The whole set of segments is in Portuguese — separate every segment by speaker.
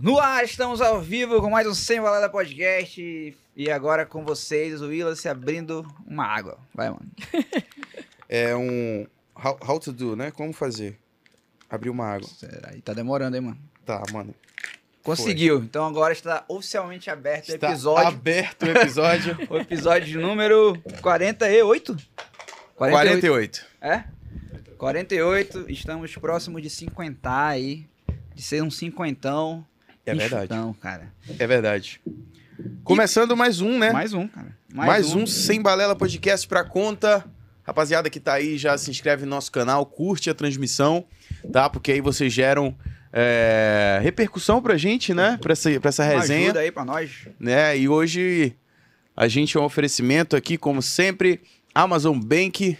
Speaker 1: No ar, estamos ao vivo com mais um Sem Valada Podcast. E agora com vocês, o Willa se abrindo uma água. Vai, mano.
Speaker 2: É um. How, how to do, né? Como fazer? Abrir uma água.
Speaker 1: Será? E tá demorando, hein, mano?
Speaker 2: Tá, mano.
Speaker 1: Conseguiu. Então agora está oficialmente aberto o
Speaker 2: Está
Speaker 1: episódio.
Speaker 2: aberto o episódio
Speaker 1: O episódio número 48? 48.
Speaker 2: 48.
Speaker 1: É? 48. Estamos próximos de 50 aí. De ser um cinquentão.
Speaker 2: É verdade.
Speaker 1: Então, cara.
Speaker 2: É verdade. Começando mais um, né? Mais,
Speaker 1: Mais um, cara.
Speaker 2: um. Sem Balela Podcast pra conta. Rapaziada que tá aí, já se inscreve no nosso canal, curte a transmissão, tá? Porque aí vocês geram é, repercussão pra gente, né? Pra essa, pra essa
Speaker 1: Uma
Speaker 2: resenha.
Speaker 1: ajuda aí pra nós.
Speaker 2: né? E hoje a gente é um oferecimento aqui, como sempre, Amazon Bank.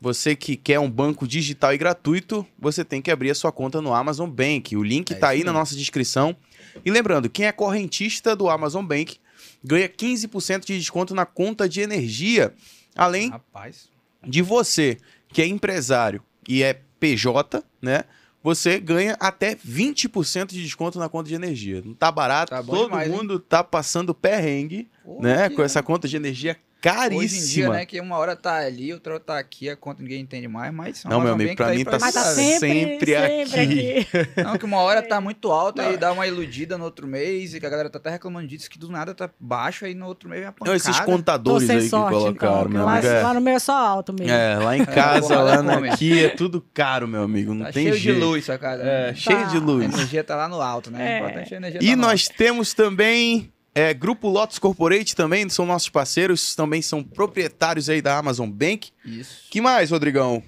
Speaker 2: Você que quer um banco digital e gratuito, você tem que abrir a sua conta no Amazon Bank. O link
Speaker 1: É
Speaker 2: está aí
Speaker 1: isso
Speaker 2: na
Speaker 1: mesmo.
Speaker 2: nossa descrição. E lembrando, quem é correntista do Amazon Bank ganha 15% de desconto na conta de energia, além
Speaker 1: Rapaz.
Speaker 2: de você que é empresário e é PJ, né? Você ganha até 20% de desconto na conta de energia. Não tá barato,
Speaker 1: Tá bom
Speaker 2: todo
Speaker 1: demais, hein?
Speaker 2: mundo tá passando perrengue,
Speaker 1: Pô,
Speaker 2: né?
Speaker 1: que-
Speaker 2: Com essa conta de energia
Speaker 1: Hoje em dia,
Speaker 2: caríssima.
Speaker 1: né, que uma hora tá ali, outra hora tá aqui, a conta ninguém entende mais, mas...
Speaker 2: Não, meu amigo, pra mim tá
Speaker 3: Mas tá
Speaker 2: Nossa,
Speaker 3: sempre,
Speaker 2: sempre
Speaker 3: sempre,
Speaker 2: aqui.
Speaker 3: aqui.
Speaker 1: né? Não, que uma hora tá muito alta e dá uma iludida no outro mês, e que a galera tá até reclamando disso, que do nada tá baixo, aí no outro mês é uma
Speaker 2: Não,
Speaker 1: pancada.
Speaker 2: esses
Speaker 3: Tô
Speaker 2: contadores aí
Speaker 3: sem
Speaker 2: que
Speaker 3: sorte,
Speaker 2: colocaram,
Speaker 3: então.
Speaker 2: meu
Speaker 3: lá,
Speaker 2: amigo. É.
Speaker 3: lá no meu é só alto mesmo.
Speaker 2: É, lá em casa,
Speaker 1: porra,
Speaker 2: lá
Speaker 1: né,
Speaker 2: na
Speaker 1: homem?
Speaker 2: aqui, é tudo caro, meu amigo. Não
Speaker 1: tá
Speaker 2: tem
Speaker 1: cheio
Speaker 2: jeito.
Speaker 1: de luz, Tá sacada.
Speaker 2: É, cheio de
Speaker 1: A
Speaker 2: luz.
Speaker 1: energia tá lá no alto, né? O
Speaker 3: É.
Speaker 1: importante é a energia tá
Speaker 2: E
Speaker 1: no
Speaker 2: nós temos também é, Grupo Lotus Corporate também, são nossos parceiros, também são proprietários aí da Amazon Bank.
Speaker 1: alto. Isso.
Speaker 2: Que mais, Rodrigão?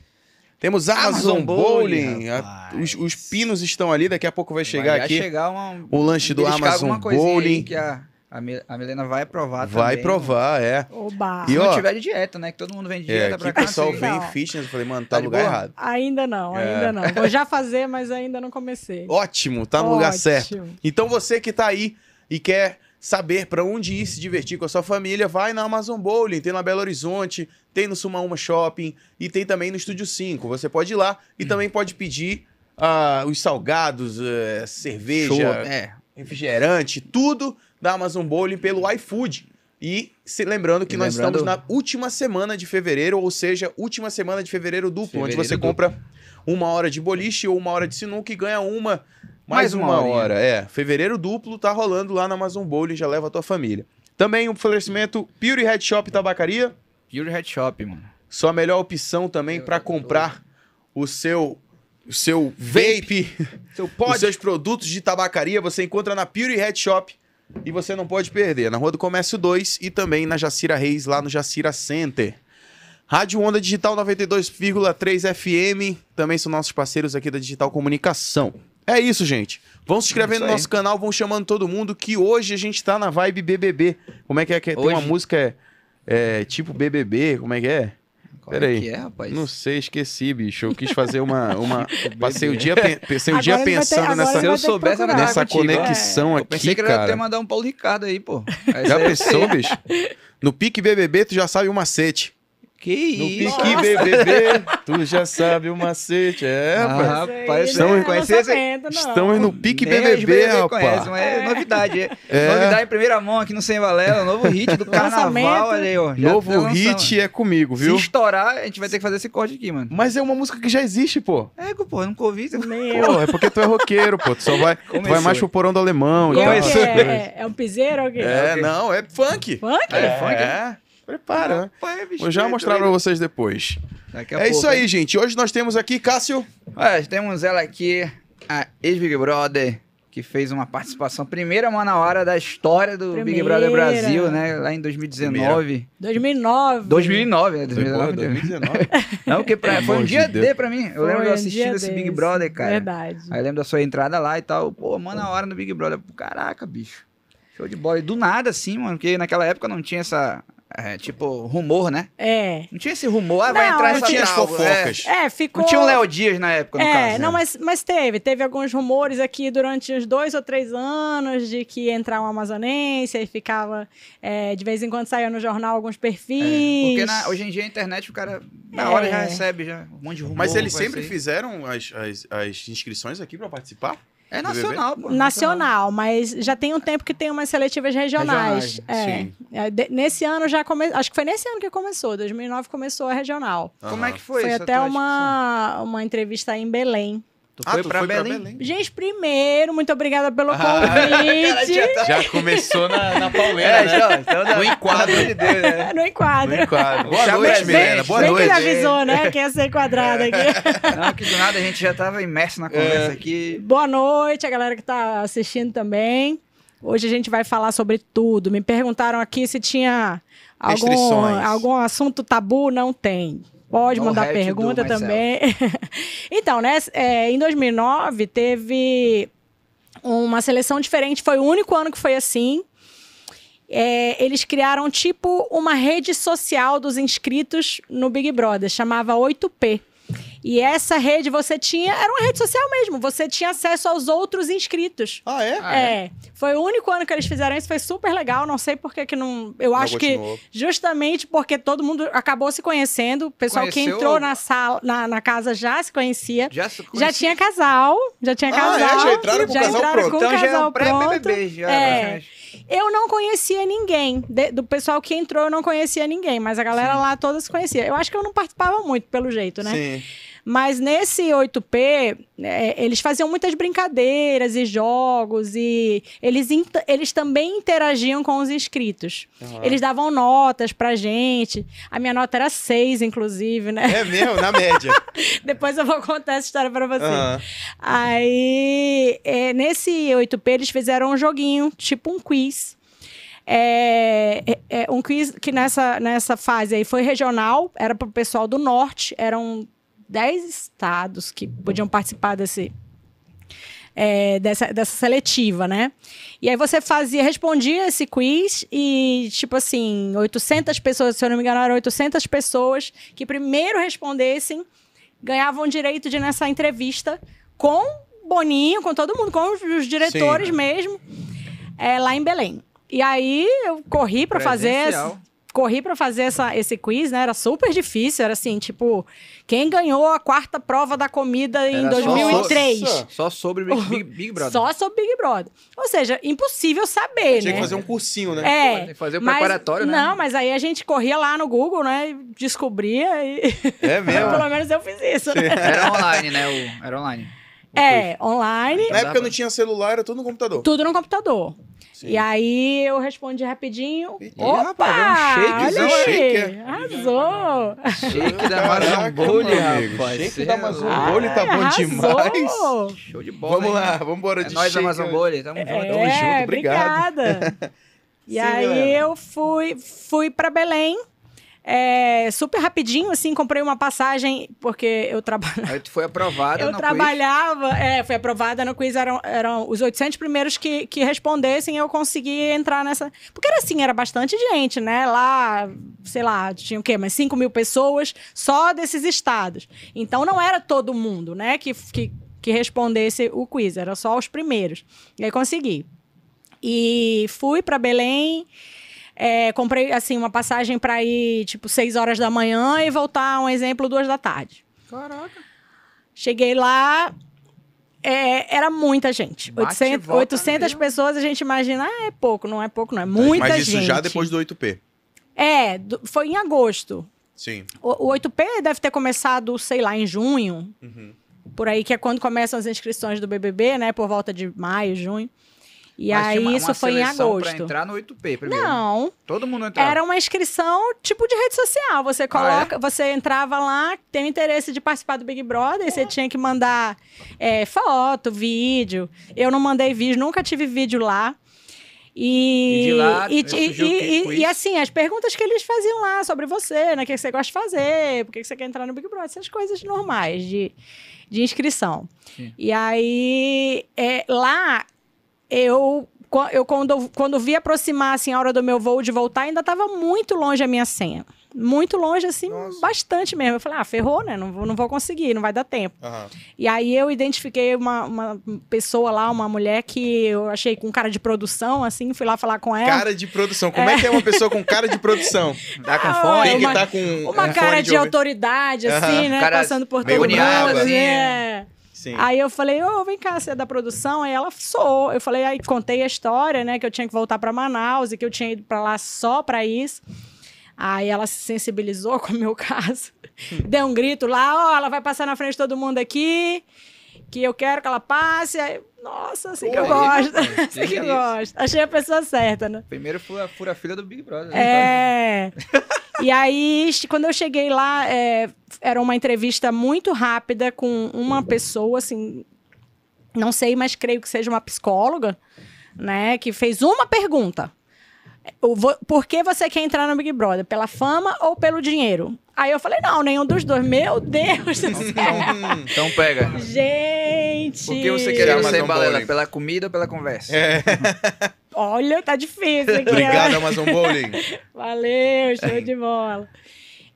Speaker 2: Temos Amazon,
Speaker 1: Amazon
Speaker 2: Bowling.
Speaker 1: Bowling,
Speaker 2: a-
Speaker 1: rapaz.
Speaker 2: os, os pinos estão ali, daqui a pouco vai chegar
Speaker 1: vai
Speaker 2: aqui.
Speaker 1: chegar uma...
Speaker 2: O lanche do
Speaker 1: beliscar
Speaker 2: Amazon
Speaker 1: alguma coisinha aí
Speaker 2: Bowling.
Speaker 1: que a, a Mi- a Milena vai provar
Speaker 2: Vai
Speaker 1: também. né?
Speaker 2: provar, é.
Speaker 3: Oba.
Speaker 1: Se
Speaker 2: E
Speaker 1: não
Speaker 2: ó,
Speaker 1: tiver de dieta, né, que todo mundo vende
Speaker 2: É,
Speaker 1: dieta pra
Speaker 2: aqui o
Speaker 1: cá. assim, né?
Speaker 2: pessoal
Speaker 1: sim.
Speaker 2: vem
Speaker 3: Não.
Speaker 2: fitness, eu falei, mano,
Speaker 1: Tá
Speaker 2: tá no
Speaker 1: de
Speaker 2: lugar
Speaker 1: boa?
Speaker 2: errado.
Speaker 3: Ainda não,
Speaker 2: É.
Speaker 3: ainda não. Vou já fazer, mas ainda não comecei.
Speaker 2: Ótimo, tá no lugar
Speaker 3: Ótimo.
Speaker 2: certo. Então você que tá aí e quer saber pra onde ir se divertir com a sua família, vai na Amazon Bowling, tem na Belo Horizonte, tem no Sumaúma Shopping e tem também no Estúdio 5. Você pode ir lá
Speaker 1: Hum.
Speaker 2: e também pode pedir ah, os salgados, eh, cerveja,
Speaker 1: Show. É,
Speaker 2: refrigerante, tudo da Amazon Bowling pelo iFood. E se lembrando que
Speaker 1: E
Speaker 2: nós
Speaker 1: lembrando-
Speaker 2: estamos na última semana de fevereiro, ou seja, última semana de fevereiro duplo, onde
Speaker 1: Fevereiro
Speaker 2: você
Speaker 1: duplo.
Speaker 2: compra uma hora de boliche ou uma hora de sinuca e ganha uma
Speaker 1: Mais
Speaker 2: mais, uma,
Speaker 1: uma horinha.
Speaker 2: hora. É, fevereiro duplo tá rolando lá na Amazon Bowling, já leva a tua família. Também o oferecimento Beauty Head Shop Tabacaria,
Speaker 1: Beauty Head Shop, mano.
Speaker 2: sua melhor opção também
Speaker 1: Eu
Speaker 2: para
Speaker 1: tô-
Speaker 2: comprar o seu o seu vape
Speaker 1: Seu
Speaker 2: os seus produtos de tabacaria você encontra na Pure Head Shop e você não pode perder. Na Rua do Comércio 2 e também na Jacira Reis, lá no Jacira Center. Rádio Onda Digital 92,3 FM. Também são nossos parceiros aqui da Digital Comunicação. É isso, gente. Vão
Speaker 1: É
Speaker 2: se inscrevendo
Speaker 1: isso
Speaker 2: no
Speaker 1: aí.
Speaker 2: nosso canal, vão chamando todo mundo que hoje a gente tá na vibe BBB. Como é que é? que é? Tem uma
Speaker 1: Hoje?
Speaker 2: música é, é, tipo BBB, como é que é?
Speaker 1: Qual
Speaker 2: Peraí.
Speaker 1: é que é, rapaz?
Speaker 2: Não sei, esqueci, bicho. Eu quis fazer uma... uma... Passei o dia, pe- passei o
Speaker 3: Agora
Speaker 2: um dia
Speaker 3: ele vai ter-
Speaker 2: pensando
Speaker 3: agora
Speaker 2: nessa
Speaker 3: ele
Speaker 1: Se eu
Speaker 3: vai ter que
Speaker 1: soubesse, eu
Speaker 3: procurar.
Speaker 1: tava
Speaker 2: nessa
Speaker 1: contigo, né? ó.
Speaker 2: conexão
Speaker 1: Eu pensei
Speaker 2: aqui,
Speaker 1: que ele ia até
Speaker 2: cara.
Speaker 1: mandar um Paulo Ricardo aí, pô. é Aí
Speaker 2: Já
Speaker 1: você-
Speaker 2: pensou, bicho? No pique BBB, tu já sabe o macete.
Speaker 1: Que
Speaker 2: No
Speaker 1: isso?
Speaker 2: pique BBB, tu já sabe o macete. É,
Speaker 1: Ah,
Speaker 2: rapaz.
Speaker 1: rapaz,
Speaker 3: Isso aí,
Speaker 1: estão-
Speaker 3: né, eu não
Speaker 1: conhecer
Speaker 3: sou
Speaker 1: esse-
Speaker 3: vendo, não.
Speaker 2: Estamos no pique
Speaker 1: Nem as
Speaker 2: BBB,
Speaker 1: BBB
Speaker 2: rapaz.
Speaker 1: conhece, mas é novidade. É.
Speaker 2: É.
Speaker 1: Novidade em primeira mão aqui no Sem Valela, novo hit do carnaval,
Speaker 3: Lançamento.
Speaker 1: olha aí, ó. Já deu
Speaker 2: Novo
Speaker 1: noção.
Speaker 2: hit é comigo, viu?
Speaker 1: Se estourar, a gente vai ter que fazer esse corte aqui, mano.
Speaker 2: Mas é uma música que já existe, pô.
Speaker 1: É, pô, eu nunca ouvi. você-
Speaker 3: Nem eu.
Speaker 2: Pô, é porque tu é roqueiro, pô. Tu só vai, tu vai
Speaker 1: Começou.
Speaker 2: mais pro porão do alemão e
Speaker 3: Qual
Speaker 2: tal.
Speaker 3: que
Speaker 1: Começou.
Speaker 3: é? É, é um piseiro ou o quê?
Speaker 2: É, não, é funk.
Speaker 3: Funk?
Speaker 1: É, funk,
Speaker 2: É, prepara.
Speaker 1: Pô, é, bicho,
Speaker 2: Vou já
Speaker 1: é
Speaker 2: mostrar pra
Speaker 1: doido.
Speaker 2: vocês depois.
Speaker 1: Daqui a
Speaker 2: É isso
Speaker 1: pouco,
Speaker 2: aí, gente. Hoje nós temos aqui Cássio.
Speaker 1: Olha, temos ela aqui, a ex-Big Brother, que fez uma participação, primeira manauara da história do Big
Speaker 3: Primeira.
Speaker 1: Brother Brasil, né? Lá em 2019.
Speaker 3: 2009.
Speaker 1: 2009, né? 2019.
Speaker 2: 2019.
Speaker 1: Não, porque pra-
Speaker 2: Pelo
Speaker 1: foi um
Speaker 2: amor
Speaker 1: dia
Speaker 2: de Deus.
Speaker 1: D pra mim. Eu lembro de
Speaker 3: Foi
Speaker 1: eu
Speaker 3: um
Speaker 1: assistindo
Speaker 3: dia
Speaker 1: esse Big
Speaker 3: desse.
Speaker 1: Brother, cara.
Speaker 3: Verdade.
Speaker 1: Aí eu lembro da sua entrada lá e tal. Pô, mano, a hora no Big Brother. Pô, Caraca, bicho. Show de bola. E do nada, assim, mano, porque naquela época não tinha essa. é, tipo, rumor, né?
Speaker 3: É.
Speaker 1: Não tinha esse rumor. Ah, vai
Speaker 3: Não,
Speaker 1: entrar
Speaker 3: não
Speaker 1: essa
Speaker 2: tinha as
Speaker 1: tal,
Speaker 2: fofocas.
Speaker 1: né?
Speaker 3: É, ficou...
Speaker 1: Não tinha o Léo Dias na época, no
Speaker 3: É,
Speaker 1: caso.
Speaker 3: não,
Speaker 1: né?
Speaker 3: mas, mas teve. Teve alguns rumores aqui durante uns dois ou três anos de que ia entrar um amazonense e ficava. é, de vez em quando saía no jornal alguns perfis.
Speaker 1: É, Porque na- hoje em dia a internet, o cara, na hora,
Speaker 3: É.
Speaker 1: já recebe já, um monte de rumor.
Speaker 2: Mas eles
Speaker 1: vai
Speaker 2: sempre
Speaker 1: sair.
Speaker 2: fizeram as, as, as inscrições aqui pra participar?
Speaker 1: É nacional, pô.
Speaker 3: Nacional, mas já tem um tempo que tem umas seletivas regionais. É.
Speaker 4: Sim.
Speaker 3: É, de- nesse ano já começou. Acho que foi nesse ano que começou, 2009 começou a regional.
Speaker 1: Como é que
Speaker 3: Foi,
Speaker 1: foi, essa
Speaker 3: até
Speaker 1: tua
Speaker 3: uma, uma entrevista aí em Belém.
Speaker 1: discussão? Tu
Speaker 4: Ah,
Speaker 1: foi
Speaker 4: tu
Speaker 1: pra
Speaker 4: foi pra
Speaker 1: Belém?
Speaker 4: Belém?
Speaker 3: Gente, primeiro, muito obrigada pelo
Speaker 4: Ah,
Speaker 3: convite.
Speaker 4: Já começou na, na
Speaker 1: É,
Speaker 4: pauleira, né?
Speaker 1: então, então dá-
Speaker 4: No enquadro.
Speaker 1: pelo amor de Deus, né?
Speaker 3: É, no enquadro.
Speaker 4: No enquadro. Boa
Speaker 1: Já
Speaker 4: noite,
Speaker 1: bem-
Speaker 4: É, Milena. Boa
Speaker 3: Bem
Speaker 4: noite. É.
Speaker 3: que ele avisou, né? Que ia ser quadrada aqui.
Speaker 1: Não, que do nada a gente já tava imerso
Speaker 4: É.
Speaker 1: na conversa aqui.
Speaker 3: Boa noite, a galera que tá assistindo também. Hoje a gente vai falar sobre tudo. Me perguntaram aqui se tinha algum,
Speaker 4: Restrições.
Speaker 3: algum assunto tabu. Não tem. Pode
Speaker 1: No
Speaker 3: mandar
Speaker 1: hat do
Speaker 3: pergunta
Speaker 1: myself.
Speaker 3: também. então, né? é, em 2009 teve uma seleção diferente. Foi o único ano que foi assim. É, eles criaram tipo uma rede social dos inscritos no Big Brother, chamava 8P. E essa rede você tinha, era uma rede social mesmo, você tinha acesso aos outros inscritos.
Speaker 4: Ah, é?
Speaker 1: Ah,
Speaker 3: é. foi o único ano que eles fizeram isso, foi super legal, não sei por que que não, eu acho que justamente porque todo mundo acabou se conhecendo, o pessoal que
Speaker 1: Conheceu-
Speaker 3: entrou na sala, na, na casa já se conhecia.
Speaker 1: Já, se
Speaker 3: Já
Speaker 1: conheci-
Speaker 3: tinha casal, já tinha
Speaker 4: Ah,
Speaker 3: casal.
Speaker 4: é? Já entraram com o casal
Speaker 3: entraram
Speaker 4: pronto.
Speaker 3: com o
Speaker 1: Então já é
Speaker 3: casal
Speaker 1: um
Speaker 3: pronto.
Speaker 1: pré-BBB. Já,
Speaker 3: É.
Speaker 1: já-
Speaker 3: Eu não conhecia ninguém. De- do pessoal que entrou, eu não conhecia ninguém. Mas a galera lá toda se conhecia. Eu acho que eu não participava muito, pelo jeito, né?
Speaker 4: Sim.
Speaker 3: Mas nesse 8P, é, eles faziam muitas brincadeiras e jogos. E eles, int- eles também interagiam com os inscritos.
Speaker 2: Ah.
Speaker 3: Eles davam notas pra gente. A minha nota era 6, inclusive, né?
Speaker 4: É mesmo, na média.
Speaker 3: Depois eu vou contar essa história pra vocês.
Speaker 2: Ah.
Speaker 4: Aham.
Speaker 3: Aí, é, nesse 8P, eles fizeram um joguinho, tipo um quiz. É, é, é, um quiz que nessa, nessa fase aí foi regional, era pro pessoal do norte, eram 10 estados que podiam participar desse. é, dessa, dessa seletiva, né? E aí você fazia, respondia esse quiz e, tipo assim, 800 pessoas, se eu não me engano, eram 800 pessoas que primeiro respondessem ganhavam direito de ir nessa entrevista com Boninho, com todo mundo, com os- os diretores
Speaker 4: Sim.
Speaker 3: mesmo, é, lá em Belém. E aí eu corri pra fazer
Speaker 1: Presencial.
Speaker 3: esse- corri para fazer essa, esse quiz, né? Era super difícil, era assim, tipo, quem ganhou a quarta prova da comida em
Speaker 1: Era só-
Speaker 3: 2003?
Speaker 4: Nossa.
Speaker 1: Só sobre Big, Big, Big Brother.
Speaker 3: Só sobre Big Brother. Ou seja, impossível saber,
Speaker 4: Tinha
Speaker 3: né?
Speaker 4: que fazer um cursinho, né?
Speaker 1: Tem
Speaker 3: É.
Speaker 1: que fazer o
Speaker 3: mas-
Speaker 1: preparatório, né?
Speaker 3: Não, mas aí a gente corria lá no Google, né? e Descobria e
Speaker 4: É mesmo.
Speaker 3: pelo menos eu fiz isso. né?
Speaker 1: Era online, né? o- Era online.
Speaker 3: É, online.
Speaker 4: Na época não tinha celular, era tudo no computador.
Speaker 3: Tudo no computador.
Speaker 4: Sim.
Speaker 3: E aí eu respondi rapidinho.
Speaker 4: Ih,
Speaker 3: Opa!
Speaker 1: rapaz, é um shakezão,
Speaker 3: olha aí,
Speaker 4: shake, é.
Speaker 3: arrasou!
Speaker 1: Shake da
Speaker 4: Caraca,
Speaker 1: Mazambole,
Speaker 4: meu amigo,
Speaker 1: rapaz.
Speaker 4: shake
Speaker 1: cê
Speaker 4: da
Speaker 1: é louco.
Speaker 4: Mazambole. Olha, tá bom
Speaker 3: arrasou.
Speaker 4: demais.
Speaker 1: Show de bola.
Speaker 4: Vamos
Speaker 1: hein?
Speaker 4: lá, vamos embora
Speaker 1: É
Speaker 4: de
Speaker 1: nóis,
Speaker 4: shake.
Speaker 1: Amazambole. Tamo junto.
Speaker 3: É,
Speaker 4: Tamo junto, obrigado.
Speaker 3: Obrigada. e
Speaker 4: Sim,
Speaker 3: aí
Speaker 4: galera.
Speaker 3: eu fui, fui para Belém. é, super rapidinho, assim, comprei uma passagem, porque eu trabalho.
Speaker 1: Aí tu foi aprovado.
Speaker 3: Eu
Speaker 1: no
Speaker 3: trabalhava, é, fui aprovada no quiz, eram, eram os 800 primeiros que, que respondessem, eu consegui entrar nessa... Porque era assim, era bastante gente, né? Lá, sei lá, tinha o quê? Mas 5 mil pessoas só desses estados. Então, não era todo mundo, né? Que, que, que respondesse o quiz, era só os primeiros. E aí, consegui. E fui para Belém... é, comprei assim uma passagem para ir tipo 6 horas da manhã e voltar um exemplo duas da tarde.
Speaker 1: Quiz. Caraca.
Speaker 3: Cheguei lá, é, era muita gente.
Speaker 1: Bate e
Speaker 3: 800,
Speaker 1: volta
Speaker 3: 800
Speaker 1: mesmo.
Speaker 3: pessoas, a gente imagina, ah, é pouco, não é pouco, não é muita
Speaker 4: Mas isso
Speaker 3: gente.
Speaker 4: já depois do 8P.
Speaker 3: É, do- foi em agosto.
Speaker 4: Sim.
Speaker 3: O, o 8P deve ter começado, sei lá, em junho,
Speaker 4: Uhum.
Speaker 3: por aí, que é quando começam as inscrições do BBB, né? Por volta de maio, junho. E
Speaker 1: Mas
Speaker 3: aí
Speaker 1: tinha uma- uma
Speaker 3: isso foi em
Speaker 1: seleção Pra
Speaker 3: agosto.
Speaker 1: entrar no 8P primeiro.
Speaker 3: Não,
Speaker 1: Todo mundo entrava. Ah, é?
Speaker 3: Era um uma inscrição tipo de rede social. Você coloca, você entrava lá, tem o interesse de participar do Big Brother, e
Speaker 1: Ah.
Speaker 3: você tinha que mandar é, foto, vídeo. Eu não mandei vídeo, nunca tive vídeo lá. E,
Speaker 1: E de lá,
Speaker 3: e,
Speaker 1: eu surgiu
Speaker 3: e-
Speaker 1: o que com
Speaker 3: e-
Speaker 1: isso?
Speaker 3: e assim, as perguntas que eles faziam lá sobre você, né? O que você gosta de fazer, por que você quer entrar no Big Brother, essas coisas normais de, de inscrição.
Speaker 1: Sim.
Speaker 3: E aí, é, lá, eu, qu- eu quando, quando vi aproximar assim, a hora do meu voo de voltar, ainda estava muito longe a minha senha. Muito longe, assim,
Speaker 4: Nossa.
Speaker 3: bastante mesmo. Eu falei, ah, ferrou, né? Não, vou- não vou conseguir, não vai dar tempo.
Speaker 4: Aham.
Speaker 3: E aí eu identifiquei uma, uma pessoa lá, uma mulher que eu achei com cara de produção, assim, fui lá falar com ela.
Speaker 4: Cara de produção. Como é que é uma pessoa com cara de produção?
Speaker 1: Tá com
Speaker 3: Ah,
Speaker 1: fome?
Speaker 4: Tem que
Speaker 3: uma-
Speaker 4: tá com
Speaker 3: uma
Speaker 4: um
Speaker 3: cara
Speaker 4: fone
Speaker 3: de,
Speaker 4: ouvido.
Speaker 3: autoridade, assim,
Speaker 4: Aham.
Speaker 3: né?
Speaker 1: Cara
Speaker 3: Passando por
Speaker 1: meio
Speaker 3: todo mundo.
Speaker 4: brava,
Speaker 1: assim,
Speaker 3: é.
Speaker 4: Sim.
Speaker 3: Aí eu falei, ô, vem cá, você é da produção? Aí ela, sou. Eu falei, aí contei a história, né, que eu tinha que voltar pra Manaus e que eu tinha ido pra lá só pra isso. Aí ela se sensibilizou com o meu caso. Deu um grito lá, ó, ela vai passar na frente de todo mundo aqui, que eu quero que ela passe. Aí, Nossa, assim que eu
Speaker 1: Pô, aí,
Speaker 3: gosto.
Speaker 1: rapaz,
Speaker 3: assim que
Speaker 1: que é
Speaker 3: eu
Speaker 1: isso.
Speaker 3: gosto. Achei a pessoa certa, né?
Speaker 1: Primeiro fura, fura a filha do Big Brother. né?
Speaker 3: É. E aí, quando eu cheguei lá, é, era uma entrevista muito rápida com uma pessoa, assim, não sei, mas creio que seja uma psicóloga, né? Que fez uma pergunta. Eu vou- Por que você quer entrar no Big Brother? Pela fama ou pelo dinheiro? Aí eu falei, não, nenhum dos dois. Meu Deus do céu.
Speaker 4: Hum,
Speaker 1: Então pega.
Speaker 3: Gente!
Speaker 1: Por que você
Speaker 4: Se
Speaker 1: quer
Speaker 4: Amazon
Speaker 1: ser balela?
Speaker 4: Bowling.
Speaker 1: Pela comida ou pela conversa?
Speaker 4: É.
Speaker 3: Olha, tá difícil aqui. né?
Speaker 4: Obrigado, Amazon Bowling.
Speaker 3: Valeu, show de bola.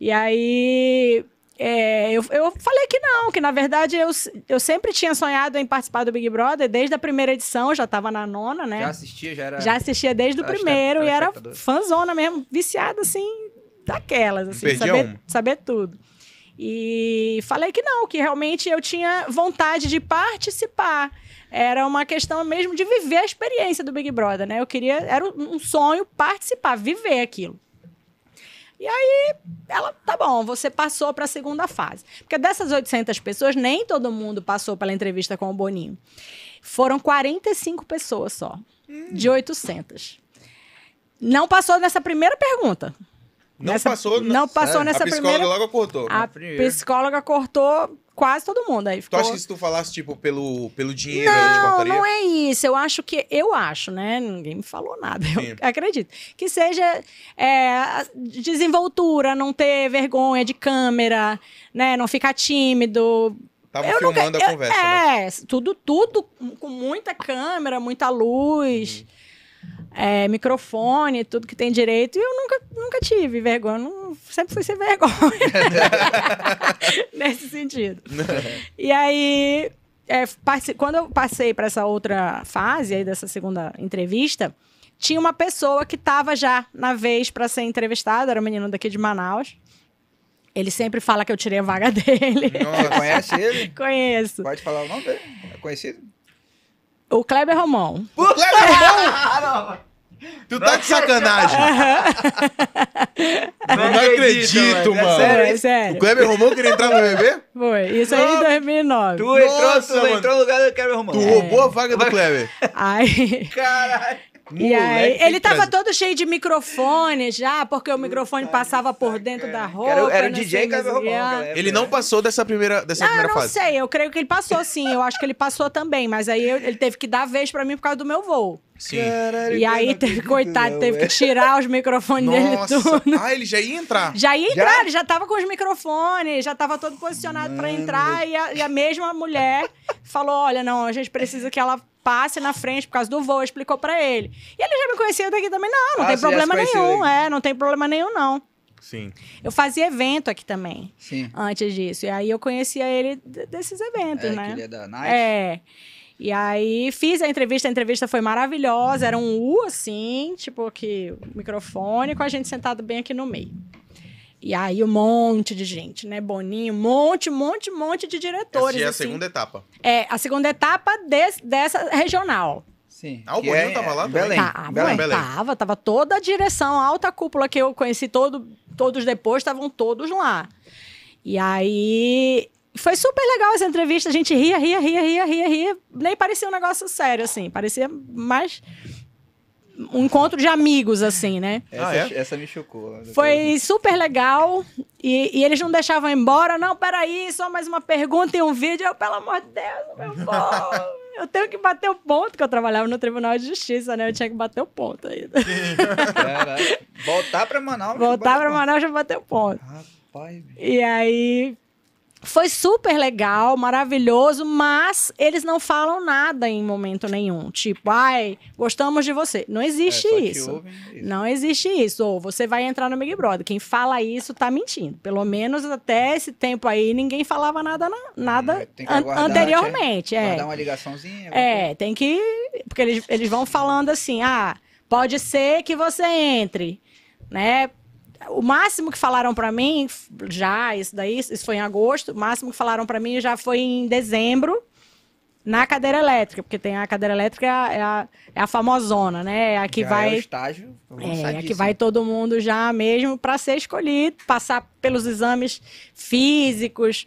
Speaker 3: E aí, é, eu, eu falei que não, que na verdade eu, s- eu sempre tinha sonhado em participar do Big Brother desde a primeira edição, já tava na nona, né?
Speaker 1: Já assistia, já era.
Speaker 3: Já assistia desde o
Speaker 1: Era
Speaker 3: primeiro e era
Speaker 1: telespectador.
Speaker 3: fãzona mesmo, viciada assim, daquelas, assim,
Speaker 4: Perdia
Speaker 3: saber,
Speaker 4: uma.
Speaker 3: saber tudo. E falei que não, que realmente eu tinha vontade de participar. Era uma questão mesmo de viver a experiência do Big Brother, né? Eu queria, era um um sonho participar, viver aquilo. E aí, ela, tá bom, você passou para a segunda fase. Porque dessas 800 pessoas, nem todo mundo passou pela entrevista com o Boninho. Foram 45 pessoas só, de 800. Não passou nessa primeira pergunta.
Speaker 4: Não
Speaker 3: Nessa-
Speaker 4: passou. É, na-
Speaker 3: não passou
Speaker 4: Sério?
Speaker 3: nessa
Speaker 4: A psicóloga
Speaker 3: primeira- Ah,
Speaker 4: logo cortou.
Speaker 3: A
Speaker 1: primeira.
Speaker 3: psicóloga cortou quase todo mundo. Aí
Speaker 4: É. Tu
Speaker 3: ficou...
Speaker 4: acha que se tu falasse, tipo, pelo, pelo dinheiro, ela te
Speaker 3: Não,
Speaker 4: cortaria?
Speaker 3: não é isso. Eu acho que. Eu acho, né? Ninguém me falou nada. Eu
Speaker 4: Sim.
Speaker 3: acredito. Que seja é, a desenvoltura, não ter vergonha de câmera, né? Não ficar tímido.
Speaker 4: Tava
Speaker 3: eu
Speaker 4: filmando
Speaker 3: nunca,
Speaker 4: a
Speaker 3: eu-
Speaker 4: conversa, né?
Speaker 3: é, tudo, tudo com muita câmera, muita luz. é, microfone, tudo que tem direito. E eu nunca, nunca tive vergonha. Não- sempre fui sem vergonha. Nesse sentido. e aí, é, parce- quando eu passei para essa outra fase aí dessa segunda entrevista, tinha uma pessoa que estava já na vez para ser entrevistada, era um menino daqui de Manaus. Ele sempre fala que eu tirei a vaga dele.
Speaker 1: Você
Speaker 4: Nossa.
Speaker 1: conhece ele?
Speaker 3: Conheço.
Speaker 1: Pode falar o nome dele? É conhecido?
Speaker 3: O Kleber Romão.
Speaker 4: Tu tá de sacanagem. Não, acredito, mano.
Speaker 3: Foi,
Speaker 4: O
Speaker 3: sério.
Speaker 4: Kleber Romão queria entrar no BBB?
Speaker 3: Foi. Isso aí em 2009.
Speaker 1: Tu é entrou,
Speaker 4: Nossa,
Speaker 1: tu
Speaker 4: mano.
Speaker 1: entrou no lugar do Kevin É. Romão.
Speaker 3: É.
Speaker 4: Tu roubou a vaga do Kleber.
Speaker 3: Aí.
Speaker 1: Caralho.
Speaker 3: E aí,
Speaker 4: Moleque,
Speaker 3: ele
Speaker 4: que
Speaker 3: tava
Speaker 4: trans-
Speaker 3: todo cheio de microfone já, porque o microfone passava por dentro tá da roupa.
Speaker 1: Era, era o
Speaker 3: não
Speaker 1: DJ
Speaker 3: sei
Speaker 1: Kevin
Speaker 3: é mais o
Speaker 1: Romão.
Speaker 3: que lá.
Speaker 1: naquela época.
Speaker 4: Ele não passou dessa primeira, dessa
Speaker 3: Ah, eu
Speaker 4: primeira
Speaker 3: não
Speaker 4: fase.
Speaker 3: sei, eu creio que ele passou sim, eu acho que ele passou também, mas aí eu- ele teve que dar vez pra mim por causa do meu voo.
Speaker 4: Sim.
Speaker 1: Caralho,
Speaker 3: e aí,
Speaker 1: cara,
Speaker 3: teve,
Speaker 1: não
Speaker 3: coitado,
Speaker 1: acredito,
Speaker 3: teve
Speaker 1: não, é.
Speaker 3: que é. tirar os microfones dele
Speaker 4: Nossa.
Speaker 3: tudo.
Speaker 4: Ah, ele já ia entrar.
Speaker 3: Já ia
Speaker 1: Já?
Speaker 3: entrar, ele já tava com os microfones, já tava todo posicionado pra entrar. E a, e a mesma mulher falou: Olha, não, a gente precisa que ela passe na frente por causa do voo, explicou pra ele. E ele já me conhecia daqui também, não, não
Speaker 1: Ah,
Speaker 3: tem
Speaker 1: você já se
Speaker 3: problema
Speaker 1: conhecia
Speaker 3: nenhum, é, não tem problema nenhum, não.
Speaker 4: Sim.
Speaker 3: Eu fazia evento aqui também,
Speaker 1: Sim.
Speaker 3: antes disso. E aí eu conhecia ele d- desses eventos,
Speaker 1: É,
Speaker 3: né?
Speaker 1: que ele é da Nike.
Speaker 3: É. E aí fiz a entrevista, a entrevista foi maravilhosa, era um U assim, tipo aqui, o microfone, com a gente sentado bem aqui no meio. E aí um monte de gente, né? Boninho, um monte, um monte, um monte de diretores.
Speaker 4: Essa é a
Speaker 3: assim.
Speaker 4: segunda etapa.
Speaker 3: É, a segunda etapa des- dessa regional.
Speaker 1: Sim.
Speaker 4: Ah, o
Speaker 1: Que é
Speaker 4: Boninho tava lá também?
Speaker 1: Belém.
Speaker 3: Tava,
Speaker 1: Belém.
Speaker 4: Belém.
Speaker 3: Tá, tava, tava toda a direção, a alta cúpula que eu conheci todo, todos depois, estavam todos lá. E aí foi super legal essa entrevista, a gente ria, ria, ria, ria, ria, ria. Nem parecia um negócio sério, assim, parecia mais um encontro de amigos, assim, né?
Speaker 1: Essa,
Speaker 4: Ah, é?
Speaker 1: essa me chocou.
Speaker 3: Foi super legal. E, e eles não deixavam eu ir embora. Não, peraí, só mais uma pergunta e um vídeo. Eu, pelo amor de Deus, meu bom. Eu tenho que bater o ponto, que eu trabalhava no Tribunal de Justiça, né? Eu tinha que bater o ponto ainda.
Speaker 1: Caralho. Voltar pra Manaus.
Speaker 3: Voltar pra
Speaker 1: Manaus.
Speaker 3: Manaus já bateu o ponto.
Speaker 1: Rapaz, bicho.
Speaker 3: E aí. Foi super legal, maravilhoso, mas eles não falam nada em momento nenhum. Tipo, ai, gostamos de você. Não existe
Speaker 1: É, só te
Speaker 3: isso.
Speaker 1: ouvem, isso.
Speaker 3: Não existe isso. Ou você vai entrar no Big Brother. Quem fala isso tá mentindo. Pelo menos até esse tempo aí, ninguém falava nada, na- nada
Speaker 1: É, Tem que
Speaker 3: an-
Speaker 1: aguardar, né?
Speaker 3: anteriormente. É.
Speaker 1: Mandar uma ligaçãozinha.
Speaker 3: É, tem que. Porque eles, eles vão falando assim: ah, pode ser que você entre, né? O máximo que falaram pra mim, f- já, isso daí, isso foi em agosto, o máximo que falaram pra mim já foi em dezembro, na cadeira elétrica, porque tem a cadeira elétrica, é a, é a, é a famosona, né? É a que
Speaker 1: Já
Speaker 3: vai.
Speaker 1: É o estágio.
Speaker 3: É, que
Speaker 1: avançadíssimo.
Speaker 3: vai todo mundo já mesmo para ser escolhido, passar pelos exames físicos,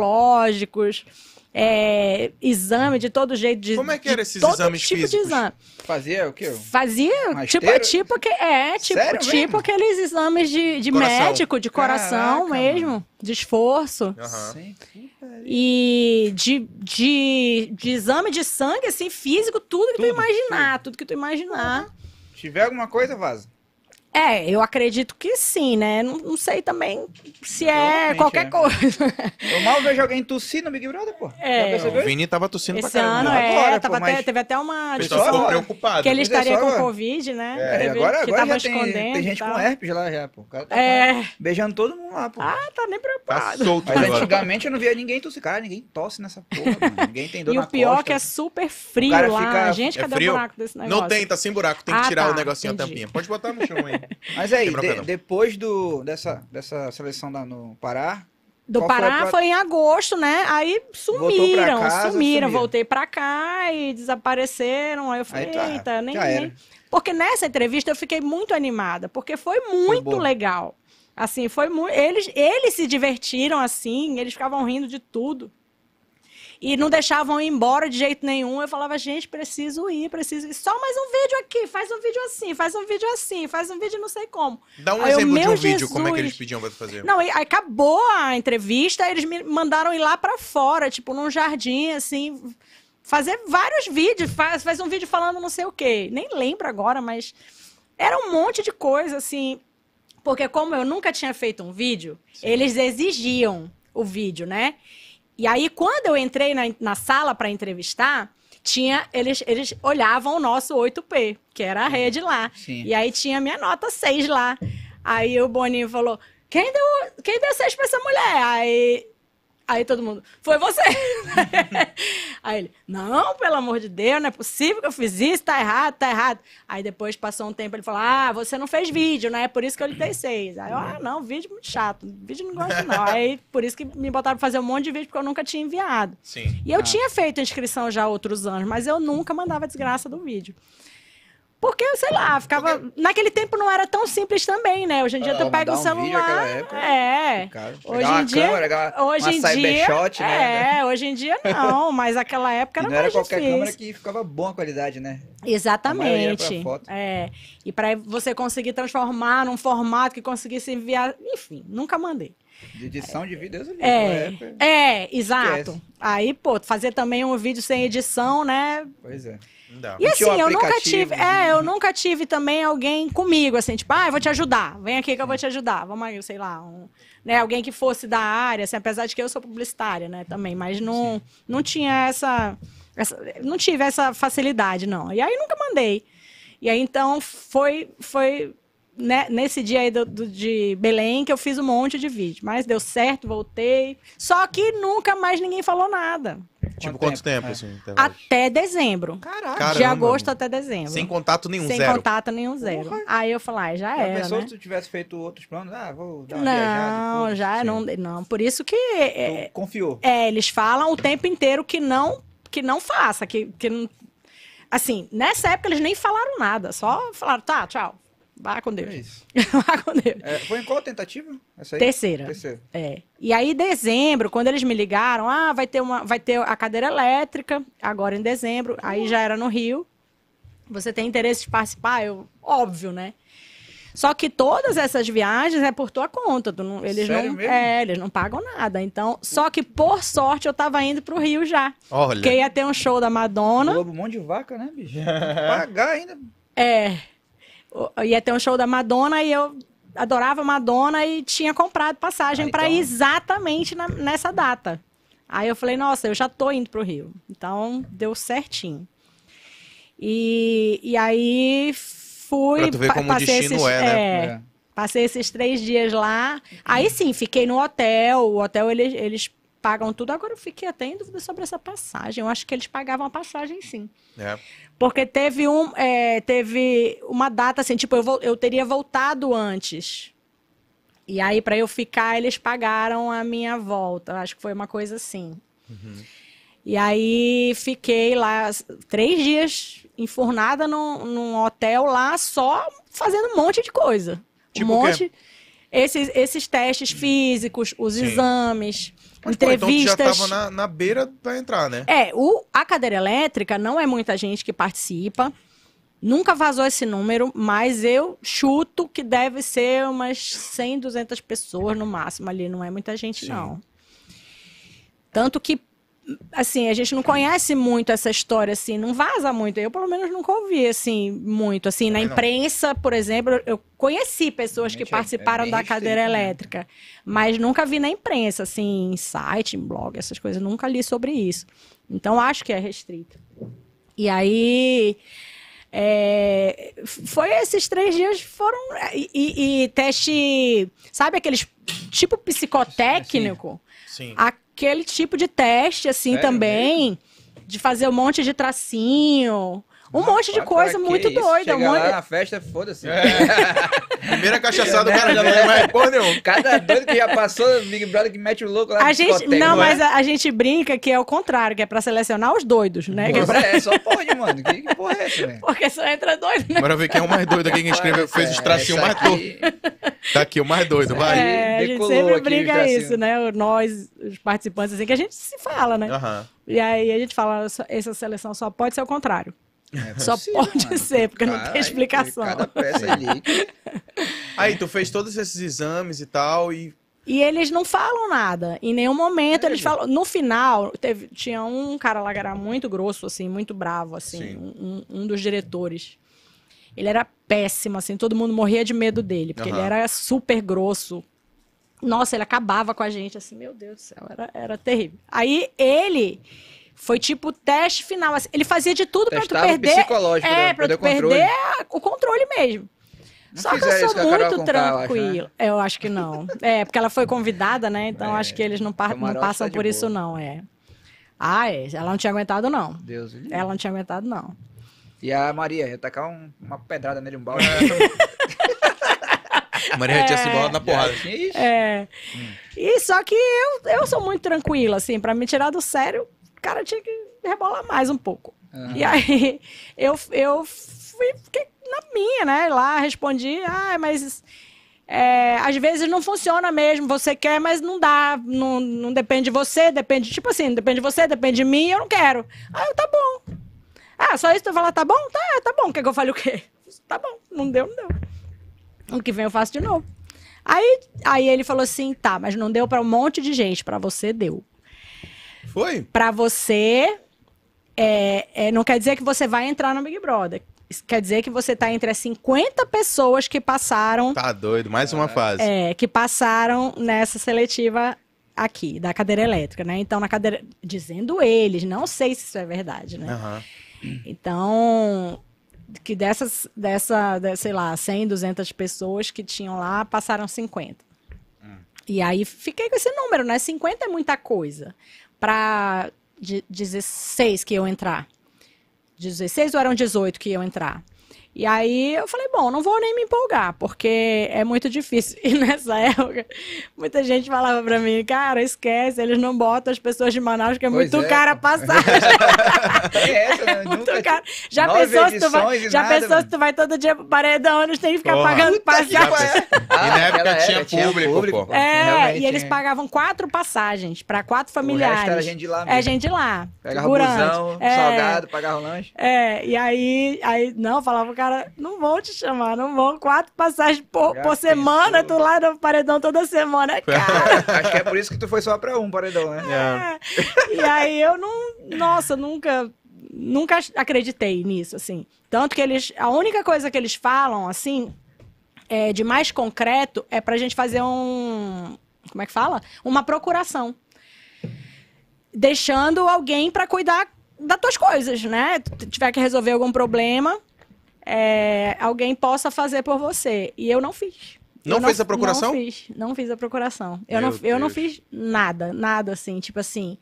Speaker 3: psicológicos, é, exame de todo jeito de
Speaker 4: Como é que
Speaker 3: de
Speaker 4: eram esses
Speaker 3: todo
Speaker 4: exames
Speaker 3: tipo
Speaker 4: físicos?
Speaker 3: de exame.
Speaker 1: Fazer é o quê?
Speaker 3: Fazia
Speaker 1: Mas
Speaker 3: tipo,
Speaker 1: ter-
Speaker 3: tipo que é tipo,
Speaker 1: Sério
Speaker 3: tipo
Speaker 1: mesmo?
Speaker 3: aqueles exames de, de
Speaker 4: Coração.
Speaker 3: médico, de coração
Speaker 1: Caraca,
Speaker 3: mesmo, de esforço
Speaker 4: Aham.
Speaker 1: Sim.
Speaker 3: e de, de, de exame de sangue assim físico, tudo que
Speaker 1: Tudo,
Speaker 3: tu imaginar, tudo que tu imaginar.
Speaker 1: Se tiver alguma coisa, vaza.
Speaker 3: É, eu acredito que sim, né? Não, não sei também se é
Speaker 1: Provavelmente,
Speaker 3: qualquer
Speaker 1: é.
Speaker 3: coisa.
Speaker 1: Eu mal vejo alguém tossir no Big Brother, pô.
Speaker 3: É.
Speaker 1: Já
Speaker 4: O
Speaker 1: percebeu?
Speaker 4: Vini tava tossindo
Speaker 3: Esse
Speaker 4: pra caramba.
Speaker 3: ano,
Speaker 1: né?
Speaker 3: é,
Speaker 1: Agora,
Speaker 3: tava
Speaker 1: pô,
Speaker 3: até,
Speaker 1: mas
Speaker 3: teve até uma
Speaker 4: O pessoal
Speaker 1: Pessoal,
Speaker 4: ficou
Speaker 1: ó,
Speaker 3: discussão
Speaker 4: preocupado.
Speaker 3: que ele
Speaker 1: Mas é
Speaker 3: estaria
Speaker 1: só,
Speaker 3: com
Speaker 1: ó.
Speaker 3: Covid, né?
Speaker 1: É,
Speaker 3: Teve-
Speaker 1: agora,
Speaker 3: que
Speaker 1: agora
Speaker 3: tava
Speaker 1: já tem,
Speaker 3: escondendo
Speaker 1: tem
Speaker 3: e
Speaker 1: gente com
Speaker 3: tal.
Speaker 1: herpes lá já, pô. O cara tá
Speaker 3: É,
Speaker 1: beijando todo mundo lá, pô.
Speaker 3: ah, tá nem
Speaker 4: Tá
Speaker 3: preocupado.
Speaker 4: solto
Speaker 1: Mas
Speaker 4: agora.
Speaker 1: antigamente eu não via ninguém tossir. Cara, ninguém tosse nessa porra, mano. Ninguém tem dor
Speaker 3: E
Speaker 1: na
Speaker 3: o pior
Speaker 1: costa.
Speaker 3: que é super frio
Speaker 1: O cara
Speaker 3: lá.
Speaker 1: fica-
Speaker 3: Gente,
Speaker 4: é
Speaker 3: cadê
Speaker 4: frio?
Speaker 3: o buraco desse um negócio?
Speaker 4: Não tem, tá sem buraco. Tem que
Speaker 3: Ah,
Speaker 4: tirar o
Speaker 3: tá,
Speaker 4: negocinho, a
Speaker 3: entendi.
Speaker 4: tampinha. Pode botar no chão aí.
Speaker 1: Mas aí,
Speaker 4: Quebra
Speaker 1: de-
Speaker 4: pedra.
Speaker 1: depois do, dessa, dessa seleção da, no Pará,
Speaker 3: Do
Speaker 1: Qual foi
Speaker 3: Pará
Speaker 1: a
Speaker 3: foi,
Speaker 1: pro-
Speaker 3: em agosto, né? Aí
Speaker 1: Voltou
Speaker 3: sumiram,
Speaker 1: pra casa,
Speaker 3: sumiram.
Speaker 1: sumiram.
Speaker 3: Voltei pra cá e desapareceram. Aí eu falei,
Speaker 1: Aí tá,
Speaker 3: eita, nem,
Speaker 1: já era.
Speaker 3: nem. Porque nessa entrevista eu fiquei muito animada, porque foi muito
Speaker 1: boa.
Speaker 3: legal. Assim, foi muito. Eles, eles se divertiram assim, eles ficavam rindo de tudo. E não deixavam ir embora de jeito nenhum. Eu falava, gente, preciso ir, preciso ir. Só mais um vídeo aqui, faz um vídeo assim, faz um vídeo assim, faz um vídeo não sei como.
Speaker 4: Dá um
Speaker 3: Ai, o
Speaker 4: exemplo de um
Speaker 3: meu
Speaker 4: vídeo, como é que eles
Speaker 3: Jesus.
Speaker 4: pediam pra tu fazer.
Speaker 3: Não, aí aí acabou a entrevista, eles me mandaram ir lá pra fora, tipo, num jardim, assim, fazer vários vídeos, faz, faz um vídeo falando não sei o quê. Nem lembro agora, mas era um monte de coisa, assim, porque como eu nunca tinha feito um vídeo, eles exigiam o vídeo, né? E aí, quando eu entrei na, na sala pra entrevistar, tinha eles, eles olhavam o nosso 8P, que era a rede lá.
Speaker 1: sim.
Speaker 3: E aí tinha minha nota 6 lá. Aí o Boninho falou: quem deu, quem deu 6 pra essa mulher? Aí, aí todo mundo, foi você! aí ele, não, pelo amor de Deus, não é possível que eu fiz isso, tá errado, tá errado. Aí depois passou um tempo, ele falou: Ah, você não fez vídeo, né? Por isso que eu lhe dei 6. Aí eu, ah, não, vídeo muito chato, vídeo não gosto, não. Aí por isso que me botaram pra fazer um monte de vídeo, porque eu nunca tinha enviado.
Speaker 4: Sim.
Speaker 3: E eu
Speaker 1: Ah.
Speaker 3: tinha feito inscrição já outros anos, mas eu nunca mandava a desgraça do vídeo. Porque, sei lá, ficava. Naquele tempo não era tão simples também, né? Hoje em dia
Speaker 1: Ah,
Speaker 3: tu pega o
Speaker 1: mandar um vídeo
Speaker 3: celular.
Speaker 1: naquela época.
Speaker 3: é.
Speaker 1: Cara,
Speaker 3: Hoje
Speaker 1: pegar uma
Speaker 3: em dia-
Speaker 1: câmera, pegar
Speaker 3: Hoje
Speaker 1: uma
Speaker 3: em dia.
Speaker 1: cybershot, né?
Speaker 3: É, hoje em dia não, mas aquela
Speaker 1: E
Speaker 3: época era
Speaker 1: não era
Speaker 3: mais
Speaker 1: qualquer
Speaker 3: difícil.
Speaker 1: câmera que ficava boa a qualidade, né? A maioria era
Speaker 3: Exatamente.
Speaker 1: pra foto.
Speaker 3: É. E para você conseguir transformar num formato que conseguisse enviar. Enfim, nunca mandei.
Speaker 1: De edição de vídeo, Deus me livre,
Speaker 3: É,
Speaker 1: naquela época,
Speaker 3: é, exato.
Speaker 1: Esquece.
Speaker 3: Aí, pô, fazer também um vídeo sem edição, né?
Speaker 1: Pois é.
Speaker 4: Não dá.
Speaker 3: E assim,
Speaker 1: tinha um
Speaker 3: eu nunca
Speaker 1: aplicativo,
Speaker 3: tive. É, eu nunca tive também alguém comigo, assim, tipo, ah, eu vou te ajudar, vem aqui que eu vou te ajudar. Vamos aí, sei lá, um, né, alguém que fosse da área, assim, apesar de que eu sou publicitária, né, também, mas não, não tinha essa, essa- Não tive essa facilidade, não. E aí nunca mandei. E aí, então, foi. foi né, nesse dia aí do, do- de Belém que eu fiz um monte de vídeo, mas deu certo, voltei. Só que nunca mais ninguém falou nada.
Speaker 4: Tipo, quanto
Speaker 1: Quanto tempo?
Speaker 4: tempo,
Speaker 3: é.
Speaker 1: É.
Speaker 4: assim? intervalo?
Speaker 3: Até dezembro.
Speaker 1: Caraca.
Speaker 4: Cara,
Speaker 3: de
Speaker 4: Caramba.
Speaker 3: agosto até dezembro.
Speaker 4: Sem contato nenhum,
Speaker 3: Sem
Speaker 4: zero.
Speaker 3: contato nenhum, zero.
Speaker 1: Porra.
Speaker 3: Aí eu falei, ah, já
Speaker 1: Já
Speaker 3: era,
Speaker 1: pensou
Speaker 3: né?
Speaker 1: se tu tivesse feito outros planos? Ah, vou dar uma viajada. e
Speaker 3: Não,
Speaker 1: tudo.
Speaker 3: já
Speaker 1: Sim.
Speaker 3: não, não. Por isso que é,
Speaker 1: Tu confiou.
Speaker 3: é, eles falam o tempo inteiro que não, que não faça, que, que não- assim, nessa época eles nem falaram nada, só falaram, tá, tchau, vá com
Speaker 1: É
Speaker 3: Deus,
Speaker 1: isso.
Speaker 3: vá com Deus.
Speaker 1: É, foi em qual tentativa? Essa aí?
Speaker 3: Terceira.
Speaker 1: Terceira.
Speaker 3: É. E aí, em dezembro, quando eles me ligaram, ah, vai ter, uma, vai ter a cadeira elétrica, agora em dezembro, aí já era no Rio. Você tem interesse de participar? Eu, óbvio, né? Só que todas essas viagens é por tua conta. tu não- eles,
Speaker 1: Sério
Speaker 3: não,
Speaker 1: mesmo?
Speaker 3: é, eles não pagam nada. Então, só que por sorte eu tava indo pro Rio já.
Speaker 4: Olha.
Speaker 3: Porque ia ter um show da Madonna.
Speaker 1: Globo, um monte de vaca, né, bicho? Tem que Pagar ainda.
Speaker 3: É. O- Ia ter um show da Madonna e eu adorava Madonna e tinha comprado passagem
Speaker 1: Ah,
Speaker 3: pra
Speaker 1: então.
Speaker 3: ir exatamente na- nessa data. Aí eu falei, nossa, eu já tô indo pro Rio. Então, deu certinho. E, e aí fui.
Speaker 4: Pra tu ver
Speaker 3: pa-
Speaker 4: como o
Speaker 3: passei
Speaker 4: destino
Speaker 3: esses-
Speaker 4: é, né? Uhum.
Speaker 3: é, Passei esses três dias lá. Aí sim, fiquei no hotel. O hotel eles, eles pagam tudo. Agora eu fiquei até em dúvida sobre essa passagem. Eu acho que eles pagavam a passagem sim.
Speaker 4: É.
Speaker 3: Porque teve, um, é, teve uma data assim, tipo, eu, vol- eu teria voltado antes. E aí,
Speaker 4: Uhum.
Speaker 3: para eu ficar, eles pagaram a minha volta. Acho que foi uma coisa assim. E aí fiquei lá três dias enfurnada num, num hotel lá, só fazendo um monte de coisa.
Speaker 4: Tipo
Speaker 3: um
Speaker 4: o quê?
Speaker 3: monte. Esses, esses testes físicos, os
Speaker 4: Sim.
Speaker 3: exames,
Speaker 4: Mas, pô, então tu já
Speaker 3: entrevistas.
Speaker 4: tava na, na beira pra entrar, né?
Speaker 3: É, o, a cadeira elétrica não é muita gente que participa. Nunca vazou esse número, mas eu chuto que deve ser umas 100, 200 pessoas no máximo ali. Não é muita gente,
Speaker 4: Sim.
Speaker 3: não. Tanto que, assim, a gente não conhece muito essa história, assim, não vaza muito. Eu, pelo menos, nunca ouvi, assim, muito. Assim, na
Speaker 4: Também não.
Speaker 3: imprensa, por exemplo, eu conheci pessoas que
Speaker 1: É, Realmente é- é
Speaker 3: participaram
Speaker 1: bem
Speaker 3: da cadeira
Speaker 1: restrito, né?
Speaker 3: elétrica, mas nunca vi na imprensa, assim, em site, em blog, essas coisas. Nunca li sobre isso. Então, acho que é restrito. E aí. é, f- foi esses três dias foram é, e, e- e teste sabe aqueles tipo psicotécnico
Speaker 4: Sim.
Speaker 3: aquele tipo de teste assim
Speaker 1: Sério
Speaker 3: também de fazer um monte de tracinho um monte de
Speaker 1: Pra-
Speaker 3: coisa
Speaker 1: pra
Speaker 3: muito
Speaker 1: que isso?
Speaker 3: doida um
Speaker 1: Chega
Speaker 3: monte...
Speaker 1: lá na festa, foda-se.
Speaker 4: Primeira cachaçada, É. o cara já não tem mais porra nenhuma.
Speaker 1: Cada doido que já passou, Big Brother que mete o louco lá
Speaker 3: A
Speaker 1: na
Speaker 3: gente,
Speaker 1: discoteca,
Speaker 3: não,
Speaker 1: é?
Speaker 3: mas a, a gente brinca que é o contrário, que é pra selecionar os doidos, né? Que é
Speaker 1: Pois
Speaker 3: pra-
Speaker 1: é, só pode, mano. Que, que porra é essa, velho? É,
Speaker 3: porque só entra doido, né?
Speaker 4: Bora ver quem é o mais doido aqui, quem escreveu, fez os tracinhos mais doido. Tá aqui o mais doido, vai.
Speaker 3: É, a gente
Speaker 1: decolou
Speaker 3: sempre
Speaker 1: aqui,
Speaker 3: brinca
Speaker 1: Jacinto.
Speaker 3: isso, né? O- Nós, os participantes, assim, que a gente se fala, né?
Speaker 4: Aham.
Speaker 3: E aí a gente fala, "Só- essa seleção só pode ser o contrário.
Speaker 1: é
Speaker 3: Só pode ser, porque não tem explicação.
Speaker 1: Cada peça ali.
Speaker 4: Aí, tu fez todos esses exames e tal, e
Speaker 3: E eles não falam nada. Em nenhum momento eles falam. No final, teve- tinha um cara lá que era muito grosso, assim, muito bravo, assim,
Speaker 4: Sim.
Speaker 3: um, um- um dos diretores. Ele era péssimo, assim, todo mundo morria de medo dele, porque ele
Speaker 4: Aham.
Speaker 3: era super grosso. Nossa, ele acabava com a gente, assim, meu Deus do céu, era, era terrível. Aí ele foi tipo o teste final, assim, ele fazia de tudo pra tu
Speaker 1: Testava o
Speaker 3: perder.
Speaker 1: psicológico,
Speaker 3: É,
Speaker 1: né?
Speaker 3: pra
Speaker 1: perder
Speaker 3: tu
Speaker 1: o controle.
Speaker 3: perder a- o controle mesmo.
Speaker 1: Não
Speaker 3: Só que
Speaker 1: fizeram
Speaker 3: eu
Speaker 1: isso
Speaker 3: sou
Speaker 1: com a Carol
Speaker 3: muito
Speaker 1: Conká, eu acho, né?
Speaker 3: tranquila. Eu acho que não. É, porque ela foi convidada, né? Então
Speaker 1: É,
Speaker 3: acho que eles não, par- não
Speaker 1: camarote tá
Speaker 3: passam
Speaker 1: de
Speaker 3: por isso,
Speaker 1: boa.
Speaker 3: não. É. Ah, é. Ela não tinha aguentado, não.
Speaker 1: Deus. me livre.
Speaker 3: Ela não tinha aguentado, não.
Speaker 1: E a Maria, ia tacar um- uma pedrada nele, um balde.
Speaker 4: a Maria tinha se bolado É, na porrada.
Speaker 1: Já tinha- Ixi.
Speaker 3: É.
Speaker 1: Hum.
Speaker 3: E só que eu, eu sou muito tranquila, assim. Pra me tirar do sério, o cara tinha que rebolar mais um pouco.
Speaker 1: Ah.
Speaker 3: E aí eu, eu fui, fiquei na minha, né? Lá respondi, ah, mas é, às vezes não funciona mesmo, você quer, mas não dá, não, não depende de você, depende, tipo assim, depende de você, depende de mim, eu não quero. Ah, eu, tá bom. Ah, só isso tu falar, tá bom? Tá, tá bom. Quer que eu fale o quê? Tá bom, não deu, não deu. Ano que vem eu faço de novo. Aí, aí ele falou assim, tá, mas não deu pra um monte de gente, pra você deu.
Speaker 4: é. Foi?
Speaker 3: Pra você é, é, não quer dizer que você vai entrar no Big Brother. Isso quer dizer que você tá entre as 50 pessoas que passaram,
Speaker 4: Tá doido, mais uma fase.
Speaker 3: é, que passaram nessa seletiva aqui, da cadeira elétrica, né? Então, na cadeira. Dizendo eles, não sei se isso é verdade, né?
Speaker 4: Aham.
Speaker 3: Então, que dessas, dessa, de- sei lá, 100, 200 pessoas que tinham lá, passaram 50. E aí fiquei com esse número, né? 50 é muita coisa. Para 16 que eu entrar. 16 ou eram 18 que eu entrar. E aí eu falei, bom, não vou nem me empolgar, porque é muito difícil. E nessa época, muita gente falava pra mim, cara, esquece, eles não botam as pessoas de Manaus, que é
Speaker 1: Pois
Speaker 3: muito
Speaker 1: é.
Speaker 3: cara passar.
Speaker 1: Tem essa, né?
Speaker 3: Muito
Speaker 1: Nunca-
Speaker 3: caro. Já
Speaker 1: Nove
Speaker 3: pensou se tu
Speaker 1: edições
Speaker 3: vai,
Speaker 1: e
Speaker 3: já
Speaker 1: nada,
Speaker 3: pensou
Speaker 1: mano.
Speaker 3: se tu vai todo dia pro paredão, eles têm que ficar
Speaker 4: Porra.
Speaker 3: pagando passagem.
Speaker 1: Ah,
Speaker 4: E na época
Speaker 1: naquela
Speaker 4: tinha
Speaker 1: época
Speaker 4: público, pô.
Speaker 1: pô.
Speaker 3: É,
Speaker 1: Realmente,
Speaker 3: e eles
Speaker 1: é.
Speaker 3: pagavam quatro passagens pra
Speaker 1: O resto
Speaker 3: quatro
Speaker 1: era
Speaker 3: familiares.
Speaker 1: gente de lá mesmo.
Speaker 3: É gente lá.
Speaker 1: Pegava
Speaker 3: figurante.
Speaker 1: busão,
Speaker 3: é,
Speaker 1: salgado, pagava o lanche.
Speaker 3: É, e aí, aí não, falava o cara, não vão te chamar, não vão. Quatro passagens por,
Speaker 1: Já
Speaker 3: por semana,
Speaker 1: pensou?
Speaker 3: tu lá no paredão toda semana. é Cara,
Speaker 1: Acho que é por isso que tu foi só pra um paredão, né?
Speaker 3: É. E aí eu não, nossa, nunca, nunca acreditei nisso, assim. Tanto que eles, a única coisa que eles falam, assim, é, de mais concreto, é pra gente fazer um, como é que fala? Uma procuração. Deixando alguém pra cuidar das tuas coisas, né? Tu tiver que resolver algum problema, é, alguém possa fazer por você. E eu não fiz.
Speaker 4: Não
Speaker 3: Eu
Speaker 4: fez a procuração?
Speaker 3: Não fiz, não fiz a procuração. Eu,
Speaker 4: Meu
Speaker 3: não, eu não
Speaker 4: Deus.
Speaker 3: fiz nada, nada assim, tipo assim.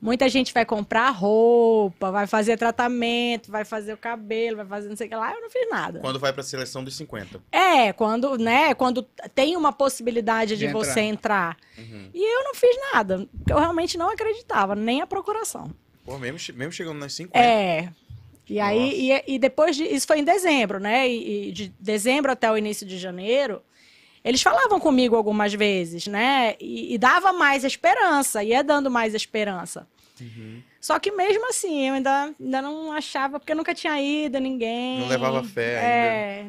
Speaker 3: Muita gente vai comprar roupa, vai fazer tratamento, vai fazer o cabelo, vai fazer não sei o que lá. Eu não fiz nada.
Speaker 4: É. Quando vai pra seleção dos 50.
Speaker 3: É, quando, né, quando tem uma possibilidade de,
Speaker 1: De
Speaker 3: você entrar.
Speaker 4: Uhum.
Speaker 3: E eu não fiz nada. porque Eu realmente não acreditava, nem a procuração.
Speaker 4: Pô, mesmo, che- mesmo chegando nas 50.
Speaker 3: É. E aí, e, e depois de. Isso foi em dezembro, né? E, e de dezembro até o início de janeiro, eles falavam comigo algumas vezes, né? E, e dava mais esperança, ia dando mais esperança.
Speaker 4: Uhum.
Speaker 3: Só que mesmo assim, eu ainda, ainda não achava, porque eu nunca tinha ido ninguém.
Speaker 4: Não levava fé ainda.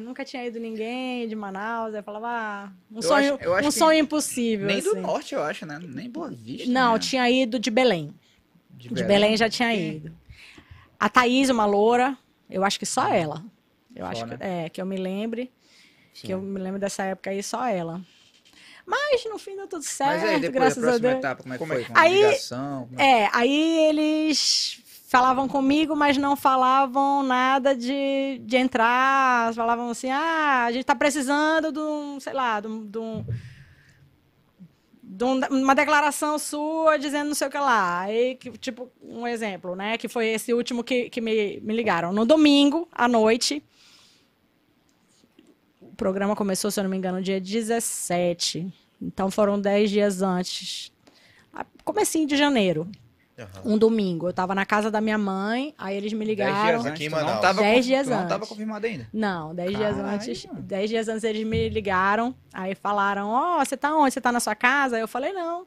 Speaker 3: É, nunca tinha ido ninguém de Manaus. Eu falava, ah, um
Speaker 1: Eu
Speaker 3: sonho,
Speaker 1: acho- eu acho
Speaker 3: um
Speaker 1: que
Speaker 3: sonho impossível.
Speaker 1: Nem do
Speaker 3: assim.
Speaker 1: norte, eu acho, né? Nem Boa Vista.
Speaker 3: Não,
Speaker 1: né?
Speaker 3: tinha ido de Belém.
Speaker 1: de, É.
Speaker 3: De Belém, já tinha ido. A Thaís, uma loura, eu acho que só ela. Eu
Speaker 1: Uhum. Só,
Speaker 3: acho
Speaker 1: né?
Speaker 3: que, é, que eu me lembre.
Speaker 4: Sim.
Speaker 3: Que eu me lembro dessa época aí, só ela. Mas no fim deu tudo certo,
Speaker 1: Mas aí, depois, a
Speaker 3: graças a
Speaker 1: próxima
Speaker 3: Deus.
Speaker 1: etapa, como é que
Speaker 4: Como é
Speaker 1: foi?
Speaker 4: que-
Speaker 1: Com a
Speaker 3: Aí-
Speaker 1: ligação? como é que-
Speaker 3: É, aí eles falavam comigo, mas não falavam nada de, de entrar. Falavam assim, ah, a gente tá precisando de um, sei lá, de um... De um- de um- uma declaração sua dizendo não sei o que lá. Aí, que, tipo, um exemplo, né? Que foi esse último que, que me, me ligaram. No domingo, à noite, o programa começou, se eu não me engano, dia 17. Então foram 10 dias antes. Ah, Comecinho de janeiro
Speaker 4: Aham.
Speaker 3: um domingo. Eu tava na casa da minha mãe, aí eles me
Speaker 1: Dez dias
Speaker 3: ligaram.
Speaker 4: antes.
Speaker 1: Aqui
Speaker 4: Aqui em
Speaker 1: em Manaus. Não
Speaker 4: Manaus.
Speaker 1: tava,
Speaker 3: Dez
Speaker 1: confi-
Speaker 3: dias
Speaker 1: não
Speaker 3: antes.
Speaker 1: tava confirmado ainda.
Speaker 3: Não, dez dias
Speaker 1: Caralho,
Speaker 3: antes.
Speaker 1: mano.
Speaker 3: Dez dias antes eles me ligaram. Aí falaram: Ó, você tá onde? Você tá na sua casa? Eu falei: Não,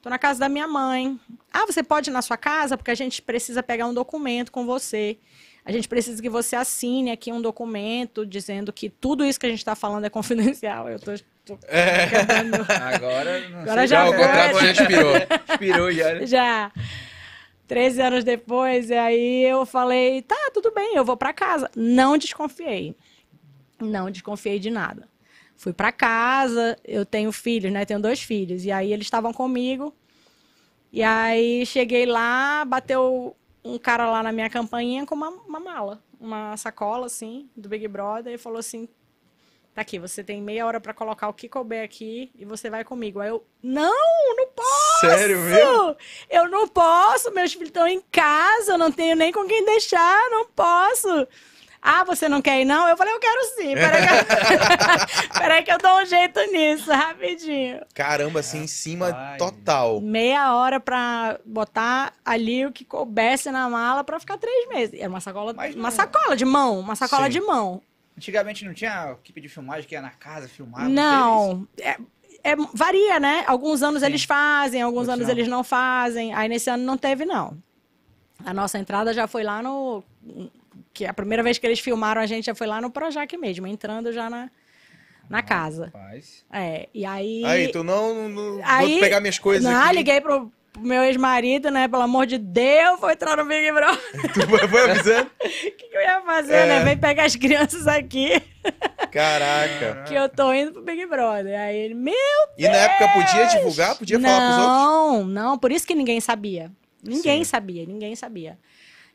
Speaker 3: tô na casa da minha mãe. Ah, você pode ir na sua casa? Porque a gente precisa pegar um documento com você. A gente precisa que você assine aqui um documento dizendo que tudo isso que a gente tá falando é confidencial. Eu tô. tô quebrando-
Speaker 1: Agora, não
Speaker 3: Agora
Speaker 1: sei
Speaker 3: já
Speaker 4: Já, o
Speaker 1: se-
Speaker 3: foi.
Speaker 4: contrato já expirou.
Speaker 1: Inspirou já. né?
Speaker 3: Já. 13 anos depois, e aí eu falei, tá, tudo bem, eu vou pra casa. Não desconfiei. Não desconfiei de nada. Fui pra casa, eu tenho filhos, né? Tenho dois filhos. E aí eles estavam comigo. E aí cheguei lá, bateu um cara lá na minha campainha com uma, uma mala, uma sacola, assim, do Big Brother, e falou assim: tá aqui, você tem meia hora pra colocar o que couber aqui e você vai comigo. Aí eu, não, não
Speaker 4: Sério mesmo?
Speaker 3: eu não posso, meus filhos estão em casa, eu não tenho nem com quem deixar, não posso. Ah, você não quer ir, não? Eu falei, eu quero sim. Peraí que eu, peraí que eu dou um jeito nisso, rapidinho.
Speaker 4: Caramba, assim, em cima
Speaker 1: Ai.
Speaker 4: total.
Speaker 3: Meia hora pra botar ali o que coubesse na mala pra ficar três meses. Era uma sacola,
Speaker 1: Mas
Speaker 3: uma
Speaker 1: não-
Speaker 3: sacola de mão, uma sacola
Speaker 4: Sim.
Speaker 3: de mão.
Speaker 1: Antigamente não tinha equipe de filmagem que ia na casa filmar.
Speaker 3: Não. É, é- varia, né? Alguns anos
Speaker 1: Sim.
Speaker 3: eles fazem, alguns
Speaker 1: Outros
Speaker 3: anos
Speaker 1: não.
Speaker 3: eles não fazem. Aí nesse ano não teve, não. A nossa entrada já foi lá no. Que é a primeira vez que eles filmaram a gente já foi lá no Projac mesmo, entrando já na, na casa.
Speaker 1: Rapaz.
Speaker 3: É. E aí.
Speaker 4: Ah. Aí, tu não, não- não-
Speaker 3: Aí-
Speaker 4: vou pegar minhas coisas
Speaker 3: não,
Speaker 4: aqui.
Speaker 3: liguei pro, pro meu ex-marido, né? Pelo amor de Deus, vou entrar no Big Brother.
Speaker 4: Tu foi- foi avisando?
Speaker 3: O que, que eu ia fazer,
Speaker 4: É.
Speaker 3: né? Vem pegar as crianças aqui,
Speaker 4: Caraca.
Speaker 3: que eu tô indo pro Big Brother. Aí ele, meu
Speaker 4: E na época podia divulgar? Podia
Speaker 3: não,
Speaker 4: falar pros outros?
Speaker 3: Não, por isso que ninguém sabia. Ninguém sabia, ninguém sabia.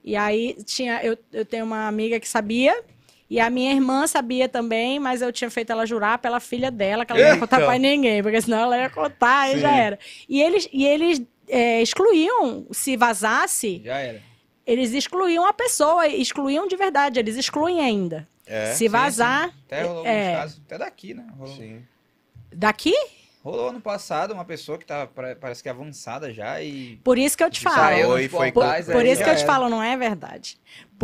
Speaker 3: E aí tinha, eu, eu tenho uma amiga que sabia, e a minha irmã sabia também, mas eu tinha feito ela jurar pela filha dela, que ela não ia
Speaker 4: Eita!
Speaker 3: contar pra ninguém, porque senão ela ia contar e
Speaker 4: Sim.
Speaker 3: já era. E eles, e eles é, excluíam, se vazasse,
Speaker 1: Já era.
Speaker 3: eles excluíam a pessoa, excluíam de verdade, eles excluem ainda.
Speaker 4: É.
Speaker 3: se vazar,
Speaker 1: Até rolou
Speaker 3: É.
Speaker 1: alguns casos, até daqui, né? Rolou,
Speaker 4: Sim.
Speaker 3: daqui,
Speaker 1: rolou ano passado uma pessoa que tava, pare- parece que avançada já e.
Speaker 3: por isso que eu te falo.
Speaker 1: saiu
Speaker 4: Foi,
Speaker 1: nos
Speaker 4: foi
Speaker 3: Por,
Speaker 1: portais,
Speaker 4: Mas
Speaker 3: por
Speaker 1: aí
Speaker 3: isso
Speaker 1: já
Speaker 3: que eu te
Speaker 1: era.
Speaker 3: falo, não é verdade.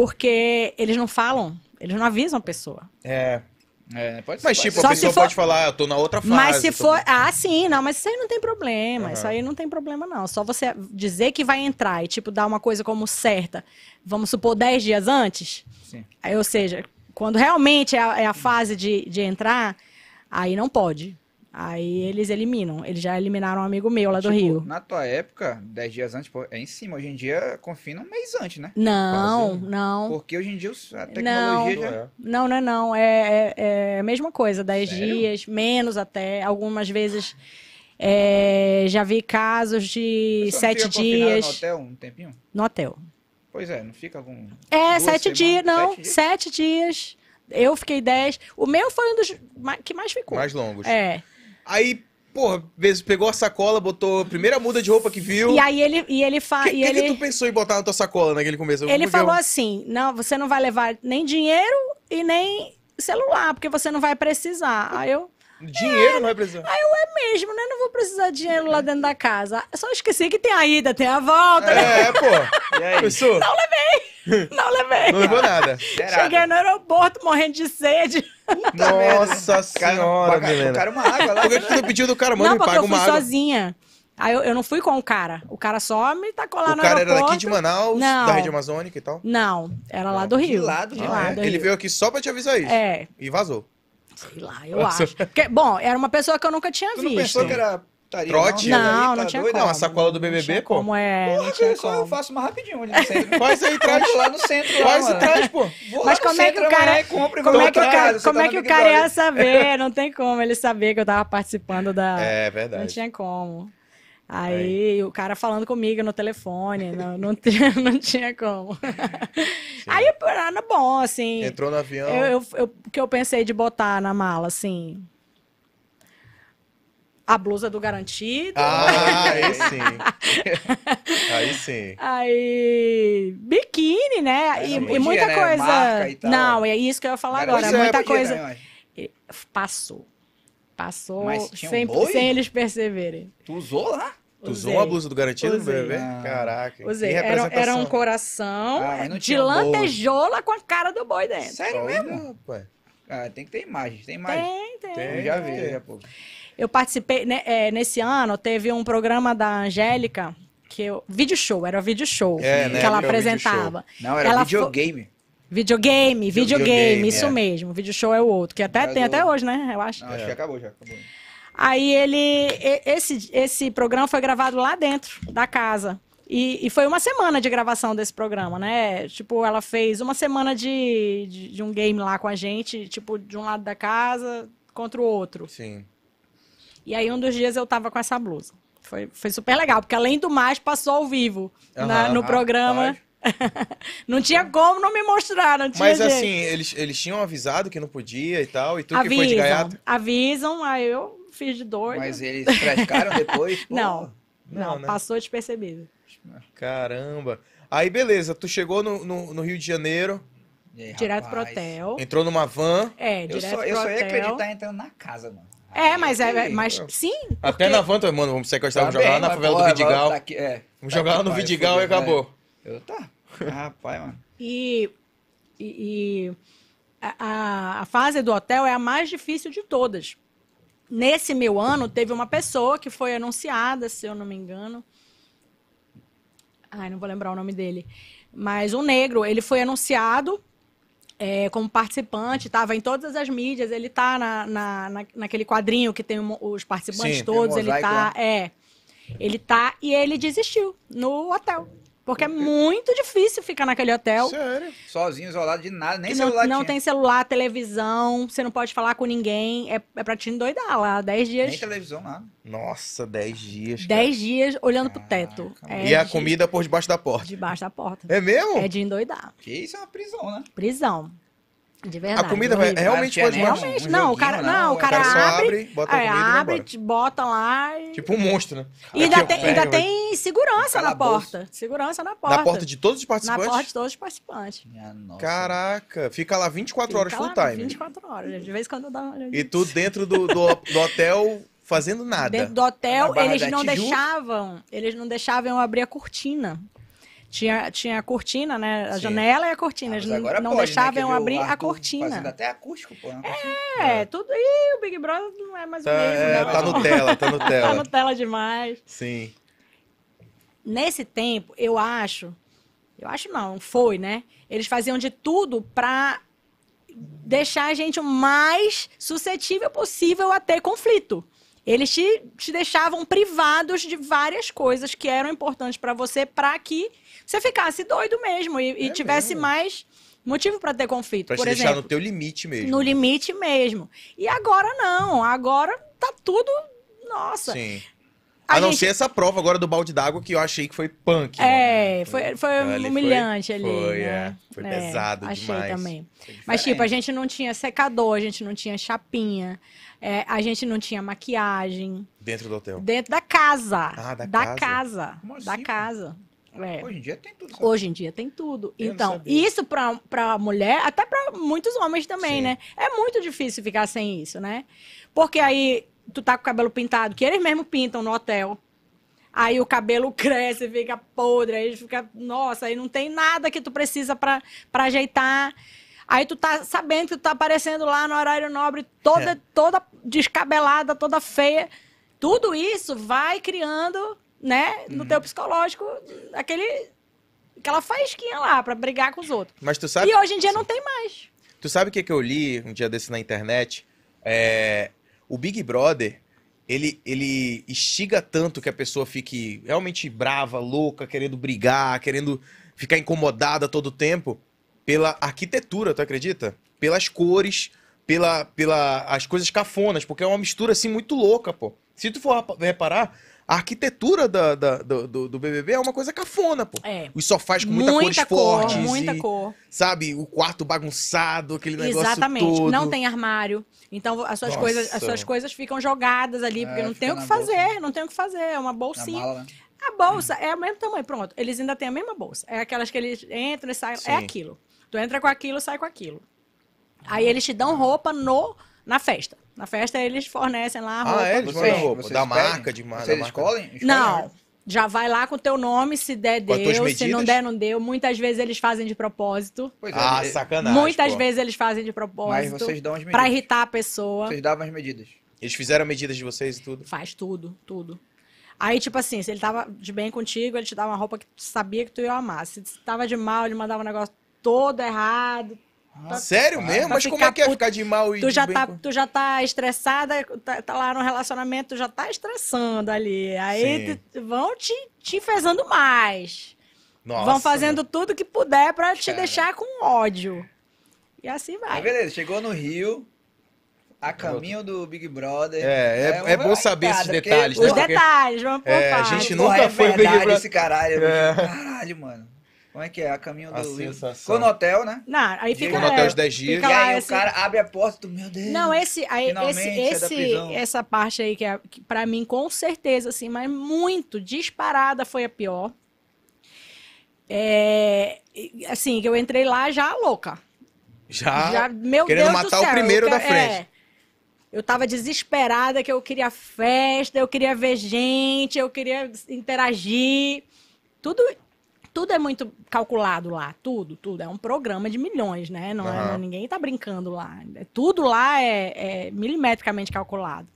Speaker 3: Porque eles não falam, eles não avisam a pessoa.
Speaker 4: É.
Speaker 1: É, pode ser.
Speaker 4: Mas
Speaker 1: pode
Speaker 4: tipo,
Speaker 1: ser.
Speaker 3: Só se
Speaker 4: a pessoa
Speaker 3: for-
Speaker 4: pode falar, eu tô na outra fase.
Speaker 3: Mas se
Speaker 4: tô-
Speaker 3: for. Ah, sim, não, mas isso aí não tem problema. Isso
Speaker 4: Aham.
Speaker 3: aí não tem problema, não. Só você dizer que vai entrar e, tipo, dar uma coisa como certa, vamos supor, 10 dias antes.
Speaker 1: Sim.
Speaker 3: Aí, ou seja, quando realmente é a, é a fase de, de entrar, aí não pode. Aí eles eliminam. Eles já eliminaram um amigo meu lá do
Speaker 1: Tipo,
Speaker 3: Rio.
Speaker 1: Na tua época, 10 dias antes, pô, é em cima. Hoje em dia, confina um mês antes, né?
Speaker 3: Não,
Speaker 4: quase.
Speaker 3: não.
Speaker 1: Porque hoje em dia os- a
Speaker 3: Não.
Speaker 1: tecnologia já.
Speaker 4: É.
Speaker 3: Não, não, é não. É, é- é a mesma coisa, 10
Speaker 1: Sério?
Speaker 3: dias, menos até. Algumas vezes é, já vi casos de
Speaker 1: Pessoa não
Speaker 3: sete
Speaker 1: fica confinada
Speaker 3: dias
Speaker 1: No hotel um tempinho?
Speaker 3: no hotel.
Speaker 1: Pois é, não fica algum.
Speaker 3: É,
Speaker 1: Duas
Speaker 3: sete
Speaker 1: semanas,
Speaker 3: dias, não,
Speaker 1: sete
Speaker 3: sete
Speaker 1: dias?
Speaker 3: dias. Eu fiquei dez. O meu foi um dos ma- que mais ficou.
Speaker 4: Mais longos.
Speaker 3: É.
Speaker 4: Aí, porra, vezes pegou a sacola, botou a primeira muda de roupa que viu.
Speaker 3: E aí ele, e ele
Speaker 4: O
Speaker 3: fala.
Speaker 4: que,
Speaker 3: E
Speaker 4: que que
Speaker 3: ele...
Speaker 4: tu pensou em botar na tua sacola naquele começo? Eu-
Speaker 3: Ele
Speaker 4: porque
Speaker 3: falou
Speaker 1: um.
Speaker 2: um
Speaker 4: eu-
Speaker 3: assim: não, você não vai levar nem dinheiro e nem celular, porque você não vai precisar. Aí eu,
Speaker 4: Dinheiro
Speaker 3: "É,
Speaker 4: não vai precisar.
Speaker 3: mesmo, né? É Não vou precisar de dinheiro lá dentro da casa. Só esqueci que tem a ida, tem a volta, né?
Speaker 4: É, pô.
Speaker 1: E aí?
Speaker 2: Começou? Não, É.
Speaker 3: Não levei.
Speaker 2: levou nada.
Speaker 1: Zerada.
Speaker 3: Cheguei no aeroporto morrendo de sede.
Speaker 1: Puta merda.
Speaker 2: Nossa
Speaker 1: Cara,
Speaker 2: senhora,
Speaker 1: tocaram-
Speaker 2: Milena.
Speaker 1: tocaram uma água lá. né?
Speaker 2: Por que que tu não pediu do cara, mano?
Speaker 3: não,
Speaker 2: Me
Speaker 3: porque
Speaker 2: paga
Speaker 3: eu fui
Speaker 2: uma água.
Speaker 3: sozinha. Aí eu, eu não fui com o cara. O cara só me tacou lá
Speaker 2: o
Speaker 3: no
Speaker 2: cara era
Speaker 3: aeroporto.
Speaker 2: daqui de um- Manaus,
Speaker 3: Não.
Speaker 2: da rede amazônica e tal.
Speaker 3: Não, era lá
Speaker 1: Não,
Speaker 3: do
Speaker 1: de
Speaker 3: Rio.
Speaker 1: lá do Rio.
Speaker 3: De
Speaker 1: Ah,
Speaker 3: lá
Speaker 1: é?
Speaker 3: do
Speaker 2: Ele
Speaker 3: Rio.
Speaker 2: veio aqui só pra te avisar isso.
Speaker 3: É,
Speaker 2: E vazou.
Speaker 3: sei lá, eu acho. Porque, bom, era uma pessoa que eu nunca tinha
Speaker 1: Tu não
Speaker 3: visto.
Speaker 1: pensou que era putaria,
Speaker 2: Trote?
Speaker 1: Ela
Speaker 3: Não,
Speaker 1: aí tá
Speaker 3: não tinha
Speaker 2: Não,
Speaker 1: doida?
Speaker 3: como.
Speaker 2: a sacola do
Speaker 3: Não
Speaker 2: BBB,
Speaker 3: tinha
Speaker 2: pô.
Speaker 3: Como é?
Speaker 1: Porra,
Speaker 3: não tinha
Speaker 1: eu só
Speaker 3: como.
Speaker 1: faço mais rapidinho ali no centro.
Speaker 2: Faz aí, traz.
Speaker 1: Traz lá no centro. lá,
Speaker 2: Faz e
Speaker 1: mano.
Speaker 2: traz, pô.
Speaker 1: Vou
Speaker 3: Mas
Speaker 1: lá no
Speaker 3: como é que
Speaker 1: centro
Speaker 3: o cara-
Speaker 1: amanhã, compra e
Speaker 3: Como
Speaker 1: volta
Speaker 3: é que o
Speaker 1: pra
Speaker 3: cara,
Speaker 1: casa, você
Speaker 3: como
Speaker 1: tá
Speaker 3: é
Speaker 1: no
Speaker 3: que o
Speaker 1: Big
Speaker 3: cara ia
Speaker 1: Brother.
Speaker 3: saber? Não tem como ele saber que eu tava participando da.
Speaker 2: É
Speaker 3: Ah. não
Speaker 2: verdade.
Speaker 3: tinha como. Aí o cara falando comigo no telefone, não, não, tinha, não tinha como. Aí era bom, assim.
Speaker 1: Então-
Speaker 2: Entrou no avião.
Speaker 3: Eu, eu, eu- o que eu pensei de botar na mala, assim. A blusa do garantido.
Speaker 2: Ah, aí sim. aí sim.
Speaker 3: Aí. Biquíni, né?
Speaker 1: É,
Speaker 3: E,
Speaker 1: não
Speaker 3: e
Speaker 1: podia,
Speaker 3: muita
Speaker 1: né?
Speaker 3: coisa.
Speaker 1: Marca e tal.
Speaker 3: Não, é isso que eu ia falar
Speaker 1: Cara,
Speaker 3: agora.
Speaker 2: pois é,
Speaker 3: muita
Speaker 1: podia
Speaker 3: coisa.
Speaker 1: também, né, ué.
Speaker 3: Passou. Passou
Speaker 1: Mas tinha um
Speaker 3: sem,
Speaker 1: boi?
Speaker 3: sem eles perceberem.
Speaker 1: Tu usou lá?
Speaker 2: Tu
Speaker 3: Usei.
Speaker 2: usou a blusa do garantido do
Speaker 3: Usei. Ah.
Speaker 2: BBB? Caraca.
Speaker 3: Usei.
Speaker 2: que
Speaker 3: Era,
Speaker 2: representação.
Speaker 3: era um coração
Speaker 1: Ah, mas não
Speaker 3: de
Speaker 1: tinha um boi.
Speaker 3: lantejola com a cara do boi dentro.
Speaker 1: Sério
Speaker 2: Olha,
Speaker 1: mesmo?
Speaker 2: rapaz.
Speaker 1: Ah, tem que ter imagem,
Speaker 2: é
Speaker 1: tem imagem.
Speaker 3: Tem, tem.
Speaker 2: Tem.
Speaker 1: Eu já vi, daqui a pouco.
Speaker 3: Eu participei, né, é, nesse ano, teve um programa da Angélica, que eu, vídeo show, era vídeo show,
Speaker 2: É, né,
Speaker 3: que ela
Speaker 2: era o vídeo
Speaker 3: apresentava.
Speaker 1: Não, era
Speaker 3: Ela
Speaker 1: videogame.
Speaker 3: Videogame, videogame,
Speaker 2: Videogame,
Speaker 3: isso
Speaker 2: é.
Speaker 3: mesmo. Vídeo show é o outro, que até
Speaker 1: Era
Speaker 3: tem
Speaker 1: do-
Speaker 3: até hoje, né, eu acho.
Speaker 1: Não, Ah, acho
Speaker 2: É.
Speaker 1: que acabou já. Acabou.
Speaker 3: Aí ele, e- esse, esse programa foi gravado lá dentro da casa. E, e foi uma semana de gravação desse programa, né? Tipo, ela fez uma semana de, de, de um game lá com a gente, tipo, de um lado da casa contra o outro.
Speaker 2: Sim.
Speaker 3: E aí, um dos dias eu tava com essa blusa. Foi, foi super legal, porque além do mais, passou ao vivo na-
Speaker 1: Ah,
Speaker 2: Aham,
Speaker 3: no programa.
Speaker 2: rapaz.
Speaker 3: Não tinha como não me mostrar, não tinha
Speaker 2: Mas
Speaker 3: jeito.
Speaker 2: assim, eles, eles tinham avisado que não podia e tal, e tu que foi de
Speaker 3: avisam,
Speaker 2: gaiato.
Speaker 3: avisam, aí eu fiz de doido.
Speaker 1: Mas eles frescaram depois? Pô,
Speaker 3: Não.
Speaker 2: Não,
Speaker 3: Não,
Speaker 2: né?
Speaker 3: passou despercebido.
Speaker 2: Caramba. Aí beleza, tu chegou no, no, no Rio de Janeiro,
Speaker 1: e aí,
Speaker 3: direto pro
Speaker 1: rapaz,
Speaker 3: hotel.
Speaker 2: entrou numa van,
Speaker 3: É,
Speaker 1: Eu
Speaker 3: direto
Speaker 1: só,
Speaker 3: pro
Speaker 1: eu só ia
Speaker 3: hotel.
Speaker 1: acreditar entrando na casa, mano.
Speaker 3: É, mas, é,
Speaker 1: Aí,
Speaker 3: mas
Speaker 2: Não.
Speaker 3: sim,
Speaker 2: até na van, tu, mano, vamos sequestrar, vamos
Speaker 1: tá
Speaker 2: jogar
Speaker 1: bem,
Speaker 2: lá na
Speaker 1: mas,
Speaker 2: favela do
Speaker 1: porra,
Speaker 2: Vidigal.
Speaker 1: tá aqui- é,
Speaker 2: Vamos
Speaker 1: tá
Speaker 2: jogar lá
Speaker 1: aqui,
Speaker 2: no
Speaker 1: pai,
Speaker 2: Vidigal e
Speaker 1: fudeu, né?
Speaker 2: acabou.
Speaker 1: Eu tá. Ah, Rapaz, mano.
Speaker 3: E, e- e a- a, a fase do hotel é a mais difícil de todas. Nesse meu ano, teve uma pessoa que foi anunciada, se eu não me engano. Ai, não vou lembrar o nome dele. Mas um negro, ele foi anunciado é, como participante, estava em todas as mídias, ele tá na, na, na- naquele quadrinho que tem o- os participantes
Speaker 2: Sim, tem
Speaker 1: um
Speaker 3: todos, ele
Speaker 1: mosaico
Speaker 3: tá. É. Ele tá e ele desistiu no hotel. Porque é muito difícil ficar naquele hotel.
Speaker 2: Sério.
Speaker 1: Sozinho, isolado de nada, nem
Speaker 3: Que
Speaker 1: celular
Speaker 3: não, não
Speaker 1: tinha.
Speaker 3: tem celular, televisão, você não pode falar com ninguém. É, é pra te endoidar lá. 10
Speaker 1: Nem
Speaker 3: dias.
Speaker 1: televisão, nada.
Speaker 2: Nossa, 10 dias. cara.
Speaker 3: 10 dias olhando pro teto.
Speaker 1: Caraca,
Speaker 3: É
Speaker 2: E a
Speaker 3: de-
Speaker 2: comida por debaixo da porta.
Speaker 3: Debaixo da porta.
Speaker 2: É mesmo?
Speaker 3: É de endoidar.
Speaker 1: Que isso é uma prisão, né?
Speaker 3: Prisão. De verdade.
Speaker 2: a comida vai,
Speaker 3: horrível.
Speaker 2: É realmente
Speaker 1: Cara,
Speaker 2: foi
Speaker 1: tinha
Speaker 2: debaixo.
Speaker 1: nem-
Speaker 3: Realmente,
Speaker 1: um
Speaker 3: não, o
Speaker 1: joguinho,
Speaker 3: cara,
Speaker 1: não,
Speaker 3: não, o
Speaker 1: o
Speaker 2: O
Speaker 3: cara,
Speaker 2: cara só
Speaker 3: abre,
Speaker 2: abre, bota a
Speaker 3: é,
Speaker 2: comida e vai
Speaker 3: abre,
Speaker 2: embora.
Speaker 3: te bota lá e...
Speaker 2: Tipo um monstro, né?
Speaker 3: e
Speaker 2: Aqui,
Speaker 3: ainda
Speaker 2: ó,
Speaker 3: tem,
Speaker 2: pega,
Speaker 3: ainda
Speaker 2: vai-
Speaker 3: tem segurança na
Speaker 1: Calabouço.
Speaker 3: porta. Segurança na porta.
Speaker 2: Na porta de todos os
Speaker 3: Na
Speaker 2: participantes?
Speaker 3: porta de todos os participantes.
Speaker 1: Minha nossa.
Speaker 2: Caraca, fica lá 24 horas
Speaker 3: Fica
Speaker 2: full
Speaker 3: lá né?
Speaker 2: time.
Speaker 3: 24 horas. De vez em quando dá uma
Speaker 2: E tu dentro do, do, do hotel fazendo nada.
Speaker 3: Dentro do hotel,
Speaker 1: Na Barra
Speaker 3: eles
Speaker 1: da
Speaker 3: não
Speaker 1: Tijuca.
Speaker 3: deixavam, eles não deixavam eu abrir a cortina. Tinha, tinha a cortina, né? A
Speaker 2: Sim.
Speaker 3: janela e a
Speaker 1: Ah,
Speaker 3: cortina.
Speaker 1: mas
Speaker 3: eles não,
Speaker 1: agora
Speaker 3: não
Speaker 1: pode, né,
Speaker 3: deixavam
Speaker 1: que
Speaker 3: eu
Speaker 1: vê o
Speaker 3: abrir a
Speaker 1: Arthur Fazendo
Speaker 3: cortina.
Speaker 1: até acústico, pô. né? na cortina.
Speaker 3: É, tudo. Ih, o Big Brother não é mais
Speaker 2: Tá,
Speaker 3: o mesmo,
Speaker 2: é,
Speaker 3: não.
Speaker 2: tá Nutella, tá
Speaker 3: Tá
Speaker 2: Nutella.
Speaker 3: Nutella demais.
Speaker 2: Sim.
Speaker 3: Nesse tempo, eu acho. Eu acho não, foi, né? Eles faziam de tudo pra deixar a gente o mais suscetível possível a ter conflito. Eles te, te deixavam privados de várias coisas que eram importantes pra você, pra que você ficasse doido mesmo e, e
Speaker 2: É
Speaker 3: tivesse
Speaker 2: mesmo.
Speaker 3: mais motivo pra ter conflito.
Speaker 2: Pra
Speaker 3: Por
Speaker 2: te deixar no
Speaker 3: exemplo,
Speaker 2: teu limite mesmo. né?
Speaker 3: no limite mesmo. E agora não, agora tá tudo. Nossa,
Speaker 2: Sim.
Speaker 3: A
Speaker 2: A, não
Speaker 3: gente-
Speaker 2: ser essa prova agora do balde d'água que eu achei que foi punk.
Speaker 3: É,
Speaker 2: mano.
Speaker 3: foi, foi
Speaker 2: Então, ali
Speaker 3: humilhante
Speaker 2: foi-
Speaker 3: ali.
Speaker 2: Foi,
Speaker 3: né?
Speaker 2: é. Foi
Speaker 3: É,
Speaker 2: pesado
Speaker 3: achei
Speaker 2: demais.
Speaker 3: também.
Speaker 1: Foi
Speaker 3: Mas,
Speaker 1: é
Speaker 2: É.
Speaker 1: diferente.
Speaker 3: tipo, a gente não tinha secador, a gente não tinha chapinha, é, a gente não tinha maquiagem.
Speaker 2: Dentro do hotel.
Speaker 3: Dentro da casa.
Speaker 2: Então. Ah, da casa.
Speaker 3: casa.
Speaker 1: Como assim,
Speaker 3: da
Speaker 1: cara?
Speaker 3: casa. É.
Speaker 1: Hoje em dia tem tudo. sabe?
Speaker 3: Hoje em dia tem tudo.
Speaker 2: Eu não
Speaker 3: então,
Speaker 2: sabia.
Speaker 3: isso pra, pra mulher, até pra muitos homens também,
Speaker 2: Sim.
Speaker 3: né? É muito difícil ficar sem isso, né? Porque aí tu tá com o cabelo pintado, que eles mesmos pintam no hotel. Aí o cabelo cresce, fica podre, aí fica, nossa, aí não tem nada que tu precisa pra, pra ajeitar. Aí tu tá sabendo que tu tá aparecendo lá no horário nobre toda toda descabelada, toda feia. Tudo isso vai criando, né, no teu psicológico aquele aquela faísquinha lá pra brigar com os outros.
Speaker 2: Mas tu sabe,
Speaker 3: E hoje em dia não tem mais.
Speaker 2: tu sabe o que, que eu li um dia desse na internet? É, o Big Brother, ele, ele instiga tanto que a pessoa fique realmente brava, louca, querendo brigar, querendo ficar incomodada todo o tempo pela arquitetura, tu acredita? Pelas cores, pela, pela as coisas cafonas, porque é uma mistura assim muito louca, pô. Se tu for rapa- reparar, a arquitetura da, da- do, do- do BBB é uma coisa cafona, pô.
Speaker 3: É.
Speaker 2: Os sofás com muita, cores fortes.
Speaker 3: muita
Speaker 2: e-
Speaker 3: cor.
Speaker 2: sabe, o quarto bagunçado, aquele negócio
Speaker 3: Exatamente.
Speaker 2: todo.
Speaker 3: Não tem armário. Então as suas,
Speaker 2: Nossa.
Speaker 3: coisas, as suas coisas ficam jogadas ali, porque
Speaker 1: É,
Speaker 3: não
Speaker 1: fica
Speaker 3: tem o
Speaker 1: na
Speaker 3: que
Speaker 1: bolsa.
Speaker 3: fazer, não tem o que fazer. É uma
Speaker 1: Na
Speaker 3: bolsinha.
Speaker 1: mala, né?
Speaker 3: A bolsa é o mesmo tamanho, pronto. Eles ainda têm a mesma bolsa. É aquelas que eles entram e saem.
Speaker 2: Sim.
Speaker 3: É aquilo. Tu entra com aquilo, sai com aquilo. Aí eles te dão roupa no, na festa. Na festa eles fornecem lá a roupa.
Speaker 2: Ah, é? Eles mandam
Speaker 1: Vocês-
Speaker 2: roupa.
Speaker 1: vocês
Speaker 2: da
Speaker 1: pedem?
Speaker 2: marca, de marca.
Speaker 1: Vocês escolhem? Escolhem?
Speaker 3: Não. Já vai lá com o teu nome, se der,
Speaker 2: Com as tuas
Speaker 3: deu. Se não
Speaker 2: medidas?
Speaker 3: der, não deu. Muitas vezes eles fazem de propósito.
Speaker 1: Pois é,
Speaker 2: Ah,
Speaker 1: é,
Speaker 2: sacanagem.
Speaker 3: Muitas
Speaker 2: pô.
Speaker 3: vezes eles fazem de
Speaker 1: mas
Speaker 3: propósito.
Speaker 1: vocês dão as medidas.
Speaker 3: Pra irritar a pessoa.
Speaker 1: Vocês davam as medidas.
Speaker 2: Eles fizeram medidas de vocês e tudo.
Speaker 3: Faz tudo, tudo. Aí, tipo assim, se ele tava de bem contigo, ele te dava uma roupa que tu sabia que tu ia amar. Se tava de mal, ele mandava um negócio todo errado.
Speaker 2: Sério mesmo?
Speaker 3: pra
Speaker 2: Mas como
Speaker 3: ficar
Speaker 2: é que é
Speaker 3: puto.
Speaker 2: ficar de mal e
Speaker 3: Tu
Speaker 2: de
Speaker 3: já,
Speaker 2: bem
Speaker 3: tá,
Speaker 2: com-
Speaker 3: tu já tá estressada, tá, tá lá no relacionamento, tu já tá estressando ali. Aí
Speaker 2: Sim.
Speaker 3: tu- vão te, te enfesando mais.
Speaker 2: Nossa,
Speaker 3: vão fazendo
Speaker 2: mano.
Speaker 3: tudo que puder pra te
Speaker 1: Cara.
Speaker 3: deixar com ódio. E assim
Speaker 2: É
Speaker 1: Aí
Speaker 3: vai.
Speaker 1: beleza, chegou no Rio, a caminho do Big Brother.
Speaker 2: É, é, é bom saber esses detalhes,
Speaker 3: Os
Speaker 2: né? Porque-
Speaker 3: detalhes, vamos por
Speaker 2: É, a
Speaker 3: partes.
Speaker 2: gente
Speaker 1: não
Speaker 2: nunca
Speaker 1: é
Speaker 2: foi Big
Speaker 1: verdade
Speaker 2: Brother.
Speaker 1: esse caralho. eu
Speaker 2: É.
Speaker 1: digo, Caralho, mano. Como é que é? A caminho do
Speaker 2: A
Speaker 1: Rio.
Speaker 2: sensação.
Speaker 1: Ficou no hotel, né?
Speaker 3: Não, aí
Speaker 1: Diego
Speaker 3: fica...
Speaker 2: Ficou no um hotel
Speaker 3: é,
Speaker 2: os 10 dias.
Speaker 1: E
Speaker 3: Fica lá
Speaker 1: aí o
Speaker 3: esse-
Speaker 1: cara abre a porta do meu Deus.
Speaker 3: Não, esse, aí,
Speaker 1: Finalmente,
Speaker 3: esse,
Speaker 1: é da
Speaker 3: esse-
Speaker 1: prisão.
Speaker 3: essa parte aí que é que para mim com certeza assim, mas muito disparada foi a pior. É, e, assim, que eu entrei lá já louca.
Speaker 2: Já.
Speaker 3: já, meu
Speaker 2: Ah, querendo
Speaker 3: Deus
Speaker 2: matar
Speaker 3: do
Speaker 2: o
Speaker 3: céu,
Speaker 2: primeiro
Speaker 3: eu
Speaker 2: da
Speaker 3: que-
Speaker 2: frente.
Speaker 3: é. eu tava desesperada que eu queria festa, eu queria ver gente, eu queria interagir. Tudo tudo é muito calculado lá, tudo, tudo. É um programa de milhões, né? Não é-
Speaker 2: Aham.
Speaker 3: não- ninguém tá brincando lá. É- Tudo lá é, é milimetricamente calculado.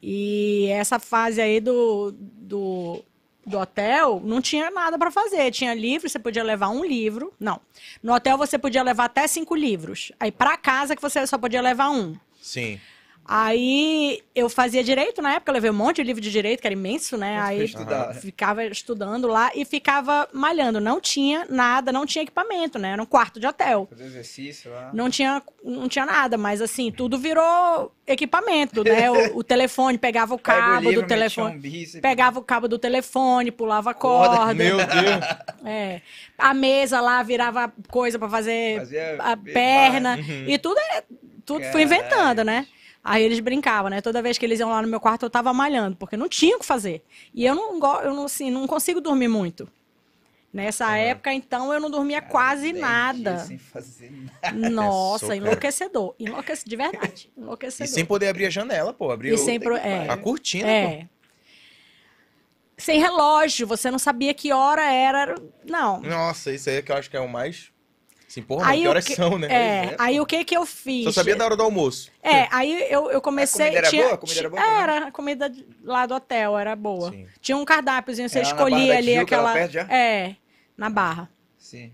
Speaker 3: E essa fase aí do, do, do hotel, não tinha nada para fazer. Tinha livro, você podia levar um livro. Não. No hotel você podia levar até cinco livros. Aí para casa que você só podia levar um.
Speaker 2: Sim.
Speaker 3: Aí eu fazia direito na época, eu levei um monte de livro de direito, que era imenso, né? Aí
Speaker 1: estudava.
Speaker 3: ficava estudando lá e ficava malhando. Não tinha nada, não tinha equipamento, né? Era um quarto de hotel.
Speaker 1: Fazer exercício lá.
Speaker 3: Não tinha, não tinha nada, mas assim, tudo virou equipamento, né? O, o telefone, pegava o
Speaker 1: Pega o
Speaker 3: cabo
Speaker 1: livro,
Speaker 3: do
Speaker 1: metia
Speaker 3: telefone.
Speaker 1: Um bíceps.
Speaker 3: Pegava o cabo do telefone, pulava a
Speaker 1: Corda.
Speaker 3: corda.
Speaker 2: Meu Deus.
Speaker 3: É. A mesa lá virava coisa para fazer
Speaker 1: Fazia
Speaker 3: a
Speaker 1: be-
Speaker 3: perna.
Speaker 2: Uhum.
Speaker 3: E tudo é. Tudo
Speaker 1: Caralho.
Speaker 3: fui inventando, né? Aí eles brincavam, né? Toda vez que eles iam lá no meu quarto, eu tava malhando, porque não tinha o que fazer. E eu não, go- eu não, assim, não consigo dormir muito. Nessa época, então, eu não dormia
Speaker 1: Cara, assim.
Speaker 3: quase
Speaker 1: dez
Speaker 3: nada.
Speaker 1: dias Sem fazer nada.
Speaker 3: Nossa,
Speaker 2: cara.
Speaker 3: enlouquecedor. Enlouquecedor, de verdade. Enlouquecedor.
Speaker 2: E sem poder abrir a janela, pô. Abrir
Speaker 3: E sem pro- é.
Speaker 2: a cortina, pô.
Speaker 3: É. Sem relógio, você não sabia que hora era. Não.
Speaker 2: Nossa, isso aí é que eu acho que é o mais. Sim, porra,
Speaker 3: Aí
Speaker 2: não, que
Speaker 3: o
Speaker 2: horas
Speaker 3: que-
Speaker 2: são, né?
Speaker 3: É,
Speaker 2: Pois
Speaker 3: aí o que que eu fiz?
Speaker 2: Só sabia da hora do almoço.
Speaker 3: É, aí eu, eu comecei.
Speaker 1: A comida era
Speaker 3: tinha-
Speaker 1: boa? A comida era boa
Speaker 3: tinha-
Speaker 1: também?
Speaker 3: Era, a comida de- lá do hotel era boa.
Speaker 2: Sim.
Speaker 3: Tinha um cardápiozinho, você
Speaker 1: Era lá na Barra
Speaker 3: escolhia
Speaker 1: da
Speaker 3: ali
Speaker 1: Tijuca, lá
Speaker 3: aquela.
Speaker 1: perto já?
Speaker 3: É, na barra.
Speaker 1: Sim.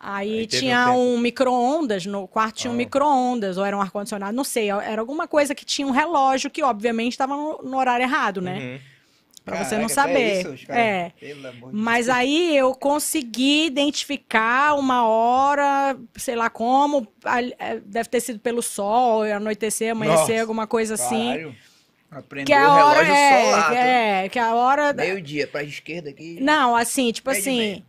Speaker 3: Aí,
Speaker 2: Aí teve um
Speaker 3: tinha
Speaker 2: tempo.
Speaker 3: um, micro-ondas, no quarto tinha um
Speaker 2: Ah.
Speaker 3: micro-ondas, ou era um ar-condicionado, não sei, era alguma coisa que tinha um relógio que, obviamente, estava no, no horário errado, né?
Speaker 2: Uhum.
Speaker 3: Pra você não
Speaker 1: Caraca, até
Speaker 3: saber.
Speaker 1: isso, os caras-
Speaker 3: é.
Speaker 1: Pelo amor de
Speaker 3: Mas aí eu consegui identificar uma hora, sei lá como, ali- é, deve ter sido pelo sol, anoitecer, amanhecer,
Speaker 2: Nossa,
Speaker 3: alguma coisa assim.
Speaker 1: Caralho. Aprendeu
Speaker 3: Que a
Speaker 1: o
Speaker 3: hora
Speaker 1: relógio
Speaker 3: é,
Speaker 1: solar.
Speaker 3: que é, que a hora
Speaker 1: Meio-dia, pra esquerda aqui.
Speaker 3: Não, assim, tipo
Speaker 1: Meio de meio.
Speaker 3: assim,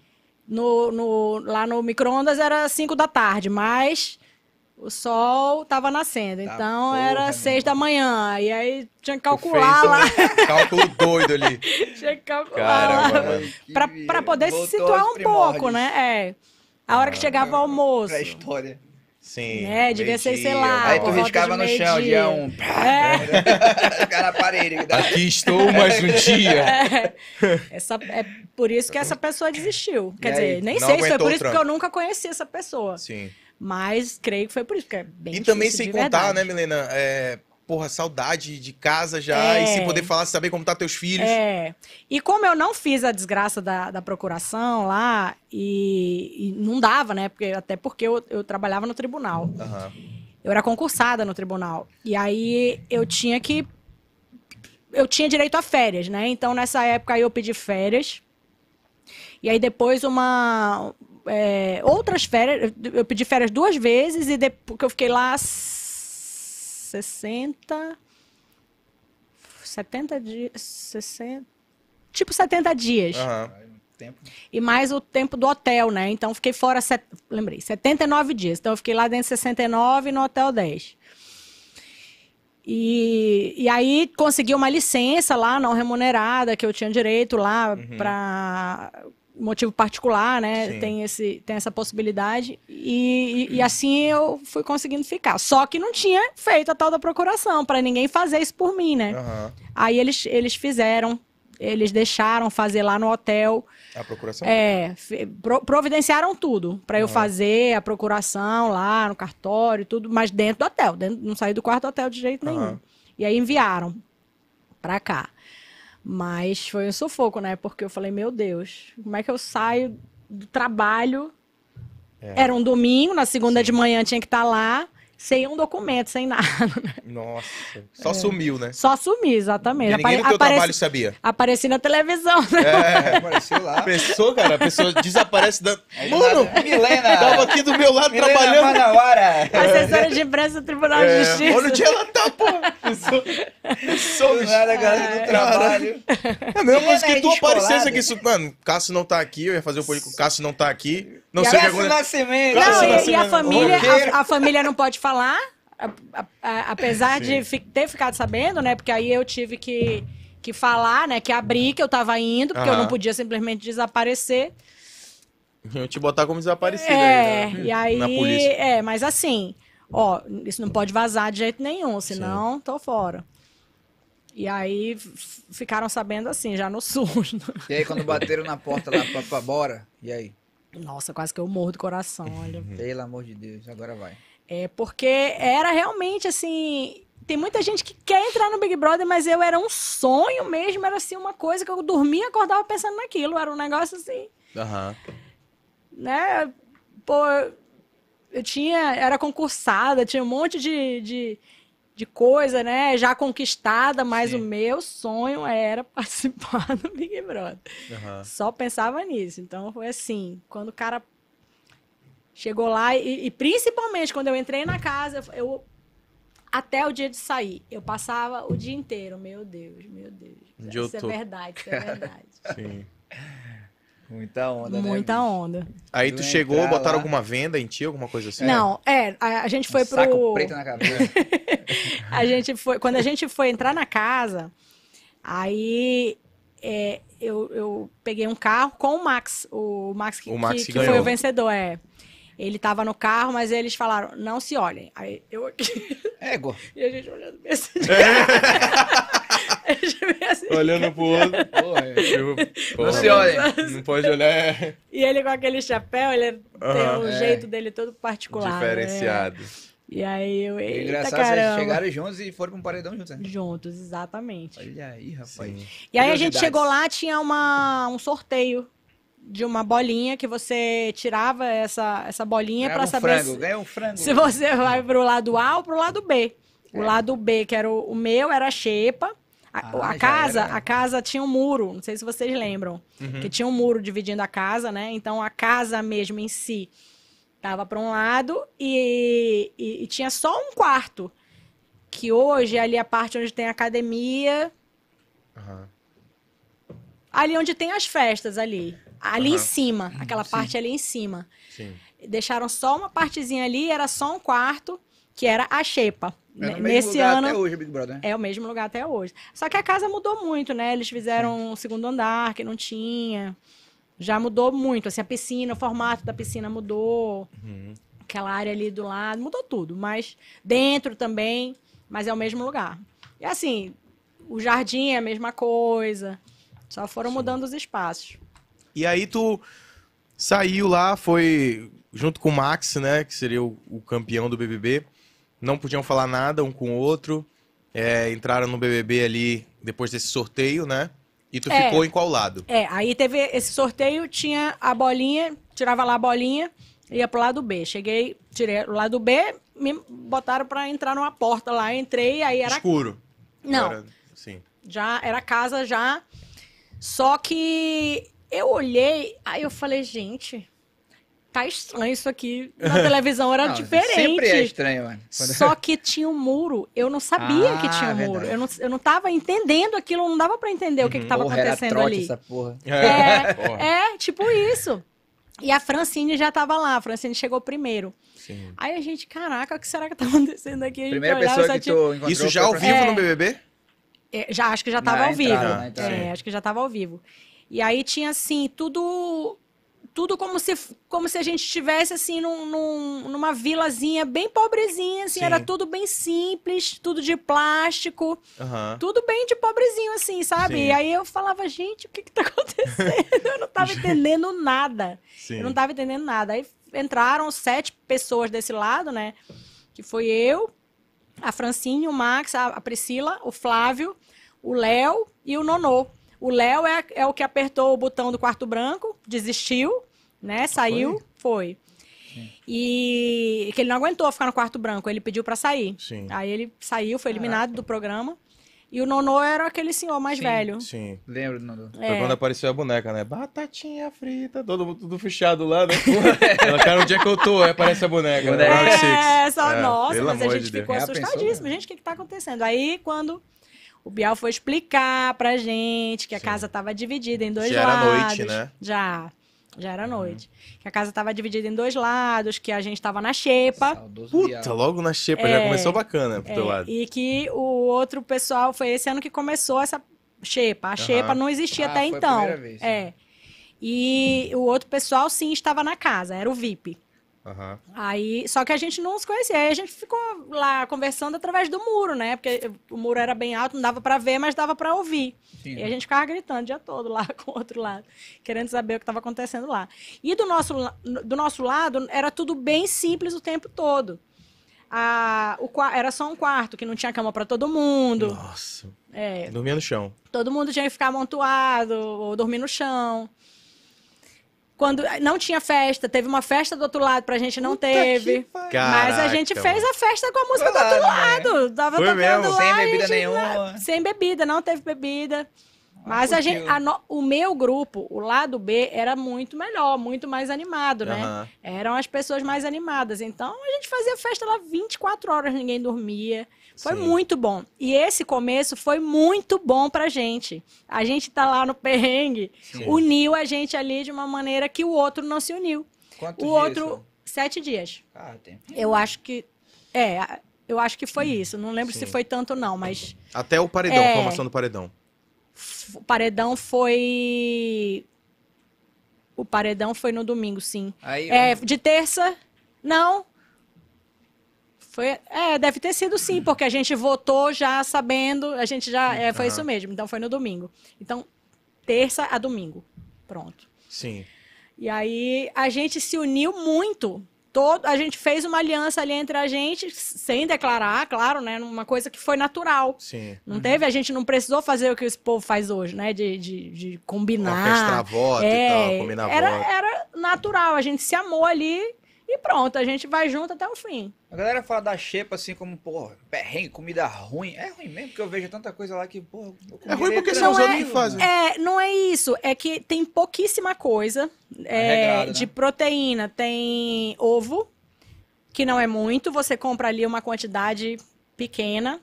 Speaker 3: no, no- lá no micro-ondas era 5 da tarde, mas o sol tava nascendo,
Speaker 1: Tá
Speaker 3: então
Speaker 1: porra,
Speaker 3: era
Speaker 1: meu
Speaker 3: 6 da manhã, e aí tinha que
Speaker 2: Tu
Speaker 3: calcular lá,
Speaker 2: fez um cálculo doido ali.
Speaker 3: tinha que calcular lá.
Speaker 2: Caramba, mano.
Speaker 1: Ai, que
Speaker 3: Pra,
Speaker 1: vi-
Speaker 3: pra poder se
Speaker 1: voltou
Speaker 3: situar
Speaker 1: aos
Speaker 3: um pouco,
Speaker 1: primórdios.
Speaker 3: né? É. A hora que chegava o almoço.
Speaker 1: Pra história.
Speaker 2: Sim.
Speaker 3: Né, devia ser, sei
Speaker 2: meio-dia.
Speaker 3: lá,
Speaker 2: Aí
Speaker 1: Aí
Speaker 3: por
Speaker 1: tu
Speaker 3: volta
Speaker 1: riscava
Speaker 3: de
Speaker 1: no chão,
Speaker 3: meio-dia.
Speaker 1: dia um.
Speaker 3: É,
Speaker 1: Ficar na parede.
Speaker 2: Aqui estou mais um dia.
Speaker 3: essa, é por isso que essa pessoa desistiu. Quer
Speaker 1: E aí?
Speaker 3: dizer, nem
Speaker 2: Não
Speaker 3: sei se foi
Speaker 2: aguentou
Speaker 3: por
Speaker 2: o
Speaker 3: isso, porque
Speaker 2: tranco.
Speaker 3: eu nunca conheci essa pessoa.
Speaker 2: Sim.
Speaker 3: Mas creio que foi por isso, porque é bem
Speaker 2: e também
Speaker 3: difícil,
Speaker 2: sem
Speaker 3: de
Speaker 2: contar,
Speaker 3: verdade.
Speaker 2: né, Milena? É, porra, saudade de casa já.
Speaker 3: É.
Speaker 2: E sem poder falar, saber como tá teus filhos.
Speaker 3: É. E como eu não fiz a desgraça da, da procuração lá, e, e não dava, né? Porque, até porque eu, eu trabalhava no tribunal.
Speaker 2: Aham.
Speaker 3: Eu era concursada no tribunal. E aí eu tinha que. Eu tinha direito a férias, né? Então nessa época aí eu pedi férias. E aí depois uma. é, outras férias. Eu pedi férias duas vezes e depois que eu fiquei lá. s- 60. 70 dias. 60. Tipo 70 dias.
Speaker 2: Aham.
Speaker 1: Tempo.
Speaker 3: E mais o tempo do hotel, né? Então fiquei fora, set... lembrei, 79 dias. Então eu fiquei lá dentro de 69 e no hotel 10. E, e aí consegui uma licença lá, não remunerada, que eu tinha direito lá
Speaker 2: Uhum.
Speaker 3: para motivo particular, né?
Speaker 2: Sim.
Speaker 3: Tem, esse, tem essa possibilidade. E, e- e assim eu fui conseguindo ficar. Só que não tinha feito a tal da procuração, para ninguém fazer isso por mim, né?
Speaker 2: Aham.
Speaker 3: Aí eles, eles fizeram, eles deixaram fazer lá no hotel.
Speaker 2: A procuração?
Speaker 3: É, fe- pro- providenciaram tudo pra eu
Speaker 2: Aham.
Speaker 3: fazer a procuração lá no cartório, tudo, mas dentro do hotel, dentro- não saí do quarto do hotel de jeito nenhum.
Speaker 2: Aham.
Speaker 3: E aí enviaram pra cá. Mas foi um sufoco, né? Porque eu falei, meu Deus, como é que eu saio do trabalho?
Speaker 2: É.
Speaker 3: Era um domingo, na segunda de manhã tinha que estar lá, sem um documento, sem nada.
Speaker 2: Nossa. Só sumiu, né?
Speaker 3: Só sumi, exatamente.
Speaker 2: Porque ninguém
Speaker 3: Apare-
Speaker 2: no teu
Speaker 3: apareci-
Speaker 2: trabalho sabia.
Speaker 3: apareci na televisão, né?
Speaker 2: É.
Speaker 1: Apareceu lá.
Speaker 2: A pessoa, cara, a pessoa desaparece da.
Speaker 1: Aí do
Speaker 2: Mano,
Speaker 1: nada, Milena!
Speaker 2: tava aqui do meu lado
Speaker 1: Milena
Speaker 2: trabalhando.
Speaker 1: Manauara!
Speaker 3: Assessora de imprensa do Tribunal de Justiça.
Speaker 2: É, olha onde ela tá, pô.
Speaker 1: Do nada, a galera do trabalho.
Speaker 2: É a mesma coisa que
Speaker 1: Milena
Speaker 2: tu
Speaker 1: descolada.
Speaker 2: aparecesse aqui. Isso, mano, Cássio não tá aqui, eu ia fazer o político. Cássio não tá aqui. Não
Speaker 3: E
Speaker 2: sei o
Speaker 1: Cássio
Speaker 2: que aconteceu.
Speaker 1: assim, Nascimento!
Speaker 2: Cássio
Speaker 3: Não,
Speaker 2: Nossa,
Speaker 3: e- e,
Speaker 2: Nascimento.
Speaker 3: a família,
Speaker 1: Roqueiro.
Speaker 3: a, a família não pode falar, a- a- a- apesar de fi- ter ficado sabendo, né? Porque aí eu tive que, que falar, né? Que abrir, que eu tava indo, porque eu
Speaker 2: Aham.
Speaker 3: não podia simplesmente desaparecer.
Speaker 2: Eu te botar como desaparecido.
Speaker 3: É,
Speaker 2: aí, né?
Speaker 3: e aí.
Speaker 2: Na polícia.
Speaker 3: É, mas assim, ó, isso não pode vazar de jeito nenhum, senão tô fora. E aí f- ficaram sabendo assim, já no susto.
Speaker 1: E aí, quando bateram na porta lá, pra, pra bora, e aí?
Speaker 3: Nossa, quase que eu morro do coração, olha.
Speaker 1: Pelo amor de Deus, agora vai.
Speaker 3: É porque era realmente assim. Tem muita gente que quer entrar no Big Brother, mas eu era um sonho mesmo, era assim uma coisa que eu dormia e acordava pensando naquilo. Era um negócio assim,
Speaker 2: Aham.
Speaker 3: né? Pô, eu tinha. Era concursada, tinha um monte de, de, de coisa, né? Já conquistada, mas
Speaker 2: Sim.
Speaker 3: o meu sonho era participar do Big Brother.
Speaker 2: aham.
Speaker 3: Só pensava nisso. Então foi assim, quando o cara chegou lá e, e principalmente quando eu entrei na casa, eu, eu- até o dia de sair, eu passava o dia inteiro, meu Deus, meu Deus.
Speaker 2: Onde Um eu
Speaker 3: isso é
Speaker 2: tô?
Speaker 3: verdade, isso é verdade.
Speaker 2: Sim.
Speaker 1: Muita onda, né?
Speaker 3: Muita
Speaker 1: bicho?
Speaker 3: onda.
Speaker 2: Aí tu
Speaker 1: Tu
Speaker 2: chegou,
Speaker 1: entrar
Speaker 2: botaram
Speaker 1: lá.
Speaker 2: alguma venda em ti, alguma coisa assim?
Speaker 3: Não, é, a, a gente
Speaker 1: Um
Speaker 3: foi
Speaker 1: Saco
Speaker 3: pro
Speaker 1: preto na cabeça.
Speaker 3: a gente foi, quando a gente foi entrar na casa, aí é, eu, eu peguei um carro com o Max, o Max que,
Speaker 2: O Max
Speaker 3: que-
Speaker 2: que
Speaker 3: que foi
Speaker 2: ganhou.
Speaker 3: o vencedor, é. Ele tava no carro, mas eles falaram, não se olhem. Aí eu aqui,
Speaker 1: Ego.
Speaker 3: e a gente olhando bem assim. a gente bem assim.
Speaker 2: Olhando pro outro.
Speaker 1: Porra, é.
Speaker 2: eu- Pô,
Speaker 1: se olha.
Speaker 2: Não pode olhar. é
Speaker 3: E ele com aquele chapéu, ele tem
Speaker 2: Aham.
Speaker 3: o
Speaker 1: É.
Speaker 3: jeito dele todo particular. né?
Speaker 2: Diferenciado.
Speaker 3: E aí eu,
Speaker 1: É
Speaker 3: eita
Speaker 1: Engraçado,
Speaker 3: caramba.
Speaker 1: vocês chegaram juntos e foram pra um paredão juntos, né?
Speaker 3: Juntos, exatamente.
Speaker 1: Olha aí, rapaz.
Speaker 2: Sim.
Speaker 3: E aí a gente
Speaker 1: Curiosidades.
Speaker 3: chegou lá, tinha uma, um sorteio de uma bolinha que você tirava essa, essa bolinha
Speaker 1: Ganhava
Speaker 3: pra
Speaker 1: um
Speaker 3: saber
Speaker 1: frango,
Speaker 3: se,
Speaker 1: ganhou um frango.
Speaker 3: se você vai pro lado A ou pro lado B. O lado B, que era o, o meu, era a xepa. A,
Speaker 1: É. Ah,
Speaker 3: a
Speaker 1: já
Speaker 3: casa,
Speaker 1: era.
Speaker 3: a casa tinha um muro, não sei se vocês lembram,
Speaker 2: Uhum.
Speaker 3: que tinha um muro dividindo a casa, né? Então a casa mesmo em si tava para um lado e, e- e tinha só um quarto. Que hoje é ali a parte onde tem a academia,
Speaker 2: Aham.
Speaker 3: Ali onde tem as festas ali. Ali
Speaker 2: Aham.
Speaker 3: em cima, aquela parte ali em cima.
Speaker 2: Sim.
Speaker 3: Deixaram só uma partezinha ali, era só um quarto, que era a xepa.
Speaker 1: É no
Speaker 3: Ne-
Speaker 1: mesmo
Speaker 3: Nesse
Speaker 1: lugar
Speaker 3: ano
Speaker 1: Até hoje, Big Brother. né?
Speaker 3: é o mesmo lugar até hoje. Só que a casa mudou muito, né? Eles fizeram um segundo andar que não tinha. Já mudou muito, assim, a piscina, o formato da piscina mudou.
Speaker 2: Uhum.
Speaker 3: aquela área ali do lado, mudou tudo, mas dentro também, mas é o mesmo lugar. E assim, o jardim é a mesma coisa, só foram mudando os espaços.
Speaker 2: E aí tu saiu lá, foi junto com o Max, né? Que seria o, o campeão do BBB. Não podiam falar nada um com o outro. É, entraram no BBB ali depois desse sorteio, né? E tu
Speaker 3: É.
Speaker 2: ficou em qual lado?
Speaker 3: É, aí teve esse sorteio, tinha a bolinha, tirava lá a bolinha, ia pro lado B. Cheguei, tirei o lado B, me botaram pra entrar numa porta lá, entrei, aí era
Speaker 2: Escuro.
Speaker 3: Não.
Speaker 2: Era, sim.
Speaker 3: já era casa já. Só que eu olhei, aí eu falei, gente, tá estranho isso aqui. Na televisão era
Speaker 1: Não,
Speaker 3: diferente.
Speaker 1: Sempre é estranho, mano. Quando-
Speaker 3: Só que tinha um muro. Eu não sabia que
Speaker 1: Ah,
Speaker 3: tinha um
Speaker 1: verdade.
Speaker 3: muro. Eu não, eu não tava entendendo aquilo, não dava pra entender o que, que tava
Speaker 1: Porra, era
Speaker 3: acontecendo
Speaker 1: trote
Speaker 3: ali.
Speaker 1: essa porra.
Speaker 3: É,
Speaker 2: Porra.
Speaker 3: É, tipo isso. E a Francine já tava lá, a Francine chegou primeiro.
Speaker 2: Sim.
Speaker 3: Aí a gente, caraca, o que será que tá acontecendo aqui? A gente
Speaker 1: Primeira
Speaker 3: olhava,
Speaker 1: pessoa
Speaker 3: só
Speaker 1: que
Speaker 3: tinha-
Speaker 1: tu encontrou.
Speaker 2: Isso já
Speaker 1: foi
Speaker 2: ao
Speaker 1: pra-
Speaker 2: vivo
Speaker 3: É.
Speaker 2: no BBB?
Speaker 3: É, Já, acho que já
Speaker 1: Na
Speaker 3: tava ao
Speaker 1: entrada,
Speaker 3: vivo.
Speaker 1: na entrada.
Speaker 3: É, acho que já tava ao vivo. E aí tinha assim, tudo tudo como se como se a gente estivesse assim num, num- numa vilazinha bem pobrezinha, assim,
Speaker 2: Sim.
Speaker 3: era tudo bem simples, tudo de plástico,
Speaker 2: Aham.
Speaker 3: tudo bem de pobrezinho assim, sabe?
Speaker 2: Sim.
Speaker 3: E aí eu falava, gente, o que que tá acontecendo? Eu não tava entendendo nada.
Speaker 2: Sim.
Speaker 3: Eu não tava entendendo nada. Aí entraram sete pessoas desse lado, né? Que foi eu, a Francine, o Max, a, a Priscila, o Flávio, o Léo e o Nonô. O Léo é, é o que apertou o botão do quarto branco, desistiu, né? Saiu, foi. E que ele não aguentou ficar no quarto branco, ele pediu pra sair.
Speaker 2: Sim.
Speaker 3: Aí ele saiu, foi eliminado do programa. E o Nonô era aquele senhor mais
Speaker 1: Sim,
Speaker 3: velho.
Speaker 2: Sim.
Speaker 1: Lembro, Nando.
Speaker 2: Foi
Speaker 3: É.
Speaker 2: quando apareceu a boneca, né? Batatinha frita, todo mundo tudo fechado lá, né? Ela, cara, onde é que eu tô? Aí aparece a boneca. né?
Speaker 1: Boneca.
Speaker 2: Round
Speaker 3: É,
Speaker 2: six.
Speaker 3: só,
Speaker 2: É,
Speaker 3: nossa,
Speaker 2: pelo
Speaker 3: mas a
Speaker 2: amor
Speaker 3: gente
Speaker 2: de Deus. é
Speaker 3: ficou
Speaker 1: Já pensou,
Speaker 3: assustadíssimo. gente, o que, que tá acontecendo? Aí, quando o Bial foi explicar pra gente que a
Speaker 2: Sim.
Speaker 3: casa tava dividida em dois
Speaker 2: Já era
Speaker 3: lados.
Speaker 2: noite, né? Uhum.
Speaker 3: Já. Já era noite. Que a casa tava dividida em dois lados, que a gente tava na xepa.
Speaker 1: Saudoso
Speaker 2: Puta,
Speaker 1: Bial.
Speaker 2: logo na xepa, já
Speaker 3: É.
Speaker 2: começou bacana pro
Speaker 3: é,
Speaker 2: teu lado.
Speaker 3: e que o outro pessoal foi esse ano que começou essa xepa. A xepa não existia
Speaker 1: Ah,
Speaker 3: até
Speaker 1: foi a
Speaker 3: então.
Speaker 1: primeira vez, né?
Speaker 3: é. E o outro pessoal sim estava na casa, era o VIP.
Speaker 2: Aham.
Speaker 3: Aí, só que a gente não se conhecia. Aí a gente ficou lá conversando através do muro, né? Porque o muro era bem alto, não dava pra ver, mas dava pra ouvir.
Speaker 1: Sim.
Speaker 3: E a gente ficava gritando o dia todo lá com o outro lado, querendo saber o que estava acontecendo lá. E do nosso, la- do nosso lado, era tudo bem simples o tempo todo. A, o, qua- era só um quarto, que não tinha cama pra todo mundo.
Speaker 2: Nossa,
Speaker 3: É,
Speaker 2: dormia no chão.
Speaker 3: Todo mundo tinha que ficar amontoado ou dormir no chão. Quando não tinha festa, teve uma festa do outro lado, pra gente não teve. Mas a
Speaker 2: Caraca,
Speaker 3: gente
Speaker 2: mano.
Speaker 3: fez a festa com a música do
Speaker 1: Foi lá,
Speaker 3: outro
Speaker 1: né?
Speaker 3: lado. Tava
Speaker 2: Foi
Speaker 3: tocando
Speaker 2: mesmo?
Speaker 3: tá lá.
Speaker 1: Sem
Speaker 3: e a
Speaker 1: bebida
Speaker 3: gente-
Speaker 1: nenhuma.
Speaker 3: Sem bebida, não teve bebida. Mas a
Speaker 1: curtiu.
Speaker 3: gente, a no- o meu grupo, o lado B, era muito melhor, muito mais animado, né?
Speaker 2: Aham.
Speaker 3: Eram as pessoas mais animadas. Então a gente fazia festa lá 24 horas, ninguém dormia. Foi
Speaker 2: Sim.
Speaker 3: muito bom. E esse começo foi muito bom pra gente. A gente tá lá no perrengue,
Speaker 2: Sim.
Speaker 3: uniu a gente ali de uma maneira que o outro não se uniu.
Speaker 1: Quantos
Speaker 3: o
Speaker 1: dias
Speaker 3: outro,
Speaker 1: são?
Speaker 3: sete dias.
Speaker 1: Ah, tem.
Speaker 3: Eu acho que. É, a- eu acho que foi isso. Não lembro
Speaker 2: Sim.
Speaker 3: se foi tanto, não, mas.
Speaker 2: Até o paredão,
Speaker 3: É.
Speaker 2: formação do paredão.
Speaker 3: f- O paredão foi. O paredão foi no domingo, sim.
Speaker 1: Aí,
Speaker 3: É, de terça? Não. Foi, é, deve ter sido sim, porque a gente votou já sabendo, a gente já, é, foi
Speaker 2: Aham.
Speaker 3: isso mesmo, então foi no domingo. Então, terça a domingo, pronto.
Speaker 2: Sim.
Speaker 3: E aí, a gente se uniu muito, todo, a gente fez uma aliança ali entre a gente, s- sem declarar, claro, né, uma coisa que foi natural.
Speaker 2: Sim.
Speaker 3: Não teve, a gente não precisou fazer o que esse povo faz hoje, né, de, de, de combinar, É,
Speaker 2: Orquestrar voto e tal, combinar
Speaker 3: era,
Speaker 2: voto.
Speaker 3: era natural, a gente se amou ali e pronto, a gente vai junto até o fim.
Speaker 1: A galera fala da xepa assim como, porra, perrengue, comida ruim. É ruim mesmo, porque eu vejo tanta coisa lá que, porra... eu comeria
Speaker 4: É ruim porque
Speaker 1: tudo
Speaker 4: são os
Speaker 1: aquilo,
Speaker 4: outros que fazem.
Speaker 1: mano.
Speaker 3: É, não é isso, é que tem pouquíssima coisa é,
Speaker 1: Arregrado,
Speaker 3: de
Speaker 1: né?
Speaker 3: proteína, tem ovo, que não é muito, você compra ali uma quantidade pequena,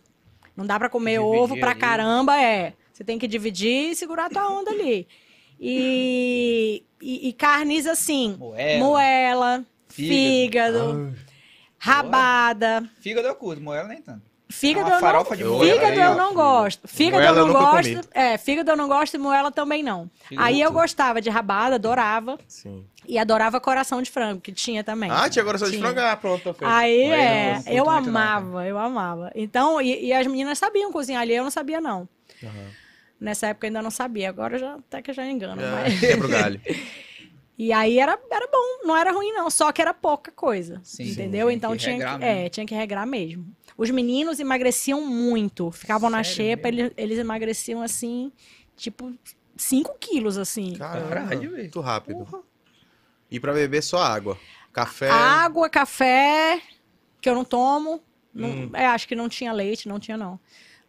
Speaker 3: não dá pra comer
Speaker 1: Dividir
Speaker 3: ovo pra
Speaker 1: ali.
Speaker 3: caramba, é. Você tem que dividir e segurar a tua onda ali. E, e- e carnes assim,
Speaker 1: Moela,
Speaker 3: moela,
Speaker 1: fígado.
Speaker 3: fígado rabada,
Speaker 1: Fígado eu curto, moela nem tanto.
Speaker 3: Fígado,
Speaker 2: É uma
Speaker 3: eu não,
Speaker 2: farofa de
Speaker 4: Eu-
Speaker 2: moela.
Speaker 3: fígado
Speaker 4: Olha
Speaker 3: eu
Speaker 4: aí, ó.
Speaker 3: não gosto. Fígado
Speaker 4: Moela
Speaker 3: eu
Speaker 4: eu
Speaker 3: não
Speaker 4: nunca
Speaker 3: gosto. É, fígado eu não gosto e moela também não. Aí eu gostava de rabada, adorava.
Speaker 2: Sim.
Speaker 3: E adorava coração de frango, que tinha também.
Speaker 2: Ah, tinha agora só de
Speaker 3: Tinha.
Speaker 2: frango. Ah, pronto, tá feito.
Speaker 3: Aí,
Speaker 1: Aí eu não
Speaker 3: é,
Speaker 1: curto
Speaker 3: eu
Speaker 1: muito não,
Speaker 3: amava, eu amava. Então, e, e as meninas sabiam cozinhar ali, eu não sabia não.
Speaker 2: Aham.
Speaker 3: Nessa época eu ainda não sabia, agora eu já, até que eu já engano. mas-
Speaker 4: É, quebra o galho.
Speaker 3: E aí era, era bom, não era ruim não, só que era pouca coisa,
Speaker 1: Sim, tinha
Speaker 3: entendeu?
Speaker 1: que
Speaker 3: então tinha
Speaker 1: regrar
Speaker 3: que,
Speaker 1: mesmo.
Speaker 3: é, tinha que regrar mesmo. Os meninos emagreciam muito, ficavam na
Speaker 1: Sério
Speaker 3: xepa, eles, eles emagreciam assim, tipo 5 quilos assim.
Speaker 4: Caramba,
Speaker 1: Caralho, velho.
Speaker 4: muito rápido. E pra beber só água.
Speaker 2: É.
Speaker 4: Café.
Speaker 3: Água, café, que eu não tomo. não-
Speaker 2: Hum.
Speaker 3: é, acho que não tinha leite, não tinha, não.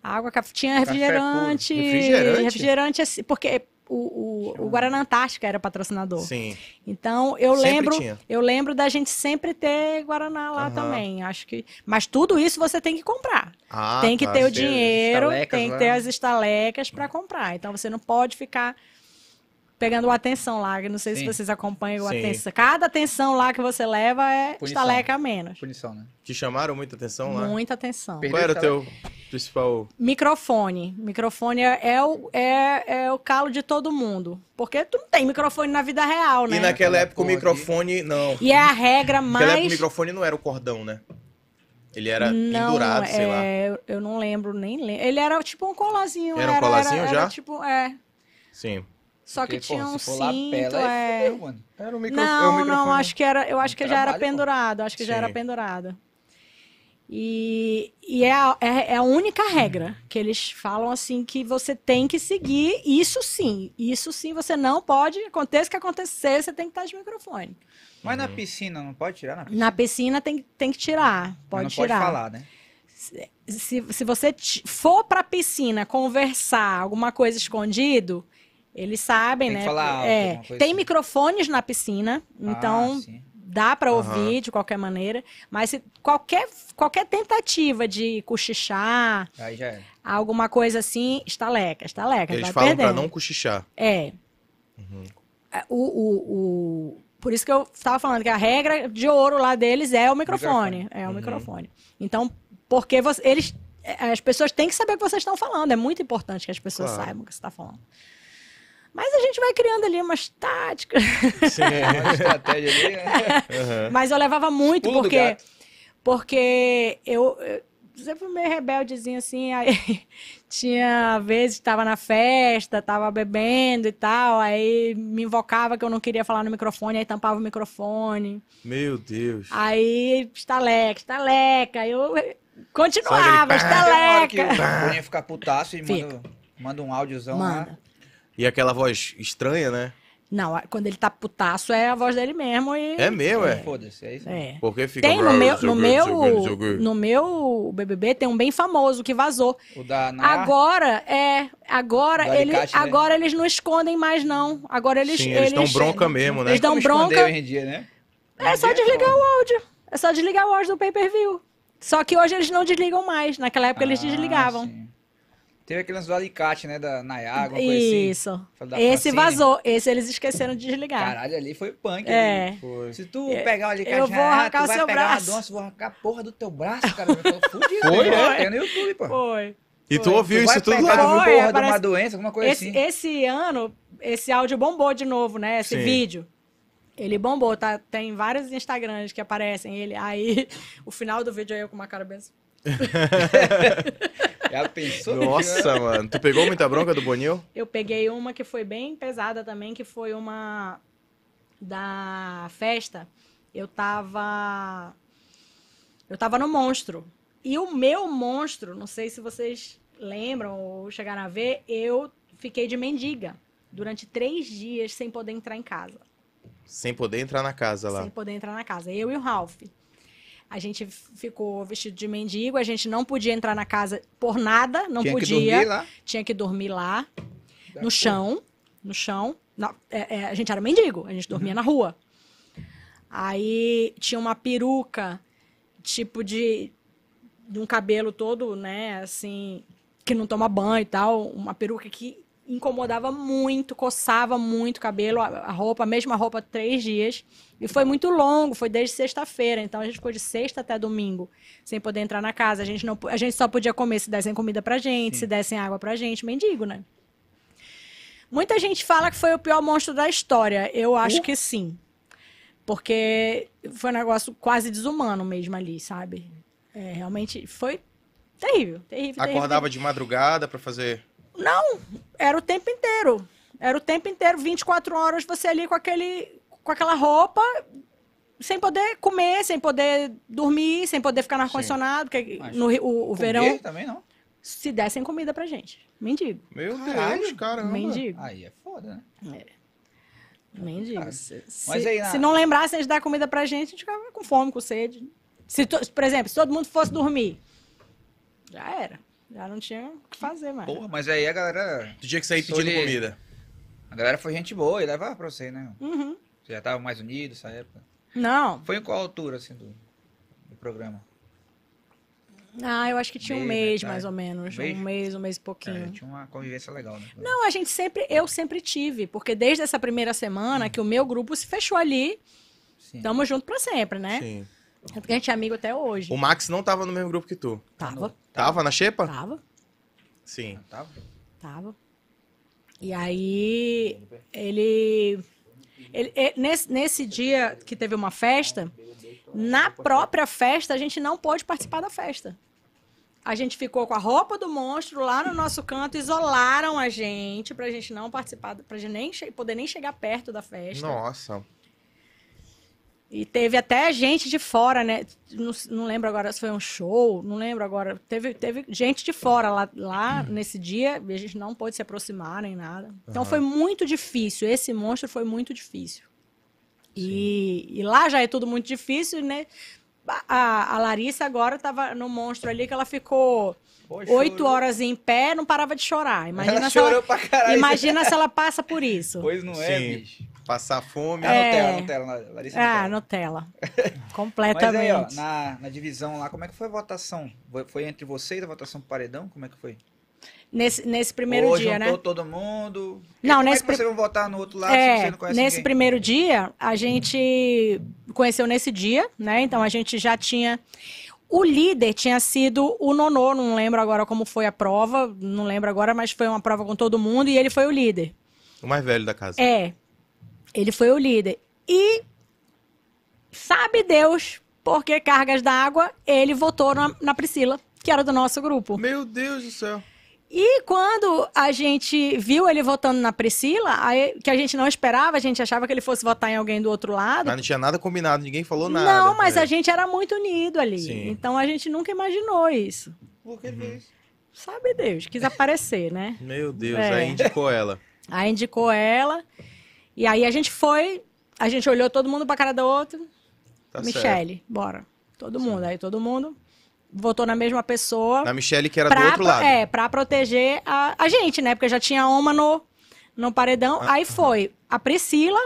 Speaker 3: Água, café. Tinha
Speaker 2: Café
Speaker 3: refrigerante.
Speaker 4: puro. Refrigerante?
Speaker 3: refrigerante, assim, porque o, o, o Guarana Antártica era patrocinador.
Speaker 2: um Sim.
Speaker 3: Então, eu
Speaker 2: Sempre
Speaker 3: lembro.
Speaker 2: tinha.
Speaker 3: Eu lembro da gente sempre ter Guaraná lá
Speaker 2: Aham.
Speaker 3: também. Acho que. Mas tudo isso você tem que comprar.
Speaker 4: Ah,
Speaker 3: tem que
Speaker 4: tá.
Speaker 3: ter o
Speaker 1: tem as
Speaker 3: dinheiro,
Speaker 1: estalecas
Speaker 3: tem que
Speaker 1: lá,
Speaker 3: ter
Speaker 1: né?
Speaker 3: as estalecas para comprar. Então você não pode ficar pegando atenção lá. Eu Não sei
Speaker 1: Sim.
Speaker 3: se vocês acompanham o
Speaker 2: Sim.
Speaker 3: atenção. Cada atenção lá que você leva é
Speaker 1: Punição.
Speaker 3: estaleca a menos.
Speaker 1: Punição, né?
Speaker 2: Te chamaram muita atenção lá?
Speaker 3: Muita atenção.
Speaker 1: Per-
Speaker 4: Qual era o teu principal.
Speaker 3: Microfone. Microfone é, é o, é, é o calo de todo mundo. Porque tu não tem microfone na vida real, né?
Speaker 2: E naquela
Speaker 1: Aquela
Speaker 2: época o
Speaker 1: porra
Speaker 2: microfone. Não.
Speaker 3: E é a regra
Speaker 2: Naquela época o
Speaker 3: mais.
Speaker 2: microfone não era o cordão, né? Ele era
Speaker 3: não,
Speaker 2: pendurado, sei lá.
Speaker 3: é, eu- Eu não lembro, nem lembro. Ele era tipo um colazinho.
Speaker 2: Era um colazinho
Speaker 3: era,
Speaker 2: já?
Speaker 3: tipo, é.
Speaker 2: Sim.
Speaker 3: Só que
Speaker 1: Porque, pô,
Speaker 3: tinha um
Speaker 1: se for lá,
Speaker 3: cinto,
Speaker 1: pela, aí
Speaker 3: é.
Speaker 1: fudeu, mano.
Speaker 2: Era o
Speaker 4: é
Speaker 3: Não, não, acho que era, eu acho que já era
Speaker 1: Um Trabalho, pô.
Speaker 3: pendurado, acho que já era
Speaker 2: Sim.
Speaker 3: pendurado. E, e é, a, é- é a única regra que eles falam assim que você tem que seguir, isso sim, isso sim, você não pode, aconteça o que acontecer, você tem que estar de microfone.
Speaker 1: Mas na piscina, não pode tirar na piscina.
Speaker 3: Na piscina tem, tem que tirar,
Speaker 1: Mas
Speaker 3: pode
Speaker 1: não
Speaker 3: tirar.
Speaker 1: pode falar, né?
Speaker 3: Se, se você ti- for pra piscina conversar alguma coisa escondido, eles sabem,
Speaker 1: Tem que
Speaker 3: né?
Speaker 1: falar alto,
Speaker 3: É,
Speaker 1: alguma coisa
Speaker 3: tem
Speaker 1: assim.
Speaker 3: microfones na piscina, então
Speaker 1: Ah, sim.
Speaker 3: dá para
Speaker 2: Aham.
Speaker 3: ouvir de qualquer maneira, mas se qualquer, qualquer tentativa de cochichar,
Speaker 1: Aí já é. era.
Speaker 3: alguma coisa assim, estaleca, estaleca,
Speaker 4: Eles
Speaker 3: vai
Speaker 4: falam
Speaker 3: tá perdendo.
Speaker 4: pra não cochichar.
Speaker 3: É. É, O, o, o- Por isso que eu estava falando que a regra de ouro lá deles é o microfone. É o
Speaker 2: Uhum.
Speaker 3: microfone. Então, porque você- eles. é, As pessoas têm que saber o que vocês estão falando. É muito importante que as pessoas
Speaker 4: Claro.
Speaker 3: saibam o que você está falando. Mas a gente vai criando ali umas táticas.
Speaker 2: Sim.
Speaker 4: É.
Speaker 1: Uma estratégia ali, né?
Speaker 2: Aham.
Speaker 3: Mas eu levava muito,
Speaker 1: Pulo do
Speaker 3: Tipo, porque.
Speaker 1: gato.
Speaker 3: Porque eu. eu Sempre meio rebeldezinho assim, aí tinha vezes que tava na festa, tava bebendo e tal, aí me invocava que eu não queria falar no microfone, aí tampava o microfone,
Speaker 4: Meu Deus.
Speaker 3: aí estaleca, estaleca, aí eu
Speaker 4: Sabe
Speaker 3: continuava,
Speaker 1: Ah, Tem
Speaker 4: aquele pá,
Speaker 1: uma
Speaker 3: estaleca.
Speaker 1: hora que o Boninho fica putaço e
Speaker 3: Fica.
Speaker 1: manda, manda um áudiozão lá.
Speaker 3: Manda.
Speaker 4: E aquela voz estranha, né?
Speaker 3: Não, a- quando ele tá putaço é a voz dele mesmo e.
Speaker 4: É meu, é.
Speaker 1: Foda-se, é isso.
Speaker 3: É.
Speaker 4: Porque fica.
Speaker 3: Tem no meu, no meu,
Speaker 4: Joguei.
Speaker 3: no meu BBB tem um bem famoso que vazou.
Speaker 1: O da Nayar,
Speaker 3: Agora, é,
Speaker 1: Do
Speaker 3: agora, ele,
Speaker 1: alicate, né?
Speaker 3: agora eles não escondem mais, não. Agora eles.
Speaker 2: Sim, eles dão bronca mesmo, né?
Speaker 3: eles dão
Speaker 1: como esconder
Speaker 3: bronca.
Speaker 1: hoje em dia, né?
Speaker 3: É
Speaker 1: Hoje
Speaker 3: só
Speaker 1: em dia
Speaker 3: desligar
Speaker 1: foda.
Speaker 3: o áudio. É só desligar o áudio do pay-per-view. Só que hoje eles não desligam mais. Naquela época eles
Speaker 1: Ah,
Speaker 3: desligavam.
Speaker 1: sim. Teve aquele lance do alicate, né? Da Nayar, alguma coisa assim.
Speaker 3: Isso.
Speaker 1: Falou da
Speaker 3: Esse
Speaker 1: Francine.
Speaker 3: vazou. Esse eles esqueceram de desligar.
Speaker 1: Caralho, ali foi punk.
Speaker 3: É.
Speaker 1: ali.
Speaker 2: Foi.
Speaker 1: Se tu pegar o alicate,
Speaker 3: eu
Speaker 1: na
Speaker 3: vou
Speaker 1: Nayar,
Speaker 3: arrancar o
Speaker 1: tu vai
Speaker 3: seu
Speaker 1: pegar
Speaker 3: braço.
Speaker 1: uma doença, eu vou arrancar a porra do teu braço, cara. Eu tô fudido.
Speaker 2: Foi,
Speaker 1: né?
Speaker 3: é?
Speaker 1: Tem no YouTube, pô.
Speaker 3: Foi.
Speaker 4: E tu
Speaker 3: Foi.
Speaker 4: ouviu isso tudo
Speaker 1: pegar
Speaker 4: lá?
Speaker 1: a
Speaker 3: Foi,
Speaker 1: porra de uma
Speaker 3: parece-
Speaker 1: doença, alguma coisa
Speaker 3: Esse,
Speaker 1: assim.
Speaker 3: esse ano, esse áudio bombou de novo, né? Esse
Speaker 2: Sim.
Speaker 3: vídeo. Ele bombou, tá? Tem vários Instagrams que aparecem ele. Aí, o final do vídeo é eu com uma cara bem assim.
Speaker 1: Já pensou? né?
Speaker 4: Nossa, mano. Tu pegou muita bronca do Bonil?
Speaker 3: Eu peguei uma que foi bem pesada também, que foi uma da festa. Eu tava. Eu tava no monstro. E o meu monstro, não sei se vocês lembram ou chegaram a ver, eu fiquei de mendiga durante três dias sem poder entrar em casa.
Speaker 4: Sem poder entrar na casa
Speaker 3: Sem poder entrar na casa. Eu e o Ralph. A gente ficou vestido de mendigo, a gente não podia entrar na casa por nada, não
Speaker 1: Tinha que
Speaker 3: podia
Speaker 1: dormir lá.
Speaker 3: tinha que dormir lá,
Speaker 1: Da
Speaker 3: no chão, no chão. Na- é, é, a gente era mendigo, a gente dormia na rua. Aí tinha uma peruca, tipo de, de um cabelo todo, né, assim, que não toma banho e tal, uma peruca que incomodava muito, coçava muito o cabelo, a- a roupa, a mesma roupa, três dias. E foi muito longo, foi desde sexta-feira. Então a gente ficou de sexta até domingo, sem poder entrar na casa. A gente, não, po- a gente só podia comer se dessem comida pra gente, se dessem água pra gente, mendigo, né? Muita gente fala que foi o pior monstro da história. Eu acho que sim. Porque foi um negócio quase desumano mesmo ali, sabe? É, realmente foi terrível, terrível, terrível.
Speaker 2: Acordava de madrugada pra fazer.
Speaker 3: Não, era o tempo inteiro. Era o tempo inteiro, 24 horas você ali com aquele com aquela roupa, sem poder comer, sem poder dormir, sem poder ficar no ar condicionado, porque
Speaker 1: Mas
Speaker 3: no Rio- o, o verão
Speaker 1: também não.
Speaker 3: se dessem comida pra gente. Mendigo.
Speaker 2: Meu
Speaker 1: Caralho.
Speaker 2: Deus, caramba.
Speaker 3: Mendigo.
Speaker 1: Aí é foda, né?
Speaker 3: Mendigo.
Speaker 1: complicado.
Speaker 3: Se,
Speaker 1: Mas
Speaker 3: se-
Speaker 1: aí na-
Speaker 3: se não lembrassem de dar comida pra gente, a gente ficava com fome, com sede. Se to- por exemplo, se todo mundo fosse dormir, já era. Já não tinha o que fazer mais.
Speaker 1: Porra, mas aí a galera.
Speaker 2: Tu tinha que sair
Speaker 1: Sou
Speaker 2: pedindo
Speaker 1: de-
Speaker 2: comida.
Speaker 1: A galera foi gente boa e levava pra você, né?
Speaker 3: Uhum.
Speaker 1: Você já tava mais unido nessa época.
Speaker 3: Não.
Speaker 1: Foi em qual altura, assim, do, do programa?
Speaker 3: Ah, eu acho que tinha um
Speaker 1: Mês,
Speaker 3: mês,
Speaker 1: metade.
Speaker 3: mais ou menos.
Speaker 1: Um mês?
Speaker 3: Um mês, um mês e pouquinho.
Speaker 1: É, tinha uma convivência legal, né?
Speaker 3: Não, a gente sempre, eu sempre tive, porque desde essa primeira
Speaker 1: Hum.
Speaker 3: semana que o meu grupo se fechou ali,
Speaker 1: Sim.
Speaker 3: tamo junto pra sempre, né?
Speaker 2: Sim.
Speaker 3: É Porque a gente é amigo até hoje.
Speaker 1: Hum.
Speaker 2: O Max não tava no mesmo grupo que tu.
Speaker 3: Tava,
Speaker 2: Tava na xepa?
Speaker 3: tava,
Speaker 2: Sim.
Speaker 1: Tava?
Speaker 3: tava. E aí, ele, ele- ele- nesse, nesse dia que teve uma festa, na própria festa a gente não pôde participar da festa. A gente ficou com a roupa do monstro lá no nosso canto, isolaram a gente pra gente não participar, pra gente nem che- poder nem chegar perto da festa.
Speaker 2: Nossa.
Speaker 3: E teve até gente de fora, né? Não, não lembro agora se foi um show, não lembro agora. Teve, teve gente de fora lá, lá nesse dia, e a gente não pôde se aproximar nem nada. Então
Speaker 2: Aham.
Speaker 3: foi muito difícil. Esse monstro foi muito difícil. E, e lá já é tudo muito difícil, né? A- A, a Larissa agora estava no monstro ali que ela ficou oito horas em pé, não parava de chorar. Imagina,
Speaker 1: Ela
Speaker 3: se, ela,
Speaker 1: chorou pra caralho.
Speaker 3: imagina se ela passa por isso.
Speaker 1: Pois não é,
Speaker 2: Sim.
Speaker 1: bicho.
Speaker 2: Passar fome.
Speaker 1: Ah,
Speaker 3: É.
Speaker 1: Nutella, Nutella, Larissa
Speaker 3: Ah,
Speaker 1: Nutella.
Speaker 3: Nutella.
Speaker 1: então. Mas aí,
Speaker 3: Completamente.
Speaker 1: ó, na, na divisão lá, como é que foi a votação? Foi- Foi entre vocês a votação pro paredão? Como é que foi?
Speaker 3: Nesse, nesse primeiro
Speaker 1: Ou
Speaker 3: dia, né?
Speaker 1: juntou todo mundo? E
Speaker 3: Não,
Speaker 1: como
Speaker 3: nesse
Speaker 1: é que vocês vão votar no outro lado se você
Speaker 3: É,
Speaker 1: não conhece
Speaker 3: nesse
Speaker 1: ninguém?
Speaker 3: primeiro dia, a gente conheceu nesse dia, né? Então a gente já tinha. O líder tinha sido o Nonô, não lembro agora como foi a prova, não lembro agora, mas foi uma prova com todo mundo e ele foi o líder.
Speaker 2: O mais velho da casa.
Speaker 3: É. Ele foi o líder. E sabe Deus por que cargas d'água, ele votou na, na Priscila, que era do nosso grupo.
Speaker 2: Meu Deus do céu.
Speaker 3: E quando a gente viu ele votando na Priscila, aí- que a gente não esperava, a gente achava que ele fosse votar em alguém do outro lado.
Speaker 2: Mas não tinha nada combinado, ninguém falou nada.
Speaker 3: Não, mas
Speaker 2: velho.
Speaker 3: a gente era muito unido ali.
Speaker 2: Sim.
Speaker 3: Então a gente nunca imaginou isso.
Speaker 1: Por que fez?
Speaker 3: Sabe Deus, quis aparecer, né?
Speaker 2: Meu Deus,
Speaker 3: É.
Speaker 2: aí indicou ela.
Speaker 3: Aí indicou ela. E aí a gente foi, a gente olhou todo mundo pra cara do outro.
Speaker 2: Tá certo.
Speaker 3: Michele, bora. Todo mundo. Aí todo mundo votou na mesma pessoa.
Speaker 2: Na Michelle que era
Speaker 3: pra,
Speaker 2: do outro lado.
Speaker 3: É, pra proteger a, a gente, né? Porque já tinha a Oma no, no paredão.
Speaker 2: Ah,
Speaker 3: Aí foi a Priscila,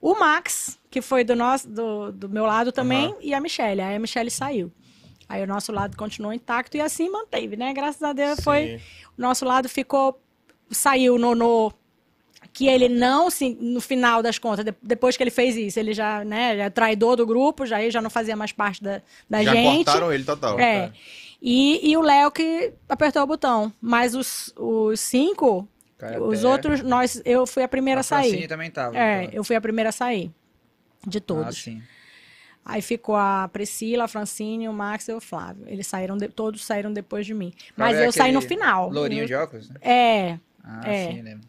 Speaker 3: o Max, que foi do, nosso, do, do meu lado também,
Speaker 2: Aham.
Speaker 3: e a Michelle. Aí a Michelle saiu. Aí o nosso lado continuou intacto e assim manteve, né? Graças a Deus foi
Speaker 2: Sim.
Speaker 3: nosso lado ficou saiu no, no- que ele não se no final das contas de- depois que ele fez isso ele já né já é traidor do grupo já ele já não fazia mais parte da, da
Speaker 2: Já
Speaker 3: gente
Speaker 2: cortaram ele total.
Speaker 3: é e, e o Léo que apertou o botão mas os, os cinco os outros nós eu fui a primeira a
Speaker 1: Francinha
Speaker 3: sair
Speaker 1: também tava.
Speaker 3: é
Speaker 1: então.
Speaker 3: eu fui a primeira a sair de
Speaker 1: Ah,
Speaker 3: todos
Speaker 1: sim.
Speaker 3: Aí ficou a Priscila, a Francine, o Max e o Flávio. Eles saíram, de- todos saíram depois de mim. Mas
Speaker 1: é
Speaker 3: eu saí no
Speaker 1: aquele
Speaker 3: final.
Speaker 1: Lourinho
Speaker 3: Eu-
Speaker 1: de óculos, né?
Speaker 3: É,
Speaker 1: Ah,
Speaker 3: É.
Speaker 1: sim, lembro.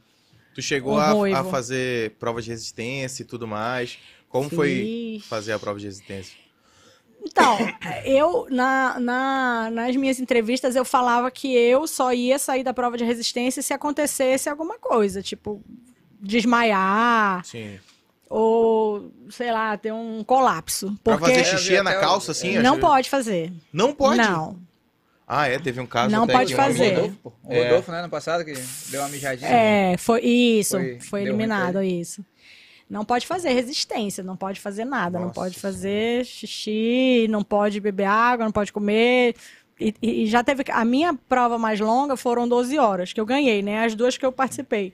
Speaker 2: Tu chegou
Speaker 3: Um
Speaker 2: a,
Speaker 3: ruivo.
Speaker 2: a fazer prova de resistência e tudo mais. Como foi
Speaker 3: Fiz.
Speaker 2: fazer a prova de resistência?
Speaker 3: Então, eu, na, na- nas minhas entrevistas, eu falava que eu só ia sair da prova de resistência se acontecesse alguma coisa, tipo, desmaiar,
Speaker 2: Sim.
Speaker 3: ou, sei lá, ter um colapso.
Speaker 2: Pra
Speaker 3: Porque
Speaker 2: fazer xixi
Speaker 1: É,
Speaker 2: na
Speaker 1: até
Speaker 2: calça,
Speaker 1: o-
Speaker 2: assim?
Speaker 3: não
Speaker 2: acho-
Speaker 3: pode fazer.
Speaker 2: Não pode?
Speaker 3: Não.
Speaker 2: Ah, é? Teve um caso
Speaker 3: Não
Speaker 2: até
Speaker 3: pode
Speaker 2: de um
Speaker 3: fazer.
Speaker 1: O
Speaker 2: amigo-
Speaker 1: Rodolfo, pô. O Rodolfo, né, ano passado, que deu uma mijadinha.
Speaker 3: É, foi isso,
Speaker 1: Foi-
Speaker 3: foi,
Speaker 1: deu
Speaker 2: um
Speaker 1: ruim pra
Speaker 3: eliminado isso. Não pode fazer resistência, não pode fazer nada, não
Speaker 2: Nossa
Speaker 3: pode
Speaker 2: Senhora.
Speaker 3: fazer xixi, não pode beber água, não pode comer, E, e já teve. A minha prova mais longa foram 12 horas, que eu ganhei, né? As duas que eu participei.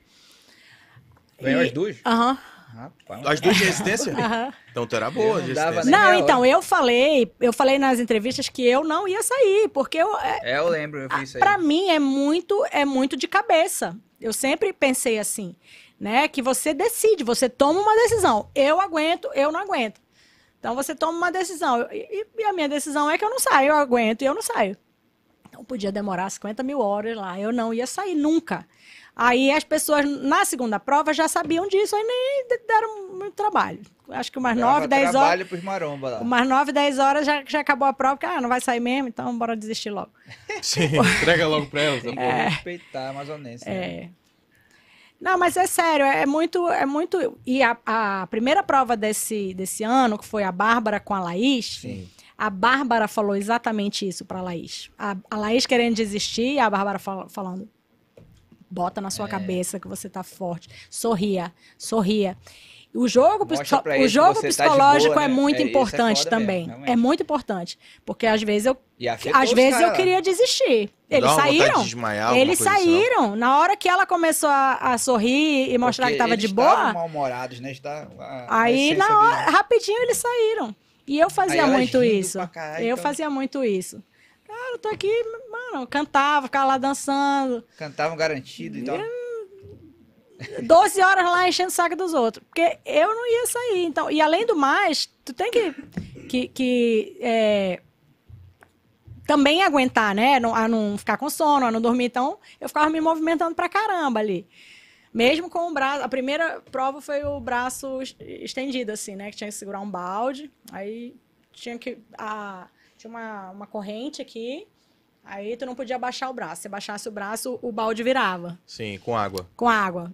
Speaker 1: Ganhou
Speaker 3: E-
Speaker 1: as duas?
Speaker 3: Aham.
Speaker 1: Rapaz.
Speaker 4: As duas de resistência?
Speaker 3: aham.
Speaker 4: Então tu era boa,
Speaker 1: Eu não
Speaker 4: de
Speaker 1: dava
Speaker 4: resistência.
Speaker 1: nem-
Speaker 3: Não,
Speaker 1: meia
Speaker 3: então, eu falei, eu falei nas entrevistas que eu não ia sair, porque eu,
Speaker 1: É, eu lembro, eu fiz isso aí.
Speaker 3: Pra mim é muito é muito de cabeça. Eu sempre pensei assim, né, que você decide, você toma uma decisão. Eu aguento, eu não aguento. Então você toma uma decisão. E, e a minha decisão é que eu não saio, eu aguento e eu não saio. Então podia demorar 50 mil horas lá, eu não ia sair nunca. Aí as pessoas na segunda prova já sabiam disso, aí nem d- deram muito trabalho. Acho que umas
Speaker 1: Dava
Speaker 3: 9, 10 horas.
Speaker 1: trabalho pros maromba lá.
Speaker 3: Umas 9, 10 horas já, já acabou a prova, porque ah, não vai sair mesmo, então bora desistir logo.
Speaker 4: Sim, entrega logo pra ela.
Speaker 2: tá?
Speaker 1: Tem que respeitar a amazonense. né?
Speaker 3: É. Não, mas é sério, é muito, é muito. E a, a primeira prova desse, desse ano, que foi a Bárbara com a Laís,
Speaker 1: Sim.
Speaker 3: a Bárbara falou exatamente isso pra Laís. A, a Laís querendo desistir, a Bárbara fal- falando. Bota na sua
Speaker 1: É.
Speaker 3: cabeça que você tá forte. Sorria, sorria. O jogo,
Speaker 1: Mostra
Speaker 3: psico-
Speaker 1: pra
Speaker 3: o
Speaker 1: eles que
Speaker 3: jogo
Speaker 1: você tá de
Speaker 3: psicológico
Speaker 1: boa,
Speaker 3: é
Speaker 1: né?
Speaker 3: muito
Speaker 1: É, isso é
Speaker 3: importante
Speaker 1: foda mesmo,
Speaker 3: também.
Speaker 1: realmente.
Speaker 3: é muito importante. Porque às vezes eu,
Speaker 1: E afetou
Speaker 3: às
Speaker 1: os
Speaker 3: vezes
Speaker 1: cara
Speaker 3: eu
Speaker 1: lá.
Speaker 3: queria desistir. Eles saíram. Eles
Speaker 2: assim,
Speaker 3: saíram. Na hora que ela começou a, a sorrir e mostrar
Speaker 1: Porque
Speaker 3: que tava
Speaker 1: eles
Speaker 3: de
Speaker 1: estavam
Speaker 3: boa,
Speaker 1: mal-humorados, né? Está, a,
Speaker 3: aí
Speaker 1: na
Speaker 3: na hora, rapidinho eles saíram. E eu fazia muito isso.
Speaker 1: então.
Speaker 3: eu fazia muito isso. Cara, eu tô aqui, mano, eu cantava, ficava lá dançando.
Speaker 1: Cantavam garantido então, e tal.
Speaker 3: 12 horas lá enchendo o saco dos outros. Porque eu não ia sair. Então, e além do mais, tu tem que. que, que, é, também aguentar, né? Não- A não ficar com sono, a não dormir. Então, eu ficava me movimentando pra caramba ali. Mesmo com o braço. A primeira prova foi o braço es- estendido, assim, né? Que tinha que segurar um balde. Aí tinha que. a- tinha uma, uma corrente aqui. Aí tu não podia baixar o braço. Se baixasse o braço, o balde virava
Speaker 4: Sim, com água.
Speaker 3: com água.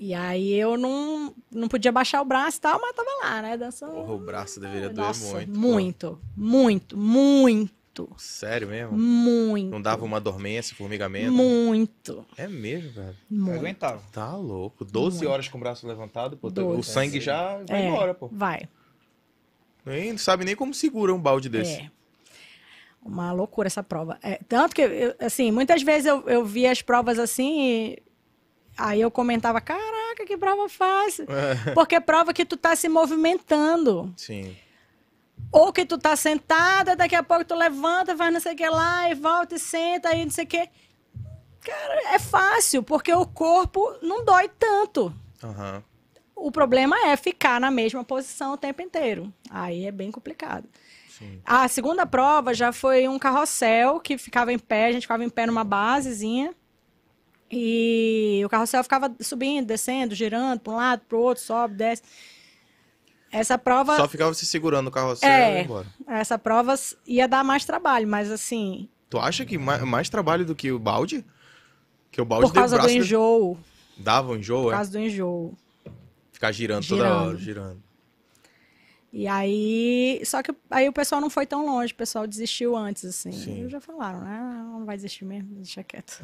Speaker 3: E aí eu não, não podia baixar o braço e tal, mas tava lá, né? Dançando.
Speaker 4: Porra, o braço deveria doer
Speaker 3: Nossa,
Speaker 4: muito. pô.
Speaker 3: muito, muito, muito,
Speaker 4: Sério mesmo?
Speaker 3: muito.
Speaker 4: Não dava uma dormência, formigamento?
Speaker 3: Muito,
Speaker 4: É mesmo, velho.
Speaker 1: Eu
Speaker 3: muito.
Speaker 1: aguentava.
Speaker 4: Tá louco. 12
Speaker 3: Muito.
Speaker 4: horas com o braço levantado, pô. tá- O
Speaker 3: Doze.
Speaker 4: sangue já vai
Speaker 3: É.
Speaker 4: embora, pô.
Speaker 3: Vai,
Speaker 4: Nem não sabe nem como segura um balde desse.
Speaker 3: é. Uma loucura essa prova. É, tanto que, eu- assim, muitas vezes eu, eu via as provas assim e... Aí eu comentava, caraca, que prova fácil. Porque é prova que tu tá se movimentando.
Speaker 4: Sim.
Speaker 3: Ou que tu tá sentada, daqui a pouco tu levanta, faz não sei o que lá, e volta e senta, e não sei o que. Cara, é fácil, porque o corpo não dói tanto.
Speaker 4: Aham.
Speaker 3: O problema é ficar na mesma posição o tempo inteiro. Aí é bem complicado.
Speaker 4: Sim.
Speaker 3: A segunda prova já foi um carrossel que ficava em pé, a gente ficava em pé numa basezinha. E o carrossel ficava subindo, descendo, girando para um lado, para o outro, sobe, desce. Essa prova
Speaker 4: Só ficava se segurando o carrossel
Speaker 3: É.
Speaker 4: e ia embora.
Speaker 3: essa prova s- ia dar mais trabalho, mas assim,
Speaker 4: Tu acha que ma- mais, trabalho do que o balde? Que o balde
Speaker 3: por causa
Speaker 4: deu
Speaker 3: do
Speaker 4: braço,
Speaker 3: enjoo,
Speaker 4: dava um enjoo,
Speaker 3: por
Speaker 4: é?
Speaker 3: causa do enjoo.
Speaker 4: Ficar girando, toda
Speaker 3: Girando.
Speaker 4: hora, girando.
Speaker 3: E aí, só que aí o pessoal não foi tão longe, o pessoal desistiu antes, assim.
Speaker 4: Sim.
Speaker 3: Eles já falaram, né? "Ah, Não vai desistir mesmo, deixa quieto.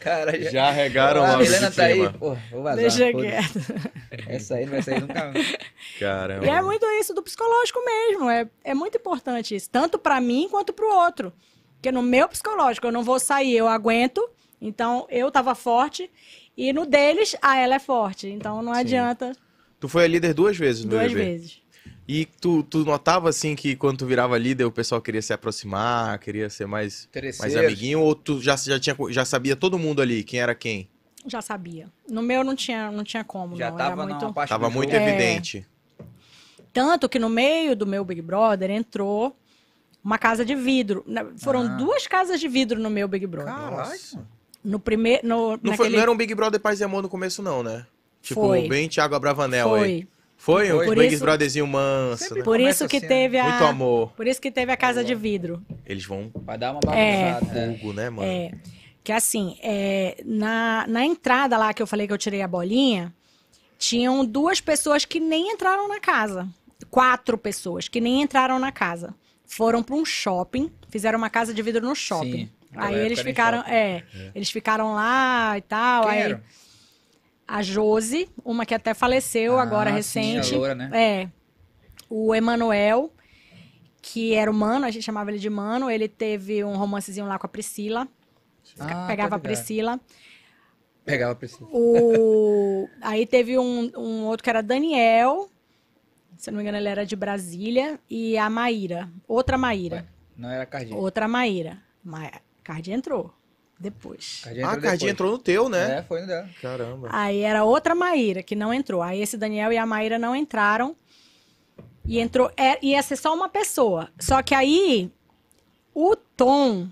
Speaker 1: Cara, já.
Speaker 4: Já regaram
Speaker 1: Ah,
Speaker 4: lá
Speaker 1: a
Speaker 4: o
Speaker 1: Helena
Speaker 4: Helena
Speaker 1: tá aí, pô, vou vazar.
Speaker 3: deixa
Speaker 1: foda-se.
Speaker 3: quieto.
Speaker 1: Essa aí não vai sair nunca. mais.
Speaker 4: Caramba.
Speaker 3: E é muito isso do psicológico mesmo, é, é muito importante isso, tanto pra mim quanto pro outro. Porque no meu psicológico eu não vou sair, eu aguento, então eu tava forte. E no deles, ah, ela é forte. Então não
Speaker 4: Sim.
Speaker 3: adianta
Speaker 4: Tu foi a líder duas vezes no
Speaker 3: duas
Speaker 4: BBB.
Speaker 3: vezes.
Speaker 4: E tu, tu notava, assim, que quando tu virava líder, o pessoal queria se aproximar, queria ser mais, mais
Speaker 1: Terceiro.
Speaker 4: amiguinho? Ou tu já, já, tinha, já sabia todo mundo ali, quem era quem?
Speaker 3: Já sabia. No meu não tinha, não tinha como,
Speaker 1: Já
Speaker 3: não.
Speaker 1: tava
Speaker 3: Era
Speaker 1: na
Speaker 3: muito... um É,
Speaker 1: parte
Speaker 4: Tava
Speaker 1: do
Speaker 4: muito
Speaker 1: jogo.
Speaker 4: evidente.
Speaker 3: Tanto que no meio do meu Big Brother entrou uma casa de vidro. Na- Foram
Speaker 1: Ah.
Speaker 3: duas casas de vidro no meu Big Brother.
Speaker 1: Caralho.
Speaker 3: No primeiro. No,
Speaker 4: Não, foi,
Speaker 3: naquele...
Speaker 4: não era um Big Brother Paz e Amor no começo, não, né? Tipo,
Speaker 3: Foi.
Speaker 4: bem Thiago Abravanel aí.
Speaker 3: Foi.
Speaker 4: Foi um
Speaker 1: Foi.
Speaker 3: Por
Speaker 4: Big
Speaker 3: isso- Ah.
Speaker 4: Brotherzinho manso,
Speaker 1: Sempre
Speaker 4: né?
Speaker 3: Por
Speaker 1: Começa
Speaker 3: isso que
Speaker 1: assim, né?
Speaker 3: teve a.
Speaker 4: Muito amor.
Speaker 3: Por isso que teve a casa de vidro.
Speaker 4: Eles vão
Speaker 1: Vai dar uma bagunçada. né?
Speaker 4: fogo, né, mano?
Speaker 3: É. Que assim, é, na, na entrada lá que eu falei que eu tirei a bolinha, tinham duas pessoas que nem entraram na casa. Quatro pessoas que nem entraram na casa. Foram para um shopping, fizeram uma casa de vidro no shopping.
Speaker 1: Sim, naquela
Speaker 3: aí
Speaker 1: época
Speaker 3: eles
Speaker 1: era em
Speaker 3: ficaram,
Speaker 1: shopping.
Speaker 3: é, eles ficaram lá e tal.
Speaker 1: Quem
Speaker 3: aí
Speaker 1: era?
Speaker 3: a Jose, uma que até faleceu agora
Speaker 5: né?
Speaker 1: Ah, sim, a
Speaker 3: recente.
Speaker 1: loura, né?
Speaker 3: É. O Emanuel, que era o Mano, a gente chamava ele de Mano. Ele teve um romancezinho lá com a Priscila.
Speaker 5: Ah,
Speaker 3: pegava a
Speaker 5: tô ligado.
Speaker 3: Priscila.
Speaker 5: Pegava a Priscila.
Speaker 3: O... Aí teve um, um outro que era Daniel. Se eu não me engano, ele era de Brasília. E a Maíra. Outra Maíra.
Speaker 5: Não era Cardinho.
Speaker 3: Outra Maíra. Ma... Cardi entrou. Depois.
Speaker 5: Cardinho
Speaker 2: Ah, a Cardinha
Speaker 5: depois.
Speaker 2: entrou no teu, né?
Speaker 5: É, foi no dela.
Speaker 2: Caramba.
Speaker 3: Aí era outra Maíra que não entrou. Aí esse Daniel e a Maíra não entraram. E entrou. É, ia ser só uma pessoa. Só que aí o Tom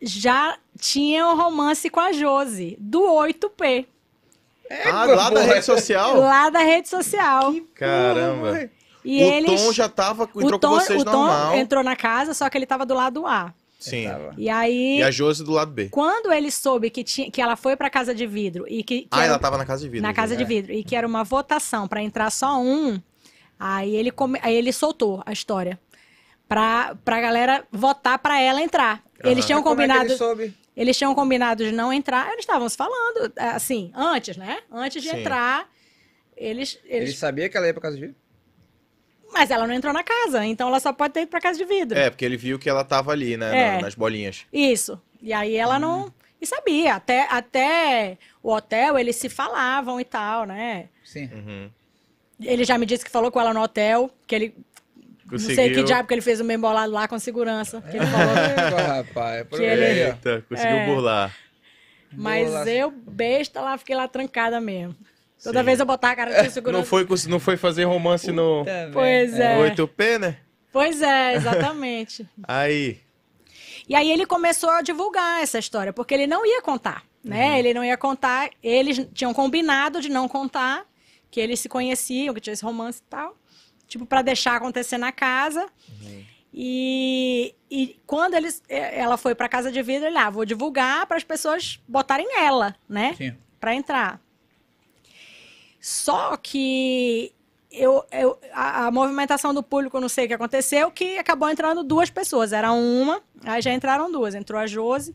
Speaker 3: já tinha um romance com a Josi, do 8P,
Speaker 4: Ah, lá da rede social?
Speaker 3: É, lá da rede social.
Speaker 4: Caramba.
Speaker 3: E
Speaker 4: o
Speaker 3: eles.
Speaker 4: Tom já tava, entrou
Speaker 3: o Tom,
Speaker 4: com vocês
Speaker 3: o Tom
Speaker 4: normal.
Speaker 3: entrou na casa, só que ele tava do lado A.
Speaker 4: Sim.
Speaker 5: Tava.
Speaker 3: E aí,
Speaker 4: E a Josi do lado B.
Speaker 3: quando ele soube que, tinha, que ela foi pra casa de vidro e que, que
Speaker 4: Ah,
Speaker 3: era
Speaker 4: ela tava na casa de né? é. vida.
Speaker 3: na casa de vidro e que era uma votação para entrar só um, aí ele come- aí ele soltou a história pra para galera votar pra ela entrar. Eles tinham
Speaker 5: Mas como é que
Speaker 3: combinado,
Speaker 5: ele soube?
Speaker 3: eles tinham combinado de não entrar. Eles estavam se falando é, assim antes, né? Antes de
Speaker 4: Sim.
Speaker 3: entrar, eles,
Speaker 5: Ele
Speaker 3: eles
Speaker 5: sabia que ela ia pra casa de vidro?
Speaker 3: mas ela não entrou na casa, então ela só pode ter ido pra casa de vidro.
Speaker 4: É, porque ele viu que ela tava ali, né?
Speaker 3: É.
Speaker 4: na- nas bolinhas.
Speaker 3: Isso. E aí ela
Speaker 4: Uhum.
Speaker 3: não e sabia, até, até o hotel eles se falavam e tal, né?
Speaker 5: Sim.
Speaker 4: Uhum.
Speaker 3: Ele já me disse que falou com ela no hotel, que ele Não sei que diabo que ele fez o meio bolado lá com segurança. que ele falou.
Speaker 5: Égua, rapaz. é por
Speaker 3: Que
Speaker 5: aí,
Speaker 3: ele-
Speaker 5: ó.
Speaker 4: Eita, conseguiu
Speaker 3: É.
Speaker 4: burlar.
Speaker 3: Mas
Speaker 5: Bola.
Speaker 3: eu, besta lá, fiquei lá trancada mesmo. Toda
Speaker 4: Sim.
Speaker 3: vez eu botava a cara de
Speaker 4: Não
Speaker 3: segurança.
Speaker 4: foi, né? cons- não foi fazer romance no,
Speaker 5: Puta merda.
Speaker 3: Pois
Speaker 4: no
Speaker 3: é.
Speaker 4: 8P, né?
Speaker 3: Pois é, exatamente.
Speaker 4: Aí.
Speaker 3: e aí ele começou a divulgar essa história, porque ele não ia contar, né? Ele não ia contar. Eles tinham combinado de não contar, que eles se conheciam, que tinha esse romance e tal. Tipo, pra deixar acontecer na casa. E, e quando eles, eh, ela foi pra casa de vidro, ele, ah, vou divulgar para as pessoas botarem ela, né?
Speaker 5: Sim.
Speaker 3: Pra entrar. Só que eu, eu- a, a movimentação do público, eu não sei o que aconteceu, que acabou entrando duas pessoas. Era uma, aí já entraram duas. Entrou a Josi.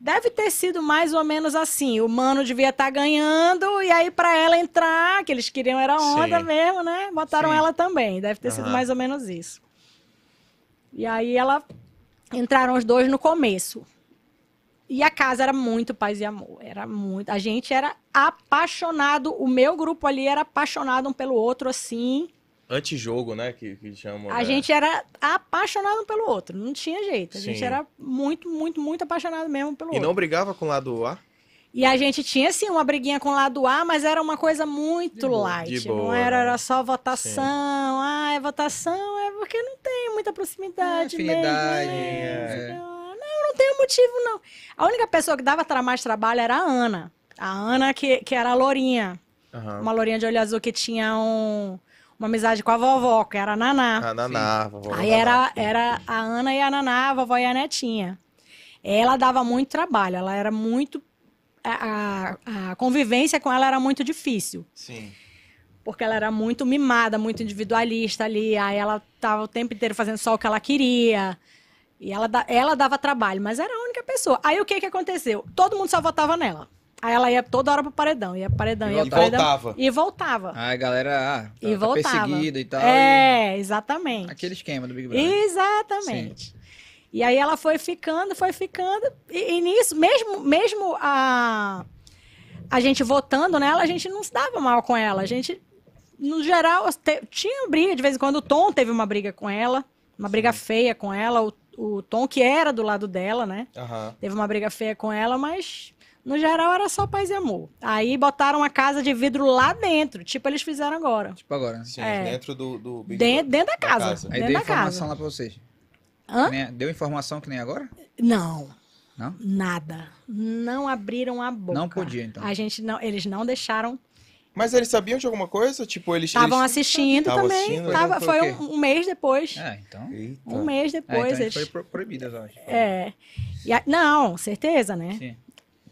Speaker 3: Deve ter sido mais ou menos assim. O mano devia estar ganhando, e aí pra ela entrar, que eles queriam era onda
Speaker 4: Sim.
Speaker 3: mesmo, né? Botaram
Speaker 4: Sim.
Speaker 3: ela também. Deve ter sido
Speaker 4: Aham.
Speaker 3: mais ou menos isso. E aí ela entraram os dois no começo. E a casa era muito paz e amor, era muito. A gente era apaixonado, o meu grupo ali era apaixonado um pelo outro assim.
Speaker 2: Antijogo, né? Que, que chamam.
Speaker 3: A
Speaker 4: É.
Speaker 2: né?
Speaker 3: gente era apaixonado um pelo outro, não tinha jeito. A gente
Speaker 4: Sim.
Speaker 3: era muito, muito, muito apaixonado mesmo pelo
Speaker 4: E
Speaker 3: outro.
Speaker 4: não brigava com o lado A?
Speaker 3: E a gente tinha, assim, uma briguinha com o lado A, mas era uma coisa muito
Speaker 5: boa.
Speaker 3: light.
Speaker 4: De
Speaker 3: não
Speaker 4: boa,
Speaker 3: era,
Speaker 4: né?
Speaker 3: era só votação. Ah, é votação, é porque não tem muita proximidade mesmo.
Speaker 5: Afinidade,
Speaker 3: né?
Speaker 5: é.
Speaker 3: Não, não tem um motivo, não. A única pessoa que dava tra- mais trabalho era a Ana. A Ana, que, que era a lourinha.
Speaker 4: Aham.
Speaker 3: Uma lourinha de olho azul que tinha um- uma amizade com a vovó, que era a Naná.
Speaker 2: Ah,
Speaker 4: A Naná, vovó
Speaker 3: Aí
Speaker 4: Naná.
Speaker 3: era, era a Ana e a Naná, a vovó e a netinha. Ela dava muito trabalho, ela era muito. A, a- a convivência com ela era muito difícil,
Speaker 2: Sim.
Speaker 3: porque ela era muito mimada, muito individualista ali. Aí ela tava o tempo inteiro fazendo só o que ela queria. E ela, da- ela dava trabalho, mas era a única pessoa. Aí o que que aconteceu? Todo mundo só votava nela. Aí ela ia toda hora pro paredão, ia pro paredão, ia
Speaker 2: E
Speaker 3: pro paredão.
Speaker 2: voltava.
Speaker 3: E voltava.
Speaker 5: Aí a galera, ah, tá,
Speaker 3: E
Speaker 5: tá
Speaker 3: voltava.
Speaker 5: perseguida
Speaker 1: Ah,
Speaker 5: e tal.
Speaker 3: é,
Speaker 5: e-
Speaker 3: exatamente.
Speaker 5: Aquele esquema do Big Brother.
Speaker 3: Exatamente. E aí ela foi ficando, foi ficando. E, e nisso, mesmo, mesmo a, a gente votando nela, a gente não se dava mal com ela. A gente, no geral, te- tinha briga. De vez em quando o Tom teve uma briga com ela, uma briga feia com ela. O, o Tom, que era do lado dela, né?
Speaker 2: Aham.
Speaker 3: Teve uma briga feia com ela, mas no geral era só paz e amor. Aí botaram a casa de vidro lá dentro, tipo eles fizeram agora.
Speaker 5: Tipo agora, né?
Speaker 2: Sim,
Speaker 3: É.
Speaker 2: dentro do, do Big
Speaker 3: Dentro, dentro da
Speaker 2: Da
Speaker 3: casa.
Speaker 2: casa.
Speaker 5: Aí
Speaker 3: Dentro
Speaker 5: deu
Speaker 3: da casa.
Speaker 5: informação lá pra vocês.
Speaker 3: Hã?
Speaker 5: Que nem- Deu informação que nem agora?
Speaker 3: Não.
Speaker 5: Não?
Speaker 3: Nada. Não abriram a boca.
Speaker 5: Não podia, então.
Speaker 3: A gente não, eles não deixaram.
Speaker 2: Mas eles sabiam de alguma coisa? Tipo, eles.
Speaker 3: Estavam
Speaker 2: eles...
Speaker 3: assistindo
Speaker 2: Estavam
Speaker 3: também.
Speaker 2: assistindo,
Speaker 3: tava,
Speaker 5: então
Speaker 3: foi
Speaker 5: foi o
Speaker 3: um, um mês depois.
Speaker 5: É, então.
Speaker 2: Eita.
Speaker 3: Um mês
Speaker 5: É, então a
Speaker 3: depois.
Speaker 5: gente
Speaker 3: eles-
Speaker 5: foi pro- proibidas, eu acho.
Speaker 3: É. E a- Não, certeza, né?
Speaker 5: Sim.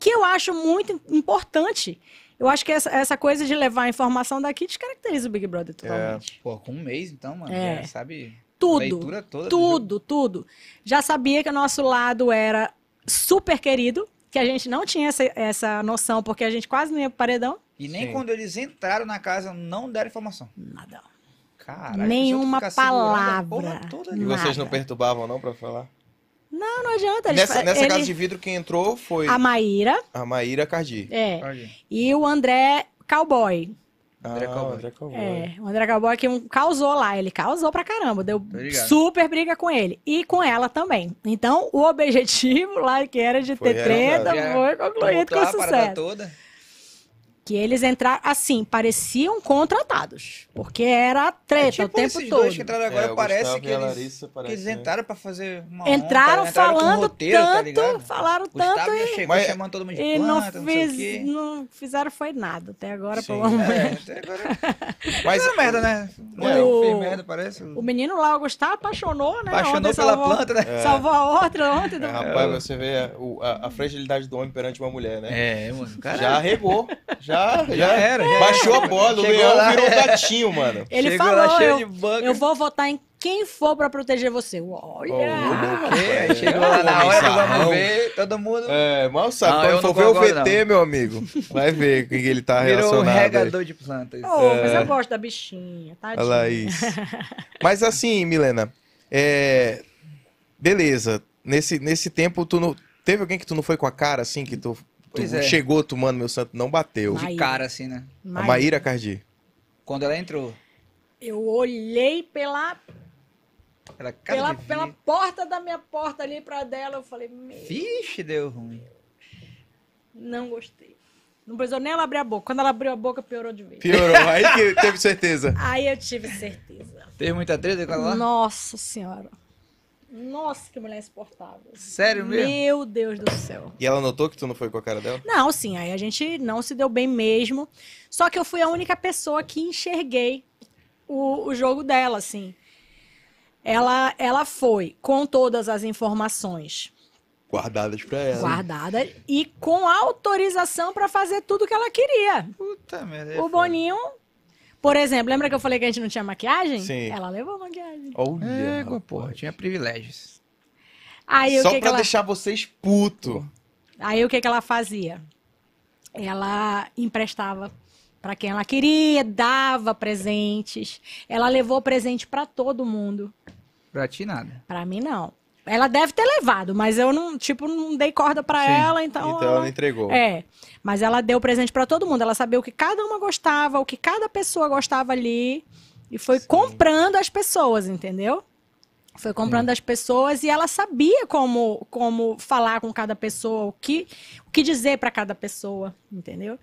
Speaker 3: Que eu acho muito importante. Eu acho que essa, essa coisa de levar a informação daqui descaracteriza o Big
Speaker 5: É.
Speaker 3: Brother totalmente.
Speaker 5: Pô, com um mês, então, mano,
Speaker 3: É.
Speaker 5: já sabe.
Speaker 3: Tudo.
Speaker 5: Leitura toda. do jogo.
Speaker 3: Tudo, tudo. Já sabia que o nosso lado era super querido, que a gente não tinha essa, essa noção, porque a gente quase não ia pro paredão.
Speaker 5: E nem
Speaker 2: Sim.
Speaker 5: quando eles entraram na casa, não deram informação.
Speaker 3: Nada.
Speaker 5: Caralho,
Speaker 3: Nenhuma
Speaker 5: os outros ficam segurando assim, a porra
Speaker 3: palavra.
Speaker 5: toda.
Speaker 2: E vocês não
Speaker 3: Nada.
Speaker 2: perturbavam, não, pra falar?
Speaker 3: Não, não adianta. eles
Speaker 2: Nessa,
Speaker 3: fa-
Speaker 2: nessa
Speaker 3: ele-
Speaker 2: casa de vidro, quem entrou foi
Speaker 3: A Maíra,
Speaker 2: a Maíra Cardi.
Speaker 3: é.
Speaker 5: Olha,
Speaker 3: E o André Cowboy.
Speaker 2: André
Speaker 5: Ah,
Speaker 2: Calvão.
Speaker 5: André
Speaker 3: É, o André Cowboy que um- causou lá. Ele causou pra caramba. Deu
Speaker 5: ligado.
Speaker 3: super briga com ele. E com ela também. Então, o objetivo lá, que era de
Speaker 2: Foi
Speaker 3: ter treta,
Speaker 5: realizado.
Speaker 3: foi concluído
Speaker 5: Voltou
Speaker 3: com
Speaker 5: a parada
Speaker 3: sucesso.
Speaker 5: toda.
Speaker 3: Que eles entraram, assim, pareciam contratados. Porque era treta
Speaker 5: É tipo
Speaker 3: o tempo
Speaker 5: esses
Speaker 3: todo.
Speaker 5: dois que
Speaker 2: É,
Speaker 5: entraram agora, parece que eles, que
Speaker 2: parece, né?
Speaker 5: eles entraram pra fazer uma
Speaker 3: entraram
Speaker 5: onda, entraram com
Speaker 3: falando
Speaker 5: roteiro, tá
Speaker 3: tanto,
Speaker 5: ligado?
Speaker 3: falaram tanto
Speaker 5: Gustavo já chegou
Speaker 2: Mas-
Speaker 5: chamando todo mundo de
Speaker 3: e não,
Speaker 5: planta, Ah, tá, não,
Speaker 3: fiz-
Speaker 5: sei o quê.
Speaker 3: não fizeram foi nada até agora,
Speaker 2: Sim.
Speaker 3: pelo amor.
Speaker 5: É, até agora...
Speaker 2: Mas
Speaker 5: Mas é merda, né? Não
Speaker 3: É, o-
Speaker 5: fez merda, parece.
Speaker 3: O menino lá, o Gustavo, apaixonou, né?
Speaker 5: Apaixonou
Speaker 3: Ontem
Speaker 5: pela
Speaker 3: salvou-
Speaker 5: planta, né?
Speaker 3: É. Salvou a outra ontem. do-
Speaker 2: É, rapaz, você vê a, o- a- a fragilidade do homem perante uma mulher, né?
Speaker 5: É, mano, cara.
Speaker 2: Já regou. Já, já,
Speaker 5: Já era, já
Speaker 2: Baixou a bola, o
Speaker 5: Chegou
Speaker 2: leão
Speaker 5: lá,
Speaker 2: virou um
Speaker 5: é.
Speaker 2: gatinho, mano.
Speaker 3: Ele
Speaker 5: Chegou
Speaker 3: falou,
Speaker 5: lá cheio
Speaker 3: eu,
Speaker 5: de banco.
Speaker 3: eu vou votar em quem for pra proteger você. Olha!
Speaker 5: É, aí chegou lá na hora do vamos ver, todo mundo
Speaker 2: É, mal sabe.
Speaker 5: Não, eu
Speaker 2: Quando
Speaker 5: não
Speaker 2: for ver o
Speaker 5: concordo,
Speaker 2: VT, meu amigo, vai ver com quem ele tá
Speaker 5: virou um
Speaker 2: relacionado. aí.
Speaker 5: regador de plantas.
Speaker 3: Oh, mas eu gosto da bichinha, tadinha.
Speaker 2: A Laís. Mas assim, Milena, é... beleza. Nesse, nesse tempo, tu não... teve alguém que tu não foi com a cara, assim, que tu, tu
Speaker 5: Pois é.
Speaker 2: chegou, tu, mano, meu santo, não bateu.
Speaker 3: Mas-
Speaker 5: De cara, assim, né?
Speaker 2: A Maíra Cardi.
Speaker 5: Quando ela entrou,
Speaker 3: Eu olhei pela,
Speaker 5: ela cara
Speaker 3: pela,
Speaker 5: de
Speaker 3: pela
Speaker 5: vi-
Speaker 3: porta da minha porta ali pra dela, eu falei, meu,
Speaker 5: Vixe, deu ruim.
Speaker 3: não gostei. Não precisou nem ela abrir a boca. Quando ela abriu a boca, piorou de vez.
Speaker 2: Piorou, aí que teve certeza.
Speaker 3: Aí eu tive certeza.
Speaker 5: Teve muita treta com ela lá?
Speaker 3: Nossa senhora. Nossa, que mulher insuportável.
Speaker 5: Sério mesmo?
Speaker 3: Meu Deus do céu.
Speaker 2: E ela notou que tu não foi com a cara dela?
Speaker 3: Não, sim, aí a gente não se deu bem mesmo. Só que eu fui a única pessoa que enxerguei o, o jogo dela, assim. Ela, ela foi com todas as informações
Speaker 2: Guardadas pra ela.
Speaker 3: guardadas e com autorização para fazer tudo que ela queria.
Speaker 5: Puta
Speaker 2: É,
Speaker 1: é
Speaker 5: merda.
Speaker 3: O Boninho, por exemplo, lembra que eu falei que a gente não tinha maquiagem?
Speaker 2: Sim.
Speaker 3: Ela levou maquiagem.
Speaker 1: É,
Speaker 2: Olha,
Speaker 5: Égua,
Speaker 2: rapaz.
Speaker 5: porra, tinha privilégios.
Speaker 3: Aí o
Speaker 2: É, Só
Speaker 3: que, que
Speaker 2: pra
Speaker 3: ela
Speaker 2: deixar vocês puto.
Speaker 3: Aí o que, que ela fazia? Ela emprestava para quem ela queria, dava presentes. Ela levou presente para todo mundo.
Speaker 5: Pra ti, nada.
Speaker 3: Para mim não. Ela deve ter levado, mas eu não, tipo, não dei corda para
Speaker 5: Sim.
Speaker 3: ela, então.
Speaker 2: Então ela não entregou.
Speaker 3: É, mas ela deu presente para todo mundo. Ela sabia o que cada uma gostava, o que cada pessoa gostava ali e foi comprando as pessoas, entendeu? Foi comprando as pessoas e ela sabia como como falar com cada pessoa, o que o que dizer para cada pessoa, entendeu?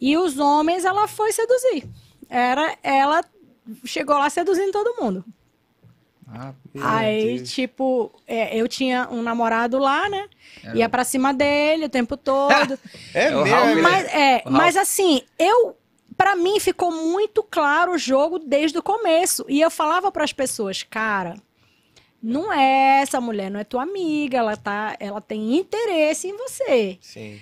Speaker 3: E os homens ela foi seduzir. Era ela chegou lá seduzindo todo mundo.
Speaker 5: Ah,
Speaker 3: Aí, tipo, é, eu tinha um namorado lá, né? Ia pra cima dele o tempo todo.
Speaker 2: É,
Speaker 5: É o
Speaker 2: mesmo,
Speaker 5: Raul, né?
Speaker 2: é mesmo.
Speaker 3: mas, é,
Speaker 5: Raul.
Speaker 3: mas assim, eu. Pra mim ficou muito claro o jogo desde o começo. E eu falava pras pessoas, cara. Não é essa mulher, não é tua amiga, ela tá, ela tem interesse em você.
Speaker 2: Sim.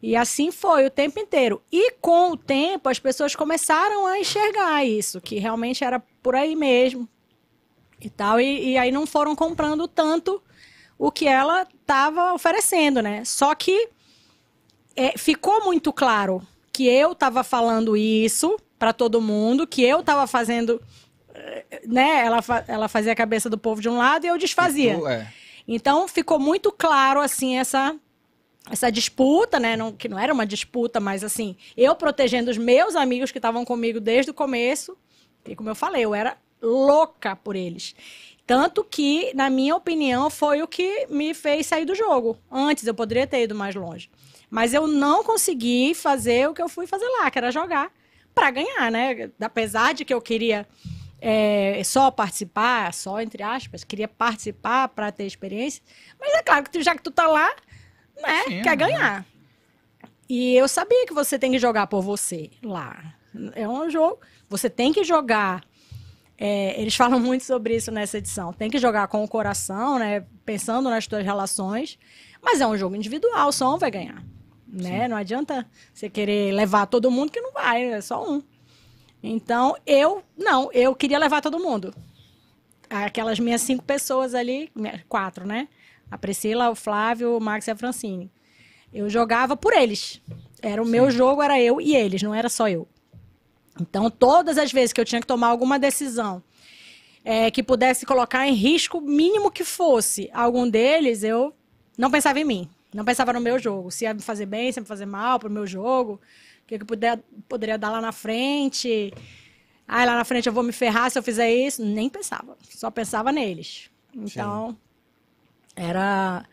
Speaker 3: E assim foi o tempo inteiro. E com o tempo, as pessoas começaram a enxergar isso, que realmente era por aí mesmo. E tal, e, e aí não foram comprando tanto o que ela estava oferecendo, né? Só que é, ficou muito claro que eu estava falando isso para todo mundo, que eu estava fazendo. eh, Né? Ela, fa- ela fazia a cabeça do povo de um lado e eu desfazia.
Speaker 5: Tu, é.
Speaker 3: Então ficou muito claro assim essa essa disputa, né? Não- que não era uma disputa, mas assim, eu protegendo os meus amigos que estavam comigo desde o começo, e como eu falei, eu era louca por eles. Tanto que, na minha opinião, foi o que me fez sair do jogo. Antes eu poderia ter ido mais longe. Mas eu não consegui fazer o que eu fui fazer lá, que era jogar para ganhar, né? Apesar de que eu queria é, só participar, só entre aspas, queria participar para ter experiência. Mas é claro que tu- já que tu tá lá, né,
Speaker 5: Sim,
Speaker 3: quer
Speaker 5: né?
Speaker 3: ganhar. E eu sabia que você tem que jogar por você lá. É um jogo. Você tem que jogar. é, eles falam muito sobre isso nessa edição. Tem que jogar com o coração, né? Pensando nas tuas relações. Mas é um jogo individual, só um vai ganhar. Né? Não adianta você querer levar todo mundo que não vai, é só um. Então, eu, não, eu queria levar todo mundo. Aquelas minhas cinco pessoas ali, minha- quatro, né? A Priscila, o Flávio, o Max e a Francine. Eu jogava por eles. Era o meu jogo, era eu e eles, não era só eu. Então, todas as vezes que eu tinha que tomar alguma decisão é, que pudesse colocar em risco, mínimo que fosse, algum deles, eu não pensava em mim. Não pensava no meu jogo. Se ia me fazer bem, se ia me fazer mal pro meu jogo. O que, que puder, poderia dar lá na frente. Ai, lá na frente eu vou me ferrar se eu fizer isso. Nem pensava. Só pensava neles. Então, era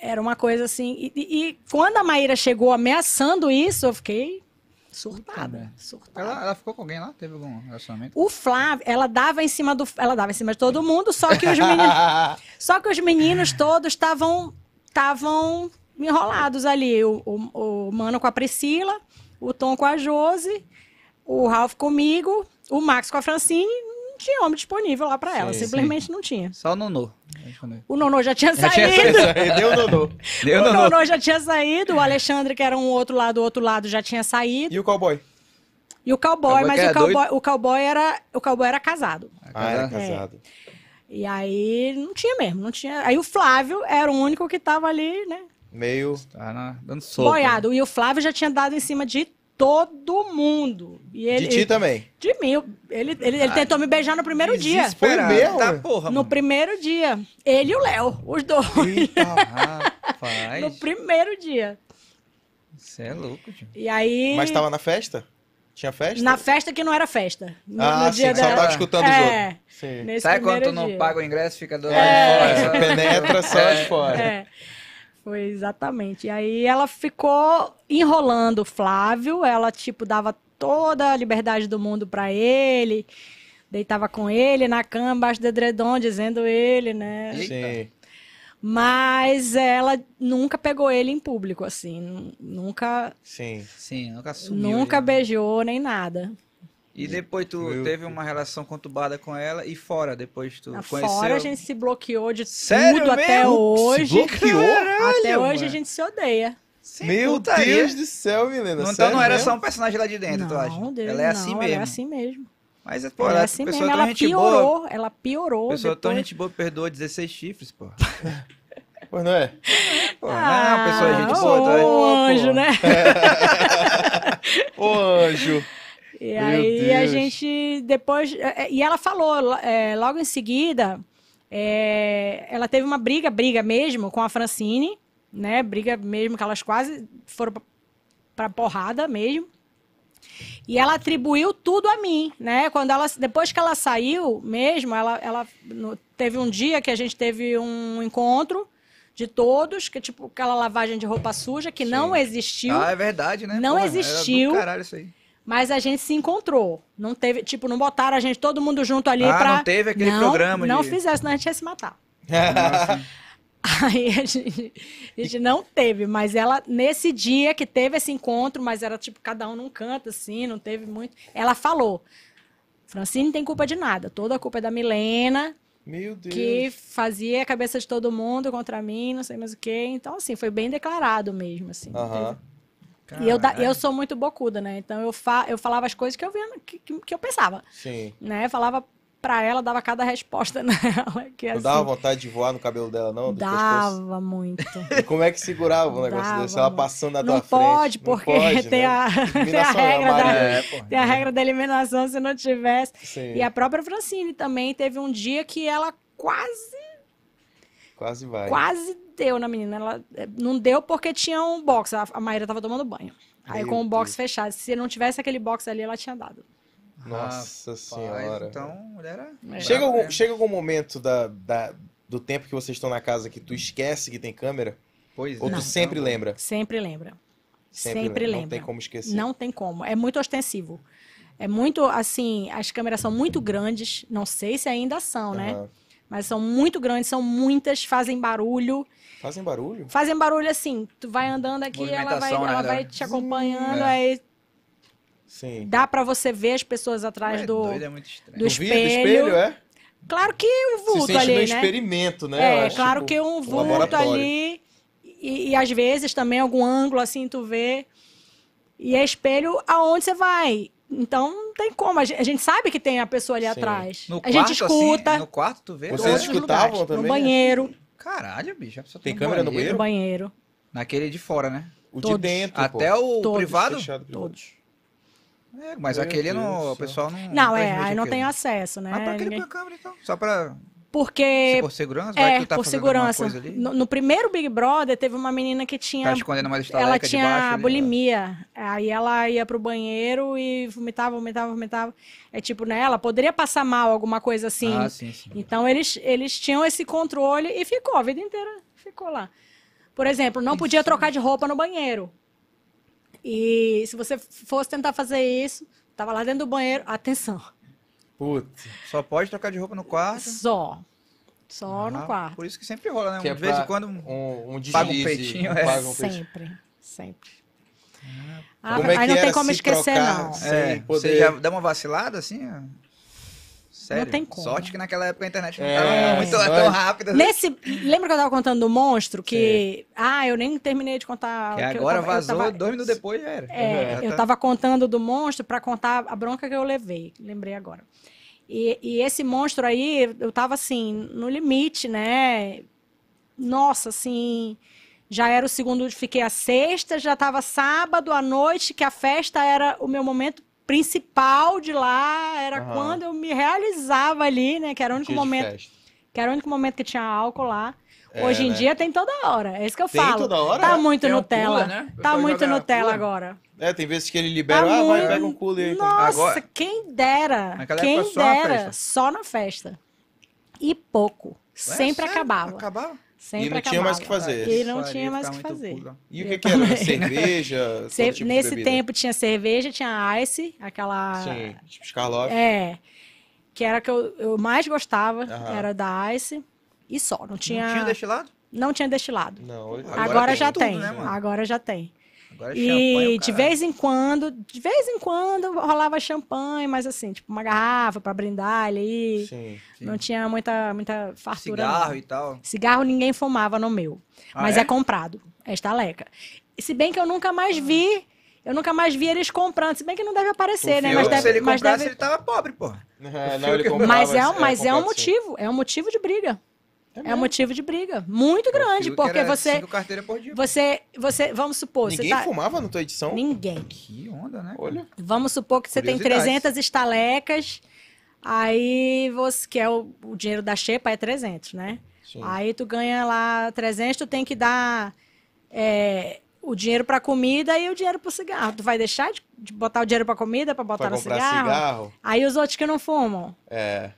Speaker 3: era uma coisa assim. E, e- e quando a Maíra chegou ameaçando isso, eu fiquei surtada. Surtada.
Speaker 1: Ela, ela ficou com alguém lá? Teve algum relacionamento?
Speaker 3: O Flávio, ela dava em cima do, ela dava em cima de todo mundo, só que os meninos, só que os meninos todos estavam estavam enrolados ali, o, o- o mano com a Priscila, o Tom com a Josi, o Ralph comigo, o Max com a Francine, não tinha homem disponível lá pra ela,
Speaker 2: Sim,
Speaker 3: simplesmente não tinha.
Speaker 1: Só o Nonô.
Speaker 3: O Nonô já tinha
Speaker 1: Já tinha
Speaker 3: saído.
Speaker 2: Deu Nonô.
Speaker 1: Eu
Speaker 3: o
Speaker 1: Nonô.
Speaker 3: Nonô já tinha saído, o Alexandre, que era um outro lado, do outro lado já tinha saído.
Speaker 2: E o cowboy?
Speaker 3: E o cowboy,
Speaker 1: Cowboy que
Speaker 3: mas o
Speaker 2: é
Speaker 1: era
Speaker 3: cowboy, o cowboy era, o cowboy era casado.
Speaker 2: Ah, era
Speaker 1: Casar.
Speaker 2: casado.
Speaker 3: E aí não tinha mesmo, não tinha. Aí o Flávio era o único que tava ali, né?
Speaker 2: Meio.
Speaker 1: Tá na- dando soco.
Speaker 3: Boiado. E o Flávio já tinha dado em cima de todo mundo. E ele,
Speaker 2: de ti Ah, também.
Speaker 3: de mim. eu- Ele, ele, ele tentou me beijar no primeiro dia.
Speaker 1: Desesperado.
Speaker 2: Foi mesmo?
Speaker 1: Tá, porra,
Speaker 3: No
Speaker 1: mano.
Speaker 3: primeiro dia. Ele e o Léo, os dois.
Speaker 1: Rapaz.
Speaker 3: No primeiro dia.
Speaker 1: Você é louco, tio.
Speaker 3: E aí.
Speaker 2: Mas tava na festa? Tinha festa?
Speaker 3: Na festa que não era festa. No,
Speaker 2: Ah,
Speaker 3: no
Speaker 2: sim,
Speaker 3: dia
Speaker 2: que só
Speaker 3: dela.
Speaker 2: tava escutando o jogo.
Speaker 3: é,
Speaker 2: Sim.
Speaker 3: nesse
Speaker 1: Sabe quando
Speaker 3: primeiro
Speaker 1: tu não
Speaker 3: dia.
Speaker 1: paga o ingresso, fica do lado de
Speaker 2: É,
Speaker 1: fora?
Speaker 2: penetra só de fora.
Speaker 3: É. Foi exatamente. E aí ela ficou enrolando o Flávio, ela tipo dava toda a liberdade do mundo pra ele, deitava com ele na cama embaixo do edredom, dizendo ele, né?
Speaker 2: Sim.
Speaker 3: Mas ela nunca pegou ele em público assim, nu- nunca
Speaker 2: Sim.
Speaker 1: Sim, assim? nunca sumiu.
Speaker 3: nunca
Speaker 1: né?
Speaker 3: beijou nem nada.
Speaker 1: E depois tu
Speaker 2: Meu
Speaker 1: teve uma relação conturbada com ela e fora, depois tu conheceu.
Speaker 3: Fora a gente se bloqueou de
Speaker 1: Sério
Speaker 3: tudo até
Speaker 1: mesmo? Se
Speaker 3: hoje.
Speaker 2: bloqueou?
Speaker 3: até hoje a
Speaker 1: mano.
Speaker 3: gente se odeia.
Speaker 1: Sem
Speaker 2: Meu
Speaker 1: putaria.
Speaker 2: Deus do céu, Milena.
Speaker 1: Não, então
Speaker 2: sério
Speaker 1: não era
Speaker 2: Tá mesmo?
Speaker 1: só um personagem lá de dentro, tu acha?
Speaker 3: não, Deus,
Speaker 1: ela é assim
Speaker 3: não,
Speaker 1: mesmo.
Speaker 3: Ela é assim mesmo.
Speaker 1: Mas, pô,
Speaker 3: Ela
Speaker 1: ela
Speaker 3: é
Speaker 1: é
Speaker 3: assim
Speaker 1: pessoa
Speaker 3: mesmo,
Speaker 1: tão
Speaker 3: ela
Speaker 1: gente
Speaker 3: piorou,
Speaker 1: boa.
Speaker 3: ela piorou.
Speaker 1: Pessoa tão
Speaker 3: depois.
Speaker 1: gente boa perdoou 16 chifres, pô. um-
Speaker 2: Pois não é?
Speaker 1: Pô, não, pessoa é gente boa,
Speaker 3: ô,
Speaker 1: tá?
Speaker 3: Ah, anjo, né?
Speaker 2: Ô, anjo.
Speaker 3: E
Speaker 2: Meu
Speaker 3: aí a
Speaker 2: Deus.
Speaker 3: gente depois. é, é, E ela falou, é, logo em seguida, é, ela teve uma briga, briga mesmo, com a Francine, né? Briga mesmo que elas quase foram pra- pra porrada mesmo. E ela atribuiu tudo a mim, né? Quando ela, depois que ela saiu mesmo, ela, ela no- teve um dia que a gente teve um encontro de todos, que tipo aquela lavagem de roupa suja que não existiu.
Speaker 1: Ah, é verdade, né?
Speaker 3: Não
Speaker 1: Porra, Era
Speaker 3: existiu.
Speaker 1: do caralho isso aí.
Speaker 3: Mas a gente se encontrou. Não teve, tipo, não botaram a gente todo mundo junto ali
Speaker 1: ah,
Speaker 3: pra.
Speaker 1: não teve aquele
Speaker 3: não,
Speaker 1: programa
Speaker 3: Não
Speaker 1: de...
Speaker 3: fizesse, senão a gente ia se matar.
Speaker 1: Nossa.
Speaker 3: Aí a gente, a gente não teve, mas ela, nesse dia que teve esse encontro, mas era tipo cada um num canto, assim, não teve muito. Ela falou: Francine tem culpa de nada, toda a culpa é da Milena,
Speaker 2: Meu Deus.
Speaker 3: que fazia a cabeça de todo mundo contra mim, não sei mais o quê. Então, assim, foi bem declarado mesmo, assim. não teve-
Speaker 2: Aham.
Speaker 3: E eu, da-
Speaker 1: Caralho.
Speaker 3: eu sou muito bocuda, né? Então eu, fa, eu falava as coisas que eu vendo, que, que, que eu pensava,
Speaker 2: Sim.
Speaker 3: né? Falava pra ela, dava cada resposta nela. Que,
Speaker 2: Não
Speaker 3: assim,
Speaker 2: dava vontade de voar no cabelo dela, não? Do pescoço?
Speaker 3: dava muito.
Speaker 2: E como é que segurava um negócio
Speaker 3: Dava,
Speaker 2: desse? Ela
Speaker 3: mano.
Speaker 2: passando na
Speaker 3: Não
Speaker 2: tua frente.
Speaker 3: pode, porque tem,
Speaker 2: né?
Speaker 3: a, tem a
Speaker 2: Eliminação, é
Speaker 3: regra da,
Speaker 2: amarelo.
Speaker 1: É, pô.
Speaker 3: tem a regra da eliminação se não tivesse.
Speaker 2: Sim,
Speaker 3: E a própria Francine também teve um dia que ela quase,
Speaker 2: quase vai.
Speaker 3: quase deu na menina. Ela eh, não deu porque tinha um box. A, a Maíra tava tomando banho. Aí
Speaker 2: Meu
Speaker 3: com o box
Speaker 2: Deus.
Speaker 3: fechado. Se não tivesse aquele box ali, ela tinha dado.
Speaker 2: Nossa senhora.
Speaker 1: Então, mulher era...
Speaker 3: É.
Speaker 2: Chega
Speaker 1: brava
Speaker 2: algum,
Speaker 1: mesmo.
Speaker 2: chega algum momento da, da- do tempo que vocês estão na casa que tu esquece que tem câmera?
Speaker 1: Pois
Speaker 2: Ou
Speaker 1: é.
Speaker 2: tu sempre lembra?
Speaker 3: Sempre lembra. Sempre, lembra.
Speaker 2: Não tem como esquecer.
Speaker 3: Não tem como. É muito ostensivo. É muito, assim, as câmeras são muito grandes. Não sei se ainda são, né?
Speaker 2: Aham.
Speaker 3: Mas são muito grandes, são muitas, fazem barulho.
Speaker 2: Fazem barulho?
Speaker 3: Fazem barulho assim, tu vai andando aqui, ela vai,
Speaker 1: Movimentação, né,
Speaker 3: ela
Speaker 1: da-
Speaker 3: vai te acompanhando,
Speaker 1: É.
Speaker 3: aí
Speaker 2: Sim.
Speaker 3: dá pra você ver as pessoas atrás
Speaker 1: É
Speaker 3: do.
Speaker 1: doido, é muito estranho.
Speaker 3: do
Speaker 2: No vídeo, do espelho,
Speaker 3: espelho,
Speaker 2: é?
Speaker 3: Claro que o
Speaker 2: Se
Speaker 3: vulto
Speaker 2: sente no
Speaker 3: ali, né?
Speaker 2: experimento, né? Eu
Speaker 3: É,
Speaker 2: acho,
Speaker 3: claro
Speaker 2: tipo,
Speaker 3: que um vulto
Speaker 2: laboratório.
Speaker 3: ali. E, e às vezes também algum ângulo assim tu vê. E é espelho aonde você vai. Então não tem como. A gen- a gente, sabe que tem a pessoa ali
Speaker 2: Sim.
Speaker 3: atrás.
Speaker 1: No
Speaker 3: a gente
Speaker 1: quarto, assim,
Speaker 3: escuta.
Speaker 1: no quarto, tu vê?
Speaker 3: em
Speaker 2: Vocês
Speaker 1: Todos-
Speaker 3: todos os
Speaker 2: escutavam
Speaker 3: lugares.
Speaker 1: né?
Speaker 2: também?
Speaker 3: No banheiro.
Speaker 1: Caralho, bicho. a pessoa
Speaker 2: Tem
Speaker 1: tá
Speaker 2: câmera no
Speaker 3: No
Speaker 2: banheiro?
Speaker 3: banheiro.
Speaker 1: Naquele de fora, né?
Speaker 2: O de
Speaker 3: Todos.
Speaker 2: dentro, pô.
Speaker 1: Até o
Speaker 3: Todos.
Speaker 1: privado?
Speaker 2: Fechado, privado.
Speaker 3: Todos.
Speaker 1: É, mas
Speaker 2: Meu
Speaker 1: aquele
Speaker 2: Deus do
Speaker 1: não, o
Speaker 2: céu.
Speaker 1: pessoal não.
Speaker 3: Não, é,
Speaker 1: transmite
Speaker 3: aí não
Speaker 1: aquele.
Speaker 3: tem acesso, né?
Speaker 1: Mas Ah, pra aquele
Speaker 3: Ninguém-
Speaker 1: pra câmera, então. Só pra.
Speaker 3: Porque.
Speaker 1: por segurança? Vai que
Speaker 3: É,
Speaker 1: tu tá
Speaker 3: por
Speaker 1: fazendo alguma
Speaker 3: segurança.
Speaker 1: Coisa ali,
Speaker 3: No, no primeiro Big Brother, teve uma menina que
Speaker 1: Tá
Speaker 3: tinha.
Speaker 1: escondendo mais
Speaker 3: ela
Speaker 1: estaleca
Speaker 3: tinha
Speaker 1: debaixo.
Speaker 2: né?
Speaker 1: ali. né?
Speaker 3: bulimia. Aí ela ia pro banheiro e vomitava, vomitava, vomitava. É tipo, né? Ela poderia passar mal, alguma coisa assim.
Speaker 1: Ah, sim, sim.
Speaker 3: Então eles, eles tinham esse controle e ficou a vida inteira, ficou lá. Por exemplo, não podia trocar de roupa no banheiro. E se você fosse tentar fazer isso, tava lá dentro do banheiro, atenção,
Speaker 2: Putz.
Speaker 1: Só pode trocar de roupa no quarto.
Speaker 3: só. Só no
Speaker 1: Ah,
Speaker 3: quarto.
Speaker 1: Por isso que sempre rola, né?
Speaker 5: Que é
Speaker 1: de vez em
Speaker 5: pra-
Speaker 1: quando.
Speaker 5: Um, um
Speaker 1: Paga um
Speaker 5: deslize,
Speaker 1: peitinho,
Speaker 5: um
Speaker 1: é.
Speaker 5: paga um peitinho.
Speaker 3: Sempre, sempre. Ah,
Speaker 2: Como é
Speaker 3: aí
Speaker 2: que
Speaker 3: não tem
Speaker 2: era
Speaker 3: como
Speaker 2: se
Speaker 3: esquecer,
Speaker 2: trocar?
Speaker 3: não.
Speaker 2: Sem
Speaker 1: É,
Speaker 2: poder.
Speaker 1: Você já dá uma vacilada assim? ó? Sério.
Speaker 3: tem como.
Speaker 1: Sorte que naquela época a internet não
Speaker 5: É,
Speaker 1: tava muito
Speaker 2: sorte.
Speaker 1: tão rápida. né?
Speaker 3: Nesse, lembra que eu tava contando do monstro? Que, ah, eu nem terminei de contar.
Speaker 1: Que
Speaker 3: o
Speaker 1: agora
Speaker 3: eu tava- eu
Speaker 1: vazou,
Speaker 3: tava-
Speaker 1: dois minutos depois já era.
Speaker 3: É,
Speaker 1: Já
Speaker 3: eu
Speaker 1: tá-
Speaker 3: tava contando do monstro pra contar a bronca que eu levei, lembrei agora. E, e esse monstro aí, eu tava assim, no limite, né? Nossa, assim, já era o segundo, fiquei a sexta, já tava sábado à noite, que a festa era o meu momento principal de lá, era
Speaker 2: Aham.
Speaker 3: quando eu me realizava ali, né? Que era o único
Speaker 2: Dia de
Speaker 3: momento,
Speaker 2: festa.
Speaker 3: que era o único momento que tinha álcool lá.
Speaker 2: É,
Speaker 3: Hoje em
Speaker 2: né?
Speaker 3: dia tem toda hora, é isso que eu
Speaker 2: Tem
Speaker 3: falo.
Speaker 2: toda hora?
Speaker 3: Tá muito
Speaker 1: Tem um
Speaker 3: Nutella.
Speaker 1: pula, né? O
Speaker 3: Tá
Speaker 1: pessoal
Speaker 3: muito
Speaker 1: joga
Speaker 3: Nutella
Speaker 1: pula.
Speaker 3: agora.
Speaker 2: É, tem vezes que ele libera,
Speaker 3: Tá
Speaker 2: ah, vai,
Speaker 3: muito-
Speaker 2: pega um cooler aí. come.
Speaker 3: Nossa,
Speaker 1: Agora-
Speaker 3: quem dera.
Speaker 1: Naquela
Speaker 2: tá
Speaker 3: quem
Speaker 1: época só na
Speaker 3: dera.
Speaker 1: festa.
Speaker 3: Só na festa. E pouco.
Speaker 1: Ué,
Speaker 3: sempre
Speaker 1: sério?
Speaker 3: acabava.
Speaker 1: Acabava?
Speaker 3: Sempre
Speaker 2: E não
Speaker 3: acabava.
Speaker 2: tinha mais o que fazer.
Speaker 3: E não
Speaker 1: Faria
Speaker 3: tinha mais o que
Speaker 1: ficar muito
Speaker 3: fazer.
Speaker 1: pulo.
Speaker 2: E o
Speaker 3: Eu
Speaker 2: que, que era?
Speaker 3: também.
Speaker 2: Cerveja? todo
Speaker 3: Se-
Speaker 2: tipo de
Speaker 3: nesse
Speaker 2: bebida?
Speaker 3: tempo tinha cerveja, tinha ice, aquela.
Speaker 2: Sim, tipo Scarloff.
Speaker 3: É. Que era a que eu, eu mais gostava,
Speaker 2: Aham.
Speaker 3: era da ice. E só, não tinha,
Speaker 1: Não tinha destilado?
Speaker 3: não tinha destilado.
Speaker 2: Não,
Speaker 1: Agora
Speaker 3: Agora,
Speaker 1: tem
Speaker 3: já
Speaker 1: tudo,
Speaker 3: tem.
Speaker 1: né, mano?
Speaker 3: agora já tem.
Speaker 1: Agora é champanhe,
Speaker 3: E
Speaker 1: o
Speaker 3: de
Speaker 1: caralho.
Speaker 3: vez em quando, de vez em quando rolava champanhe, mas assim, tipo uma garrafa pra brindar ali.
Speaker 2: Sim.
Speaker 3: Não tinha muita, muita fartura. não.
Speaker 1: Cigarro e tal.
Speaker 3: Cigarro ninguém fumava no meu.
Speaker 1: Ah,
Speaker 3: né? mas é? comprado. É estaleca. E se bem que eu nunca mais vi. Eu nunca mais vi eles comprando. Se bem que não deve aparecer, né?
Speaker 2: Confio,
Speaker 3: Mas
Speaker 2: né?
Speaker 1: Se
Speaker 3: deve.
Speaker 1: ele
Speaker 3: Mas,
Speaker 1: comprasse,
Speaker 3: deve...
Speaker 1: ele tava pobre, pô.
Speaker 2: É,
Speaker 1: filme
Speaker 2: não, ele
Speaker 1: que-
Speaker 2: comprava,
Speaker 3: mas, é, um- mas é um
Speaker 2: comprava, sim.
Speaker 3: motivo. É um motivo de briga. É,
Speaker 1: Uhum.
Speaker 3: um motivo de briga. Muito
Speaker 1: Fio
Speaker 3: grande.
Speaker 1: que
Speaker 3: Porque
Speaker 1: É um era
Speaker 3: você.
Speaker 1: Cinco carteiras por dia.
Speaker 3: Você. Você. Vamos supor.
Speaker 2: Ninguém
Speaker 3: você tá...
Speaker 2: fumava na tua edição?
Speaker 3: Ninguém.
Speaker 1: Que onda, né? cara?
Speaker 2: Olha.
Speaker 3: Vamos supor que você tem
Speaker 1: Curiosidades.
Speaker 3: 300 estalecas. Aí você. Que é o, o dinheiro da Xepa é 300, né?
Speaker 2: Sim.
Speaker 3: Aí tu ganha lá 300, tu tem que dar é, o dinheiro pra comida e o dinheiro pro cigarro. Tu vai deixar de, de botar o dinheiro pra comida pra botar
Speaker 2: Pra
Speaker 3: no
Speaker 2: comprar
Speaker 3: cigarro?
Speaker 2: cigarro?
Speaker 3: Aí os outros que não fumam,
Speaker 2: É.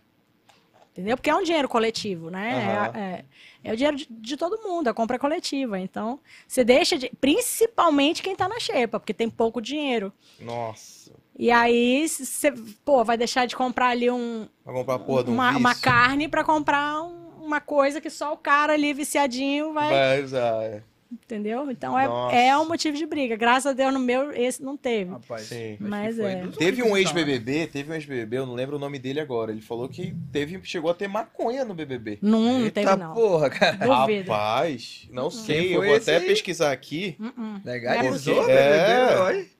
Speaker 3: entendeu? Porque é um dinheiro coletivo, né?
Speaker 2: Aham.
Speaker 3: É, é- é o dinheiro de, de todo mundo, a compra é coletiva. Então, você deixa de. Principalmente quem tá na xepa, porque tem pouco dinheiro.
Speaker 2: Nossa.
Speaker 3: E aí, você, pô, vai deixar de comprar ali um,
Speaker 2: Pra comprar a porra de um
Speaker 3: uma, uma
Speaker 2: vício.
Speaker 3: carne pra comprar um- uma coisa que só o cara ali viciadinho
Speaker 2: Vai usar, é.
Speaker 3: Entendeu? Então é,
Speaker 2: Nossa.
Speaker 3: é um motivo de briga. Graças a Deus no meu, esse não teve.
Speaker 1: Rapaz.
Speaker 2: Sim.
Speaker 1: que
Speaker 3: Mas
Speaker 1: foi
Speaker 3: é.
Speaker 1: dos
Speaker 2: Teve um
Speaker 1: únicos, então, né?
Speaker 2: ex-BBB, teve um ex-BBB, eu não lembro o nome dele agora. Ele falou que teve, chegou a ter maconha no BBB.
Speaker 3: Não, não teve,
Speaker 1: Eita
Speaker 3: não.
Speaker 1: porra, cara.
Speaker 3: Duvido. Uhum.
Speaker 2: Rapaz, não sei, eu
Speaker 1: foi
Speaker 2: vou
Speaker 1: esse
Speaker 2: até
Speaker 1: aí?
Speaker 2: pesquisar aqui.
Speaker 3: Uh-uh.
Speaker 1: Legalizou,
Speaker 2: Porque- é.
Speaker 1: BBB, olha.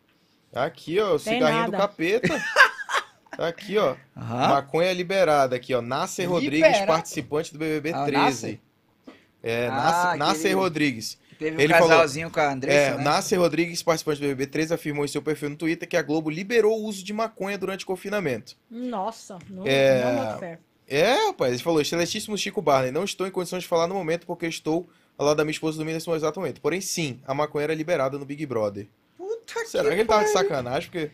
Speaker 2: Aqui, ó, o
Speaker 3: Tem
Speaker 2: cigarrinho
Speaker 3: nada.
Speaker 2: do capeta. Tá aqui, ó.
Speaker 1: Aham.
Speaker 2: Maconha liberada aqui, ó. Nasser Rodrigues,
Speaker 1: Liberada.
Speaker 2: participante do BBB
Speaker 1: Ah, o
Speaker 2: 13. É,
Speaker 1: Ah,
Speaker 2: Nasser,
Speaker 1: aquele-
Speaker 2: Nasser Rodrigues.
Speaker 1: Teve um
Speaker 2: Ele falou-
Speaker 1: casalzinho com a Andressa,
Speaker 2: é,
Speaker 1: né?
Speaker 2: Nasser Rodrigues, participante do BBB 13, afirmou em seu perfil no Twitter que a Globo liberou o uso de maconha durante o confinamento.
Speaker 3: Nossa, não,
Speaker 2: É.
Speaker 3: não boto fé.
Speaker 2: É, rapaz, ele falou, excelentíssimo Chico Barney, não estou em condições de falar no momento porque estou ao lado da minha esposa dormindo nesse exato momento. Porém, sim, a maconha era liberada no Big Brother.
Speaker 1: Puta
Speaker 2: Será que ele tava de sacanagem? Porque...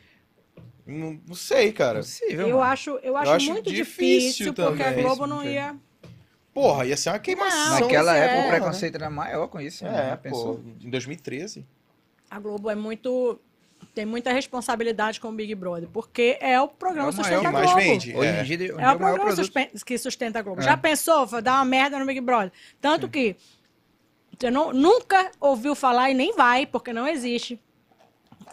Speaker 2: Não, não sei, cara.
Speaker 1: Possível,
Speaker 3: Eu
Speaker 1: mano.
Speaker 3: acho, eu acho
Speaker 2: acho
Speaker 3: muito
Speaker 2: difícil
Speaker 3: difícil, porque a
Speaker 2: também.
Speaker 3: Globo não
Speaker 1: Difícil,
Speaker 3: ia.
Speaker 2: Porra, ia ser uma queimação.
Speaker 1: Naquela
Speaker 3: isso
Speaker 1: época
Speaker 3: é,
Speaker 1: o preconceito era maior com isso, né?
Speaker 2: É,
Speaker 1: Já
Speaker 2: pô,
Speaker 1: pensou?
Speaker 2: em 2013.
Speaker 3: A Globo é muito. Tem muita responsabilidade com o Big Brother, porque é o programa
Speaker 1: É o maior
Speaker 3: sustenta
Speaker 2: que
Speaker 3: a
Speaker 2: mais
Speaker 3: Globo.
Speaker 2: vende.
Speaker 1: Hoje
Speaker 2: É.
Speaker 1: em dia, hoje em dia
Speaker 3: É o
Speaker 1: maior
Speaker 3: programa
Speaker 1: produto.
Speaker 3: suspen- que sustenta a Globo.
Speaker 1: É.
Speaker 3: Já pensou fa- dar uma merda no Big Brother? Tanto que você não- nunca ouviu falar e nem vai, porque não existe.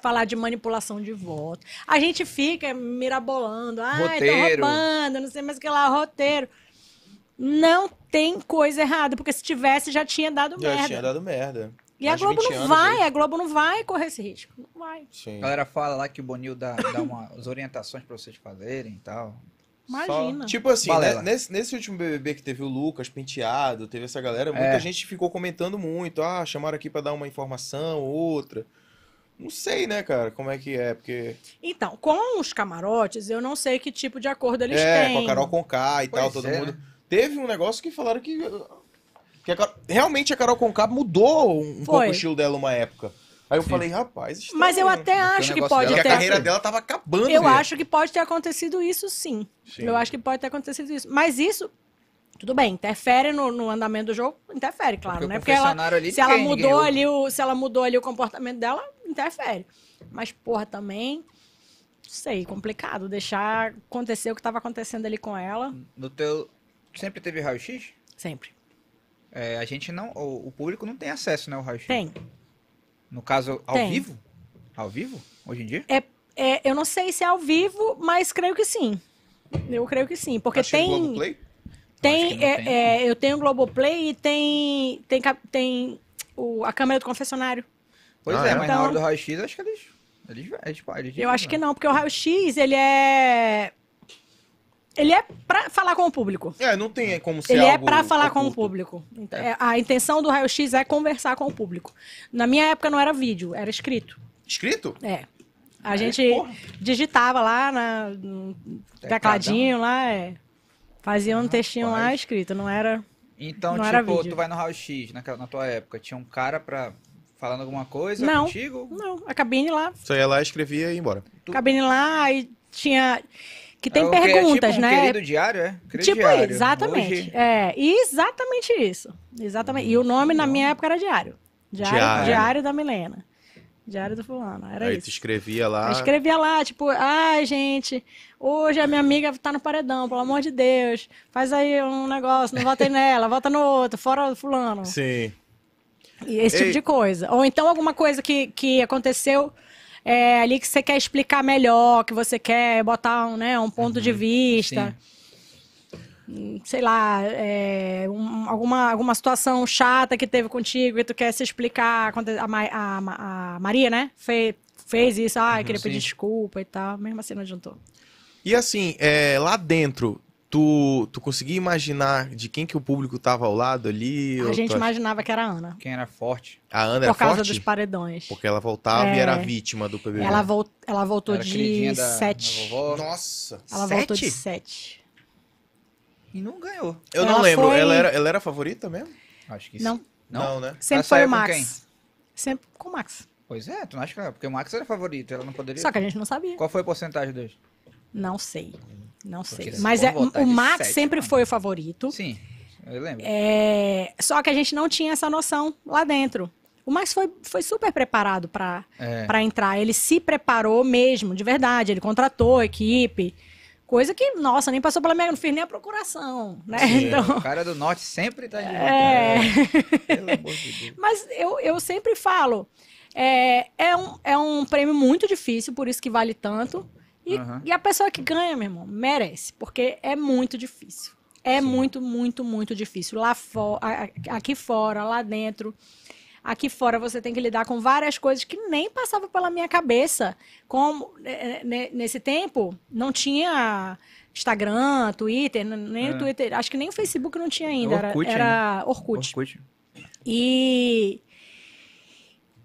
Speaker 3: Falar de manipulação de voto. A gente fica mirabolando. Ah, estão
Speaker 1: Roteiro.
Speaker 3: roubando, não sei mais o que lá, roteiro. Não tem coisa errada, porque se tivesse já tinha dado
Speaker 2: Já
Speaker 3: merda.
Speaker 2: tinha dado merda.
Speaker 3: E a
Speaker 2: mais de
Speaker 3: Globo
Speaker 2: 20
Speaker 3: não
Speaker 2: anos
Speaker 3: vai,
Speaker 2: aí.
Speaker 3: a Globo não vai correr esse risco. Não vai.
Speaker 2: Sim.
Speaker 1: A galera fala lá que o Bonil dá, dá uma- as orientações pra vocês fazerem e tal.
Speaker 3: Imagina.
Speaker 2: Tipo assim,
Speaker 1: Balela.
Speaker 2: né, nesse, nesse último BBB que teve o Lucas Penteado, teve essa galera, muita
Speaker 1: É.
Speaker 2: gente ficou comentando muito. Ah, chamaram aqui pra dar uma informação, outra. Não sei, né, cara, como é que é, porque...
Speaker 3: Então, com os camarotes, eu não sei que tipo de acordo eles
Speaker 2: é,
Speaker 3: têm.
Speaker 2: com a Carol Conká e
Speaker 1: Pois
Speaker 2: tal, todo
Speaker 1: é,
Speaker 2: mundo. Teve um negócio que falaram que... que a Car- Realmente a Carol Conká mudou um
Speaker 3: Foi.
Speaker 2: pouco o estilo dela uma época. Aí eu falei, rapaz... estranho,
Speaker 3: Mas eu
Speaker 2: né?
Speaker 3: até acho que
Speaker 5: negócio
Speaker 3: pode
Speaker 5: dela é
Speaker 2: Porque a
Speaker 5: até-
Speaker 2: carreira dela tava acabando.
Speaker 3: Eu
Speaker 2: né?
Speaker 3: acho que pode ter acontecido isso, sim.
Speaker 2: Sim.
Speaker 3: Eu acho que pode ter acontecido isso. Mas isso, tudo bem, interfere no, no andamento do jogo? Interfere, claro,
Speaker 5: É Porque o
Speaker 3: né? Porque ela,
Speaker 5: confessionário ali,
Speaker 3: se, ela
Speaker 5: ninguém- ninguém
Speaker 3: mudou
Speaker 5: ouve.
Speaker 3: ali o, se ela mudou ali o comportamento dela, interfere. Mas, porra, também, não sei, complicado deixar acontecer o que tava acontecendo ali com ela.
Speaker 5: No teu... Sempre teve raio-x?
Speaker 3: Sempre.
Speaker 5: É, a gente não... O, o público não tem acesso, né, ao raio-x.
Speaker 3: Tem.
Speaker 5: No caso, ao
Speaker 3: Tem.
Speaker 5: vivo? Ao vivo? Hoje em dia?
Speaker 3: É, eu não sei se é ao vivo, mas creio que sim. Eu creio que sim. Porque
Speaker 2: Achei
Speaker 3: tem.
Speaker 2: Globoplay?
Speaker 5: Acho
Speaker 3: Tem,
Speaker 5: que não
Speaker 3: é,
Speaker 5: tem,
Speaker 3: é, eu tenho o Globoplay e tem, tem, cap- tem o, a câmera do confessionário.
Speaker 5: Pois
Speaker 4: Ah,
Speaker 5: é,
Speaker 4: é?
Speaker 5: mas
Speaker 3: Então-
Speaker 5: na hora do raio-x, acho que eles... Eles, eles, eles
Speaker 3: Eu acho que não, porque o raio-x, ele é... Ele é pra falar com o público.
Speaker 2: É, não tem como ser
Speaker 3: Ele é
Speaker 2: algo
Speaker 3: pra falar com o
Speaker 2: oculto.
Speaker 3: público. Então, é, A intenção do raio-x é conversar com o público. Na minha época não era vídeo, era escrito.
Speaker 2: Escrito?
Speaker 3: É. A gente digitava lá na, no tecladinho lá, é. Fazia um textinho lá
Speaker 5: Rapaz.
Speaker 3: escrito, não era...
Speaker 5: Então,
Speaker 3: Não era
Speaker 5: tipo,
Speaker 3: vídeo.
Speaker 5: tu vai no raio-x, naquela- na tua época, tinha um cara pra... Falando alguma coisa
Speaker 3: Não.
Speaker 5: contigo?
Speaker 3: Não, a cabine lá
Speaker 4: Só ia lá, escrevia e ia embora.
Speaker 5: Tu-
Speaker 3: cabine lá e tinha que tem
Speaker 5: É o que é
Speaker 3: perguntas,
Speaker 5: tipo um
Speaker 3: né?
Speaker 5: Querido diário, é? Querido
Speaker 3: tipo
Speaker 5: diário.
Speaker 3: isso, exatamente.
Speaker 5: Hoje,
Speaker 3: É, exatamente isso. Exatamente. E o nome na minha época era Diário. Diário,
Speaker 4: Diário.
Speaker 3: Diário da Milena. Diário do fulano, era
Speaker 4: Aí tu
Speaker 3: isso.
Speaker 4: escrevia lá.
Speaker 3: Eu escrevia lá, tipo, ai, gente, hoje a minha amiga tá no paredão, pelo amor de Deus. Faz aí um negócio, não vota nela, vota no outro, fora do fulano.
Speaker 4: Sim.
Speaker 3: E esse tipo
Speaker 4: Ei.
Speaker 3: de coisa. Ou então alguma coisa que, que aconteceu é, ali que você quer explicar melhor, que você quer botar um, né, um ponto de vista. Hum, Sei lá, é, um- alguma, alguma situação chata que teve contigo e tu quer se explicar. Aconte- A, Ma- a Ma- a Maria, né? Fe- fez isso, ah, eu queria pedir desculpa e tal. Mesmo assim não adiantou.
Speaker 2: E assim, é, lá dentro, tu, tu conseguia imaginar de quem que o público tava ao lado ali?
Speaker 3: a
Speaker 2: Ou
Speaker 3: gente
Speaker 2: tu ach-
Speaker 3: imaginava que era a Ana.
Speaker 5: Quem era forte.
Speaker 2: A Ana era
Speaker 3: Por causa
Speaker 2: forte?
Speaker 3: dos paredões.
Speaker 2: Porque ela voltava e
Speaker 3: É.
Speaker 2: era vítima do PBB.
Speaker 3: Ela, vol- ela voltou
Speaker 5: Era
Speaker 3: de
Speaker 5: queridinha da- da
Speaker 3: sete.
Speaker 5: vovó.
Speaker 2: Nossa!
Speaker 3: Ela voltou
Speaker 5: Sete?
Speaker 3: de sete.
Speaker 5: E não ganhou.
Speaker 2: Eu
Speaker 3: Ela
Speaker 2: não lembro.
Speaker 3: foi-
Speaker 2: Ela, era, ela era a favorita mesmo?
Speaker 5: Acho que
Speaker 3: Não,
Speaker 5: sim. Não?
Speaker 2: né?
Speaker 3: Sempre
Speaker 5: Ela
Speaker 3: foi
Speaker 5: saiu
Speaker 3: o
Speaker 5: com
Speaker 3: Max.
Speaker 5: quem?
Speaker 3: Sempre com o Max.
Speaker 5: Pois é, tu não acha que ela... Porque o Max era favorito, ela não poderia...
Speaker 3: Só que a gente não sabia.
Speaker 5: Qual foi a porcentagem deles?
Speaker 3: Não sei. Não sei.
Speaker 5: Porque se
Speaker 3: Mas
Speaker 5: for
Speaker 3: é,
Speaker 5: votar
Speaker 3: o
Speaker 5: de
Speaker 3: Max
Speaker 5: sete,
Speaker 3: sempre
Speaker 5: mano.
Speaker 3: foi o favorito.
Speaker 5: Sim, eu lembro.
Speaker 3: É, Só que a gente não tinha essa noção lá dentro. O Max foi, foi super preparado pra
Speaker 5: É.
Speaker 3: pra entrar. Ele se preparou mesmo, de verdade. Ele contratou a equipe. Coisa que, nossa, nem passou pela minha. Não fiz nem a procuração.
Speaker 5: É.
Speaker 3: Né? Então,
Speaker 5: O cara do norte sempre tá de
Speaker 3: É.
Speaker 5: Pelo amor de Deus.
Speaker 3: Mas eu, eu sempre falo, é, é, um, é um prêmio muito difícil, por isso que vale tanto. E,
Speaker 5: Aham.
Speaker 3: e a pessoa que ganha, meu irmão, merece, porque é muito difícil. É muito, muito, muito difícil. Lá fora, aqui fora, lá dentro. Aqui fora você tem que lidar com várias coisas que nem passavam pela minha cabeça. Como eh, eh, ne- nesse tempo não tinha Instagram, Twitter, n- nem
Speaker 5: É.
Speaker 3: o Twitter, acho que nem o Facebook não tinha ainda. Era,
Speaker 5: Orkut
Speaker 3: era Orkut.
Speaker 5: Orkut.
Speaker 3: E.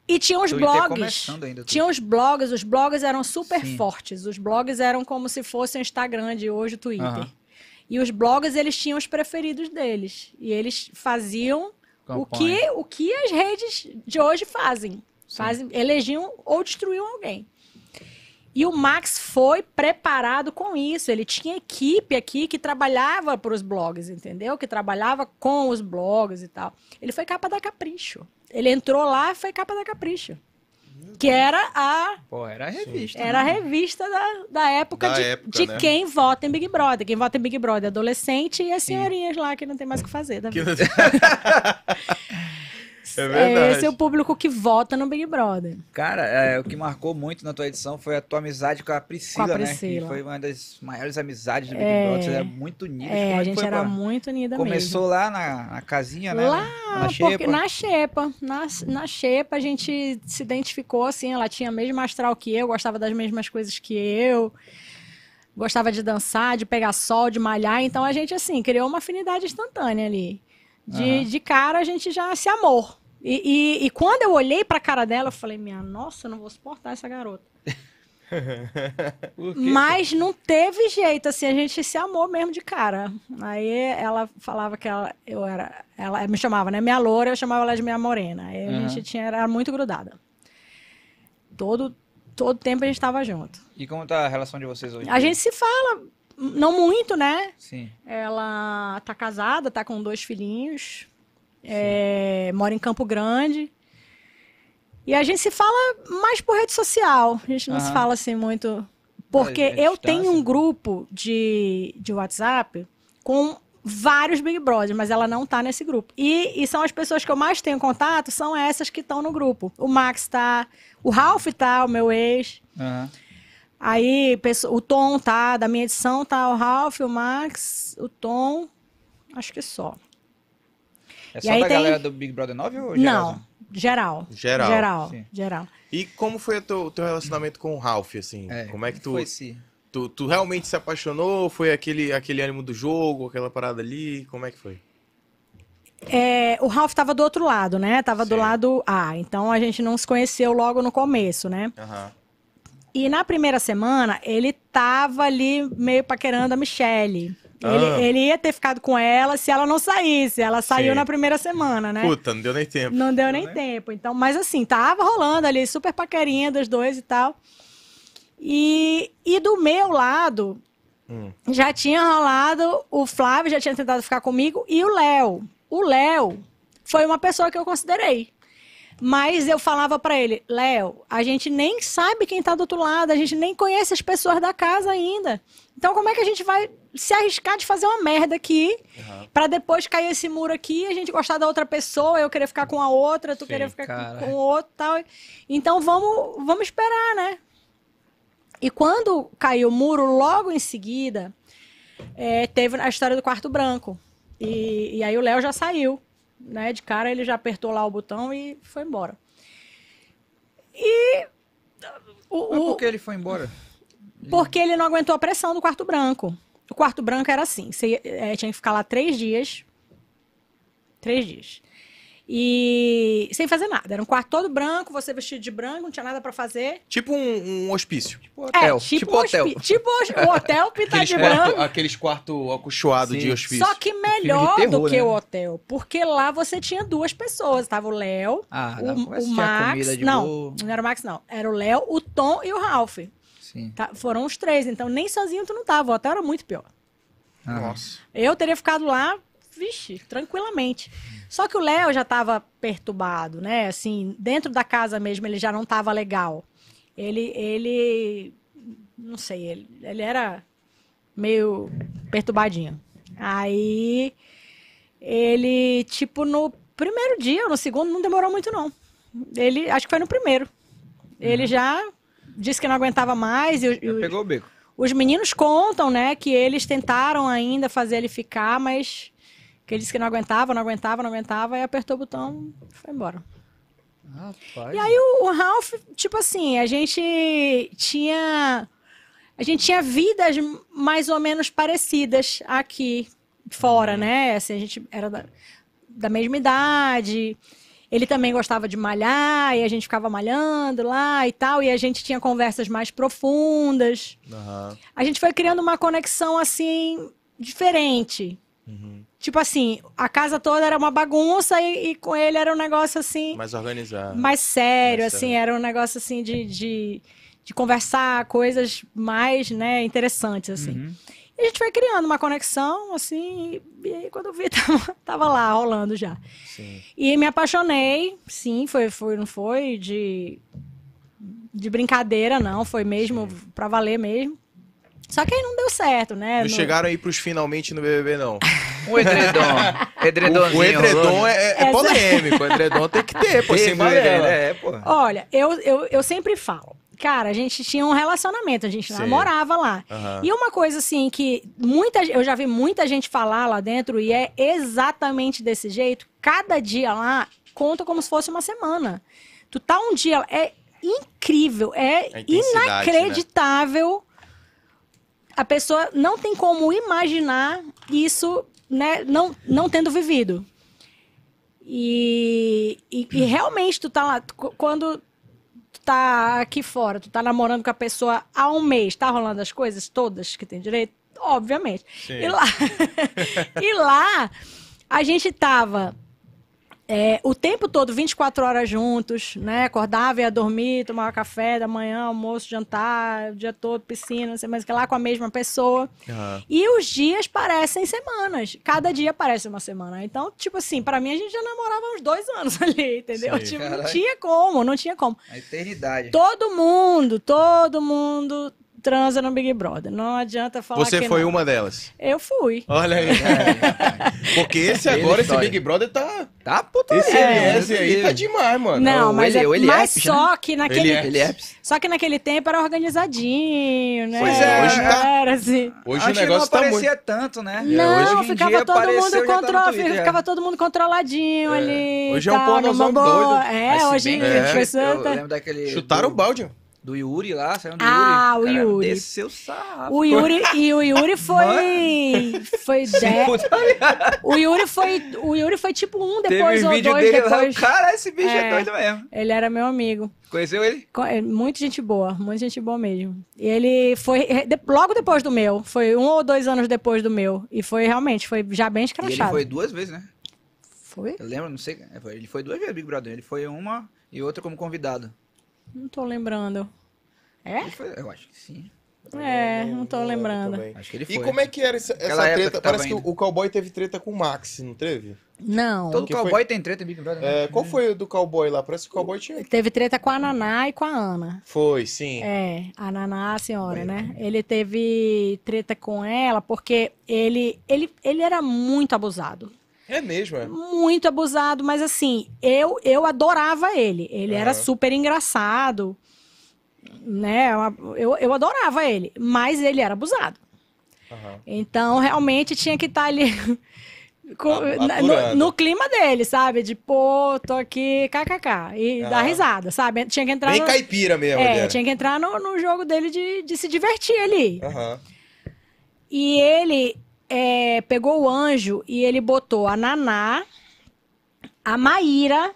Speaker 3: E tinha os
Speaker 5: Twitter
Speaker 3: blogs.
Speaker 5: começando ainda.
Speaker 3: Tinha os blogs, os blogs eram super
Speaker 5: Sim.
Speaker 3: fortes. Os blogs eram como se fosse o Instagram de hoje, o Twitter.
Speaker 5: Aham.
Speaker 3: E os blogs, eles tinham os preferidos deles. E eles faziam o
Speaker 5: Campanha.
Speaker 3: que, o que as redes de hoje fazem. fazem elegiam ou destruíam alguém. E o Max foi preparado com isso. Ele tinha equipe aqui que trabalhava para os blogs, entendeu? Que trabalhava com os blogs e tal. Ele foi capa da Capricho. Ele entrou lá e foi capa da Capricho. Que era a,
Speaker 5: Pô, era a revista.
Speaker 3: era a
Speaker 5: né?
Speaker 3: revista da, da época
Speaker 4: Da
Speaker 3: de,
Speaker 4: época,
Speaker 3: de
Speaker 4: né?
Speaker 3: quem vota em Big Brother. Quem vota em Big Brother é adolescente e as senhorinhas lá que não tem mais o que fazer. Da vida.
Speaker 4: É
Speaker 3: É,
Speaker 4: verdade.
Speaker 3: esse é o público que vota no Big Brother.
Speaker 5: Cara, é, o que marcou muito na tua edição foi a tua amizade com a Priscila,
Speaker 3: Com a
Speaker 5: né?
Speaker 3: Priscila.
Speaker 5: Que foi uma das maiores amizades do Big
Speaker 3: É.
Speaker 5: Brother. Vocês eram muito unidos. Como
Speaker 3: É,
Speaker 5: que
Speaker 3: a gente
Speaker 5: foi
Speaker 3: era
Speaker 5: pra-
Speaker 3: muito unida
Speaker 5: Começou lá na, na casinha, né?
Speaker 3: Lá,
Speaker 5: na,
Speaker 3: mesmo.
Speaker 5: xepa.
Speaker 3: Porque na Xepa, na, na Xepa a gente se identificou assim, ela tinha a mesma astral que eu, gostava das mesmas coisas que eu, gostava de dançar, de pegar sol, de malhar, então a gente assim, criou uma afinidade instantânea ali. De,
Speaker 5: Aham.
Speaker 3: de cara a gente já se amou. E, e- e quando eu olhei pra cara dela, eu falei, minha nossa, eu não vou suportar essa garota. Mas não teve jeito, assim, a gente se amou mesmo de cara. Aí ela falava que ela, eu era, ela me chamava, né, minha loura, eu chamava ela de minha morena. Aí a
Speaker 5: Aham.
Speaker 3: gente tinha, era muito grudada. Todo, todo tempo a gente tava junto.
Speaker 1: E como tá a relação de vocês hoje?
Speaker 3: A gente se fala, não muito, né?
Speaker 1: Sim.
Speaker 3: Ela tá casada, tá com dois filhinhos, é, mora em Campo Grande. E a gente se fala mais por rede social. A gente não se
Speaker 1: Aham.
Speaker 3: fala assim muito. Porque
Speaker 1: é
Speaker 3: eu
Speaker 1: distância,
Speaker 3: tenho um
Speaker 1: né?
Speaker 3: grupo de, de WhatsApp com vários Big Brothers, mas ela não tá nesse grupo. E, e são as pessoas que eu mais tenho contato, são essas que estão no grupo. O Max tá, o Ralph tá, o meu ex.
Speaker 1: Aham.
Speaker 3: Aí pesso- o Tom tá, da minha edição tá o Ralph, o Max, o Tom, acho que só.
Speaker 1: É
Speaker 3: E
Speaker 1: só
Speaker 3: aí
Speaker 1: da
Speaker 3: tem-
Speaker 1: galera do Big Brother 9 ou é
Speaker 3: Não,
Speaker 1: Geralzão?
Speaker 3: geral.
Speaker 4: né? Geral.
Speaker 3: Geral,
Speaker 1: Sim.
Speaker 3: geral.
Speaker 4: E como foi o teu, teu relacionamento com o Ralph, assim?
Speaker 1: É,
Speaker 4: como é que tu,
Speaker 1: Foi sim.
Speaker 4: tu, tu realmente se apaixonou? Foi aquele, aquele ânimo do jogo, aquela parada ali? Como é que foi?
Speaker 3: É, o Ralph tava do outro lado, né? Tava do
Speaker 4: Sim.
Speaker 3: lado A, então a gente não se conheceu logo no começo, né?
Speaker 4: Aham.
Speaker 3: E na primeira semana, ele tava ali meio paquerando a Michelle.
Speaker 4: Ah.
Speaker 3: Ele, ele ia ter ficado com ela se ela não saísse. Ela saiu
Speaker 4: Sim.
Speaker 3: na primeira semana, né?
Speaker 4: Puta, não deu nem tempo. né?
Speaker 3: Não deu nem tempo. Então, mas assim, tava rolando ali, super paquerinha dos dois e tal. E, e do meu lado,
Speaker 4: Hum.
Speaker 3: já tinha rolado, o Flávio já tinha tentado ficar comigo e o Léo. O Léo foi uma pessoa que eu considerei. Mas eu falava pra ele, Léo, a gente nem sabe quem tá do outro lado, a gente nem conhece as pessoas da casa ainda. Então como é que a gente vai se arriscar de fazer uma merda aqui Pra depois cair esse muro aqui, a gente gostar da outra pessoa, eu querer ficar com a outra, tu
Speaker 4: Sim,
Speaker 3: querer ficar
Speaker 1: cara.
Speaker 3: com o outro tal. Então vamos, vamos esperar, né? E quando caiu o muro, logo em seguida, é, teve a história do quarto branco. E, e aí o Léo já saiu, né? De cara ele já apertou lá o botão e foi embora. E o-
Speaker 1: Mas
Speaker 3: o-
Speaker 1: por que ele foi embora?
Speaker 3: porque ele não aguentou a pressão do quarto branco. O quarto branco era assim: você ia- eh, tinha que ficar lá três dias. Três dias. E sem fazer nada. Era um quarto todo branco, você vestido de branco, não tinha nada pra fazer.
Speaker 4: Tipo um, um hospício.
Speaker 1: Tipo,
Speaker 3: É,
Speaker 1: hotel.
Speaker 3: tipo,
Speaker 1: tipo hotel.
Speaker 3: hospi- tipo hos- o hotel pintado
Speaker 2: Aqueles
Speaker 3: Tá de branco.
Speaker 2: quartos aqueles quarto
Speaker 4: Acolchoado
Speaker 2: Sim.
Speaker 4: de hospício.
Speaker 3: Só que melhor
Speaker 1: Um terror,
Speaker 3: do que
Speaker 1: né?
Speaker 3: o hotel. Porque lá você tinha duas pessoas. Tava o Léo,
Speaker 1: Ah, dá pra
Speaker 3: o, o
Speaker 1: assistir a
Speaker 3: Max.
Speaker 1: comida de
Speaker 3: Não,
Speaker 1: boa.
Speaker 3: não era o Max, não. Era o Léo, o Tom e o Ralph.
Speaker 1: Sim.
Speaker 3: Tá- foram os três. Então nem sozinho tu não tava. O hotel era muito pior.
Speaker 1: Ah,
Speaker 4: Nossa.
Speaker 3: Eu teria ficado lá, vixe, tranquilamente. Só que o Léo já estava perturbado, né? Assim, dentro da casa mesmo, ele já não estava legal. Ele, ele, não sei, ele, ele era meio perturbadinho. Aí, ele, tipo, no primeiro dia, ou no segundo, não demorou muito, não. Ele, acho que foi no primeiro. Ele já disse que não aguentava mais. E, o- e
Speaker 1: Já
Speaker 3: o-
Speaker 1: pegou o beco.
Speaker 3: os meninos contam, né, que eles tentaram ainda fazer ele ficar, mas que ele disse que não aguentava, não aguentava, não aguentava, e apertou o botão e foi embora.
Speaker 1: Rapaz.
Speaker 3: E aí o, o Ralph, tipo assim, a gente tinha. A gente tinha vidas mais ou menos parecidas aqui fora, né? Assim, a gente era da, da mesma idade. Ele também gostava de malhar, e a gente ficava malhando lá e tal, e a gente tinha conversas mais profundas
Speaker 4: Aham.
Speaker 3: a gente foi criando uma conexão assim diferente. Tipo assim, a casa toda era uma bagunça e, e com ele era um negócio assim
Speaker 4: Mais organizado.
Speaker 3: mais sério,
Speaker 4: Ah, mais
Speaker 3: assim,
Speaker 4: sério.
Speaker 3: era um negócio assim de, de, de conversar coisas mais, né, interessantes assim.
Speaker 1: Uhum.
Speaker 3: E a gente foi criando uma conexão, assim, e aí quando eu vi, tava, tava lá rolando já. E me apaixonei, sim, foi, foi, não foi de, de brincadeira, não, foi mesmo pra valer mesmo. Só que aí não deu certo, né?
Speaker 4: Não chegaram aí pros finalmente no BBB, não.
Speaker 1: Um edredom. Edredomzinho.
Speaker 4: O, o edredom é, é
Speaker 3: Essa-
Speaker 4: polêmico. O edredom tem que
Speaker 2: é,
Speaker 4: ter, pô.
Speaker 1: Teve,
Speaker 4: Sem
Speaker 1: né?
Speaker 4: balela.
Speaker 1: É, pô.
Speaker 3: Olha, eu, eu, eu sempre falo, cara, a gente tinha um relacionamento, a gente
Speaker 4: Sim.
Speaker 3: namorava lá.
Speaker 2: Ah.
Speaker 4: Aham.
Speaker 3: E uma coisa assim que muita, eu já vi muita gente falar lá dentro e é exatamente desse jeito. Cada dia lá conta como se fosse uma semana. Tu tá um dia, é incrível,
Speaker 4: A
Speaker 3: é
Speaker 4: intensidade, né?
Speaker 3: inacreditável. A pessoa não tem como imaginar isso, né, não não tendo vivido. E, e, e realmente, tu tá lá. tu- quando tu tá aqui fora, tu tá namorando com a pessoa há um mês, tá rolando as coisas todas que tem direito? Obviamente. E lá, e lá a gente tava é, o tempo todo, 24 horas juntos, né? Acordava, ia dormir, tomava café da manhã, almoço, jantar, o dia todo, piscina, não sei mais o que lá, com a mesma pessoa. E os dias parecem semanas. Cada dia parece uma semana. Então, tipo assim, pra mim a gente já namorava há uns dois anos ali, entendeu?
Speaker 2: Sim.
Speaker 3: Tipo, não
Speaker 1: Caralho.
Speaker 3: tinha como, não tinha como.
Speaker 1: A eternidade.
Speaker 3: Todo mundo, todo mundo transa no Big Brother. Não adianta falar
Speaker 4: Você
Speaker 3: que
Speaker 4: foi
Speaker 3: não.
Speaker 4: uma delas.
Speaker 3: Eu fui.
Speaker 2: Olha aí.
Speaker 4: Porque esse
Speaker 5: Ele
Speaker 4: agora, esse
Speaker 5: história.
Speaker 4: Big Brother tá.
Speaker 1: Tá puta
Speaker 2: é,
Speaker 4: Esse
Speaker 1: merda,
Speaker 4: MS
Speaker 1: meu
Speaker 4: aí
Speaker 1: Deus.
Speaker 4: tá demais, mano.
Speaker 1: o
Speaker 3: É. Não, mas,
Speaker 1: Eli-
Speaker 3: é-
Speaker 1: o Eli
Speaker 3: mas
Speaker 1: Herpes,
Speaker 3: só que naquele
Speaker 2: Ele
Speaker 1: Ele é ps-
Speaker 3: só que naquele tempo era organizadinho, né?
Speaker 4: Pois é, hoje tá-
Speaker 3: era assim.
Speaker 4: Hoje
Speaker 1: Antes
Speaker 4: o negócio
Speaker 1: não
Speaker 4: tá muito.
Speaker 1: aparecia tanto, né?
Speaker 3: Não,
Speaker 1: Hoje em
Speaker 3: ficava
Speaker 1: dia
Speaker 3: todo
Speaker 1: apareceu,
Speaker 3: mundo
Speaker 1: já tá no
Speaker 3: control,
Speaker 1: Twitter.
Speaker 3: ficava todo mundo controladinho
Speaker 2: É.
Speaker 3: ali.
Speaker 4: Hoje
Speaker 3: e
Speaker 4: é um
Speaker 3: tal,
Speaker 4: pornozão
Speaker 3: numa boa.
Speaker 4: doido.
Speaker 3: É,
Speaker 5: Mas se
Speaker 3: hoje
Speaker 5: bem
Speaker 4: que
Speaker 3: é.
Speaker 4: eu-
Speaker 1: Eu
Speaker 3: pessoa
Speaker 1: lembro daquele.
Speaker 4: Chutaram o
Speaker 1: do,
Speaker 4: balde.
Speaker 1: do Yuri lá, saiu do
Speaker 3: Ah, o
Speaker 1: Yuri. Cara,
Speaker 3: Yuri.
Speaker 1: Desceu sarrafo.
Speaker 3: o Yuri é. e o Yuri foi foi dez- o Yuri foi o Yuri foi tipo um depois
Speaker 1: Teve um
Speaker 3: ou
Speaker 1: vídeo
Speaker 3: dois
Speaker 1: dele
Speaker 3: depois.
Speaker 1: lá. Cara, esse bicho é.
Speaker 3: É.
Speaker 1: doido mesmo.
Speaker 3: Ele era meu amigo.
Speaker 1: Conheceu ele?
Speaker 3: Co- é, Muito gente boa, muita gente boa mesmo. E ele foi é, de- logo depois do meu, foi um ou dois anos depois do meu. E foi realmente, foi já
Speaker 1: E
Speaker 3: bem
Speaker 1: ele
Speaker 3: escrachado.
Speaker 1: foi duas vezes, né?
Speaker 3: Foi?
Speaker 1: Eu lembro, não sei. é, foi- Ele foi duas vezes Big Brother. Ele foi uma e outra como convidado.
Speaker 3: Não tô lembrando. É?
Speaker 1: Ele foi- eu acho que sim.
Speaker 3: É, não tô lembrando.
Speaker 1: Acho que ele foi.
Speaker 2: E como é que era essa, essa
Speaker 1: Aquela época
Speaker 2: treta?
Speaker 1: que tava
Speaker 2: Parece que
Speaker 1: indo.
Speaker 2: o cowboy teve treta com o Max, não teve?
Speaker 3: Não.
Speaker 1: Todo
Speaker 2: que
Speaker 1: cowboy tem treta em Big Brother. né?
Speaker 3: Uhum.
Speaker 2: É, qual foi o do cowboy lá? Parece que o cowboy tinha.
Speaker 3: Teve treta com a Naná e com a Ana.
Speaker 2: Foi, sim.
Speaker 3: É, a Naná, a senhora, né? Ele teve treta com ela porque ele, ele, ele era muito abusado.
Speaker 2: É, mesmo, é.
Speaker 3: muito abusado, mas assim, eu eu adorava ele. Ele era
Speaker 2: Aham.
Speaker 3: super engraçado, né? Eu- Eu, eu adorava ele, mas ele era abusado.
Speaker 2: Aham.
Speaker 3: Então, realmente tinha que estar ali com-
Speaker 2: A-
Speaker 3: na- no,
Speaker 2: apurando.
Speaker 3: no clima dele, sabe? De pô, tô aqui, kkk, e
Speaker 2: Aham.
Speaker 3: dar risada, sabe? Tinha que entrar
Speaker 2: Bem
Speaker 3: no,
Speaker 2: caipira mesmo, ele
Speaker 3: é,
Speaker 2: era.
Speaker 3: tinha que entrar no, no jogo dele de, de se divertir ali.
Speaker 2: Aham.
Speaker 3: E ele é, pegou o anjo e ele botou a Naná, a Maíra,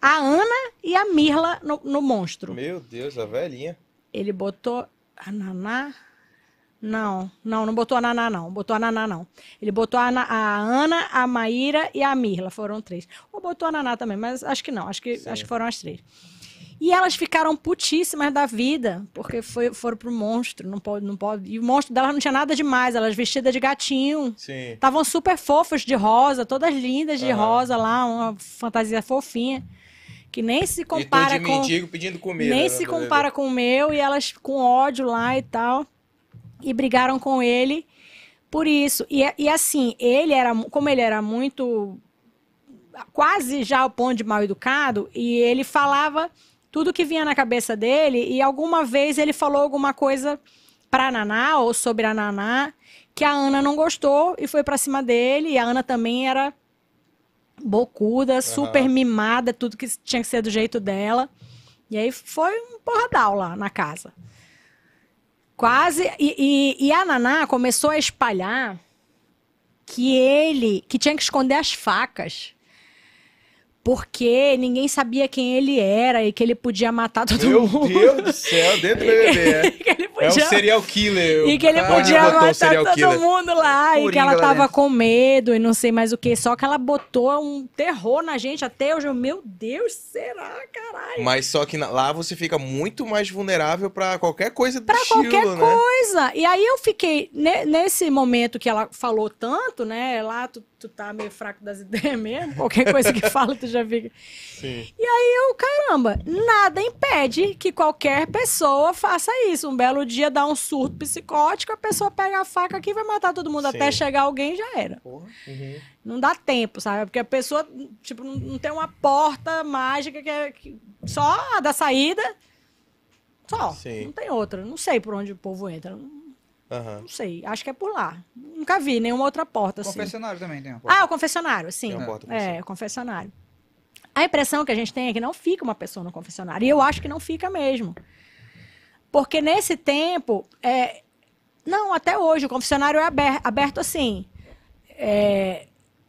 Speaker 3: a Ana e a Mirla no, no monstro.
Speaker 2: Meu Deus, a velhinha.
Speaker 3: Ele botou a Naná. Não, não, não botou a Naná, não. Botou a Naná, não. Ele botou a, Ana- a Ana, a Maíra e a Mirla. Foram três. Ou botou a Naná também, mas acho que não. Acho que, acho que foram as três. E elas ficaram putíssimas da vida, porque foi, foram pro monstro. Não pode, não pode. E o monstro delas não tinha nada demais. Elas vestidas de gatinho.
Speaker 2: Sim.
Speaker 3: Estavam super fofas de rosa, todas lindas de
Speaker 2: Aham.
Speaker 3: rosa lá, uma fantasia fofinha. Que nem se Tá, compara
Speaker 2: e tu de
Speaker 3: com.
Speaker 2: mendigo pedindo comida.
Speaker 3: Nem
Speaker 2: né,
Speaker 3: se
Speaker 2: do-
Speaker 3: compara com o meu, e elas com ódio lá e tal. E brigaram com ele por isso. E, e assim, ele era, mu- como ele era muito quase já ao ponto de mal educado, e ele falava tudo que vinha na cabeça dele, e alguma vez ele falou alguma coisa pra Naná ou sobre a Naná, que a Ana não gostou e foi pra cima dele, e a Ana também era bocuda, super mimada, tudo que tinha que ser do jeito dela. E aí foi um porradal lá na casa. Quase. E, e- e a Naná começou a espalhar que ele. que tinha que esconder as facas. Porque ninguém sabia quem ele era e que ele podia matar todo
Speaker 2: Meu
Speaker 3: mundo.
Speaker 2: Deus do céu, dentro do BBB.
Speaker 3: que
Speaker 2: É,
Speaker 3: ele
Speaker 2: é um
Speaker 3: podia-
Speaker 2: serial killer.
Speaker 3: e que ele
Speaker 2: Onde
Speaker 3: podia
Speaker 2: botou um
Speaker 3: matar
Speaker 2: serial
Speaker 3: todo
Speaker 2: killer?
Speaker 3: mundo lá. e que
Speaker 1: Coringa
Speaker 3: ela
Speaker 1: lá
Speaker 3: tava
Speaker 1: dentro.
Speaker 3: com medo e não sei mais o que. Só que ela botou um terror na gente até hoje. eu, Meu Deus, será, caralho?
Speaker 2: Mas só que na- lá você fica muito mais vulnerável pra qualquer coisa do
Speaker 3: Pra
Speaker 2: estilo,
Speaker 3: qualquer
Speaker 2: né?
Speaker 3: coisa. E aí eu fiquei, ne- nesse momento que ela falou tanto, né? Lá tu, tu tá meio fraco das ideias mesmo. Qualquer coisa que fala, tu já fica.
Speaker 2: Sim.
Speaker 3: Eu, caramba, nada impede que qualquer pessoa faça isso. Um belo dia dá um surto psicótico, a pessoa pega a faca aqui e vai matar todo mundo.
Speaker 2: Sim.
Speaker 3: Até chegar alguém já era.
Speaker 2: Uhum.
Speaker 3: Não dá tempo, sabe? Porque a pessoa, tipo, não- não tem uma porta mágica que é que- só a da saída. Só.
Speaker 2: Sim.
Speaker 3: Não tem outra. Não sei por onde o povo entra. Não
Speaker 2: Aham.
Speaker 3: sei. Acho que é por lá. Nunca vi nenhuma outra porta assim.
Speaker 1: Confessionário também tem uma porta.
Speaker 3: Ah, o confessionário, sim.
Speaker 2: Tem uma porta,
Speaker 3: é, o confessionário. A impressão que a gente tem é que não fica uma pessoa no confessionário. E eu acho que não fica mesmo. Porque nesse tempo, é, não, até hoje, o confessionário é aber- aberto, assim. é,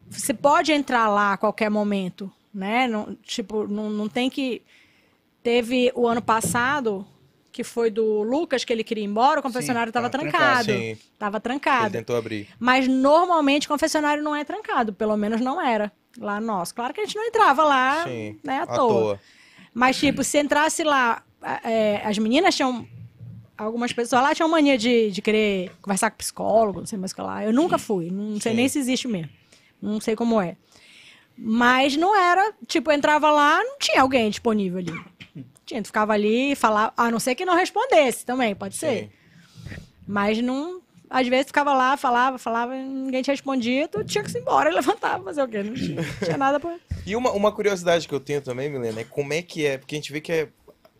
Speaker 3: você pode entrar lá a qualquer momento, né? Não, tipo, não, não tem que. Teve o ano passado, que foi do Lucas, que ele queria ir embora, o confessionário estava
Speaker 2: tava trancado,
Speaker 3: trancado.
Speaker 2: Ah, sim.
Speaker 3: Estava
Speaker 2: Ele
Speaker 3: trancado.
Speaker 2: tentou abrir.
Speaker 3: Mas normalmente confessionário não é trancado, pelo menos não era lá nosso. Claro que a gente não entrava lá,
Speaker 2: Sim,
Speaker 3: né, à,
Speaker 2: À
Speaker 3: toa.
Speaker 2: toa.
Speaker 3: Mas, tipo, se entrasse lá, a- é, as meninas tinham. Algumas pessoas lá tinham mania de, de querer conversar com psicólogo, não sei mais o que lá. Eu nunca fui, não sei
Speaker 2: Sim.
Speaker 3: nem se existe mesmo. Não sei como é. Mas não era, tipo, eu entrava lá, não tinha alguém disponível ali. Tinha, tu ficava ali e falava, a não ser que não respondesse também, pode ser.
Speaker 2: Sim.
Speaker 3: Mas não. Às vezes ficava lá, falava, falava, e ninguém te respondia, tu tinha que se embora, levantava, fazer o quê? Não tinha, não tinha nada pra.
Speaker 2: E uma, uma curiosidade que eu tenho também, Milena, é como é que é, porque a gente vê que é.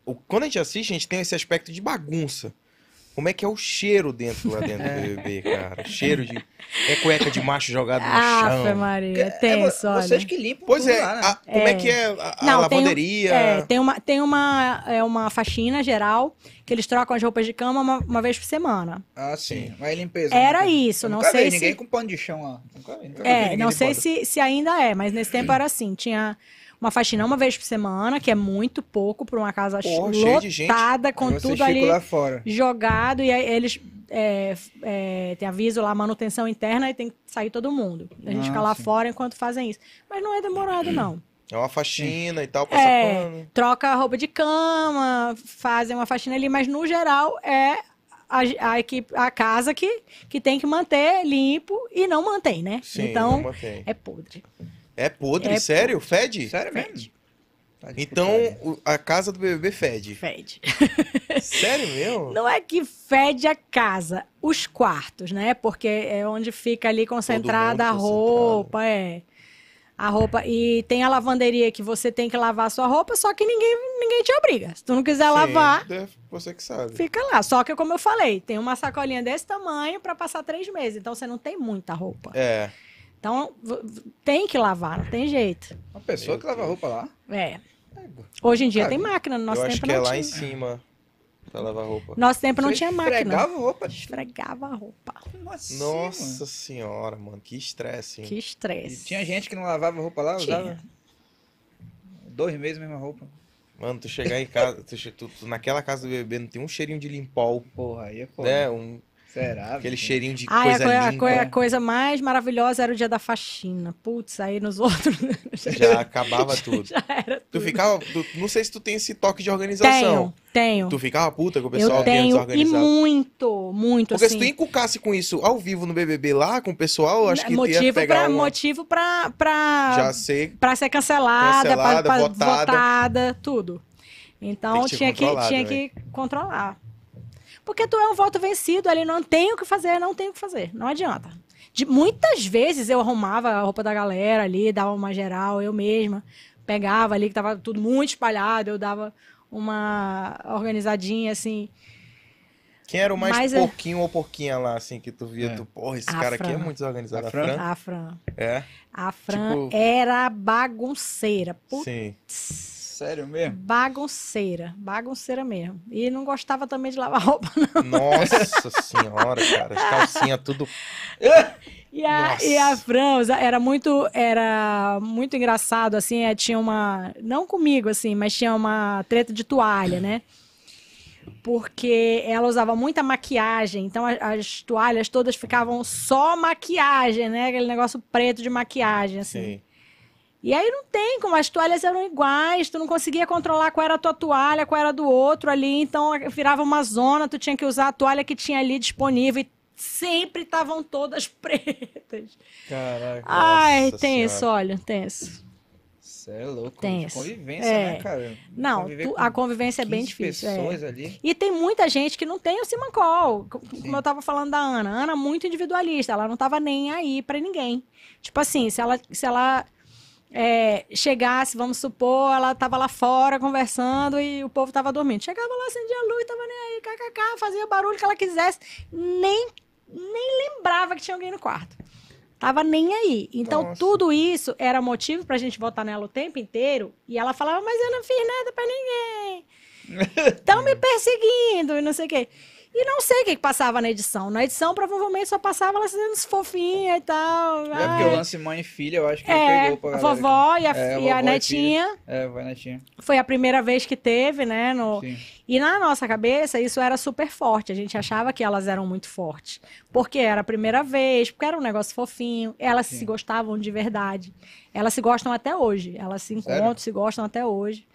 Speaker 2: o- Quando a gente assiste, a gente tem esse aspecto de bagunça. Como é que é o cheiro dentro lá dentro do bebê, cara? Cheiro de. É cueca de macho jogado no
Speaker 3: Ave
Speaker 2: chão.
Speaker 3: Maria, é tenso,
Speaker 1: vo-
Speaker 3: olha.
Speaker 1: Vocês que limpam
Speaker 2: Pois
Speaker 1: tudo
Speaker 2: é,
Speaker 1: lá, né?
Speaker 2: a- como é
Speaker 3: É.
Speaker 2: que é a, a
Speaker 3: Não, tem um-
Speaker 1: ah.
Speaker 2: lavanderia?
Speaker 3: É, tem uma, tem uma, é uma faxina geral que eles trocam as roupas de cama uma, uma vez por semana.
Speaker 1: Ah, sim. Vai limpeza.
Speaker 3: Era
Speaker 1: Nunca-
Speaker 3: isso, não
Speaker 1: nunca
Speaker 3: sei
Speaker 1: vi ninguém
Speaker 3: se.
Speaker 1: com pano de chão lá. Nunca vi, nunca vi
Speaker 3: É,
Speaker 1: ninguém
Speaker 3: não sei
Speaker 1: limpando.
Speaker 3: se, se ainda é, mas nesse tempo era assim. Tinha uma faxina uma vez por semana, que é muito pouco para uma casa
Speaker 2: Porra, cheio de gente.
Speaker 3: lotada, com
Speaker 1: Vocês
Speaker 3: tudo
Speaker 1: ficam
Speaker 3: ali
Speaker 1: lá fora.
Speaker 3: jogado e aí eles é, f- é, tem aviso lá, manutenção interna e tem que sair todo mundo. A gente
Speaker 1: Ah,
Speaker 3: fica lá
Speaker 1: sim.
Speaker 3: fora enquanto fazem isso. Mas não é demorado, não.
Speaker 2: É uma faxina e tal, passa
Speaker 3: É.
Speaker 2: pano.
Speaker 3: Troca a roupa de cama, fazem uma faxina ali, mas no geral é a, a equipe, a casa que, que tem que manter limpo e não mantém, né?
Speaker 2: Sim,
Speaker 3: então,
Speaker 2: não mantém.
Speaker 3: é podre.
Speaker 2: É podre,
Speaker 3: é
Speaker 2: sério? Fede?
Speaker 1: Sério
Speaker 3: Fede.
Speaker 1: mesmo? Tá de
Speaker 2: Então,
Speaker 1: putaria.
Speaker 2: o- a casa do bebê fede.
Speaker 3: Fede.
Speaker 2: Sério mesmo?
Speaker 3: Não é que fede a casa, os quartos, né? Porque é onde fica ali concentrada a
Speaker 2: concentrado.
Speaker 3: roupa, é. A roupa. E tem a lavanderia que você tem que lavar a sua roupa, só que ninguém, ninguém te obriga. Se tu não quiser lavar,
Speaker 2: Sim, é você que sabe.
Speaker 3: fica lá. Só que, como eu falei, tem uma sacolinha desse tamanho para passar três meses. Então você não tem muita roupa.
Speaker 2: É.
Speaker 3: Então v- v- tem que lavar, não tem jeito.
Speaker 1: Uma pessoa
Speaker 2: Meu
Speaker 1: que lava
Speaker 2: Deus.
Speaker 1: roupa lá.
Speaker 3: É. Hoje em dia
Speaker 2: Cara,
Speaker 3: tem máquina, no nosso
Speaker 2: eu
Speaker 3: tempo
Speaker 2: acho que
Speaker 3: não
Speaker 2: é lá
Speaker 3: tinha.
Speaker 2: em cima pra lavar roupa.
Speaker 3: Nosso tempo não
Speaker 1: Você
Speaker 3: tinha máquina.
Speaker 1: Esfregava roupa.
Speaker 3: Esfregava a roupa.
Speaker 1: Como assim, mano?
Speaker 2: Nossa senhora, mano, que estresse. hein?
Speaker 3: Que
Speaker 1: E
Speaker 3: estresse.
Speaker 1: tinha gente que não lavava roupa lá,
Speaker 3: Tinha.
Speaker 1: usava dois meses a mesma roupa.
Speaker 2: Mano, tu chegar em casa, tu, che- tu- tu- naquela casa do bebê, não tem um cheirinho de limpol,
Speaker 1: Porra, aí é foda.
Speaker 2: né? Um,
Speaker 1: Será?
Speaker 2: aquele
Speaker 1: bicho?
Speaker 2: cheirinho de
Speaker 3: Ah,
Speaker 2: coisa
Speaker 3: a, coi- a
Speaker 2: limpa.
Speaker 3: coi- a coisa mais maravilhosa era o dia da faxina. Putz, aí nos outros
Speaker 2: Já acabava tudo.
Speaker 3: já era
Speaker 2: Tu
Speaker 3: tudo.
Speaker 2: ficava. tu- não sei se tu tem esse toque de organização.
Speaker 3: Tenho, tenho.
Speaker 2: Tu ficava puta com o pessoal
Speaker 3: Eu
Speaker 2: que é
Speaker 3: tenho e
Speaker 2: desorganizado.
Speaker 3: muito, muito
Speaker 2: Porque se
Speaker 3: assim.
Speaker 2: tu encucasse com isso ao vivo no BBB lá, com o pessoal, eu acho que tu ia
Speaker 3: motivo
Speaker 2: pegar
Speaker 3: pra,
Speaker 2: uma...
Speaker 3: motivo pra, pra,
Speaker 2: Já sei.
Speaker 3: pra ser cancelada,
Speaker 2: Cancelada,
Speaker 3: pra, pra
Speaker 2: votada.
Speaker 3: votada. tudo. Então
Speaker 2: Tem que ser
Speaker 3: tinha, que,
Speaker 2: controlado,
Speaker 3: tinha que controlar. Porque tu é um voto vencido ali, não tem o que fazer, não tem o que fazer. Não adianta. De, muitas vezes eu arrumava a roupa da galera ali, dava uma geral, eu mesma. Pegava ali, que tava tudo muito espalhado, eu dava uma organizadinha, assim.
Speaker 2: Quem era o mais
Speaker 3: Mas é-
Speaker 2: porquinho ou porquinha lá, assim, que tu via,
Speaker 1: É.
Speaker 2: tu, porra, esse
Speaker 3: A
Speaker 2: cara aqui é
Speaker 3: Fran.
Speaker 2: muito desorganizado.
Speaker 1: A
Speaker 2: A Fran?
Speaker 3: A Fran.
Speaker 2: É,
Speaker 3: A Fran
Speaker 2: Tipo-
Speaker 3: era bagunceira. Putz.
Speaker 2: sim.
Speaker 1: Sério mesmo?
Speaker 3: Bagunceira, bagunceira mesmo. E não gostava também de lavar roupa.
Speaker 2: Nossa senhora, cara. As calcinhas tudo.
Speaker 3: E a,
Speaker 2: Nossa.
Speaker 3: e a Franza era muito, era muito engraçado, assim, é, tinha uma. Não comigo, assim, mas tinha uma treta de toalha, né? Porque ela usava muita maquiagem, então a- as, toalhas todas ficavam só maquiagem, né? Aquele negócio preto de maquiagem, assim.
Speaker 2: Sim.
Speaker 3: E aí não tem como, as toalhas eram iguais, tu não conseguia controlar qual era a tua toalha, qual era a do outro ali, então virava uma zona, tu tinha que usar a toalha que tinha ali disponível e sempre estavam todas pretas.
Speaker 1: Caraca.
Speaker 3: Ah, Ai,
Speaker 2: Nossa
Speaker 3: tenso,
Speaker 2: Senhora.
Speaker 3: olha, tenso.
Speaker 1: Isso é louco.
Speaker 3: Tem
Speaker 1: bicho.
Speaker 3: esse.
Speaker 1: Convivência,
Speaker 3: É.
Speaker 1: né, cara?
Speaker 3: Não,
Speaker 1: Conviver
Speaker 3: tu-
Speaker 1: com
Speaker 3: a convivência é bem
Speaker 1: 15
Speaker 3: difícil. é.
Speaker 1: pessoas ali.
Speaker 3: E tem muita gente que não tem o Simacol, co-
Speaker 1: Sim.
Speaker 3: como eu tava falando da Ana. A Ana é muito individualista, ela não tava nem aí pra ninguém. Tipo assim, se ela, se ela é, chegasse, vamos supor, ela tava lá fora conversando e o povo tava dormindo. Chegava lá, acendia a luz, tava nem aí, kkk, fazia o barulho que ela quisesse, nem, nem lembrava que tinha alguém no quarto. Tava nem aí. Então,
Speaker 2: Nossa.
Speaker 3: tudo isso era motivo pra gente votar nela o tempo inteiro. E ela falava, mas eu não fiz nada pra ninguém. Estão me perseguindo e não sei o quê. E E não sei o que, que passava na edição. Na edição, provavelmente, só passava ela sendo fofinha e tal.
Speaker 1: É porque o lance mãe e filha, eu acho que
Speaker 3: É,
Speaker 1: pegou pra
Speaker 3: a
Speaker 1: galera.
Speaker 3: vovó e a,
Speaker 1: É, a
Speaker 3: e a
Speaker 1: vovó e
Speaker 3: netinha.
Speaker 1: É, vai netinha.
Speaker 3: Foi a primeira vez que teve, né? no-
Speaker 1: Sim.
Speaker 3: E na nossa cabeça, isso era super forte. A gente achava que elas eram muito fortes. Porque era a primeira vez, porque era um negócio fofinho. Elas
Speaker 1: Sim.
Speaker 3: se gostavam de verdade. Elas se gostam até hoje. Elas se encontram, se gostam até hoje.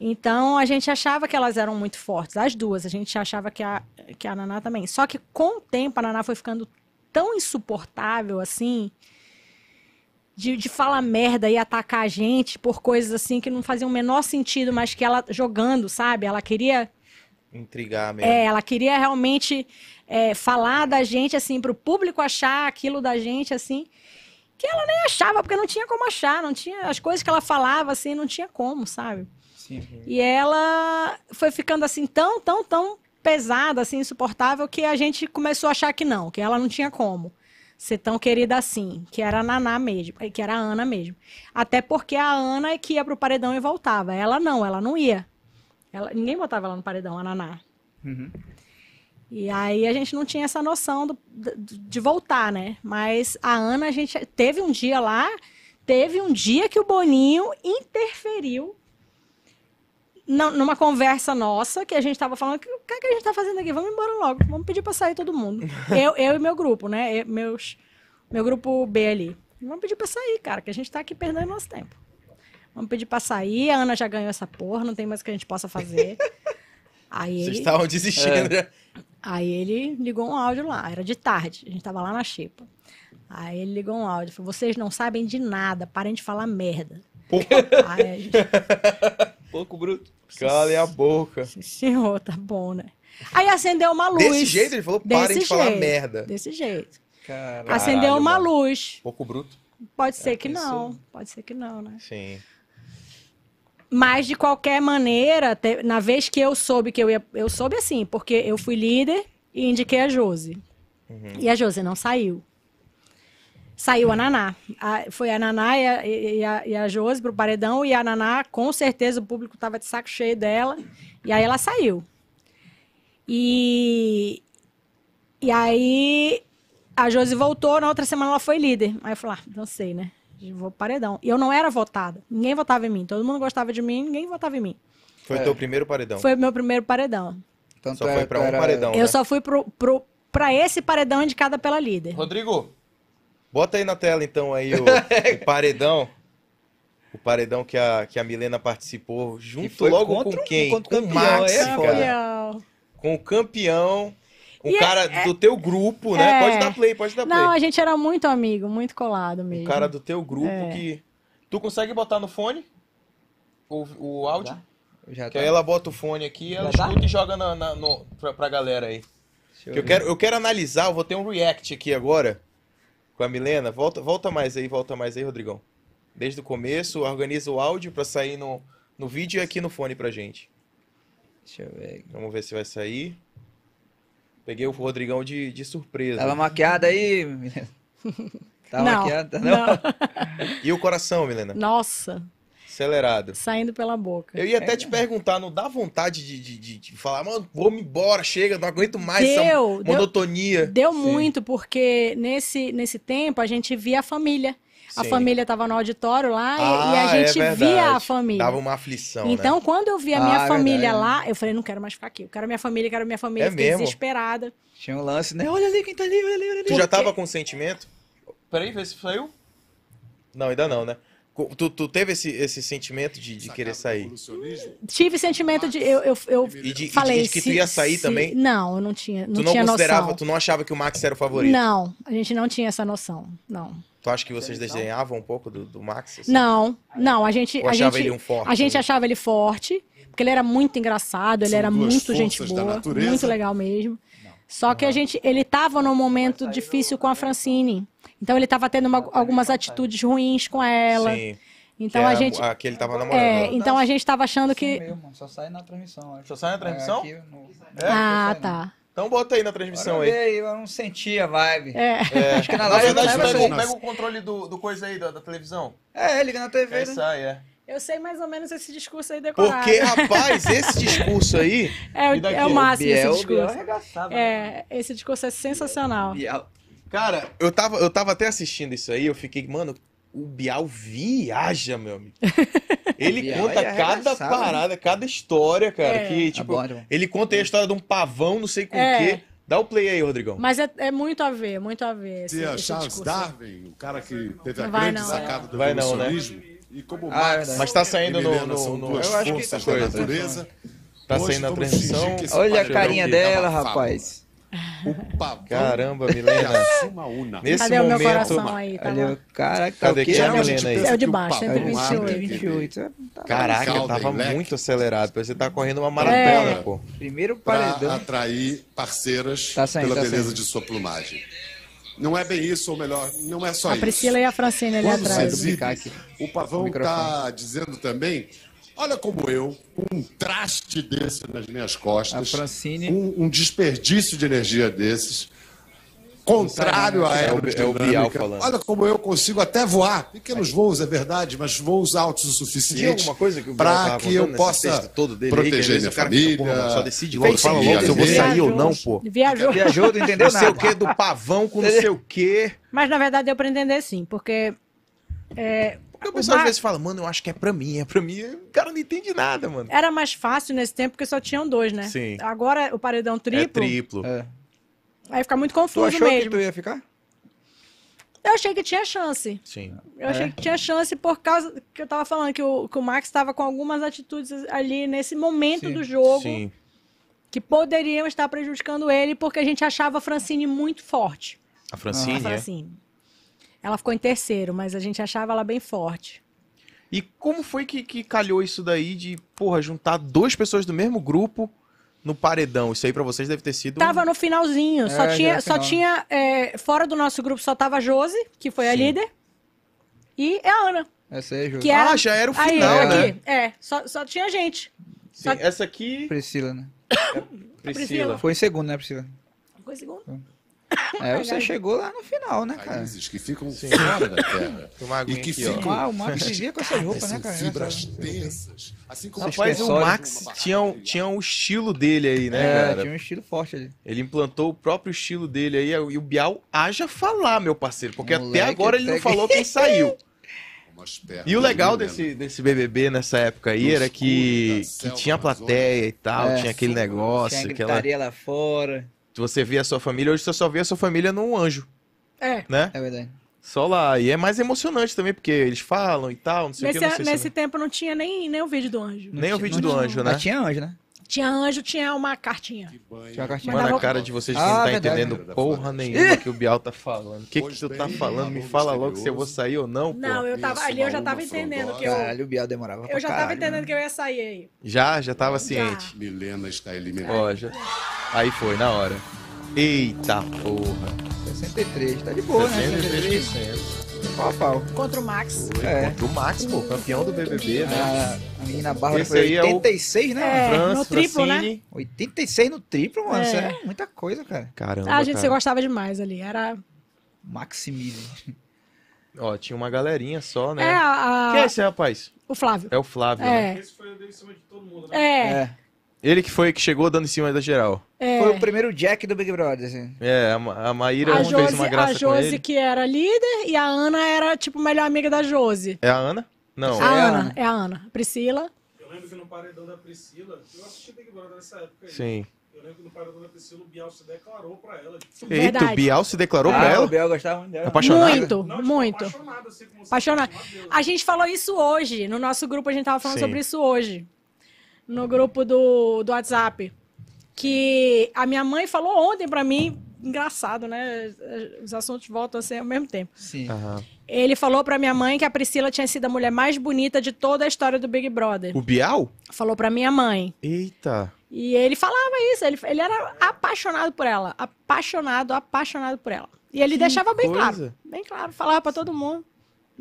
Speaker 3: Então, a gente achava que elas eram muito fortes. As duas. A gente achava que a, que a Naná também. Só que com o tempo, a Naná foi ficando tão insuportável assim. De, de falar merda e atacar a gente por coisas assim que não faziam o menor sentido, mas que ela jogando, sabe? Ela queria
Speaker 2: Intrigar mesmo.
Speaker 3: é, ela queria realmente é, falar da gente, assim, pro público achar aquilo da gente, assim, que ela nem achava, porque não tinha como achar, não tinha. As coisas que ela falava, assim, não tinha como, sabe?
Speaker 1: Sim.
Speaker 3: E ela foi ficando assim tão, tão, tão pesada, assim, insuportável, que a gente começou a achar que não, que ela não tinha como ser tão querida assim, que era a Naná mesmo, que era a Ana mesmo. Até porque a Ana é que ia pro paredão e voltava. Ela não, ela não ia. Ela- ninguém botava ela no paredão, a Naná.
Speaker 1: Uhum.
Speaker 3: E aí a gente não tinha essa noção do- d- de voltar, né? Mas a Ana, a gente teve um dia lá, teve um dia que o Boninho interferiu na- numa conversa nossa, que a gente tava falando, "Que- o que, é que a gente tá fazendo aqui? Vamos embora logo, vamos pedir pra sair todo mundo. eu, eu e meu grupo, né? Eu- meus, meu grupo B ali. Vamos pedir pra sair, cara, que a gente tá aqui perdendo nosso tempo. Vamos pedir pra sair, a Ana já ganhou essa porra, não tem mais o que a gente possa fazer. Aí
Speaker 2: Vocês
Speaker 3: ele-
Speaker 2: estavam desistindo,
Speaker 1: É.
Speaker 2: né?
Speaker 3: Aí ele ligou um áudio lá, era de tarde, a gente tava lá na xepa. Aí ele ligou um áudio, falou, vocês não sabem de nada, parem de falar merda. Aí a gente,
Speaker 1: Pouco bruto.
Speaker 2: Calem a boca.
Speaker 3: senhor, tá bom, né? Aí acendeu uma luz.
Speaker 2: Desse jeito, ele falou, parem
Speaker 3: Desse
Speaker 2: de falar
Speaker 3: jeito.
Speaker 2: merda.
Speaker 3: Desse jeito.
Speaker 1: Cara.
Speaker 3: acendeu uma
Speaker 2: mano.
Speaker 3: luz.
Speaker 2: Pouco bruto.
Speaker 3: Pode ser que
Speaker 1: pensou.
Speaker 3: não, pode ser que não, né?
Speaker 2: Sim.
Speaker 3: Mas de qualquer maneira, te- na vez que eu soube que eu ia. Eu soube assim, porque eu fui líder e indiquei a Josi. E a Josi não saiu. Saiu a Naná. A- foi a Naná e a, e, e a, e a Josi pro paredão. E a Naná, com certeza, o público tava de saco cheio dela. E aí ela saiu. E. E aí a Josi voltou, na outra semana ela foi líder. Aí eu falei, ah, dancei, né? Vou pro paredão. E eu não era votada. Ninguém votava em mim. Todo mundo gostava de mim, ninguém votava em mim.
Speaker 2: Foi o
Speaker 1: É.
Speaker 2: teu primeiro paredão.
Speaker 3: Foi o meu primeiro paredão.
Speaker 1: Tanto
Speaker 2: Só
Speaker 1: é,
Speaker 2: foi pra
Speaker 1: tu
Speaker 2: um
Speaker 1: era-
Speaker 2: paredão,
Speaker 3: eu
Speaker 2: Então. né?
Speaker 3: só fui pro, pro, pra esse paredão indicada pela líder.
Speaker 2: Rodrigo, bota aí na tela então aí o, o paredão. O paredão que a, que a Milena participou junto
Speaker 1: foi
Speaker 2: logo
Speaker 1: contra
Speaker 2: com
Speaker 1: o-
Speaker 2: quem?
Speaker 1: contra o
Speaker 2: com o
Speaker 1: campeão,
Speaker 2: Max,
Speaker 1: é,
Speaker 2: cara.
Speaker 3: Campeão.
Speaker 2: Com o campeão. Um
Speaker 3: E é-
Speaker 2: cara do teu grupo, né?
Speaker 3: É.
Speaker 2: Pode dar play, pode dar play.
Speaker 3: Não, a gente era muito amigo, muito colado
Speaker 2: Um
Speaker 3: mesmo.
Speaker 2: cara do teu grupo
Speaker 3: É.
Speaker 2: que. Tu consegue botar no fone o, o áudio?
Speaker 1: Tá. Já
Speaker 2: Que
Speaker 1: tá.
Speaker 2: aí ela bota o fone aqui, ela
Speaker 1: Já tá?
Speaker 2: escuta e joga na, na, no, pra, pra galera aí.
Speaker 1: Deixa
Speaker 2: Que eu,
Speaker 1: ver.
Speaker 2: quero, eu quero analisar, eu vou ter um react aqui agora com a Milena. Volta, volta mais aí, volta mais aí, Rodrigão. Desde o começo, organiza o áudio pra sair no, no vídeo e aqui no fone pra gente.
Speaker 1: Deixa eu ver.
Speaker 2: Vamos ver se vai sair. Peguei o Rodrigão de, de surpresa.
Speaker 1: Tava maquiada aí? Tá
Speaker 3: não,
Speaker 1: maquiada? Não.
Speaker 3: não.
Speaker 2: E o coração, Milena?
Speaker 3: Nossa,
Speaker 2: Acelerado.
Speaker 3: saindo pela boca.
Speaker 2: Eu ia até te perguntar, não dá vontade de, de, de- de falar, mano, vamos embora, chega, não aguento mais um essa
Speaker 3: Deu, deu,
Speaker 2: monotonia.
Speaker 3: Deu
Speaker 1: Sim.
Speaker 3: muito, porque nesse, nesse tempo a gente via a família. A
Speaker 2: Sim.
Speaker 3: família estava no auditório lá e- e,
Speaker 2: Ah, é
Speaker 3: a gente via
Speaker 2: verdade.
Speaker 3: a família.
Speaker 2: Dava uma aflição, né?
Speaker 3: então, quando eu vi a
Speaker 2: é
Speaker 3: minha
Speaker 1: Ah,
Speaker 3: família
Speaker 1: verdade.
Speaker 3: lá, eu falei, não quero mais ficar aqui. Eu quero minha família, eu quero minha família.
Speaker 2: É
Speaker 3: Eu Fiquei
Speaker 2: mesmo?
Speaker 3: desesperada.
Speaker 1: Tinha um lance, né? Olha ali quem tá ali, olha ali, olha
Speaker 2: né?
Speaker 1: ali.
Speaker 2: Tu já tava com sentimento? Peraí, vê se saiu. Não, ainda não, né? Co- Tu, tu teve esse, esse sentimento de, de querer sair?
Speaker 3: Tive sentimento de... Eu, eu, eu
Speaker 2: E de, e de-
Speaker 3: falei...
Speaker 2: de que tu
Speaker 3: se-
Speaker 2: ia sair
Speaker 3: se-
Speaker 2: também?
Speaker 3: Não, eu não tinha, não
Speaker 2: tu não
Speaker 3: tinha
Speaker 2: considerava,
Speaker 3: noção.
Speaker 2: tu não achava que o Max era o favorito?
Speaker 3: Não, a gente não tinha essa noção, não.
Speaker 2: Tu acha que vocês
Speaker 1: Não.
Speaker 2: desenhavam um pouco do, do Max? assim?
Speaker 3: Não, não, a gente...
Speaker 2: Ou
Speaker 3: a
Speaker 2: achava
Speaker 3: gente,
Speaker 2: ele um forte?
Speaker 3: A gente
Speaker 2: né?
Speaker 3: achava ele forte, porque ele era muito engraçado, ele
Speaker 6: São
Speaker 3: era
Speaker 6: duas
Speaker 3: muito gente
Speaker 6: forças da
Speaker 3: boa,
Speaker 6: natureza.
Speaker 3: muito legal mesmo. Só que a gente, ele estava num momento difícil com a Francine. Então ele estava tendo uma-
Speaker 2: tá,
Speaker 3: algumas atitudes ruins com ela.
Speaker 2: Sim,
Speaker 3: Então a gente,
Speaker 2: Aquele tava namorando.
Speaker 3: é,
Speaker 2: né?
Speaker 3: então a gente estava achando
Speaker 1: Sim
Speaker 3: que
Speaker 1: mesmo, Só sai na transmissão. acho.
Speaker 2: Só sai na transmissão?
Speaker 1: É, aqui no- É, só
Speaker 3: Ah,
Speaker 1: sai, né?
Speaker 3: tá.
Speaker 2: Então bota aí na transmissão
Speaker 1: Bora
Speaker 2: aí.
Speaker 1: ver aí, eu não senti a vibe.
Speaker 3: É.
Speaker 1: Acho que na
Speaker 2: Na
Speaker 1: live não
Speaker 2: verdade, tá
Speaker 1: leva isso
Speaker 2: pega, o-
Speaker 1: aí.
Speaker 6: não.
Speaker 2: pega o controle do, do coisa aí, da, da televisão.
Speaker 1: É, liga na TV,
Speaker 2: É
Speaker 1: né?
Speaker 2: isso aí, é.
Speaker 3: Eu sei mais ou menos esse discurso aí decorado.
Speaker 2: Porque, rapaz, esse discurso aí.
Speaker 3: É, o-
Speaker 2: e daqui?
Speaker 3: é o máximo
Speaker 5: Biel,
Speaker 3: esse
Speaker 5: Biel
Speaker 3: discurso.
Speaker 5: arregaçava.
Speaker 3: É, esse discurso é sensacional.
Speaker 2: Tá
Speaker 5: Biel.
Speaker 2: Cara, eu tava, eu tava até assistindo isso aí, eu fiquei, mano, o Bial viaja, meu amigo. Ele
Speaker 5: Bial
Speaker 2: conta
Speaker 5: é
Speaker 2: cada
Speaker 5: arregaçado,
Speaker 2: parada, cada história, cara.
Speaker 3: É.
Speaker 2: Que,
Speaker 1: Tá
Speaker 2: tipo,
Speaker 1: bom, irmão.
Speaker 2: ele conta aí a história de um pavão, não sei com o
Speaker 3: É.
Speaker 2: quê. Dá o play aí, Rodrigão.
Speaker 3: Mas é, é muito a ver, muito a ver esse,
Speaker 6: Tinha
Speaker 3: esse
Speaker 6: Charles
Speaker 3: discurso.
Speaker 6: Darwin, o cara que teve a
Speaker 3: Vai
Speaker 6: grande
Speaker 3: não, é.
Speaker 6: sacada do
Speaker 2: Vai não, né?
Speaker 6: evolucionismo. E
Speaker 1: Ah,
Speaker 6: como
Speaker 1: é
Speaker 6: Marx
Speaker 1: verdade.
Speaker 2: Mas tá
Speaker 6: e
Speaker 2: saindo no.
Speaker 6: Milena
Speaker 2: no,
Speaker 6: são
Speaker 2: no-
Speaker 6: duas
Speaker 1: eu acho que
Speaker 6: forças
Speaker 1: tá
Speaker 6: da
Speaker 1: saindo.
Speaker 6: natureza.
Speaker 2: Tá
Speaker 6: Hoje
Speaker 2: saindo na
Speaker 6: vamos
Speaker 2: transmissão.
Speaker 6: fingir que esse
Speaker 1: Olha a
Speaker 6: padrão
Speaker 1: carinha
Speaker 6: aqui
Speaker 2: tá
Speaker 1: dela,
Speaker 6: tava fábio.
Speaker 1: rapaz.
Speaker 6: O pavão
Speaker 2: Caramba,
Speaker 6: e
Speaker 2: Milena.
Speaker 6: a suma una.
Speaker 2: Nesse
Speaker 3: Cadê o meu
Speaker 2: momento-
Speaker 3: coração aí? Tá
Speaker 1: Olha,
Speaker 3: lá.
Speaker 1: o cara que tá
Speaker 2: Cadê
Speaker 1: o quê?
Speaker 2: que é a
Speaker 6: Geralmente
Speaker 2: Milena aí?
Speaker 6: pensa
Speaker 3: É o de
Speaker 6: que
Speaker 3: baixo,
Speaker 6: pavão
Speaker 1: É o 28.
Speaker 6: anda,
Speaker 1: É tá. o
Speaker 6: que-
Speaker 1: 28.
Speaker 2: Caraca, eu
Speaker 6: Calda
Speaker 2: tava
Speaker 6: e leque.
Speaker 2: muito acelerado. Você tá correndo uma maratona,
Speaker 6: É.
Speaker 2: pô.
Speaker 1: Primeiro
Speaker 6: para
Speaker 1: paredão.
Speaker 6: atrair parceiras
Speaker 1: Tá saindo,
Speaker 6: pela
Speaker 1: tá
Speaker 6: beleza
Speaker 1: saindo.
Speaker 6: de sua plumagem. Não é bem isso, ou melhor, não é só
Speaker 3: A
Speaker 6: isso.
Speaker 3: Priscila e a Francine ali
Speaker 6: Quando se
Speaker 3: atrás.
Speaker 6: exibe,
Speaker 1: duplicar aqui
Speaker 6: o Pavão
Speaker 1: o microfone.
Speaker 6: está tá dizendo também, olha como eu, um traste desse nas minhas costas,
Speaker 1: A Francine-
Speaker 6: um, um desperdício de energia desses, contrário à
Speaker 2: É o-
Speaker 6: aerodinâmica,
Speaker 2: é o Bial falando.
Speaker 6: olha como eu consigo até voar, pequenos voos, é verdade, mas voos altos o
Speaker 2: Tinha
Speaker 6: suficiente
Speaker 2: alguma coisa que o Biel
Speaker 6: para
Speaker 2: tava
Speaker 6: que eu
Speaker 2: contando nesse
Speaker 6: possa
Speaker 2: texto todo dele aí, que às
Speaker 6: proteger
Speaker 2: vezes
Speaker 6: minha
Speaker 2: o cara fica,
Speaker 6: família,
Speaker 2: porra, mano, só decide
Speaker 6: vou
Speaker 2: logo, fala
Speaker 6: seguir
Speaker 2: logo se eu
Speaker 6: a
Speaker 2: vou
Speaker 6: lei.
Speaker 2: sair ou não,
Speaker 3: Viajou.
Speaker 2: pô.
Speaker 3: Viajou.
Speaker 1: Viajou, não entendeu
Speaker 2: Não sei o
Speaker 1: nada.
Speaker 2: que do pavão com não sei o quê.
Speaker 3: Mas na verdade deu pra entender sim, porque. é,
Speaker 2: Porque o
Speaker 3: o
Speaker 2: pessoal às
Speaker 3: Mar-
Speaker 2: vezes fala, mano, eu acho que é pra mim, é pra mim. O cara não entende nada, mano.
Speaker 3: Era mais fácil nesse tempo porque só tinham dois, né?
Speaker 2: Sim.
Speaker 3: Agora o paredão triplo,
Speaker 2: É triplo.
Speaker 1: É.
Speaker 3: aí fica muito
Speaker 1: Tu
Speaker 3: confuso
Speaker 1: achou que
Speaker 3: mesmo.
Speaker 1: tu ia ficar?
Speaker 3: Eu achei que tinha chance.
Speaker 2: Sim.
Speaker 3: Eu achei que tinha chance por causa que eu tava falando que o, que o Max estava com algumas atitudes ali nesse momento
Speaker 1: Sim,
Speaker 3: do jogo
Speaker 2: Sim.
Speaker 3: que poderiam estar prejudicando ele porque a gente achava a Francine muito forte.
Speaker 2: A Francine,
Speaker 3: Ah, a
Speaker 2: é.
Speaker 3: Francine. Ela ficou em terceiro, mas a gente achava ela bem forte.
Speaker 2: E como foi que, que calhou isso daí de, porra, juntar duas pessoas do mesmo grupo no paredão? Isso aí pra vocês deve ter sido. um
Speaker 3: Tava no finalzinho, só
Speaker 1: É, já
Speaker 3: tinha,
Speaker 1: era
Speaker 3: só
Speaker 1: final.
Speaker 3: tinha é, fora do nosso grupo só tava a Josi, que foi a
Speaker 2: Sim.
Speaker 3: líder, e a Ana,
Speaker 1: Essa aí é
Speaker 3: que
Speaker 1: Júlia.
Speaker 3: era
Speaker 2: Ah, já era o
Speaker 3: aí,
Speaker 2: final,
Speaker 1: era
Speaker 2: né?
Speaker 3: aqui, é, só, só tinha gente.
Speaker 2: Sim, Essa
Speaker 3: é-
Speaker 2: aqui,
Speaker 1: Priscila, né?
Speaker 2: Priscila.
Speaker 1: Foi em segundo, né, Priscila?
Speaker 3: Ficou em segundo.
Speaker 1: É, você
Speaker 3: Ai,
Speaker 1: chegou lá no final, né, cara?
Speaker 6: Raízes que ficam fora da terra.
Speaker 2: Tomar aguinha
Speaker 6: E que
Speaker 2: aqui, ó.
Speaker 6: ficam
Speaker 1: Ah, o Max vivia com essas roupas, né,
Speaker 6: São
Speaker 1: cara?
Speaker 6: fibras tensas. Assim como
Speaker 2: Rapaz, o
Speaker 1: Acessórios.
Speaker 2: Max tinha, um- tinha um estilo dele aí, né,
Speaker 1: É,
Speaker 2: cara?
Speaker 1: tinha um estilo forte ali.
Speaker 2: Ele implantou o próprio estilo dele aí, e o Bial haja falar, meu parceiro, porque
Speaker 1: Moleque,
Speaker 2: até agora ele não
Speaker 1: pega- É
Speaker 2: falou quem saiu.
Speaker 6: Umas pernas
Speaker 2: E o legal
Speaker 6: lindas.
Speaker 2: desse, desse BBB nessa época aí era que, que tinha plateia e tal,
Speaker 1: É.
Speaker 2: tinha aquele negócio, aquela...
Speaker 1: lá fora.
Speaker 2: Você vê a sua família, hoje você só vê a sua família num anjo,
Speaker 3: É.
Speaker 2: né?
Speaker 1: É verdade.
Speaker 2: Só lá. E é mais emocionante também, porque eles falam e tal, não sei o
Speaker 3: Nesse,
Speaker 2: que, não sei se-
Speaker 3: nesse tempo não tinha nem, nem o vídeo do anjo.
Speaker 2: Nem
Speaker 1: tinha-
Speaker 2: o vídeo
Speaker 1: não
Speaker 2: do
Speaker 1: tinha-
Speaker 2: anjo, né?
Speaker 1: Mas tinha anjo, né?
Speaker 3: Tinha anjo, tinha uma cartinha.
Speaker 6: Que banho.
Speaker 1: Tinha uma cartinha.
Speaker 3: Mas
Speaker 2: Mano,
Speaker 3: dava-
Speaker 2: a cara de vocês que
Speaker 1: Ah,
Speaker 2: não tá
Speaker 1: verdade.
Speaker 2: entendendo porra nenhuma que o Bial tá falando. O que que
Speaker 6: Pois
Speaker 2: tu tá
Speaker 6: bem,
Speaker 2: falando? Me
Speaker 6: amor
Speaker 2: fala logo se eu
Speaker 6: misterioso.
Speaker 2: vou sair ou não, pô.
Speaker 3: Não, eu tava
Speaker 6: Isso,
Speaker 3: ali, eu já
Speaker 6: uma
Speaker 3: tava
Speaker 6: uma
Speaker 2: é
Speaker 3: entendendo que eu,
Speaker 1: Caralho, o Biel demorava pra
Speaker 3: eu já tava
Speaker 1: caralho, né?
Speaker 3: entendendo que eu ia sair aí.
Speaker 2: Já, já tava ciente.
Speaker 6: Milena está eliminada.
Speaker 2: Ó, já. Aí foi, na hora. Eita porra.
Speaker 1: 63, tá de boa, né? 63,
Speaker 2: 63%.
Speaker 1: pau a pau.
Speaker 3: Contra o Max.
Speaker 1: É.
Speaker 2: Contra o Max, pô, campeão do BBB, né?
Speaker 1: A, a menina Bárbara
Speaker 2: Esse
Speaker 1: foi
Speaker 2: aí é o-
Speaker 1: 86, né?
Speaker 3: É, no triplo, né?
Speaker 2: Francine.
Speaker 1: 86 no triplo, mano.
Speaker 3: É.
Speaker 1: Isso é muita coisa, cara.
Speaker 2: Caramba,
Speaker 3: Ah, gente, você
Speaker 2: cara.
Speaker 3: gostava demais ali. Era.
Speaker 1: Maximilian.
Speaker 2: Ó, tinha uma galerinha só,
Speaker 3: É,
Speaker 2: né?
Speaker 3: a, a-
Speaker 2: Quem é esse rapaz?
Speaker 3: o Flávio.
Speaker 2: É o Flávio, né?
Speaker 3: É. É,
Speaker 2: Ele que foi que chegou dando em cima da geral.
Speaker 3: é.
Speaker 1: Foi o primeiro Jack do Big Brother, assim.
Speaker 2: É, a, Ma- a Maíra
Speaker 3: A
Speaker 2: fez
Speaker 3: Josi,
Speaker 2: uma
Speaker 3: a
Speaker 2: graça com
Speaker 3: Josi
Speaker 2: ele.
Speaker 3: que era líder e a Ana era, tipo, melhor amiga da Josi.
Speaker 2: É a Ana? Não.
Speaker 3: a
Speaker 1: é a
Speaker 3: Ana,
Speaker 1: Ana.
Speaker 3: é a Ana. Priscila.
Speaker 7: Eu lembro que no paredão da Priscila, eu assisti Big Brother nessa época aí.
Speaker 2: Sim.
Speaker 7: Eu lembro que no paredão da Priscila o Bial se declarou pra ela. Tipo,
Speaker 2: Eita, o
Speaker 3: Verdade.
Speaker 2: Bial se declarou
Speaker 1: Ah,
Speaker 2: pra
Speaker 1: O
Speaker 2: ela?
Speaker 1: Biel gostava muito dela.
Speaker 2: Apaixonada?
Speaker 3: Muito,
Speaker 7: não, tipo,
Speaker 3: muito.
Speaker 7: apaixonada, assim, como se
Speaker 3: Apaixonada.
Speaker 7: fosse uma deusa.
Speaker 3: A gente falou isso hoje. No nosso grupo, a gente tava falando
Speaker 2: Sim.
Speaker 3: sobre isso hoje. No grupo do, do WhatsApp. Que a minha mãe falou ontem pra mim. Engraçado, né? Os assuntos voltam assim ao mesmo tempo.
Speaker 1: Sim.
Speaker 2: Aham.
Speaker 3: Ele falou pra minha mãe que a Priscila tinha sido a mulher mais bonita de toda a história do Big Brother.
Speaker 2: O Bial?
Speaker 3: Falou pra minha mãe.
Speaker 2: Eita.
Speaker 3: E ele falava isso, ele, ele era apaixonado por ela. Apaixonado, apaixonado por ela. E ele
Speaker 2: Que
Speaker 3: deixava bem
Speaker 2: coisa.
Speaker 3: claro. Bem claro, falava pra todo mundo.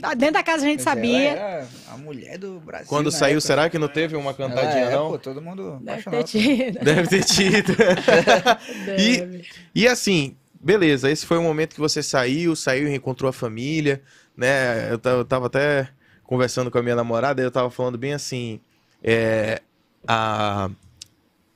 Speaker 3: Ah, Dentro da casa a gente
Speaker 1: Mas é, ela
Speaker 3: sabia.
Speaker 1: era a mulher do Brasil.
Speaker 2: Quando
Speaker 1: na
Speaker 2: saiu,
Speaker 1: época.
Speaker 2: será que não teve uma
Speaker 1: Ela
Speaker 2: cantadinha,
Speaker 1: é,
Speaker 2: não?
Speaker 1: Pô, todo mundo
Speaker 3: Deve
Speaker 1: apaixonado.
Speaker 3: ter tido.
Speaker 2: Deve ter tido.
Speaker 3: Deve.
Speaker 2: E assim, beleza, esse foi o momento que você saiu, saiu e reencontrou a família, né? Eu ta- eu tava até conversando com a minha namorada, eu tava falando bem assim. é, a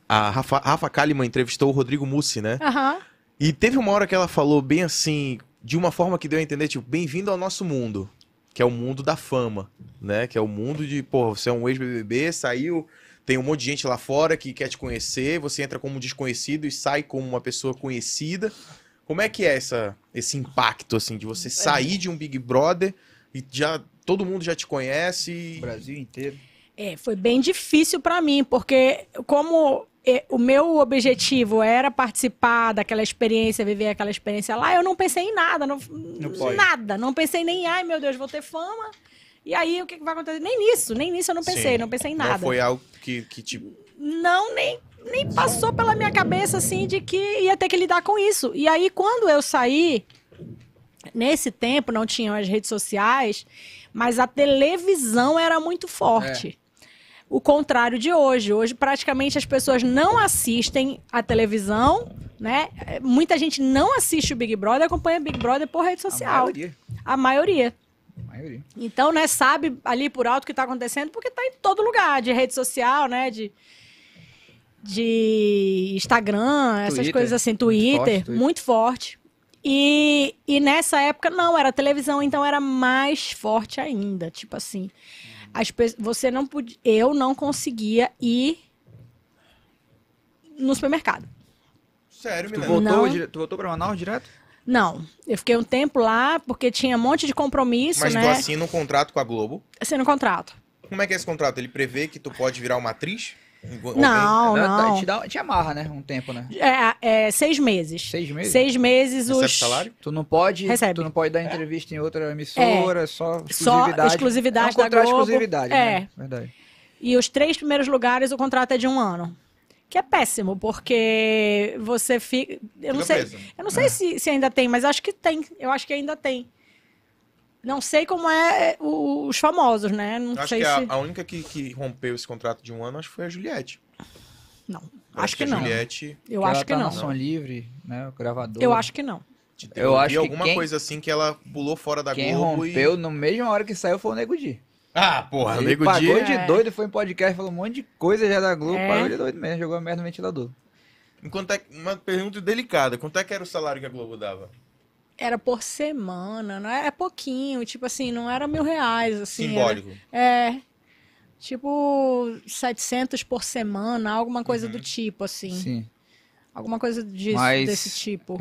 Speaker 2: a Rafa, Rafa Kalimann entrevistou o Rodrigo Mussi, né?
Speaker 3: Aham.
Speaker 2: E teve uma hora que ela falou bem assim, de uma forma que deu a entender, tipo, bem-vindo ao nosso mundo, que é o mundo da fama, né? Que é o mundo de, pô, você é um ex-BBB, saiu, tem um monte de gente lá fora que quer te conhecer, você entra como um desconhecido e sai como uma pessoa conhecida. Como é que é essa, esse impacto, assim, de você
Speaker 3: é.
Speaker 2: sair de um Big Brother e já todo mundo já te conhece e...
Speaker 1: Brasil inteiro.
Speaker 3: É, foi bem difícil para mim, porque como é, o meu objetivo era participar daquela experiência, viver aquela experiência lá, eu não pensei em nada, não,
Speaker 1: pode.
Speaker 3: nada, não pensei nem, ai meu Deus, vou ter fama. E aí, o que, que vai acontecer? Nem nisso, nem nisso eu não pensei,
Speaker 2: Sim,
Speaker 3: não pensei em
Speaker 2: não
Speaker 3: nada.
Speaker 2: foi algo que, que te...
Speaker 3: não nem, nem passou pela minha cabeça assim de que ia ter que lidar com isso. E aí, quando eu saí, nesse tempo não tinham as redes sociais, mas a televisão era muito
Speaker 1: É.
Speaker 3: forte. O contrário de hoje. Hoje, praticamente, as pessoas não assistem a televisão, né? Eh, Muita gente não assiste o Big Brother, acompanha o Big Brother por rede
Speaker 1: A
Speaker 3: social.
Speaker 1: maioria.
Speaker 3: A maioria.
Speaker 1: A maioria.
Speaker 3: Então, né, sabe ali por alto o que está acontecendo, porque está em todo lugar, de rede social, né, de, de Instagram, essas
Speaker 1: Twitter.
Speaker 3: coisas assim,
Speaker 1: forte,
Speaker 3: Twitter, muito forte.
Speaker 1: Twitter.
Speaker 3: E, e nessa época, não, era televisão, então era mais forte ainda, tipo assim, as pe- você não podia, eu não conseguia ir no supermercado.
Speaker 2: Sério,
Speaker 1: Tu
Speaker 2: menina?
Speaker 1: voltou,
Speaker 3: Não.
Speaker 1: dire- tu voltou pra Manaus direto?
Speaker 3: Não, eu fiquei um tempo lá, porque tinha um monte de compromisso,
Speaker 2: Mas tu
Speaker 3: né,
Speaker 2: assina um contrato com a Globo.
Speaker 3: sendo contrato.
Speaker 2: Como é que é esse contrato? Ele prevê que tu pode virar uma atriz? Igual- alguém?
Speaker 3: Não,
Speaker 1: Dá- dá-
Speaker 3: não.
Speaker 1: tá, Te, Né? dá, te amarra, né? Um tempo, né?
Speaker 3: É, é, seis meses.
Speaker 1: Seis meses.
Speaker 3: Seis meses
Speaker 2: Recebe
Speaker 3: os.
Speaker 2: salário?
Speaker 1: Tu não pode,
Speaker 3: Recebe. É.
Speaker 1: tu não pode dar entrevista em outra emissora, só
Speaker 3: Só
Speaker 1: exclusividade.
Speaker 3: exclusividade
Speaker 1: é um contrato
Speaker 3: da
Speaker 1: de
Speaker 3: Globo.
Speaker 1: exclusividade,
Speaker 3: É.
Speaker 1: né? Verdade.
Speaker 3: E os três primeiros lugares o contrato é de um ano. Que é péssimo, porque você fica. Eu não
Speaker 2: Fica É.
Speaker 3: sei,
Speaker 2: presa.
Speaker 3: eu não sei se, se ainda tem, mas acho que tem. Eu acho que ainda tem. Não sei como é é, o- os famosos, né? Não
Speaker 2: Acho
Speaker 3: sei
Speaker 2: que é
Speaker 3: se.
Speaker 2: a, a única que, que rompeu esse contrato de um ano acho que foi a Juliette.
Speaker 3: Não. Acho,
Speaker 2: Parece
Speaker 3: que, não.
Speaker 2: A Juliette
Speaker 3: Eu
Speaker 1: Porque
Speaker 3: acho
Speaker 1: ela
Speaker 3: que
Speaker 1: tá
Speaker 3: não.
Speaker 1: No som livre, né? O gravador.
Speaker 3: Eu acho que não.
Speaker 2: te
Speaker 1: Eu acho que
Speaker 2: alguma
Speaker 1: quem-
Speaker 2: coisa assim que ela pulou fora da
Speaker 3: é.
Speaker 1: Quem
Speaker 2: Globo
Speaker 1: rompeu
Speaker 2: e...
Speaker 1: na mesma hora que saiu foi o Nego Di.
Speaker 2: Ah, porra,
Speaker 1: Ele
Speaker 2: Nego
Speaker 1: pagou
Speaker 2: Di.
Speaker 1: de doido, foi em podcast, falou um monte de coisa já da Globo,
Speaker 3: É.
Speaker 1: pagou de doido mesmo, jogou a merda no ventilador.
Speaker 2: Enquanto é... Uma pergunta delicada. Quanto é que era o salário que a Globo dava?
Speaker 3: Era por semana, não é, é pouquinho. Tipo assim, não era mil reais. Assim, era-
Speaker 2: Simbólico.
Speaker 3: É. Tipo, 700 por semana, alguma coisa do tipo, assim.
Speaker 1: Uhum. Sim.
Speaker 3: Alguma coisa disso,
Speaker 1: Mas,
Speaker 3: desse tipo.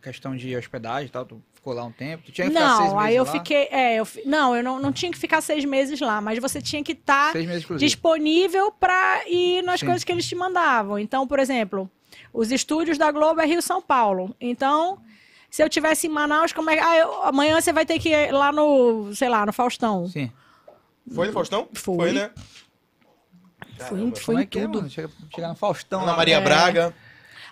Speaker 1: Questão de hospedagem e tal, tu ficou lá um tempo, tu tinha que ficar seis
Speaker 3: não,
Speaker 1: meses
Speaker 3: aí eu
Speaker 1: lá,
Speaker 3: fiquei. É, eu, fi- não, eu não, não tinha que ficar seis meses lá, mas você tinha que estar
Speaker 1: Seis meses exclusivo.
Speaker 3: disponível para ir nas
Speaker 1: Sim.
Speaker 3: coisas que eles te mandavam. Então, por exemplo, os estúdios da Globo é Rio São Paulo. Então, se eu tivesse em Manaus, como é que. Ah, eu- amanhã você vai ter que ir lá no, sei lá, no Faustão.
Speaker 1: Sim.
Speaker 2: Foi no Faustão?
Speaker 3: Foi.
Speaker 2: né?
Speaker 3: Foi, em- foi
Speaker 1: Como
Speaker 3: em
Speaker 1: é que é,
Speaker 3: tudo.
Speaker 1: mano? Chega, chegar no
Speaker 3: Então,
Speaker 1: Faustão
Speaker 2: Ana
Speaker 1: lá,
Speaker 3: é.
Speaker 2: Maria Braga.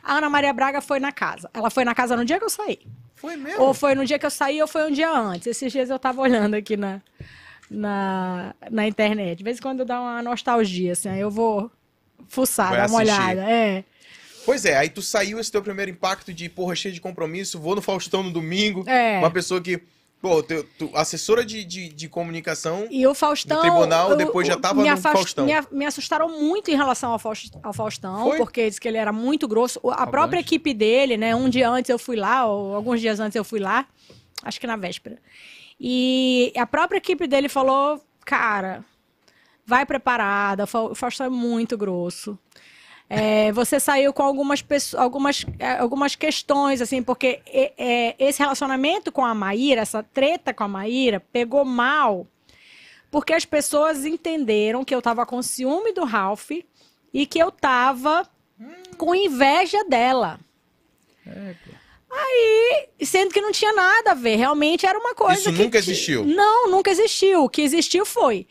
Speaker 3: A Ana Maria Braga foi na casa. Ela foi na casa no dia que eu saí.
Speaker 2: Foi mesmo?
Speaker 3: Ou foi no dia que eu saí ou foi um dia antes. Esses dias eu tava olhando aqui na, na, na internet. De vez em quando dá uma nostalgia, assim. Aí eu vou fuçar,
Speaker 2: Vai
Speaker 3: dar uma
Speaker 2: assistir.
Speaker 3: olhada. É,
Speaker 2: Pois é, aí tu saiu esse teu primeiro impacto de, porra, cheio de compromisso, vou no Faustão no domingo.
Speaker 3: é.
Speaker 2: Uma pessoa que, pô, teu, tu, assessora de, de, de comunicação
Speaker 3: E o Faustão.
Speaker 2: No tribunal,
Speaker 3: eu-
Speaker 2: depois já
Speaker 3: eu-
Speaker 2: tava
Speaker 3: me
Speaker 2: no
Speaker 3: afas-
Speaker 2: Faustão.
Speaker 3: Me, a- me assustaram muito em relação ao, Faus- ao Faustão,
Speaker 2: Foi?
Speaker 3: porque disse que ele era muito grosso. O- A própria
Speaker 1: Arrogante.
Speaker 3: equipe dele, né? Um dia antes eu fui lá, ou alguns dias antes eu fui lá, acho que na véspera. E a própria equipe dele falou: cara, vai preparada, o Fa- o Faustão é muito grosso. É, você saiu com algumas, pesso- algumas, é, algumas questões, assim, porque é, é, esse relacionamento com a Maíra, essa treta com a Maíra, pegou mal, porque as pessoas entenderam que eu tava com ciúme do Ralph e que eu tava com inveja dela. Aí, sendo que não tinha nada a ver, realmente era uma coisa
Speaker 2: Isso
Speaker 3: que
Speaker 2: nunca
Speaker 3: ti-
Speaker 2: existiu?
Speaker 3: Não, nunca existiu. O que existiu foi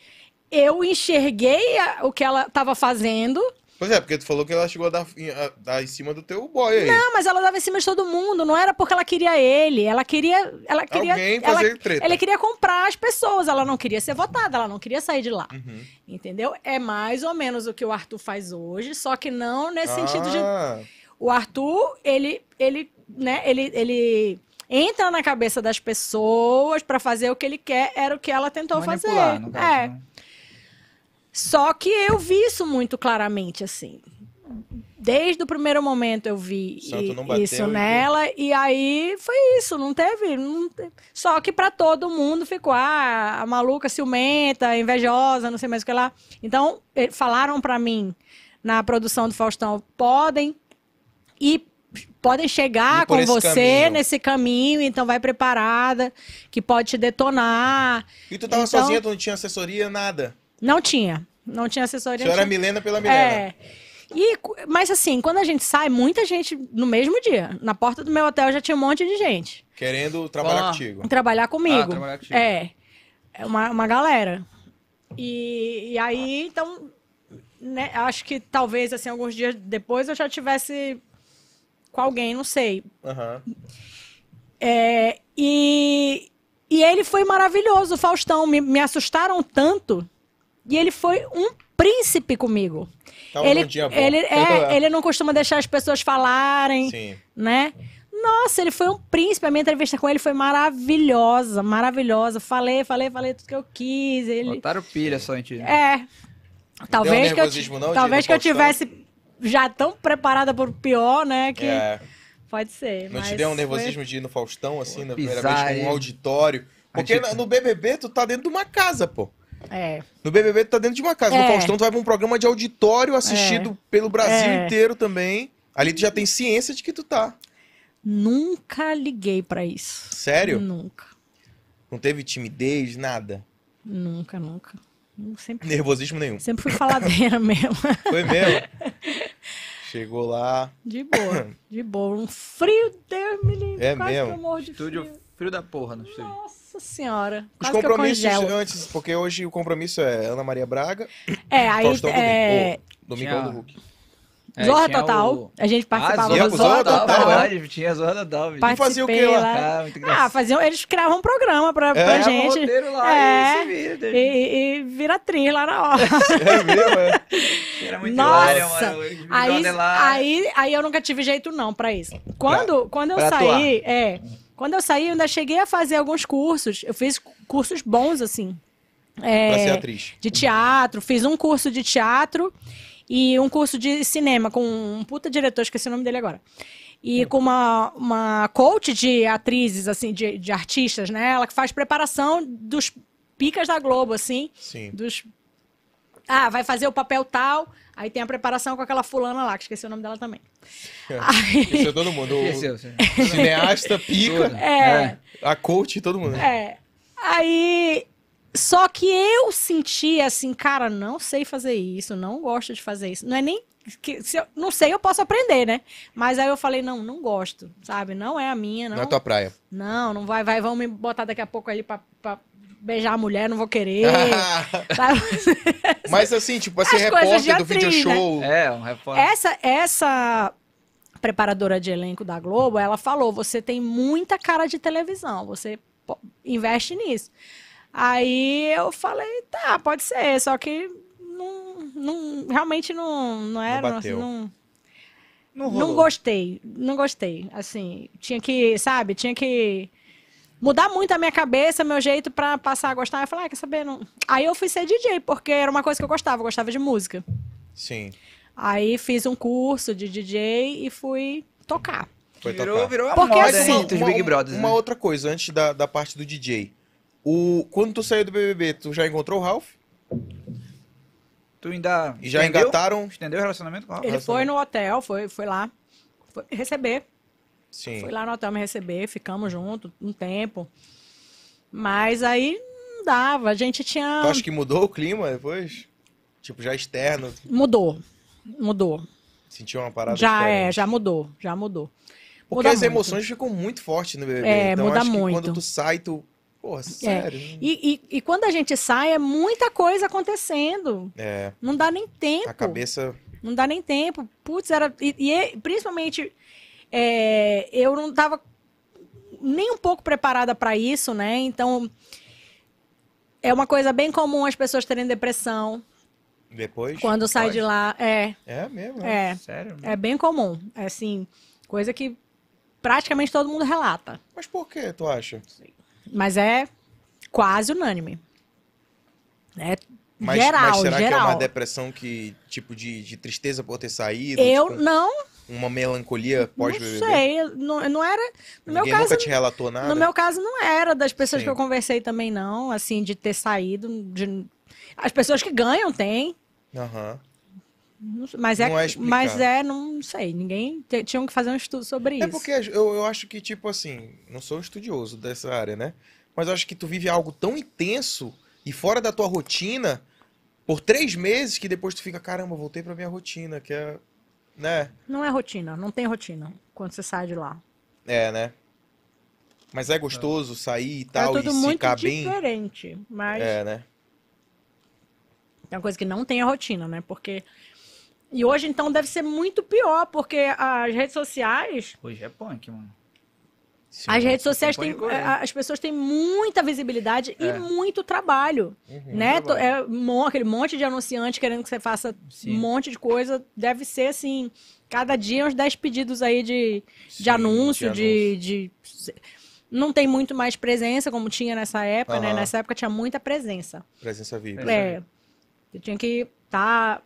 Speaker 3: eu enxerguei a- o que ela estava fazendo
Speaker 2: Pois é, porque tu falou que ela chegou a dar, a dar em cima do teu boy aí.
Speaker 3: Não, Ah, mas ela dava em cima de todo mundo. Não era porque ela queria ele. Ela queria. Ela queria
Speaker 2: Alguém
Speaker 3: ela,
Speaker 2: fazer treta.
Speaker 3: ela queria comprar as pessoas. Ela não queria ser votada. Ela não queria sair de lá.
Speaker 2: Uhum.
Speaker 3: Entendeu? É mais ou menos o que o Arthur faz hoje, só que
Speaker 1: Ah.
Speaker 3: não nesse sentido de.
Speaker 2: Ah,
Speaker 3: O Arthur, ele. ele né, ele, ele entra na cabeça das pessoas pra fazer o que ele quer, era o que ela tentou
Speaker 1: Manipular,
Speaker 3: fazer.
Speaker 1: no caso,
Speaker 3: é.
Speaker 1: né?
Speaker 3: Só que eu vi isso muito claramente, assim. Desde o primeiro momento eu vi
Speaker 2: Santo
Speaker 3: i-
Speaker 2: não bateu
Speaker 3: isso
Speaker 2: e-
Speaker 3: nela, e aí foi isso, não teve. não te- Só que pra todo mundo ficou, ah, a maluca ciumenta, invejosa, não sei mais o que lá. Então, eh, falaram pra mim na produção do Faustão: podem ir, podem chegar
Speaker 2: Ir por
Speaker 3: com
Speaker 2: esse
Speaker 3: você
Speaker 2: caminho.
Speaker 3: nesse caminho, então vai preparada, que pode te detonar.
Speaker 2: E tu tava
Speaker 3: Então-
Speaker 2: sozinha, tu não tinha assessoria, nada.
Speaker 3: Não tinha. Não tinha assessoria. não
Speaker 2: Senhora
Speaker 3: tinha
Speaker 2: Milena pela Milena.
Speaker 3: é. E, cu- mas assim, quando a gente sai, muita gente no mesmo dia. Na porta do meu hotel já tinha um monte de gente.
Speaker 2: Querendo trabalhar
Speaker 5: Ó.
Speaker 2: contigo.
Speaker 3: Trabalhar comigo.
Speaker 1: Ah, trabalhar contigo.
Speaker 3: É. É uma, uma galera. E, e aí, então, né, acho que talvez, assim, alguns dias depois eu já tivesse com alguém, não sei.
Speaker 2: Aham.
Speaker 3: É, e, e ele foi maravilhoso, o Faustão. Me, me assustaram tanto. E ele foi um príncipe comigo.
Speaker 2: Tava
Speaker 3: Ele,
Speaker 2: num dia bom.
Speaker 3: ele, é, ele não costuma deixar as pessoas falarem,
Speaker 2: Sim.
Speaker 3: né? Nossa, ele foi um príncipe. A minha entrevista com ele foi maravilhosa, maravilhosa. Falei, falei, falei tudo que eu quis. Ele...
Speaker 1: Botaram pilha só em ti. né?
Speaker 3: É. Talvez que eu,
Speaker 2: nervosismo não de-
Speaker 3: talvez
Speaker 2: do
Speaker 3: que eu
Speaker 2: Faustão?
Speaker 3: tivesse já tão preparada pro pior, né? Que
Speaker 2: É.
Speaker 3: pode ser.
Speaker 2: Não te
Speaker 3: mas
Speaker 2: deu um
Speaker 3: foi-
Speaker 2: nervosismo de ir no Faustão, assim, na primeira
Speaker 1: pisar
Speaker 2: vez, com um
Speaker 1: aí.
Speaker 2: auditório? Porque
Speaker 1: Aí,
Speaker 2: na-
Speaker 1: tipo-
Speaker 2: no BBB tu tá dentro de uma casa, pô.
Speaker 3: É.
Speaker 2: No BBB tu tá dentro de uma casa. No
Speaker 3: É.
Speaker 2: Faustão tu vai pra um programa de auditório assistido pelo Brasil
Speaker 3: É.
Speaker 2: inteiro também. Ali tu já tem ciência de que tu tá.
Speaker 3: Nunca liguei pra isso.
Speaker 2: Sério?
Speaker 3: Nunca,
Speaker 2: Não teve timidez, nada.
Speaker 3: nunca, nunca. Sempre,
Speaker 2: Nervosismo nenhum.
Speaker 3: sempre fui faladeira mesmo.
Speaker 2: Foi mesmo. Chegou lá.
Speaker 3: De boa, de boa. Um frio, Deus me livre.
Speaker 2: É
Speaker 3: quase
Speaker 2: mesmo?
Speaker 3: que eu morro de
Speaker 1: Estúdio
Speaker 3: frio.
Speaker 1: frio da porra no estúdio.
Speaker 3: Nossa senhora.
Speaker 2: Os
Speaker 3: quase que eu
Speaker 2: compromissos
Speaker 3: congelo.
Speaker 2: antes, porque hoje o compromisso é Ana Maria Braga,
Speaker 3: É, aí.
Speaker 2: Faustão
Speaker 3: É...
Speaker 2: Domingo. Domingão do
Speaker 1: Tinha-
Speaker 2: Hulk.
Speaker 5: É,
Speaker 3: Zorra
Speaker 5: tinha
Speaker 3: Total.
Speaker 5: o-
Speaker 3: A gente participava
Speaker 2: Zorra
Speaker 3: do
Speaker 2: Total,
Speaker 3: Zorra Total.
Speaker 2: Total, é.
Speaker 1: verdade, Tinha Zorra Total, bicho.
Speaker 3: Participei
Speaker 2: fazia o quê lá?
Speaker 1: Ah, muito
Speaker 3: Ah,
Speaker 1: engraçado.
Speaker 3: faziam, eles criavam um programa pra, pra
Speaker 1: Pegava o
Speaker 3: gente.
Speaker 1: roteiro lá
Speaker 3: É.
Speaker 1: e se vira,
Speaker 3: E,
Speaker 1: Deus.
Speaker 3: e, e vira atriz lá na hora.
Speaker 2: É mesmo, é?
Speaker 1: Era muito
Speaker 3: Nossa!
Speaker 1: hilário, mano. Eles me
Speaker 3: aí,
Speaker 1: jogam lá.
Speaker 3: aí, aí eu nunca tive jeito não pra isso. Quando, quando eu
Speaker 1: pra
Speaker 3: saí, é, quando eu saí, eu ainda cheguei a fazer alguns cursos. Eu fiz cursos bons assim. É,
Speaker 2: Pra ser atriz.
Speaker 3: de teatro, fiz um curso de teatro e um curso de cinema com um puta diretor, esqueci o nome dele agora. E com uma, uma coach de atrizes, assim, de, de artistas, né? Ela que faz preparação dos picas da Globo, assim,
Speaker 2: Sim.
Speaker 3: dos. Ah, vai fazer o papel tal, aí tem a preparação com aquela fulana lá, que esqueci o nome dela também. Aí-
Speaker 2: Isso é todo mundo.
Speaker 1: Esqueceu, sim.
Speaker 2: O cineasta,
Speaker 1: Tudo.
Speaker 2: pica,
Speaker 1: É.
Speaker 2: a coach, todo mundo.
Speaker 3: É. Aí. Só que eu senti assim, cara, não sei fazer isso, não gosto de fazer isso. Não é nem. Que, se eu, não sei, eu posso aprender, né? Mas aí eu falei, não, não gosto, sabe? Não é a minha, não.
Speaker 2: Na tua praia.
Speaker 3: Não, não vai, vai, vão me botar daqui a pouco aí pra, pra beijar a mulher, não vou querer. sabe?
Speaker 2: Mas assim, tipo, pra ser
Speaker 3: As coisas de
Speaker 2: repórter do
Speaker 3: atriz, né?
Speaker 2: video show.
Speaker 1: É, um repórter.
Speaker 3: Essa, essa preparadora de elenco da Globo, ela falou: você tem muita cara de televisão, você po- investe nisso. Aí eu falei, tá, pode ser, só que não, não- realmente não, não era. assim,
Speaker 2: bateu.
Speaker 3: não-
Speaker 1: Não
Speaker 3: não gostei, não gostei. Assim, tinha que, sabe, tinha que mudar muito a minha cabeça, meu jeito pra passar a gostar. Eu falei, ah, quer saber? Não... Aí eu fui ser DJ, porque era uma coisa que eu gostava, eu gostava de música.
Speaker 2: Sim.
Speaker 3: Aí fiz um curso de DJ e fui tocar.
Speaker 2: Foi
Speaker 1: virou,
Speaker 2: tocar.
Speaker 1: virou a
Speaker 3: Porque
Speaker 1: moda
Speaker 3: assim-
Speaker 1: né, dos Big Brothers.
Speaker 2: uma
Speaker 1: né?
Speaker 2: outra coisa, antes da, da parte do DJ. O, quando tu saiu do BBB, tu já encontrou o Ralph?
Speaker 1: Tu ainda.
Speaker 2: E já
Speaker 1: entendeu?
Speaker 2: engataram?
Speaker 1: Estendeu o relacionamento
Speaker 2: Ah,
Speaker 1: com o
Speaker 3: Ele
Speaker 1: Rafa?
Speaker 2: é
Speaker 3: foi no hotel, foi, foi lá foi receber.
Speaker 2: Sim.
Speaker 3: Foi lá no hotel me receber, ficamos juntos um tempo. Mas aí não dava, a gente
Speaker 2: Tu
Speaker 3: tinha.
Speaker 2: acha que mudou o clima depois? Tipo, já externo,
Speaker 3: Mudou. Mudou.
Speaker 2: sentiu uma parada
Speaker 3: já
Speaker 2: diferente?
Speaker 3: é, já mudou, já mudou.
Speaker 2: Porque as
Speaker 3: muito.
Speaker 2: emoções ficam muito fortes no BBB.
Speaker 3: É,
Speaker 2: então
Speaker 3: muda
Speaker 2: acho que
Speaker 3: muito. É,
Speaker 2: quando tu sai, tu... Porra, sério? né?
Speaker 3: E, e- e quando a gente sai, é muita coisa acontecendo.
Speaker 2: É,
Speaker 3: Não dá nem tempo.
Speaker 2: a cabeça...
Speaker 3: Não dá nem tempo. Putz, era. E, e é- principalmente, é, eu não estava nem um pouco preparada para isso, né? Então, é uma coisa bem comum as pessoas terem depressão
Speaker 2: Depois...
Speaker 3: quando sai de lá. É,
Speaker 2: É mesmo, né?
Speaker 3: é.
Speaker 1: Sério?
Speaker 3: É bem comum. É assim, coisa que praticamente todo mundo relata.
Speaker 2: Mas por que, tu acha?
Speaker 3: Mas é quase unânime. É
Speaker 2: Mas,
Speaker 3: geral,
Speaker 2: mas será
Speaker 3: geral.
Speaker 2: que é uma depressão que, tipo, de, de tristeza por ter saído?
Speaker 3: Eu
Speaker 2: tipo,
Speaker 3: não,
Speaker 2: Uma melancolia
Speaker 3: não
Speaker 2: pós-BBB?
Speaker 3: sei. Não, não era. No meu
Speaker 2: Ninguém
Speaker 3: caso,
Speaker 2: nunca te relatou nada?
Speaker 3: No meu caso, não era das pessoas
Speaker 2: Sim.
Speaker 3: que eu conversei também, não. Assim, de ter saído. de- As pessoas que ganham têm.
Speaker 2: Aham.
Speaker 3: não sei, Mas é,
Speaker 2: Não é explicado.
Speaker 3: mas é, não sei. Ninguém te- tinham que fazer um estudo sobre
Speaker 2: É
Speaker 3: isso.
Speaker 2: porque eu, eu acho que, tipo assim, não sou um estudioso dessa área, né? Mas eu acho que tu vive algo tão intenso e fora da tua rotina por três meses que depois tu fica, caramba, voltei pra minha rotina, que é. Né?
Speaker 3: Não é rotina, não tem rotina quando você sai de lá.
Speaker 2: É, né? Mas é gostoso sair e
Speaker 3: É
Speaker 2: tal, e
Speaker 3: tudo
Speaker 2: se
Speaker 3: muito
Speaker 2: ficar bem.
Speaker 3: diferente. Mas
Speaker 2: É, né?
Speaker 3: é uma coisa que não tem a rotina, né? Porque. E hoje, então, deve ser muito pior, porque as redes sociais.
Speaker 1: Hoje é punk, mano.
Speaker 3: As redes sociais
Speaker 1: põe
Speaker 3: têm.
Speaker 1: em correr.
Speaker 3: a-
Speaker 2: né?
Speaker 3: As pessoas têm muita visibilidade
Speaker 1: É.
Speaker 3: e muito trabalho.
Speaker 2: Uhum.
Speaker 3: né? To- É, mon- aquele monte de anunciante querendo que você faça
Speaker 1: Sim.
Speaker 3: um monte de coisa. Deve ser assim, cada dia uns 10 pedidos aí de,
Speaker 2: Sim,
Speaker 3: de anúncio, de, de- Não tem muito mais presença, como tinha nessa época, né?
Speaker 2: Aham.
Speaker 3: Nessa época tinha muita presença.
Speaker 2: Presença VIP.
Speaker 3: É. Eu tinha que estar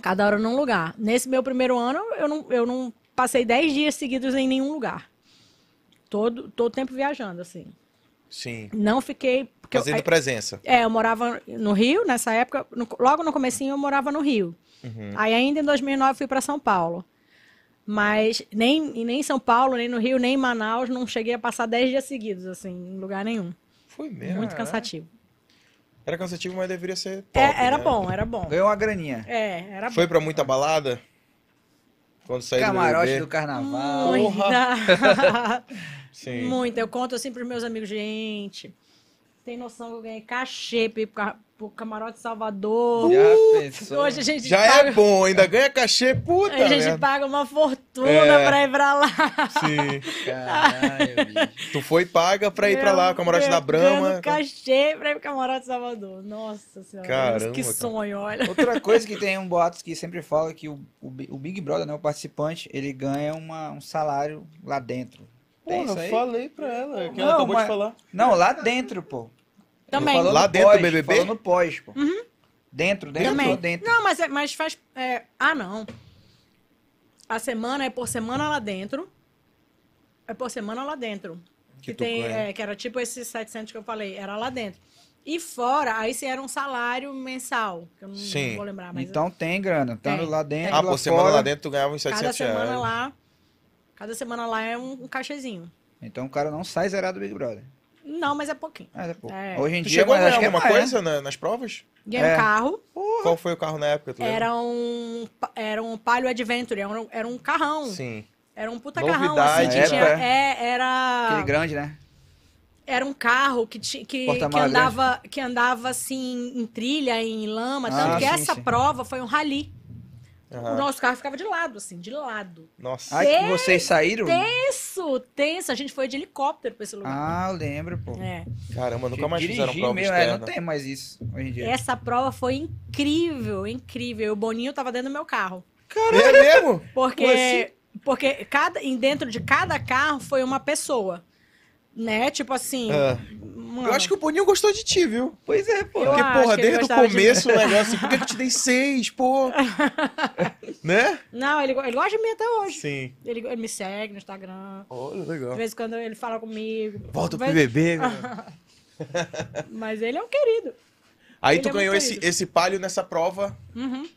Speaker 3: cada hora num lugar. Nesse meu primeiro ano, eu não, eu não passei 10 dias seguidos em nenhum lugar. Todo, todo tempo viajando, assim.
Speaker 2: Sim.
Speaker 3: Não fiquei. porque eu-
Speaker 2: Fazendo presença.
Speaker 3: é, eu morava no Rio, nessa época, no- logo no comecinho eu morava no Rio.
Speaker 2: Uhum.
Speaker 3: Aí ainda em 2009 fui para São Paulo. Mas nem, e nem em São Paulo, nem no Rio, nem em Manaus, não cheguei a passar 10 dias seguidos, assim, em lugar nenhum.
Speaker 2: Foi mesmo.
Speaker 3: Muito
Speaker 2: né?
Speaker 3: cansativo.
Speaker 2: Era cansativo, mas deveria ser.
Speaker 3: É,
Speaker 2: top,
Speaker 3: era
Speaker 2: né?
Speaker 3: bom, era bom.
Speaker 1: Ganhou uma graninha.
Speaker 3: É, era bom.
Speaker 2: Foi pra muita balada? Quando saiu do
Speaker 1: Camarote
Speaker 2: BBB?
Speaker 1: do carnaval.
Speaker 3: Muita.
Speaker 2: Sim.
Speaker 3: Muita. Eu conto assim pros meus amigos, gente. Tem noção que eu ganhei cachê pro ca- pro Camarote Salvador.
Speaker 2: Uh,
Speaker 1: Já pensou?
Speaker 3: Hoje a gente
Speaker 2: Já
Speaker 3: paga-
Speaker 2: é bom, ainda ganha cachê, puta né?
Speaker 3: A gente
Speaker 2: merda.
Speaker 3: paga uma fortuna
Speaker 2: Tá É.
Speaker 3: pra ir pra lá.
Speaker 2: Sim. tá-
Speaker 1: Caralho, bicho.
Speaker 2: Tu foi paga pra ir pra lá,
Speaker 3: Meu
Speaker 2: camarote da
Speaker 3: Deus,
Speaker 2: Brahma.
Speaker 3: dando cachê pra ir pro Camarote Salvador. Nossa senhora.
Speaker 2: Caramba,
Speaker 3: que
Speaker 2: cara.
Speaker 3: sonho, olha.
Speaker 1: Outra coisa que tem um boato que sempre fala é que o, o Bi- o Big Brother, né, o participante, ele ganha uma- um salário lá dentro. Tem isso aí?
Speaker 2: falei pra ela,
Speaker 1: que ela Não, acabou de mas-
Speaker 2: falar.
Speaker 1: Não, lá dentro, pô.
Speaker 3: Também.
Speaker 1: Falou
Speaker 2: Lá
Speaker 1: no
Speaker 2: dentro do
Speaker 1: pós,
Speaker 2: BBB?
Speaker 1: Falou no pós, pô.
Speaker 2: Uhum.
Speaker 1: Dentro, dentro,
Speaker 3: Também.
Speaker 1: dentro.
Speaker 3: Não, mas, é- mas faz. é, ah, não. A semana é por semana lá dentro. É por semana lá dentro. Que,
Speaker 2: tu
Speaker 3: tem,
Speaker 2: ganha.
Speaker 3: é, que era tipo esses 700 que eu falei, era lá dentro. E fora, aí se era um salário mensal, que eu não
Speaker 2: Sim.
Speaker 3: vou lembrar, Ah, mas
Speaker 1: Então tem grana, estando
Speaker 3: Tem.
Speaker 1: lá dentro,
Speaker 2: Ah,
Speaker 1: lá
Speaker 2: por semana
Speaker 1: fora.
Speaker 2: lá dentro tu ganhava uns
Speaker 3: cada
Speaker 2: 700
Speaker 3: semana
Speaker 2: reais.
Speaker 3: lá, cada semana lá é um, um cachezinho.
Speaker 1: Então o cara não sai zerado do Big Brother.
Speaker 3: Não, mas é pouquinho.
Speaker 1: Mas é pouco.
Speaker 3: É.
Speaker 1: Hoje em
Speaker 2: Tu
Speaker 1: dia,
Speaker 2: chegou a
Speaker 1: mas acho
Speaker 2: ganhar
Speaker 1: que é
Speaker 2: alguma
Speaker 1: mais,
Speaker 2: coisa na- nas provas?
Speaker 3: Ganhei
Speaker 1: É.
Speaker 3: um carro,
Speaker 2: Qual foi o carro na época? Tu lembra?
Speaker 3: Era um, era um Palio Adventure, era um, era um carrão.
Speaker 2: Sim.
Speaker 3: Era um puta carrão,
Speaker 2: Novidade,
Speaker 3: assim,
Speaker 1: né?
Speaker 3: que tinha,
Speaker 1: Época.
Speaker 3: é,
Speaker 1: né? Aquele
Speaker 3: era,
Speaker 1: grande, né?
Speaker 3: era um carro que, ti, que, que,
Speaker 1: Porta-mala
Speaker 3: andava, que andava, assim, em trilha, em lama,
Speaker 1: Ah,
Speaker 3: tanto que
Speaker 1: sim,
Speaker 3: essa
Speaker 1: sim.
Speaker 3: prova foi um rally.
Speaker 2: Aham.
Speaker 3: O nosso carro ficava de lado, assim, de lado.
Speaker 2: Nossa.
Speaker 1: Ah, que vocês saíram?
Speaker 3: Isso, tenso, a gente foi de helicóptero pra esse lugar.
Speaker 1: Ah, eu lembro, pô.
Speaker 3: É.
Speaker 2: Caramba, nunca mais
Speaker 1: Dirigir
Speaker 2: fizeram prova
Speaker 1: mesmo, é,
Speaker 2: externa.
Speaker 1: não tem mais isso hoje em dia.
Speaker 3: Essa prova foi incrível, incrível. O Boninho tava dentro do meu carro.
Speaker 2: É mesmo?
Speaker 3: Porque,
Speaker 1: Como assim?
Speaker 3: porque cada, em dentro de cada carro foi uma pessoa. Né? Tipo assim.
Speaker 2: Ah.
Speaker 3: mano,
Speaker 2: Eu acho que o Boninho gostou de ti, viu?
Speaker 1: Pois é, pô.
Speaker 3: Eu
Speaker 2: Porque,
Speaker 3: acho
Speaker 2: porra,
Speaker 3: que ele
Speaker 2: desde o
Speaker 3: gostava de mim.
Speaker 2: começo o negócio assim, por que que eu te dei seis, pô? né?
Speaker 3: Não, ele, go- ele gosta de mim até hoje.
Speaker 2: Sim.
Speaker 3: Ele, ele me segue no Instagram.
Speaker 2: Olha,
Speaker 3: De
Speaker 2: legal.
Speaker 3: vez em quando ele fala comigo.
Speaker 2: Volta pro né?
Speaker 3: Mas-
Speaker 2: BBB.
Speaker 3: Mas ele é um querido.
Speaker 2: Aí
Speaker 3: Ele
Speaker 2: tu
Speaker 3: é
Speaker 2: ganhou
Speaker 3: muito
Speaker 2: esse,
Speaker 3: querido.
Speaker 2: esse palio nessa prova.
Speaker 3: Uhum.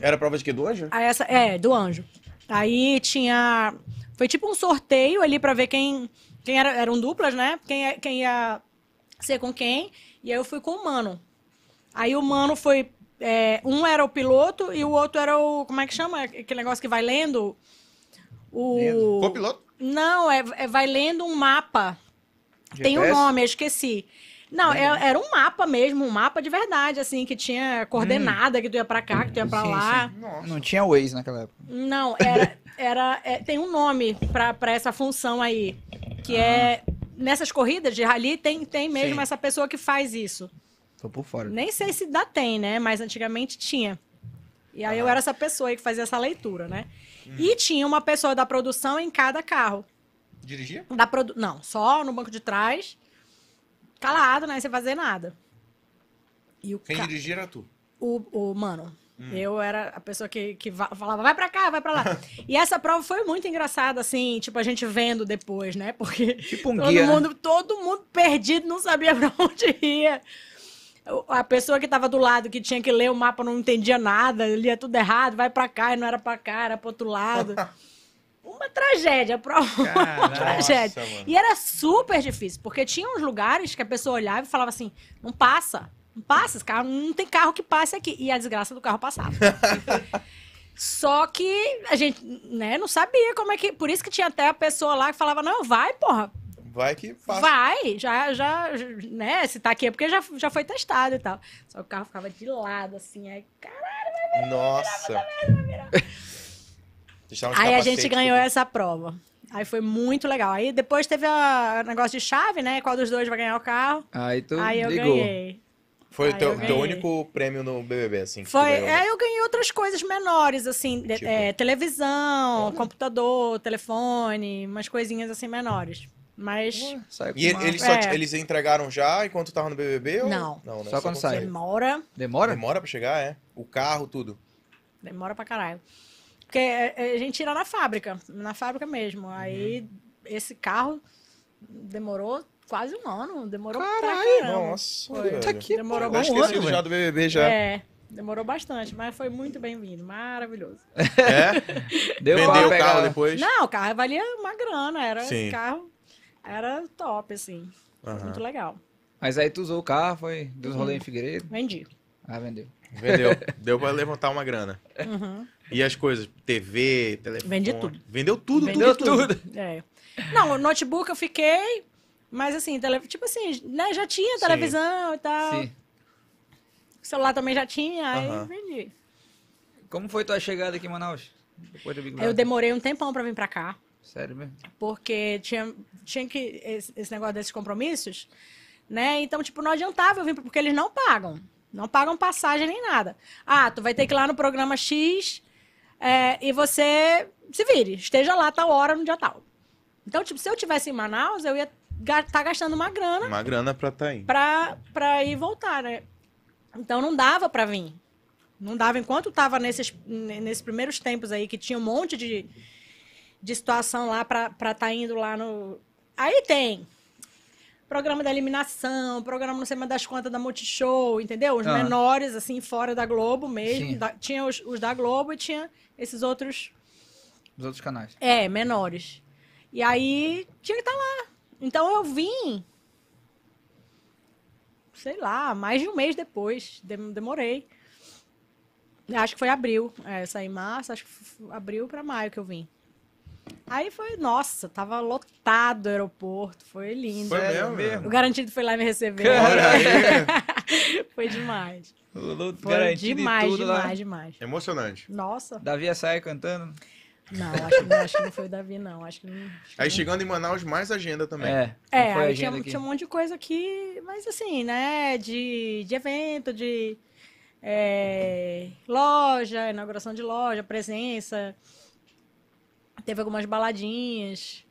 Speaker 2: Era prova de quê? Do anjo?
Speaker 3: Aí essa, é, do anjo. Aí tinha. Foi tipo um sorteio ali pra ver quem. quem era, eram duplas, né? Quem, é- quem ia ser com quem. E aí eu fui com o Mano. Aí o Mano foi. é, um era o piloto e o outro era o. Como é que chama? Aquele negócio que vai lendo? O.
Speaker 2: Copiloto?
Speaker 3: Não, é, é vai lendo um mapa. Tem um
Speaker 1: GPS?
Speaker 3: nome, eu esqueci. Não, é- era um mapa mesmo, um mapa de verdade, assim, que tinha coordenada, que tu ia pra cá, que tu ia pra
Speaker 1: Hum. Sim,
Speaker 3: lá.
Speaker 1: Não tinha Waze naquela época.
Speaker 3: Não, era. era é, tem um nome pra pra essa função aí. Que é. Nessas corridas de rally, tem, tem mesmo
Speaker 2: Sim.
Speaker 3: essa pessoa que faz isso.
Speaker 1: Tô por fora.
Speaker 3: Nem sei se dá tem, né? Mas antigamente tinha. E aí eu era essa pessoa aí que fazia essa leitura, né? E tinha uma pessoa da produção em cada carro.
Speaker 2: Dirigia?
Speaker 3: Da produ... Não, só no banco de trás. Calado, né? Sem fazer nada. E o,
Speaker 2: Quem
Speaker 3: ca-
Speaker 2: dirigia era tu.
Speaker 3: o, o mano.
Speaker 1: Hum.
Speaker 3: Eu era a pessoa que, que va- falava, vai pra cá, vai pra lá. e essa prova foi muito engraçada, assim, tipo, a gente vendo depois, né? Porque
Speaker 1: Tipo um
Speaker 3: todo
Speaker 1: guia. né?
Speaker 3: mundo, todo mundo perdido, não sabia pra onde ia. O- A pessoa que tava do lado, que tinha que ler o mapa, não entendia nada, lia tudo errado, vai pra cá, e não era pra cá, era pro outro lado. Uma tragédia, a prova foi uma tragédia.
Speaker 2: nossa, mano.
Speaker 3: E era super difícil, porque tinha uns lugares que a pessoa olhava e falava assim: não passa, não passa, esse carro, não tem carro que passe aqui. E a desgraça do carro passava. Só que a gente, né, não sabia como é que. Por isso que tinha até a pessoa lá que falava: não, vai, porra,
Speaker 2: Vai que passa.
Speaker 3: vai, já, já, né, se tá aqui é porque já, já foi testado e tal. Só que o carro ficava de lado, assim, aí, cara.
Speaker 2: Nossa. Deixava os
Speaker 3: Aí a
Speaker 2: capacetes
Speaker 3: gente ganhou
Speaker 2: tudo.
Speaker 3: essa prova. Aí foi muito legal. Aí depois teve a- o negócio de chave, né, qual dos dois vai ganhar o carro.
Speaker 1: Aí tu
Speaker 3: Aí eu
Speaker 1: Então ligou.
Speaker 3: ganhei.
Speaker 2: Foi
Speaker 3: Ah,
Speaker 2: o teu,
Speaker 3: eu
Speaker 2: teu
Speaker 3: ganhei.
Speaker 2: único prêmio no BBB, assim. que tu
Speaker 3: Foi, é,
Speaker 2: ganhou.
Speaker 3: aí eu ganhei outras coisas menores, assim, de-
Speaker 2: Tipo? Tá.
Speaker 3: é, televisão, computador, telefone, umas coisinhas assim menores. Mas
Speaker 1: Saiu com
Speaker 2: E ele-
Speaker 1: uma-
Speaker 2: eles, só te-
Speaker 3: É.
Speaker 2: eles entregaram já enquanto tava no BBB? Ou...
Speaker 3: Não.
Speaker 2: não, né?
Speaker 1: Só quando sai.
Speaker 3: demora,
Speaker 1: Demora?
Speaker 2: Demora pra chegar, é. O carro, tudo.
Speaker 3: demora pra caralho. Porque é, é, a gente tira na fábrica, na fábrica mesmo. Aí
Speaker 2: Uhum.
Speaker 3: esse carro demorou quase um ano, demorou pra caramba.
Speaker 2: Nossa,
Speaker 3: Foi.
Speaker 2: velho.
Speaker 1: Tá aqui,
Speaker 3: Demorou
Speaker 1: pô,
Speaker 2: Eu
Speaker 1: um
Speaker 2: esqueci
Speaker 1: ano,
Speaker 2: já
Speaker 1: velho.
Speaker 2: do BBB já.
Speaker 3: É, demorou bastante, mas foi muito bem-vindo, maravilhoso.
Speaker 2: É?
Speaker 1: Deu pra
Speaker 2: Vendeu o
Speaker 1: pegar
Speaker 2: carro
Speaker 1: lá.
Speaker 2: depois?
Speaker 3: Não, o carro valia uma grana, era
Speaker 2: Sim.
Speaker 3: esse carro, era top, assim, Foi
Speaker 2: Aham.
Speaker 3: muito legal.
Speaker 1: Mas aí tu usou o carro, foi, deu uns
Speaker 3: Uhum.
Speaker 1: rolê em Figueiredo.
Speaker 3: Vendi.
Speaker 1: Ah, vendeu.
Speaker 2: Vendeu. Deu pra levantar uma grana.
Speaker 3: Uhum.
Speaker 2: E as coisas? TV, telefone.
Speaker 3: Vendi tudo.
Speaker 2: Vendeu tudo,
Speaker 3: Vendeu
Speaker 2: tudo, tudo.
Speaker 3: É. Não, o notebook eu fiquei, mas assim, tele... tipo assim, né, já tinha
Speaker 2: Sim.
Speaker 3: televisão e tal.
Speaker 1: Sim.
Speaker 3: O celular também já tinha, aí
Speaker 2: Aham.
Speaker 3: vendi.
Speaker 1: Como foi tua chegada aqui em Manaus? Depois do Big
Speaker 3: Eu
Speaker 1: Brother?
Speaker 3: demorei um tempão pra vir pra cá,
Speaker 1: Sério mesmo?
Speaker 3: porque tinha, tinha que. Esse, esse negócio desses compromissos, né? Então, tipo, não adiantava eu vir, porque eles não pagam. Não pagam passagem nem nada. Ah, tu vai ter que ir lá no programa X é, e você se vire, esteja lá tal hora, no dia tal. Então, tipo, se eu tivesse em Manaus, eu ia estar gastando uma grana
Speaker 2: Uma grana pra tá aí.
Speaker 3: pra, pra ir e voltar, né? Então não dava pra vir. Não dava. Enquanto tava nesses, n- nesses primeiros tempos aí, que tinha um monte de, de situação lá pra estar tá indo lá no. Aí tem. Programa da eliminação, programa não sei mais das quantas da Multishow, entendeu? Os
Speaker 1: Ah.
Speaker 3: menores, assim, fora da Globo mesmo.
Speaker 1: Sim.
Speaker 3: Da- tinha os, os da Globo e tinha esses outros
Speaker 1: Os outros canais.
Speaker 3: é, menores. E aí tinha que estar lá. Então eu vim, sei lá, mais de um mês depois. Dem- Demorei. Acho que foi abril. É, eu saí em março, acho que f- abril pra maio que eu vim. Aí foi, nossa, tava lotado o aeroporto, foi lindo.
Speaker 2: Foi
Speaker 1: Sério
Speaker 2: mesmo?
Speaker 3: O garantido foi lá me receber.
Speaker 1: Olha
Speaker 3: foi demais.
Speaker 1: Lulu
Speaker 3: Foi
Speaker 1: garantido e
Speaker 3: demais,
Speaker 1: tudo lá.
Speaker 3: demais, demais.
Speaker 2: É. Emocionante.
Speaker 3: Nossa,
Speaker 1: Davi ia sair cantando.
Speaker 3: não acho, que- acho que não foi o Davi, não. Acho que não. acho que
Speaker 2: Aí
Speaker 3: não.
Speaker 2: chegando em Manaus, mais agenda também.
Speaker 1: É,
Speaker 3: É,
Speaker 1: não foi a
Speaker 3: aí tinha,
Speaker 1: agenda aqui.
Speaker 3: tinha um monte de coisa aqui, mas assim, né? De, de evento, de é, loja, inauguração de loja, presença. Teve algumas baladinhas.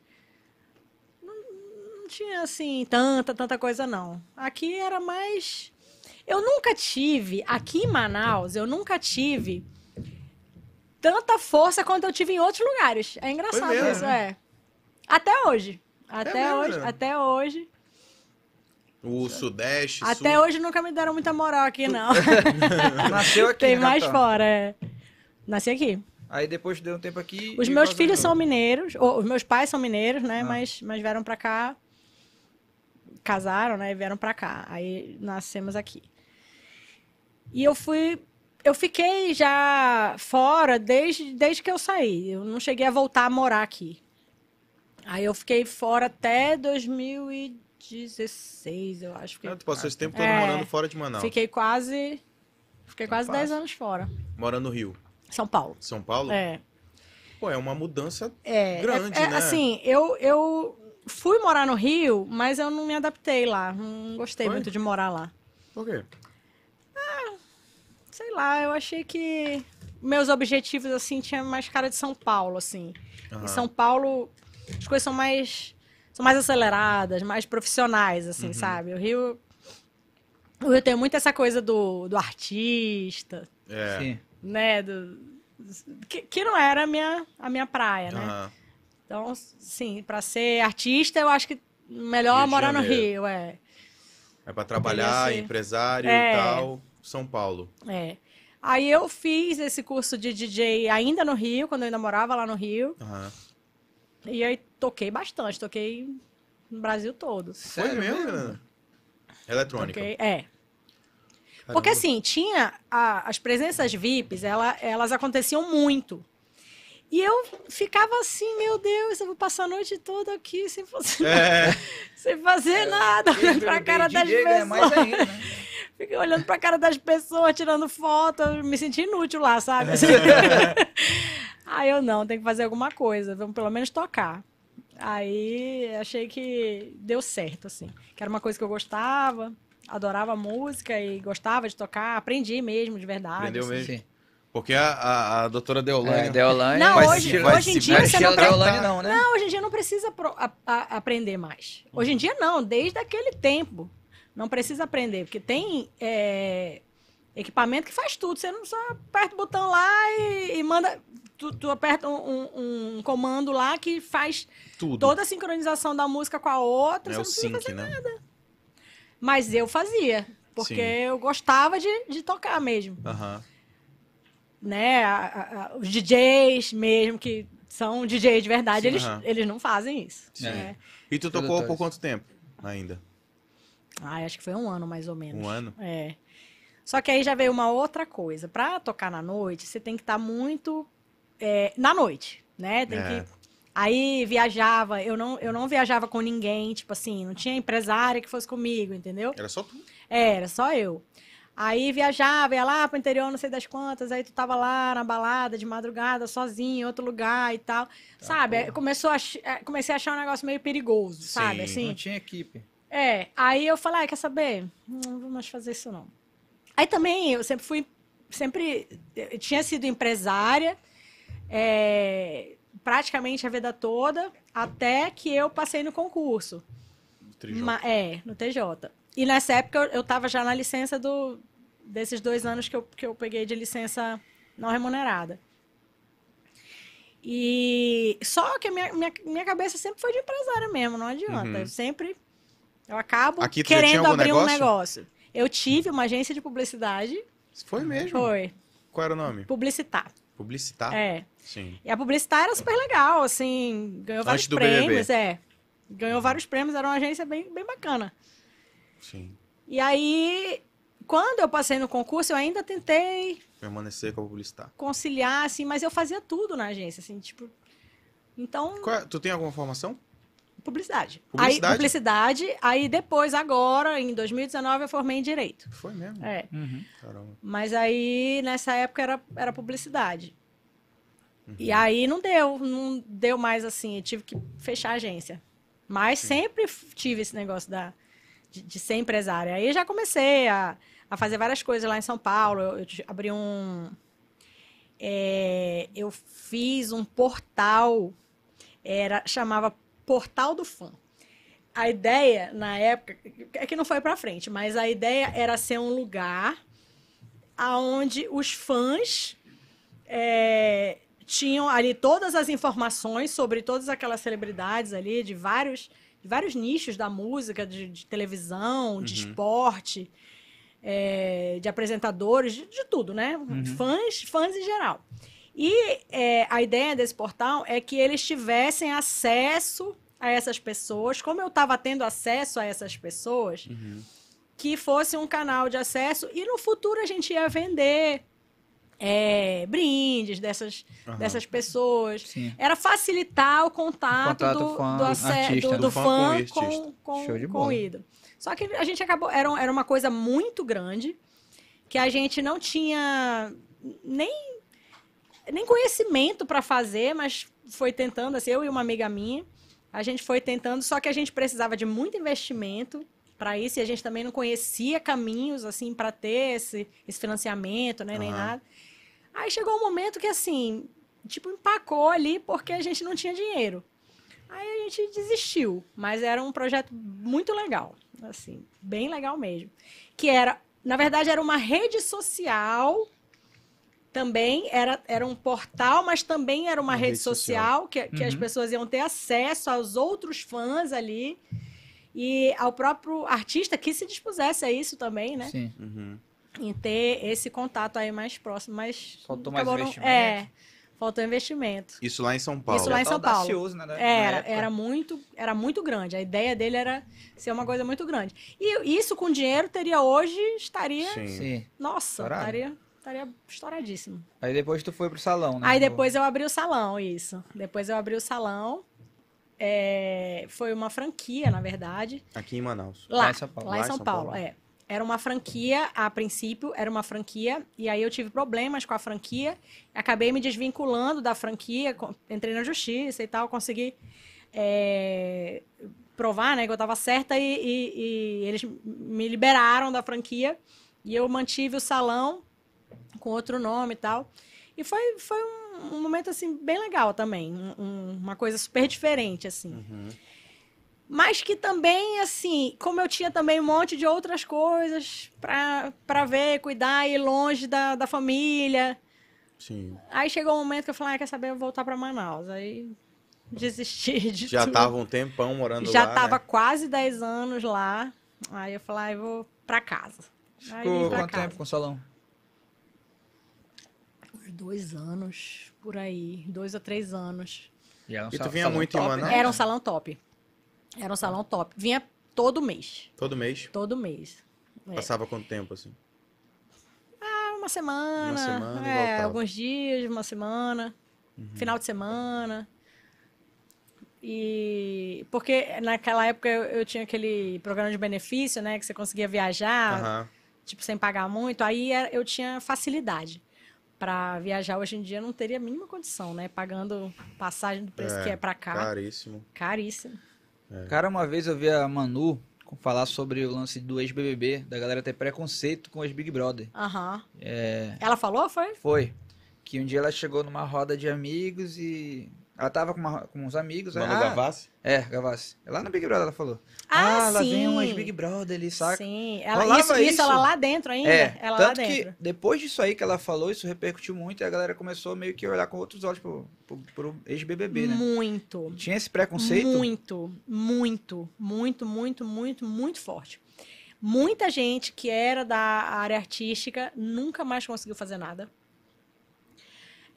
Speaker 3: Não, não tinha, assim, tanta, tanta coisa, não. Aqui era mais. Eu nunca tive, aqui em Manaus, eu nunca tive tanta força quanto eu tive em outros lugares. É engraçado
Speaker 2: mesmo, né?
Speaker 3: isso, é. Até hoje. Até
Speaker 2: mesmo,
Speaker 3: hoje,
Speaker 2: né?
Speaker 3: até hoje.
Speaker 2: O Sudeste,
Speaker 3: Até
Speaker 2: Sul.
Speaker 3: hoje nunca me deram muita moral aqui, não.
Speaker 1: Nasceu aqui,
Speaker 3: Tem
Speaker 1: né,
Speaker 3: mais
Speaker 1: então?
Speaker 3: fora. é. Nasci aqui.
Speaker 1: Aí depois deu um tempo aqui.
Speaker 3: Os
Speaker 1: e
Speaker 3: meus
Speaker 1: vazou
Speaker 3: filhos
Speaker 1: de
Speaker 3: são
Speaker 1: novo.
Speaker 3: mineiros, ou, os meus pais são mineiros, né?
Speaker 1: Ah.
Speaker 3: Mas, mas vieram pra cá, casaram, né? E vieram pra cá. Aí nascemos aqui. E eu fui. Eu fiquei já fora desde, desde que eu saí. Eu não cheguei a voltar a morar aqui. Aí eu fiquei fora até 2016, eu acho. que
Speaker 2: Ah, tu passou esse tempo todo
Speaker 3: É.
Speaker 2: morando fora de Manaus.
Speaker 3: Fiquei quase. Fiquei
Speaker 2: Tá
Speaker 3: quase
Speaker 1: fácil.
Speaker 3: 10 anos fora.
Speaker 2: Morando no Rio.
Speaker 3: São Paulo.
Speaker 2: São Paulo?
Speaker 3: É.
Speaker 2: Pô, é uma mudança
Speaker 3: É,
Speaker 2: Grande,
Speaker 3: é, é,
Speaker 2: né?
Speaker 3: Assim, eu, eu fui morar no Rio, mas eu não me adaptei lá. Não gostei
Speaker 2: Foi?
Speaker 3: muito de morar lá. Ah,
Speaker 2: Por quê?
Speaker 3: Sei lá, eu achei que meus objetivos, assim, tinha mais cara de São Paulo, assim.
Speaker 2: Aham.
Speaker 3: E São Paulo As coisas são mais, são mais aceleradas, mais profissionais,
Speaker 2: Uhum.
Speaker 3: assim, sabe? O Rio. O Rio tem muito essa coisa do, do artista,
Speaker 4: É.
Speaker 1: Sim.
Speaker 3: né? Do, que, que não era a minha, a minha praia, né?
Speaker 2: Aham.
Speaker 3: Então, sim, pra ser artista, eu acho que melhor
Speaker 2: Rio de
Speaker 3: morar no
Speaker 2: Janeiro.
Speaker 3: Rio, é.
Speaker 2: É pra trabalhar,
Speaker 3: Poderia ser.
Speaker 2: empresário
Speaker 3: É.
Speaker 2: e tal. São Paulo.
Speaker 3: é. Aí eu fiz esse curso de DJ ainda no Rio, quando eu ainda morava lá no Rio.
Speaker 2: Aham.
Speaker 3: E aí toquei bastante, toquei no Brasil todo.
Speaker 2: Foi mesmo, Fernanda? Eletrônica.
Speaker 3: Toquei, é.
Speaker 2: Caramba.
Speaker 3: Porque assim, tinha a- as presenças VIPs, ela- elas aconteciam muito. E eu ficava assim, meu Deus, eu vou passar a noite toda aqui sem fazer,
Speaker 2: É.
Speaker 3: sem fazer nada, olhando pra cara das
Speaker 1: DJ ganha
Speaker 3: pessoas.
Speaker 1: mais ainda, né?
Speaker 3: Fiquei olhando pra cara das pessoas, tirando foto, eu me senti inútil lá, sabe? Aí eu não, tem que fazer alguma coisa, vamos pelo menos tocar. Aí achei que deu certo, assim. Que era uma coisa que eu gostava, adorava música e gostava de tocar, aprendi mesmo, de verdade.
Speaker 2: Aprendeu
Speaker 3: assim.
Speaker 2: mesmo.
Speaker 1: Sim.
Speaker 2: Porque a, a, a doutora
Speaker 5: É,
Speaker 2: Deolane.
Speaker 5: Deolane.
Speaker 3: Não,
Speaker 5: vai
Speaker 3: hoje-
Speaker 5: se-
Speaker 3: hoje
Speaker 5: vai
Speaker 3: em
Speaker 5: se-
Speaker 3: dia
Speaker 5: vai
Speaker 3: você
Speaker 5: se
Speaker 3: não
Speaker 5: Deolane,
Speaker 2: precisa-
Speaker 5: não, né?
Speaker 3: Não, hoje em dia não precisa pro- a- a- aprender mais. Hoje em dia não, desde aquele tempo. Não precisa aprender, porque tem é, equipamento que faz tudo. Você não só aperta o botão lá e, e manda. Tu, tu aperta um, um- um comando lá que faz
Speaker 2: tudo.
Speaker 3: toda a sincronização da música com a outra.
Speaker 2: é
Speaker 3: você
Speaker 2: o
Speaker 3: não precisa fazer.
Speaker 2: sync, né?
Speaker 3: Mas eu fazia, porque
Speaker 2: Sim.
Speaker 3: eu gostava de, de tocar mesmo
Speaker 2: Aham.
Speaker 3: né, a- a- a- os DJs mesmo, que são DJs de verdade,
Speaker 2: Sim,
Speaker 3: eles,
Speaker 2: aham.
Speaker 3: eles não fazem isso.
Speaker 2: Sim.
Speaker 3: né?
Speaker 2: E tu tocou por quanto tempo ainda?
Speaker 3: Ai, acho que foi um ano mais ou menos.
Speaker 2: Um ano?
Speaker 3: É. Só que aí já veio uma outra coisa. Pra tocar na noite, você tem que estar muito é, na noite, né? Tem
Speaker 2: É.
Speaker 3: que. Aí viajava, eu não, eu não viajava com ninguém, tipo assim, não tinha empresária que fosse comigo, entendeu?
Speaker 2: Era só tu.
Speaker 3: É, Era, só eu. Aí viajava, ia lá pro interior, não sei das quantas, aí tu tava lá na balada de madrugada, sozinho, em outro lugar e
Speaker 2: Tá,
Speaker 3: tal. sabe? Aí Começou a, ach- eh, comecei a achar um negócio meio perigoso, sabe?
Speaker 1: Não
Speaker 3: Assim.
Speaker 1: tinha equipe.
Speaker 3: É. Aí eu falei, ah, quer saber? Hum, Não vou mais fazer isso, não. Aí também eu sempre fui. Sempre eu tinha sido empresária eh, praticamente a vida toda, até que eu passei no concurso.
Speaker 2: Trijão.
Speaker 3: Ma- é, no TJ. E nessa época eu, eu tava já na licença do, desses dois anos que eu, que eu peguei de licença não remunerada. E só que a minha, minha, minha cabeça sempre foi de empresária mesmo, não adianta.
Speaker 2: Uhum.
Speaker 3: Eu sempre. Eu acabo
Speaker 2: Aqui tu já tinha
Speaker 3: querendo
Speaker 2: algum
Speaker 3: abrir um
Speaker 2: negócio?
Speaker 3: negócio. Eu tive uma agência de publicidade,
Speaker 2: Foi mesmo?
Speaker 3: Uhum.
Speaker 2: Ah.
Speaker 3: foi,
Speaker 2: Qual era o nome?
Speaker 3: publicitar.
Speaker 2: Publicitar?
Speaker 3: É.
Speaker 2: Sim.
Speaker 3: E a publicitar era super legal, assim, ganhou vários
Speaker 2: Antes do BBB.
Speaker 3: prêmios, é. Ganhou vários prêmios, era uma agência bem, bem bacana.
Speaker 2: Sim.
Speaker 3: E aí, quando eu passei no concurso, eu ainda tentei
Speaker 2: Permanecer com a publicitar.
Speaker 3: conciliar, assim, mas eu fazia tudo na agência, assim, tipo. Então,
Speaker 2: Qual é- Tu tem alguma formação?
Speaker 3: publicidade.
Speaker 2: Publicidade?
Speaker 3: Aí, publicidade. Aí depois, agora, em 2019, eu formei em direito.
Speaker 2: Foi mesmo.
Speaker 3: É.
Speaker 2: Caramba.
Speaker 3: Mas aí, nessa época, era, era publicidade. E aí não deu, não deu mais assim, eu tive que fechar a agência. Mas sempre f- tive esse negócio da, de, de ser empresária. Aí eu já comecei a, a fazer várias coisas lá em São Paulo. Eu, eu ti- abri um. é, eu fiz um portal, era, chamava Portal do Fã. A ideia, na época, é que não foi pra frente, mas a ideia era ser um lugar aonde os fãs é, tinham ali todas as informações sobre todas aquelas celebridades ali, de vários, de vários nichos da música, de, de televisão, de
Speaker 2: Uhum.
Speaker 3: esporte, é, de apresentadores, de, de tudo, né? Fãs, fãs em geral. E é, a ideia desse portal é que eles tivessem acesso a essas pessoas, como eu estava tendo acesso a essas pessoas, que fosse um canal de acesso e no futuro a gente ia vender é, brindes dessas,
Speaker 2: Aham.
Speaker 3: dessas pessoas.
Speaker 1: Sim.
Speaker 3: Era facilitar o contato,
Speaker 1: Contato
Speaker 3: do,
Speaker 1: fã-
Speaker 3: do, ace-
Speaker 1: artista.
Speaker 3: do, do
Speaker 2: Do fã com o
Speaker 3: fã
Speaker 2: artista.
Speaker 3: com, com,
Speaker 1: Show de
Speaker 3: com
Speaker 1: bola.
Speaker 3: o ídolo. Só que a gente acabou. Era, um- era uma coisa muito grande que a gente não tinha nem, nem conhecimento para fazer, mas foi tentando, assim, eu e uma amiga minha, a gente foi tentando, só que a gente precisava de muito investimento para isso e a gente também não conhecia caminhos assim para ter esse, esse financiamento, né, nem
Speaker 2: Aham.
Speaker 3: nada. Aí chegou um momento que assim, tipo empacou ali porque a gente não tinha dinheiro. Aí a gente desistiu, mas era um projeto muito legal, assim, bem legal mesmo. Que era, na verdade, era uma rede social, também era, era um portal, mas também era uma, rede, social, que, que as
Speaker 1: Uhum.
Speaker 3: pessoas iam ter acesso aos outros fãs ali e ao próprio artista que se dispusesse a isso também, né?
Speaker 1: Sim.
Speaker 4: Uhum.
Speaker 3: em ter esse contato aí mais próximo, mas
Speaker 5: Faltou mais
Speaker 3: acabou não-
Speaker 5: investimento.
Speaker 3: É, faltou investimento.
Speaker 4: Isso lá em São Paulo.
Speaker 3: Isso lá em São Paulo.
Speaker 1: Audacioso, né, na- na
Speaker 3: Era,
Speaker 1: época.
Speaker 3: era muito, era muito grande. A ideia dele era ser uma coisa muito grande. E isso com dinheiro teria hoje estaria,
Speaker 4: Sim.
Speaker 5: Sim.
Speaker 3: nossa,
Speaker 5: Estourado.
Speaker 3: estaria, estaria estouradíssimo.
Speaker 5: Aí depois tu foi pro salão, né?
Speaker 3: Aí depois eu abri o salão, isso. Depois eu abri o salão. É, foi uma franquia, na verdade.
Speaker 4: Aqui em Manaus.
Speaker 3: Lá,
Speaker 5: Lá
Speaker 3: lá
Speaker 5: em São Paulo.
Speaker 4: Lá em São
Speaker 3: São Paulo,
Speaker 4: Paulo.
Speaker 3: é. Era uma franquia, a princípio, era uma franquia, e aí eu tive problemas com a franquia, acabei me desvinculando da franquia, co- entrei na justiça e tal, consegui é, provar né, que eu estava certa e, e- e eles me liberaram da franquia e eu mantive o salão com outro nome e tal. E foi, foi um, um momento, assim, bem legal também, um- um- uma coisa super diferente, assim. Mas que também, assim, como eu tinha também um monte de outras coisas pra, pra ver, cuidar, ir longe da, da família.
Speaker 4: Sim.
Speaker 3: Aí chegou um momento que eu falei, ah, quer saber, eu vou voltar pra Manaus. Aí desisti de
Speaker 4: Já
Speaker 3: tudo.
Speaker 4: tava um tempão morando
Speaker 3: Já
Speaker 4: lá.
Speaker 3: tava
Speaker 4: Né?
Speaker 3: quase 10 anos lá. Aí eu falei, ah, eu vou pra casa. Aí vim
Speaker 1: Ficou
Speaker 3: pra
Speaker 1: quanto
Speaker 3: casa.
Speaker 1: tempo com o salão?
Speaker 3: Uns Dois anos, por aí. Dois ou três anos.
Speaker 1: E, era um
Speaker 4: E tu
Speaker 1: sal-
Speaker 4: vinha
Speaker 1: salão
Speaker 4: muito em
Speaker 1: top,
Speaker 4: Manaus?
Speaker 1: né?
Speaker 3: Era um salão top. Era um salão top. Vinha todo mês.
Speaker 4: Todo mês.
Speaker 3: Todo mês. É.
Speaker 4: Passava quanto tempo, assim?
Speaker 3: Uma semana.
Speaker 4: Uma semana e
Speaker 3: é,
Speaker 4: voltava.
Speaker 3: alguns dias, uma semana. Final de semana. E porque naquela época eu, eu tinha aquele programa de benefício, né? Que você conseguia viajar,
Speaker 4: Aham.
Speaker 3: tipo, sem pagar muito. Aí era- eu tinha facilidade para viajar. Hoje em dia eu não teria a mínima condição, né? Pagando passagem do preço
Speaker 4: É,
Speaker 3: que é para cá.
Speaker 4: Caríssimo.
Speaker 3: Caríssimo.
Speaker 1: Cara, uma vez eu vi a Manu falar sobre o lance do ex-BBB, da galera ter preconceito com o ex-Big Brother.
Speaker 3: Aham. Ela falou, foi?
Speaker 1: Foi. Que um dia ela chegou numa roda de amigos e... Ela tava com, uma- com uns amigos.
Speaker 4: Manu
Speaker 1: ah,
Speaker 4: Gavassi?
Speaker 1: É, Gavassi. Lá no Big Brother ela falou.
Speaker 3: Ah,
Speaker 1: lá
Speaker 3: sim.
Speaker 1: vem um ex-Big Brother ali, saca?
Speaker 3: Sim, ela,
Speaker 1: Rolava
Speaker 3: isso, isso,
Speaker 1: isso?
Speaker 3: ela lá dentro ainda.
Speaker 1: É,
Speaker 3: ela lá
Speaker 1: tanto que
Speaker 3: dentro.
Speaker 1: depois disso aí que ela falou, isso repercutiu muito e a galera começou meio que a olhar com outros olhos pro, pro- pro ex-BBB, né?
Speaker 3: Muito.
Speaker 1: Tinha esse preconceito?
Speaker 3: Muito, muito, muito, muito, muito, muito forte. Muita gente que era da área artística nunca mais conseguiu fazer nada.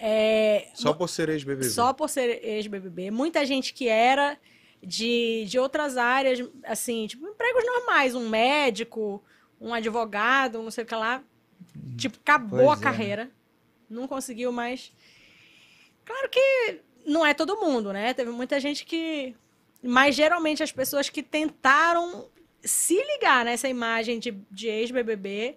Speaker 3: É,
Speaker 4: Só por ser ex-BBB.
Speaker 3: Só por ser ex-BBB. Muita gente que era de, de outras áreas, assim, tipo, empregos normais, um médico, um advogado, não sei o que lá. Tipo, acabou
Speaker 1: Pois
Speaker 3: a
Speaker 1: é,
Speaker 3: carreira. Não conseguiu mais. Claro que não é todo mundo, né? Teve muita gente que. Mas geralmente as pessoas que tentaram se ligar nessa imagem de, de ex-BBB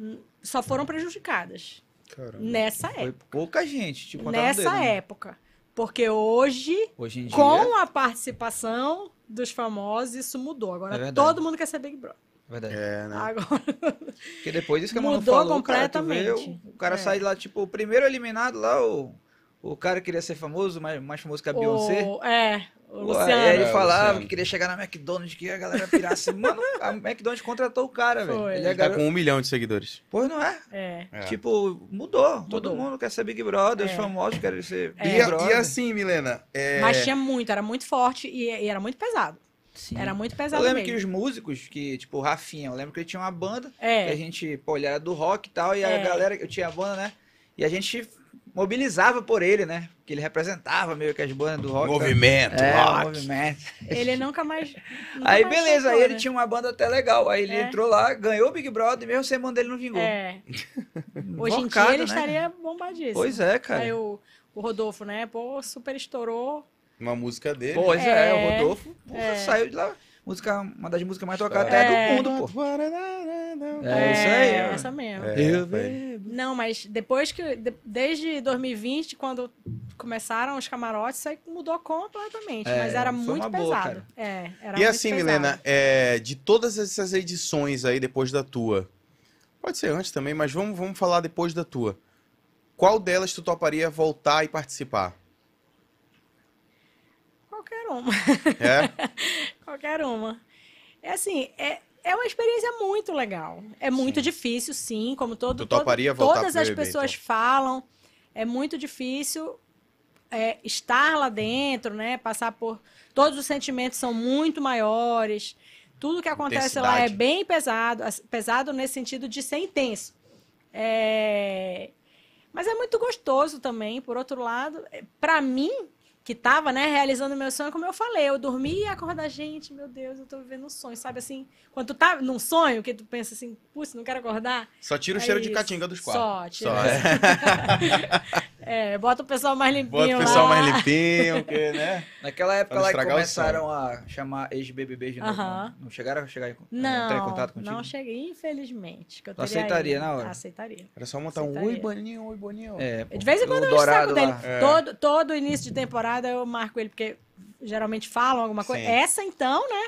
Speaker 3: hum, só foram prejudicadas
Speaker 4: Caramba.
Speaker 3: nessa época
Speaker 1: Foi pouca gente, tipo, contava no
Speaker 3: É. nessa
Speaker 1: dedo, né?
Speaker 3: época. Porque hoje,
Speaker 1: Hoje em dia...
Speaker 3: com a participação dos famosos, isso mudou.
Speaker 1: É
Speaker 3: Agora
Speaker 1: verdade.
Speaker 3: todo mundo quer ser Big Brother.
Speaker 1: é Verdade.
Speaker 4: É, né?
Speaker 3: Agora,
Speaker 1: Porque depois isso que a Manu
Speaker 3: Mudou
Speaker 1: falou, cara, tu vê,
Speaker 3: completamente.
Speaker 1: o, o cara
Speaker 3: É.
Speaker 1: sai lá, tipo, o primeiro eliminado lá, o, o cara queria ser famoso, mais, mais famoso que a Beyoncé.
Speaker 3: o, é, o
Speaker 1: Pô,
Speaker 3: Luciano.
Speaker 1: aí ele
Speaker 2: É, o
Speaker 1: falava
Speaker 2: Luciano.
Speaker 1: que queria chegar na McDonald's, que a galera pirasse. Mano, a McDonald's contratou o cara, velho.
Speaker 3: Foi.
Speaker 1: Ele é
Speaker 4: Ele tá
Speaker 1: garoto.
Speaker 4: com um milhão de seguidores.
Speaker 1: Pois não é?
Speaker 3: É.
Speaker 2: É.
Speaker 1: Tipo, mudou. Todo
Speaker 3: Mudou.
Speaker 1: mundo quer ser Big Brother,
Speaker 3: É.
Speaker 1: os famosos querem ser
Speaker 3: É.
Speaker 1: Big
Speaker 4: E, a- e
Speaker 1: Brother.
Speaker 4: assim, Milena, é...
Speaker 3: Mas tinha muito, era muito forte e, e era muito pesado. Era muito
Speaker 1: eu
Speaker 3: pesado
Speaker 1: lembro
Speaker 3: mesmo.
Speaker 1: que os músicos, que, tipo, o Rafinha, eu lembro que ele tinha uma banda, que a
Speaker 3: É,
Speaker 1: gente, pô, ele era do rock e tal, e a
Speaker 3: É.
Speaker 1: galera, eu tinha a banda, né? E a gente mobilizava por ele, né? Que ele representava meio que as bandas do rock.
Speaker 2: Movimento,
Speaker 1: É, o
Speaker 2: rock.
Speaker 1: movimento.
Speaker 3: ele nunca mais. nunca
Speaker 1: Aí
Speaker 3: mais
Speaker 1: beleza, aí
Speaker 3: chegou,
Speaker 1: ele
Speaker 3: né?
Speaker 1: tinha uma banda até legal. Aí ele
Speaker 3: É.
Speaker 1: entrou lá, ganhou o Big Brother, e mesmo sem banda ele não vingou.
Speaker 3: É. Hoje em
Speaker 1: Invocado,
Speaker 3: dia ele
Speaker 1: né?
Speaker 3: estaria bombadíssimo.
Speaker 1: Pois é, cara.
Speaker 3: Aí o, o Rodolfo, né? Pô, super estourou.
Speaker 2: Uma música dele.
Speaker 1: Pois é, o
Speaker 3: É.
Speaker 1: Rodolfo porra, saiu de lá. Música, uma das músicas mais tocadas até
Speaker 3: É.
Speaker 1: do mundo, pô.
Speaker 3: é
Speaker 1: É isso aí. ó. É.
Speaker 3: Essa mesmo.
Speaker 1: Eu
Speaker 4: É, foi.
Speaker 1: bebo.
Speaker 3: Não, mas depois que. de- desde 2020, quando começaram os camarotes, isso aí mudou completamente.
Speaker 1: É,
Speaker 3: mas era
Speaker 1: foi
Speaker 3: muito
Speaker 1: uma boa, cara.
Speaker 3: pesado. É, era
Speaker 4: E
Speaker 3: muito
Speaker 4: assim,
Speaker 3: pesado.
Speaker 4: Milena, é, de todas essas edições aí depois da tua, pode ser antes também, mas vamos, vamos falar depois da tua. Qual delas tu toparia voltar e participar?
Speaker 3: Qualquer qualquer uma.
Speaker 2: É?
Speaker 3: Qualquer uma. É assim, é, é uma experiência muito legal. É muito difícil, sim, como todo,
Speaker 2: Tu
Speaker 3: todo-
Speaker 2: toparia voltar
Speaker 3: todas
Speaker 2: pro
Speaker 3: as
Speaker 2: BBB,
Speaker 3: pessoas falam. É muito difícil é, estar lá dentro, né? Passar por. Todos os sentimentos são muito maiores. Tudo que acontece lá é
Speaker 2: Intensidade.
Speaker 3: bem pesado. as- Pesado nesse sentido de ser intenso. É, Mas é muito gostoso também, por outro lado. Para mim, que tava, né, realizando meu sonho, como eu falei, eu dormi e acordar, gente, meu Deus, eu tô vivendo um sonho, sabe assim? Quando tu tá num sonho, que tu pensa assim, putz, não quero acordar.
Speaker 2: Só tira o
Speaker 3: É
Speaker 2: cheiro de
Speaker 3: isso.
Speaker 2: catinga dos quatro.
Speaker 3: Só, tira.
Speaker 2: Só,
Speaker 3: É, bota o pessoal mais limpinho
Speaker 2: Bota o
Speaker 3: lá.
Speaker 2: pessoal mais limpinho, porque, né?
Speaker 1: Naquela época
Speaker 2: Pra não
Speaker 1: lá que
Speaker 2: estragar o
Speaker 1: começaram a chamar ex-BBB de novo.
Speaker 3: Aham.
Speaker 1: né? Não chegaram a chegar em, entrar em
Speaker 3: Não,
Speaker 1: contato contigo?
Speaker 3: não cheguei, infelizmente. Que eu
Speaker 1: Tu
Speaker 3: teria
Speaker 1: aceitaria
Speaker 3: ido.
Speaker 1: na hora?
Speaker 3: Aceitaria.
Speaker 2: Era só montar um
Speaker 3: Aceitaria.
Speaker 2: oi, boninho, oi, boninho.
Speaker 1: É, pô,
Speaker 3: De vez em quando
Speaker 1: o
Speaker 3: eu encho o saco
Speaker 1: Dourado
Speaker 3: dele.
Speaker 1: lá. É.
Speaker 3: Todo, todo início de temporada eu marco ele, porque geralmente falam alguma coisa.
Speaker 2: Sim.
Speaker 3: Essa então, né?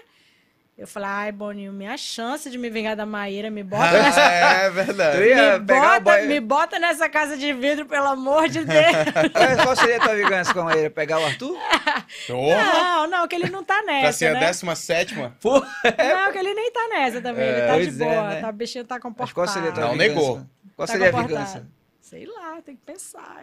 Speaker 3: Eu falo, ai, Boninho, minha chance de me vingar da Maíra, me bota nessa
Speaker 2: é verdade.
Speaker 1: Tu ia
Speaker 3: Me
Speaker 1: pegar
Speaker 3: bota,
Speaker 1: o boy-
Speaker 3: me bota nessa casa de vidro, pelo amor de Deus.
Speaker 1: É, Qual- Qual seria a tua vingança com ele? Pegar o Arthur?
Speaker 2: Porra!
Speaker 3: não, não, que ele não tá
Speaker 2: Pra
Speaker 3: nessa.
Speaker 2: ser a
Speaker 3: né?
Speaker 2: 17
Speaker 3: Não, que ele nem tá nessa também.
Speaker 1: É,
Speaker 3: ele tá de
Speaker 1: pois é,
Speaker 3: boa.
Speaker 1: né?
Speaker 3: tá, o bichinho tá
Speaker 1: Mas
Speaker 3: comportado.
Speaker 1: qual seria a tua
Speaker 2: Não,
Speaker 1: vingança?
Speaker 2: negou.
Speaker 1: Qual
Speaker 3: Tá
Speaker 1: seria a
Speaker 3: comportado.
Speaker 1: vingança?
Speaker 3: Sei lá, tem que pensar.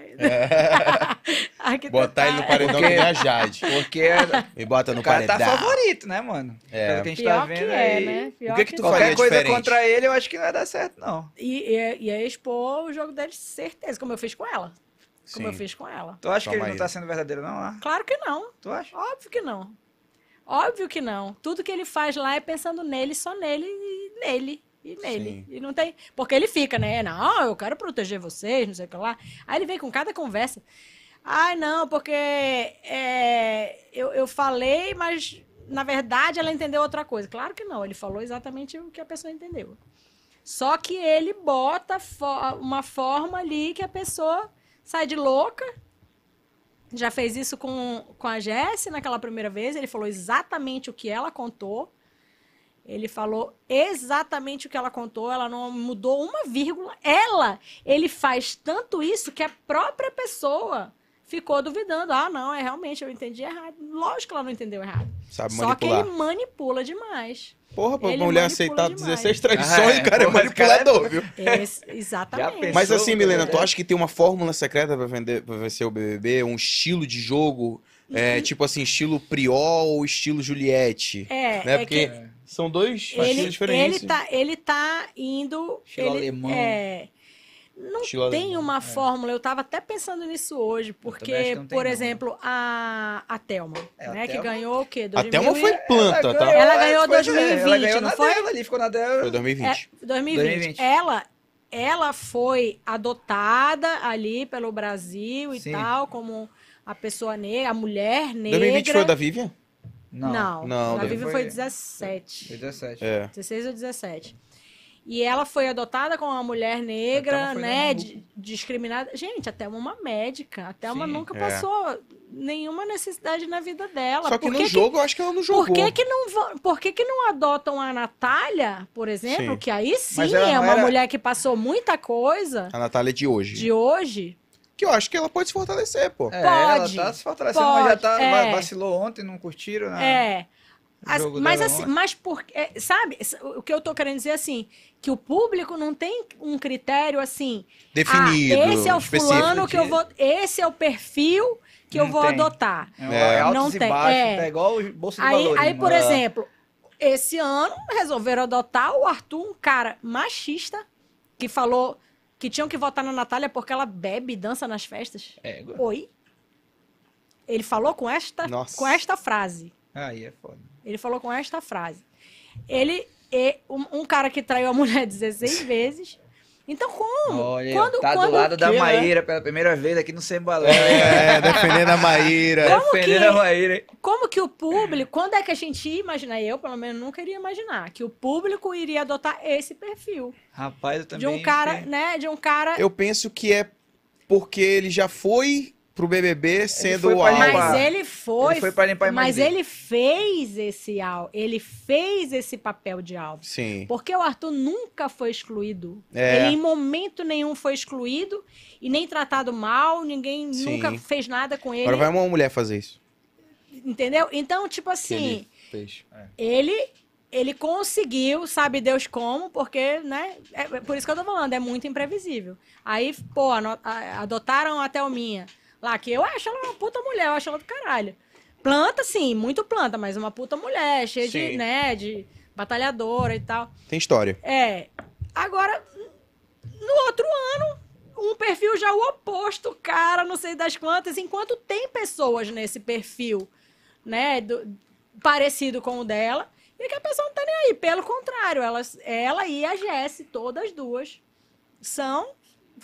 Speaker 3: Arquitetar.
Speaker 2: É. botar ele no paredão que
Speaker 1: Porque-
Speaker 2: nem a Jade.
Speaker 1: Porque é,
Speaker 2: Me bota
Speaker 1: o
Speaker 2: no
Speaker 1: cara
Speaker 2: paredão.
Speaker 1: tá favorito, né, mano?
Speaker 2: É.
Speaker 1: Pelo que a gente
Speaker 3: Pior
Speaker 1: tá vendo
Speaker 3: que é,
Speaker 1: aí.
Speaker 3: né? Pior
Speaker 2: O que que tu
Speaker 3: é.
Speaker 2: faria
Speaker 1: Qualquer coisa
Speaker 2: diferente?
Speaker 1: contra ele, eu acho que não vai dar certo, não.
Speaker 3: E, e, e aí expor o jogo dele, certeza, como eu fiz com ela. Como
Speaker 2: Sim.
Speaker 3: eu fiz com ela.
Speaker 1: Tu acha que ele
Speaker 2: Toma
Speaker 1: não
Speaker 2: aí.
Speaker 1: tá sendo verdadeiro, não? lá?
Speaker 3: Claro que não.
Speaker 1: Tu acha?
Speaker 3: Óbvio que não. Óbvio que não. Tudo que ele faz lá é pensando nele, só nele e nele. E nele. E não tem. Porque ele fica, né? Não, eu quero proteger vocês, não sei o que lá. Aí ele vem com cada conversa. Ai, não, porque é, eu, eu falei, mas na verdade ela entendeu outra coisa. Claro que não, ele falou exatamente o que a pessoa entendeu. Só que ele bota fo- uma forma ali que a pessoa sai de louca. Já fez isso com, com a Jess naquela primeira vez. Ele falou exatamente o que ela contou. Ele falou exatamente o que ela contou. Ela não mudou uma vírgula. Ela, ele faz tanto isso que a própria pessoa ficou duvidando. Ah, não, é realmente, eu entendi errado. Lógico que ela não entendeu errado.
Speaker 2: Sabe
Speaker 3: Só que ele
Speaker 2: manipular.
Speaker 3: manipula demais.
Speaker 2: Porra, pra
Speaker 3: ele
Speaker 2: mulher
Speaker 3: manipula
Speaker 2: aceitar
Speaker 3: demais.
Speaker 2: 16 traições, o cara é
Speaker 1: porra, esse cara é-
Speaker 2: manipulador, viu?
Speaker 3: Esse-
Speaker 1: Já
Speaker 3: exatamente.
Speaker 1: pensou?
Speaker 2: Mas assim,
Speaker 1: Pessoa,
Speaker 2: Milena,
Speaker 1: né?
Speaker 2: tu acha que tem uma fórmula secreta pra, vender, pra vencer o BBB? Um estilo de jogo? É,
Speaker 3: Uhum.
Speaker 2: tipo assim, estilo Priol ou estilo Juliette? né?
Speaker 3: É, é
Speaker 2: Porque são dois
Speaker 3: que ele,
Speaker 2: estilos diferentes.
Speaker 3: ele, tá, ele tá indo.
Speaker 1: Estilo
Speaker 3: ele-
Speaker 1: alemão.
Speaker 3: É, não
Speaker 2: Estilo
Speaker 3: tem
Speaker 2: alemão,
Speaker 3: uma fórmula, eu tava até pensando nisso hoje,
Speaker 1: é. também acho
Speaker 3: porque,
Speaker 1: que não tem,
Speaker 3: por
Speaker 1: não.
Speaker 3: exemplo, a, a Thelma,
Speaker 1: É, a
Speaker 3: né, que
Speaker 1: Thelma-
Speaker 3: ganhou o quê? 2000
Speaker 2: Até uma
Speaker 3: e-
Speaker 2: foi planta, tá?
Speaker 3: Ela ganhou
Speaker 1: pois é, Ela
Speaker 3: 2020,
Speaker 1: ganhou
Speaker 3: não
Speaker 1: na
Speaker 3: foi?
Speaker 1: dela ali, ficou na dela.
Speaker 2: Foi 2020.
Speaker 3: É, 2020.
Speaker 1: 2020.
Speaker 3: Ela, ela foi adotada ali pelo Brasil e
Speaker 1: Sim.
Speaker 3: tal, como a pessoa negra, a mulher É negra.
Speaker 2: 2020 foi o da Vivian?
Speaker 3: Não,
Speaker 2: Não,
Speaker 3: a
Speaker 2: da-
Speaker 3: Vivi foi,
Speaker 1: foi-
Speaker 3: 17.
Speaker 1: Foi 17.
Speaker 2: É.
Speaker 3: 16 ou 17. E ela foi adotada como uma mulher
Speaker 1: A
Speaker 3: negra,
Speaker 1: Thelma foi
Speaker 3: né?
Speaker 1: na
Speaker 3: di- discriminada. Gente, até uma médica. A Thelma
Speaker 1: Sim,
Speaker 3: nunca
Speaker 2: é.
Speaker 3: passou nenhuma necessidade na vida dela.
Speaker 2: Só que
Speaker 3: Por
Speaker 2: no
Speaker 3: que que-
Speaker 2: jogo eu acho que ela não jogou.
Speaker 3: Por que, que não vão- por que, que não adotam a Natália, por exemplo?
Speaker 2: Sim.
Speaker 3: Que aí sim
Speaker 1: Mas ela
Speaker 3: é
Speaker 1: não
Speaker 3: uma
Speaker 1: era-
Speaker 3: mulher que passou muita coisa
Speaker 2: A Natália de hoje.
Speaker 3: de Ah, hoje.
Speaker 2: Que eu acho que ela pode se fortalecer, pô.
Speaker 1: É,
Speaker 3: Pode,
Speaker 1: ela tá se fortalecendo,
Speaker 3: pode,
Speaker 1: mas já tá,
Speaker 3: é.
Speaker 1: vacilou ontem, não curtiram. né?
Speaker 3: É. As-
Speaker 1: jogo
Speaker 3: mas
Speaker 1: dela
Speaker 3: assim,
Speaker 1: ontem.
Speaker 3: mas porque, é, sabe, s- o que eu tô querendo dizer assim, que o público não tem um critério assim,
Speaker 2: Definido.
Speaker 3: ah, esse é o
Speaker 2: específico.
Speaker 3: fulano que eu vou, esse é o perfil que eu
Speaker 1: Não
Speaker 3: vou
Speaker 1: tem.
Speaker 3: adotar.
Speaker 1: É, um-
Speaker 2: É.
Speaker 1: é altos
Speaker 3: Não
Speaker 1: e
Speaker 3: tem,
Speaker 1: baixos,
Speaker 3: é.
Speaker 1: tá igual o Bolsa de
Speaker 3: Aí,
Speaker 1: Valores.
Speaker 3: aí,
Speaker 1: mano.
Speaker 3: por exemplo, esse ano resolveram adotar o Arthur, um cara machista, que falou que tinham que votar na Natália porque ela bebe e dança nas festas.
Speaker 1: É,
Speaker 3: Oi? Ele falou com esta,
Speaker 2: Nossa.
Speaker 3: com esta frase.
Speaker 1: aí é foda.
Speaker 3: Ele falou com esta frase. Ele é um, um cara que traiu a mulher 16 vezes. Então como?
Speaker 1: Olha, aí, ó,
Speaker 3: quando,
Speaker 1: tá
Speaker 3: quando-
Speaker 1: do lado da
Speaker 2: que, né?
Speaker 1: Maíra pela primeira vez aqui no Sembalé.
Speaker 2: É, defendendo a Maíra.
Speaker 3: Como
Speaker 1: Defendendo
Speaker 3: que-
Speaker 1: a Maíra, hein?
Speaker 3: Como que o público, quando é que a gente ia imaginar, eu pelo menos não queria imaginar, que o público iria adotar esse perfil
Speaker 1: Rapaz, eu
Speaker 3: de
Speaker 1: também...
Speaker 3: um cara,
Speaker 1: fiquei-
Speaker 3: né, de um cara
Speaker 2: Eu penso que é porque ele já foi pro BBB sendo
Speaker 1: foi
Speaker 2: o
Speaker 1: pra
Speaker 2: alvo.
Speaker 1: limpar.
Speaker 3: mas ele foi,
Speaker 1: Ele foi pra limpar a imagem
Speaker 3: mas
Speaker 1: dele.
Speaker 3: ele fez esse al, ele fez esse papel de alvo.
Speaker 2: Sim.
Speaker 3: Porque o Arthur nunca foi excluído.
Speaker 2: É.
Speaker 3: Ele em momento nenhum foi excluído e nem tratado mal, ninguém
Speaker 2: Sim.
Speaker 3: nunca fez nada com ele.
Speaker 2: Agora vai uma mulher fazer isso.
Speaker 3: Entendeu? Então, tipo assim, ele ele conseguiu, sabe Deus como, porque, né? é por isso que eu tô falando, é muito imprevisível. Aí, pô, ano- a- adotaram a Thelminha lá, que eu acho ela uma puta mulher, eu acho ela do caralho. Planta, sim, muito planta, mas uma puta mulher, cheia de,
Speaker 8: Sim.
Speaker 3: né, de batalhadora e tal.
Speaker 8: Tem história.
Speaker 3: É. Agora, no outro ano, um perfil já o oposto, cara, não sei das quantas, enquanto tem pessoas nesse perfil, né, do- parecido com o dela, e que a pessoa não tá nem aí. Pelo contrário, elas, ela e a Jess, todas duas, são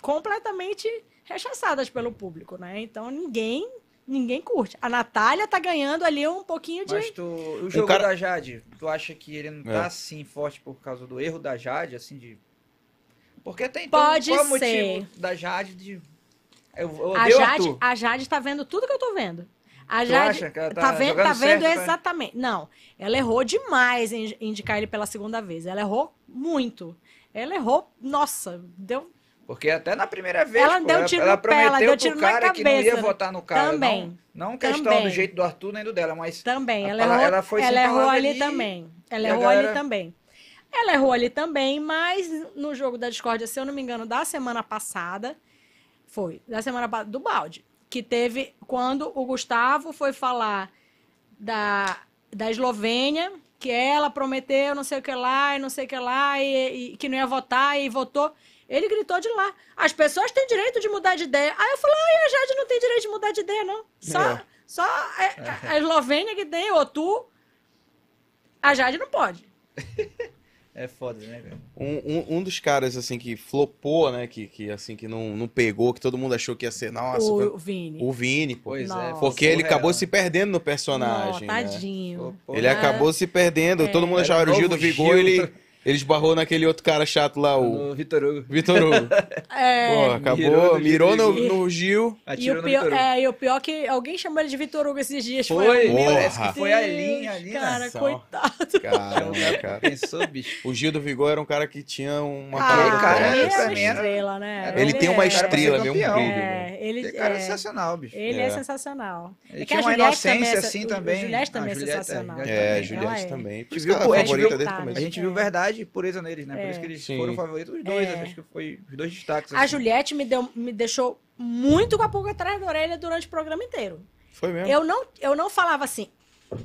Speaker 3: completamente rechaçadas pelo público, né? Então ninguém. Ninguém curte. A Natália tá ganhando ali um pouquinho de.
Speaker 1: Mas tu, o jogo
Speaker 8: cara-
Speaker 1: da Jade, tu acha que ele não tá assim forte por causa do erro da Jade, assim de Porque tem
Speaker 3: Pode
Speaker 1: qual é o
Speaker 3: ser.
Speaker 1: motivo da Jade de eu, eu
Speaker 3: A
Speaker 1: odeio o
Speaker 3: Jade,
Speaker 1: Arthur.
Speaker 3: a Jade tá vendo tudo que eu tô vendo. A
Speaker 1: Tu
Speaker 3: Jade
Speaker 1: acha que ela
Speaker 3: tá,
Speaker 1: tá
Speaker 3: vendo,
Speaker 1: jogando
Speaker 3: tá vendo
Speaker 1: certo, tá?
Speaker 3: exatamente. Não, ela errou demais em indicar ele pela segunda vez. Ela errou muito. Ela errou, nossa, deu
Speaker 1: Porque até na primeira vez,
Speaker 3: Ela
Speaker 1: pô,
Speaker 3: deu
Speaker 1: ela,
Speaker 3: tiro
Speaker 1: ela
Speaker 3: no pé, ela
Speaker 1: prometeu
Speaker 3: deu
Speaker 1: pro
Speaker 3: tiro na
Speaker 1: cara que não ia
Speaker 3: cabeça.
Speaker 1: votar no cara.
Speaker 3: Também.
Speaker 1: Não, não questão
Speaker 3: Também. Tá.
Speaker 1: do jeito do Arthur nem do dela, mas
Speaker 3: também.
Speaker 1: A
Speaker 3: Ela
Speaker 1: pala-
Speaker 3: errou,
Speaker 1: ela foi
Speaker 3: ela
Speaker 1: sem
Speaker 3: errou
Speaker 1: palavra
Speaker 3: ali,
Speaker 1: ali,
Speaker 3: também. Ela
Speaker 1: e a
Speaker 3: errou ali
Speaker 1: galera-
Speaker 3: também. Ela errou ali também, mas no jogo da discórdia, se eu não me engano, da semana passada, foi, da semana pa- do balde, que teve quando o Gustavo foi falar da, da Eslovênia, que ela prometeu não sei o que lá, e não sei o que lá, e, e que não ia votar, e votou. Ele gritou de lá. As pessoas têm direito de mudar de ideia. Aí eu falei, ai, a Jade não tem direito de mudar de ideia, não. Só, só a, a- a Eslovênia que tem, ou tu. A Jade não pode.
Speaker 1: é foda, né, velho?
Speaker 2: Um, um, um dos caras, assim, que flopou, né? Que, que assim, que não, não pegou, que todo mundo achou que ia ser, nossa,
Speaker 3: o,
Speaker 2: foi-
Speaker 3: o Vini.
Speaker 2: o Vini, pô.
Speaker 1: Pois é.
Speaker 3: Nossa.
Speaker 2: Porque ele
Speaker 1: surreal.
Speaker 2: acabou se perdendo no personagem.
Speaker 3: Não,
Speaker 2: né?
Speaker 3: tadinho.
Speaker 1: Pô, pô,
Speaker 2: Ele
Speaker 1: né?
Speaker 2: acabou se perdendo. Todo mundo
Speaker 1: Era
Speaker 2: achava era o
Speaker 1: novo
Speaker 2: Gil do Vigor,
Speaker 1: Gil.
Speaker 2: ele, ele esbarrou naquele outro cara chato lá, o
Speaker 1: No Vitor Hugo.
Speaker 2: Vitor Hugo.
Speaker 3: É,
Speaker 2: Pô, acabou,
Speaker 1: mirou
Speaker 2: mirou,
Speaker 1: no
Speaker 2: no,
Speaker 3: Gil.
Speaker 2: no Gil.
Speaker 3: e,
Speaker 1: Atirou
Speaker 3: o
Speaker 1: no Vitor
Speaker 3: pior,
Speaker 1: Hugo.
Speaker 3: é, e o pior que alguém chamou ele de Vitor Hugo esses dias. tipo,
Speaker 1: Foi,
Speaker 3: Meu
Speaker 1: parece
Speaker 2: Porra.
Speaker 1: que foi a
Speaker 3: Deus,
Speaker 1: linha ali,
Speaker 3: Cara,
Speaker 2: Só.
Speaker 3: coitado.
Speaker 2: Caramba, cara.
Speaker 1: Pensou, bicho?
Speaker 2: O Gil do Vigor era um cara que tinha uma
Speaker 3: Ah,
Speaker 2: parada
Speaker 1: cara,
Speaker 2: forte,
Speaker 3: ele é
Speaker 1: pra
Speaker 3: uma
Speaker 2: assim.
Speaker 1: mim era-
Speaker 3: estrela, né?
Speaker 2: Ele tem uma
Speaker 3: é-
Speaker 1: Era pra ser
Speaker 2: estrela, meio um brilho.
Speaker 1: campeão.
Speaker 2: né?
Speaker 3: É, ele
Speaker 1: Esse cara é
Speaker 3: é-
Speaker 1: sensacional, bicho.
Speaker 3: Ele é,
Speaker 2: É.
Speaker 3: sensacional.
Speaker 1: Ele
Speaker 3: É que
Speaker 1: tinha
Speaker 3: a
Speaker 1: uma
Speaker 3: Juliette também é
Speaker 1: inocência,
Speaker 3: sen-
Speaker 1: assim,
Speaker 3: o- o
Speaker 1: também.
Speaker 3: Juliette também
Speaker 1: A
Speaker 3: é
Speaker 1: Juliette
Speaker 3: sensacional.
Speaker 1: Juliette
Speaker 2: É,
Speaker 3: Ela
Speaker 2: Juliette
Speaker 3: é.
Speaker 2: também. Por
Speaker 1: Por isso
Speaker 2: isso que
Speaker 1: que
Speaker 2: ela é
Speaker 1: o- a gente
Speaker 2: favorita
Speaker 1: viu-
Speaker 2: desde o
Speaker 3: tá,
Speaker 2: começo.
Speaker 1: A gente
Speaker 3: É.
Speaker 1: viu verdade e pureza neles, né? Por isso que eles
Speaker 2: Sim.
Speaker 1: foram favoritos os dois.
Speaker 3: É.
Speaker 1: Acho que foi os dois destaques.
Speaker 3: A
Speaker 1: assim.
Speaker 3: Juliette me, deu, me deixou muito com a pulga atrás da orelha durante o programa inteiro.
Speaker 2: Foi mesmo.
Speaker 3: Eu não, eu não falava assim,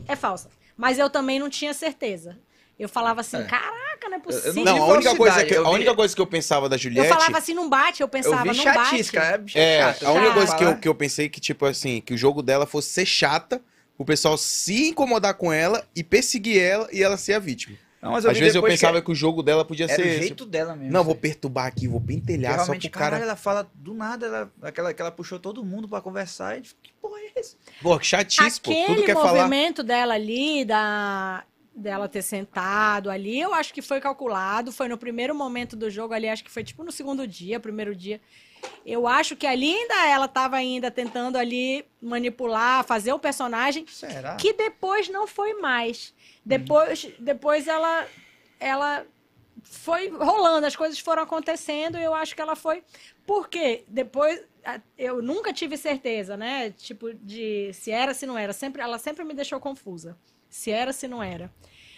Speaker 3: é falsa. Mas eu também não tinha certeza. Eu falava assim, caraca, não é
Speaker 1: eu
Speaker 3: possível.
Speaker 2: Não, a única,
Speaker 1: Falsidade,
Speaker 2: coisa que,
Speaker 1: eu
Speaker 2: a
Speaker 1: vi-
Speaker 2: única coisa que eu pensava da
Speaker 3: eu
Speaker 2: Juliette.
Speaker 3: falava assim, não bate, eu
Speaker 1: Eu
Speaker 3: pensava,
Speaker 1: vi
Speaker 3: não bate.
Speaker 1: chatice, cara. É bicho
Speaker 2: É,
Speaker 1: chato.
Speaker 2: a única
Speaker 3: Chata.
Speaker 2: coisa que eu,
Speaker 1: Falar-
Speaker 2: que eu pensei que, tipo assim, que o jogo dela fosse ser chata, o pessoal se incomodar com ela e perseguir ela e ela ser a vítima.
Speaker 1: Não, mas
Speaker 2: Às
Speaker 1: vi
Speaker 2: vezes eu
Speaker 1: depois
Speaker 2: pensava que, o jogo dela podia
Speaker 1: que era
Speaker 2: ser.
Speaker 1: o
Speaker 2: esse. tipo,
Speaker 1: jeito dela mesmo.
Speaker 2: Não, vou
Speaker 1: sabe?
Speaker 2: perturbar aqui, vou
Speaker 1: Porque
Speaker 2: pentelhar só
Speaker 1: Realmente,
Speaker 2: pro
Speaker 1: cara...
Speaker 2: cara.
Speaker 1: ela fala do nada, ela, aquela que ela puxou todo mundo pra conversar. E a gente fica, que porra é essa?
Speaker 2: Pô, que chatice, pô.
Speaker 3: Aquele
Speaker 2: Tudo quer falar.
Speaker 3: movimento dela ali, da, dela ter sentado ali, eu acho que foi calculado. Foi no primeiro momento do jogo ali, acho que foi tipo no segundo dia, primeiro dia. Eu acho que ali ainda ela tava ainda tentando ali manipular, fazer o personagem,
Speaker 1: Será?
Speaker 3: que depois não foi mais. Depois, depois ela, ela foi rolando, as coisas foram acontecendo e eu acho que ela foi. Porque depois a- eu nunca tive certeza, né? Tipo, de se era, se não era. Sempre, ela sempre me deixou confusa. Se era, se não era.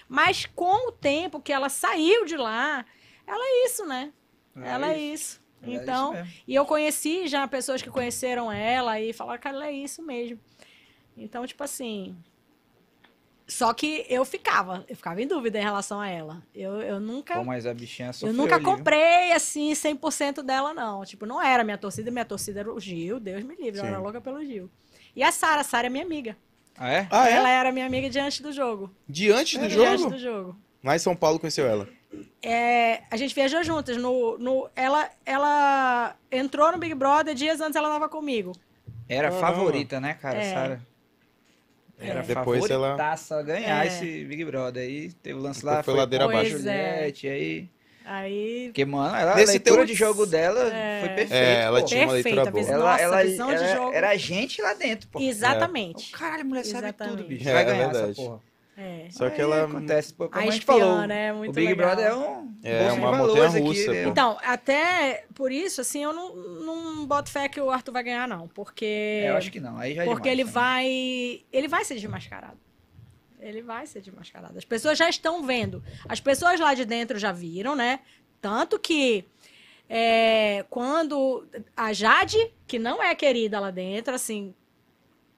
Speaker 3: Mas com o tempo que ela saiu de lá, ela é isso, né? Ela é isso.
Speaker 1: É isso
Speaker 3: Então,
Speaker 1: mesmo.
Speaker 3: e eu conheci já pessoas que conheceram ela e falaram, cara, ela é isso mesmo. Então, tipo assim. Só que eu ficava, eu ficava em dúvida em relação a ela. Eu, eu nunca.
Speaker 2: é
Speaker 1: Pô, mas a bichinha
Speaker 3: Eu
Speaker 1: sofreu
Speaker 3: nunca
Speaker 1: ali, viu?
Speaker 3: comprei, assim, 100% dela, não. Tipo, não era minha torcida, minha torcida era o Gil, Deus me livre, eu
Speaker 2: Sim.
Speaker 3: era louca pelo Gil. E a Sara, a Sara é minha amiga.
Speaker 1: Ah, é?
Speaker 2: Ah, é?
Speaker 3: Ela era minha amiga diante do jogo.
Speaker 2: Diante do
Speaker 3: Diante
Speaker 2: jogo?
Speaker 3: do jogo.
Speaker 2: Lá em São Paulo conheceu ela.
Speaker 3: É, a gente viajou juntas. No, no, ela, ela entrou no Big Brother, dias antes ela tava comigo.
Speaker 1: Era
Speaker 2: Caramba.
Speaker 1: favorita, né, cara?
Speaker 3: É.
Speaker 1: Sara? Era
Speaker 2: Depois ela-
Speaker 1: favoritaça a ganhar
Speaker 3: É.
Speaker 1: esse Big Brother. Aí teve o lance lá,
Speaker 2: Depois foi ladeira
Speaker 1: Paula
Speaker 3: abaixo. é.
Speaker 1: Juliette, aí...
Speaker 3: Aí.
Speaker 1: Porque, mano, ela,
Speaker 2: Nesse
Speaker 1: a leitura
Speaker 2: teu-
Speaker 1: de jogo dela foi perfeita.
Speaker 2: É, ela
Speaker 1: pô.
Speaker 2: tinha uma
Speaker 3: Perfeita,
Speaker 2: leitura boa.
Speaker 3: visão.
Speaker 1: Ela,
Speaker 3: Nossa,
Speaker 1: ela,
Speaker 3: visão de
Speaker 1: ela-
Speaker 3: jogo.
Speaker 1: Era a gente lá dentro, pô.
Speaker 3: Exatamente.
Speaker 1: Caralho, a mulher sabe
Speaker 3: Exatamente.
Speaker 1: tudo, bicho.
Speaker 2: É,
Speaker 1: Vai ganhar
Speaker 2: verdade.
Speaker 1: essa porra.
Speaker 3: É.
Speaker 2: Só que
Speaker 1: Aí
Speaker 2: ela.
Speaker 1: Acontece, pô, como
Speaker 3: A
Speaker 1: a gente
Speaker 3: espiã,
Speaker 1: falou,
Speaker 3: né? Muito
Speaker 1: o Big
Speaker 3: legal.
Speaker 1: Brother é um...
Speaker 2: É
Speaker 9: Bolsa de
Speaker 2: uma montanha
Speaker 9: valores aqui,
Speaker 2: russa,
Speaker 9: né?
Speaker 2: pô.
Speaker 3: Então, até por isso, assim, eu não, não boto fé que o Arthur vai ganhar, não. Porque,
Speaker 1: É, eu acho que não. Aí já é
Speaker 3: porque
Speaker 1: demais,
Speaker 3: ele
Speaker 1: né?
Speaker 3: vai. Ele vai ser desmascarado. Ele vai ser desmascarado. As pessoas já estão vendo. As pessoas lá de dentro já viram, né? Tanto que é, quando a Jade, que não é querida lá dentro, assim.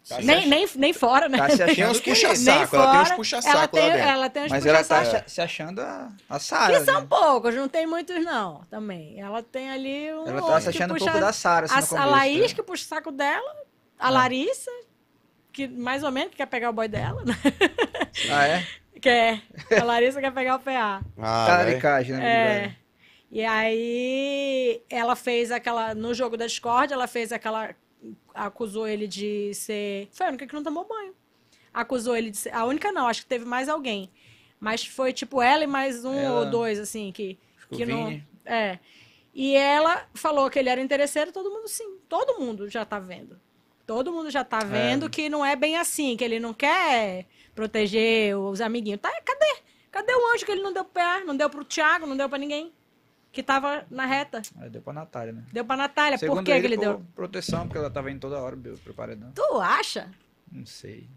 Speaker 2: Tá se
Speaker 3: nem,
Speaker 2: achando.
Speaker 3: nem, nem fora, né?
Speaker 1: Tá se
Speaker 2: Tem
Speaker 1: achando
Speaker 2: uns
Speaker 1: que-
Speaker 2: puxa-saco, ela tem uns
Speaker 3: fora,
Speaker 2: puxa-saco
Speaker 3: Ela
Speaker 2: lá
Speaker 3: tem, é.
Speaker 2: dentro.
Speaker 3: ela tem uns
Speaker 1: Mas ela tá
Speaker 3: puxa-saco.
Speaker 1: acha- se achando a, a Sarah.
Speaker 3: Que são
Speaker 1: né?
Speaker 3: poucos, não tem muitos, não, também. Ela tem ali um.
Speaker 1: Ela
Speaker 3: outro
Speaker 1: tá se
Speaker 3: que
Speaker 1: achando um
Speaker 3: puxa-
Speaker 1: pouco da Sarah. Assim,
Speaker 3: a,
Speaker 1: no
Speaker 3: a
Speaker 1: começo,
Speaker 3: Laís
Speaker 1: né? Ah.
Speaker 3: que puxa o saco dela, a Larissa, que mais ou menos quer pegar o boy dela, né?
Speaker 1: Ah, é?
Speaker 3: Quer. A Larissa quer pegar o
Speaker 2: Ah,
Speaker 3: PA.
Speaker 2: velho.
Speaker 1: Talaricagem, né? Big
Speaker 3: É.
Speaker 1: Brother?
Speaker 3: E aí ela fez aquela. No jogo da Discord, ela fez aquela. Acusou ele de ser. Foi a única que não tomou banho. Acusou ele de ser. A única não, acho que teve mais alguém. Mas foi tipo ela e mais um
Speaker 1: Ela-
Speaker 3: ou dois, assim, que.
Speaker 1: Acho que o
Speaker 3: que não-
Speaker 1: Vini-
Speaker 3: É. E ela falou que ele era interesseiro, todo mundo sim. Todo mundo já tá vendo. Todo mundo já tá vendo que não é bem assim, que ele não quer proteger os amiguinhos. Tá, cadê? Cadê o anjo que ele não deu pro PA? Não deu pro Thiago, não deu pra ninguém. Que tava na reta.
Speaker 1: Ah, Deu pra Natália, né?
Speaker 3: Deu pra Natália. Por que, que ele deu?
Speaker 1: por proteção, porque ela tava indo toda hora meu, pro paredão.
Speaker 3: Tu acha?
Speaker 1: Não sei.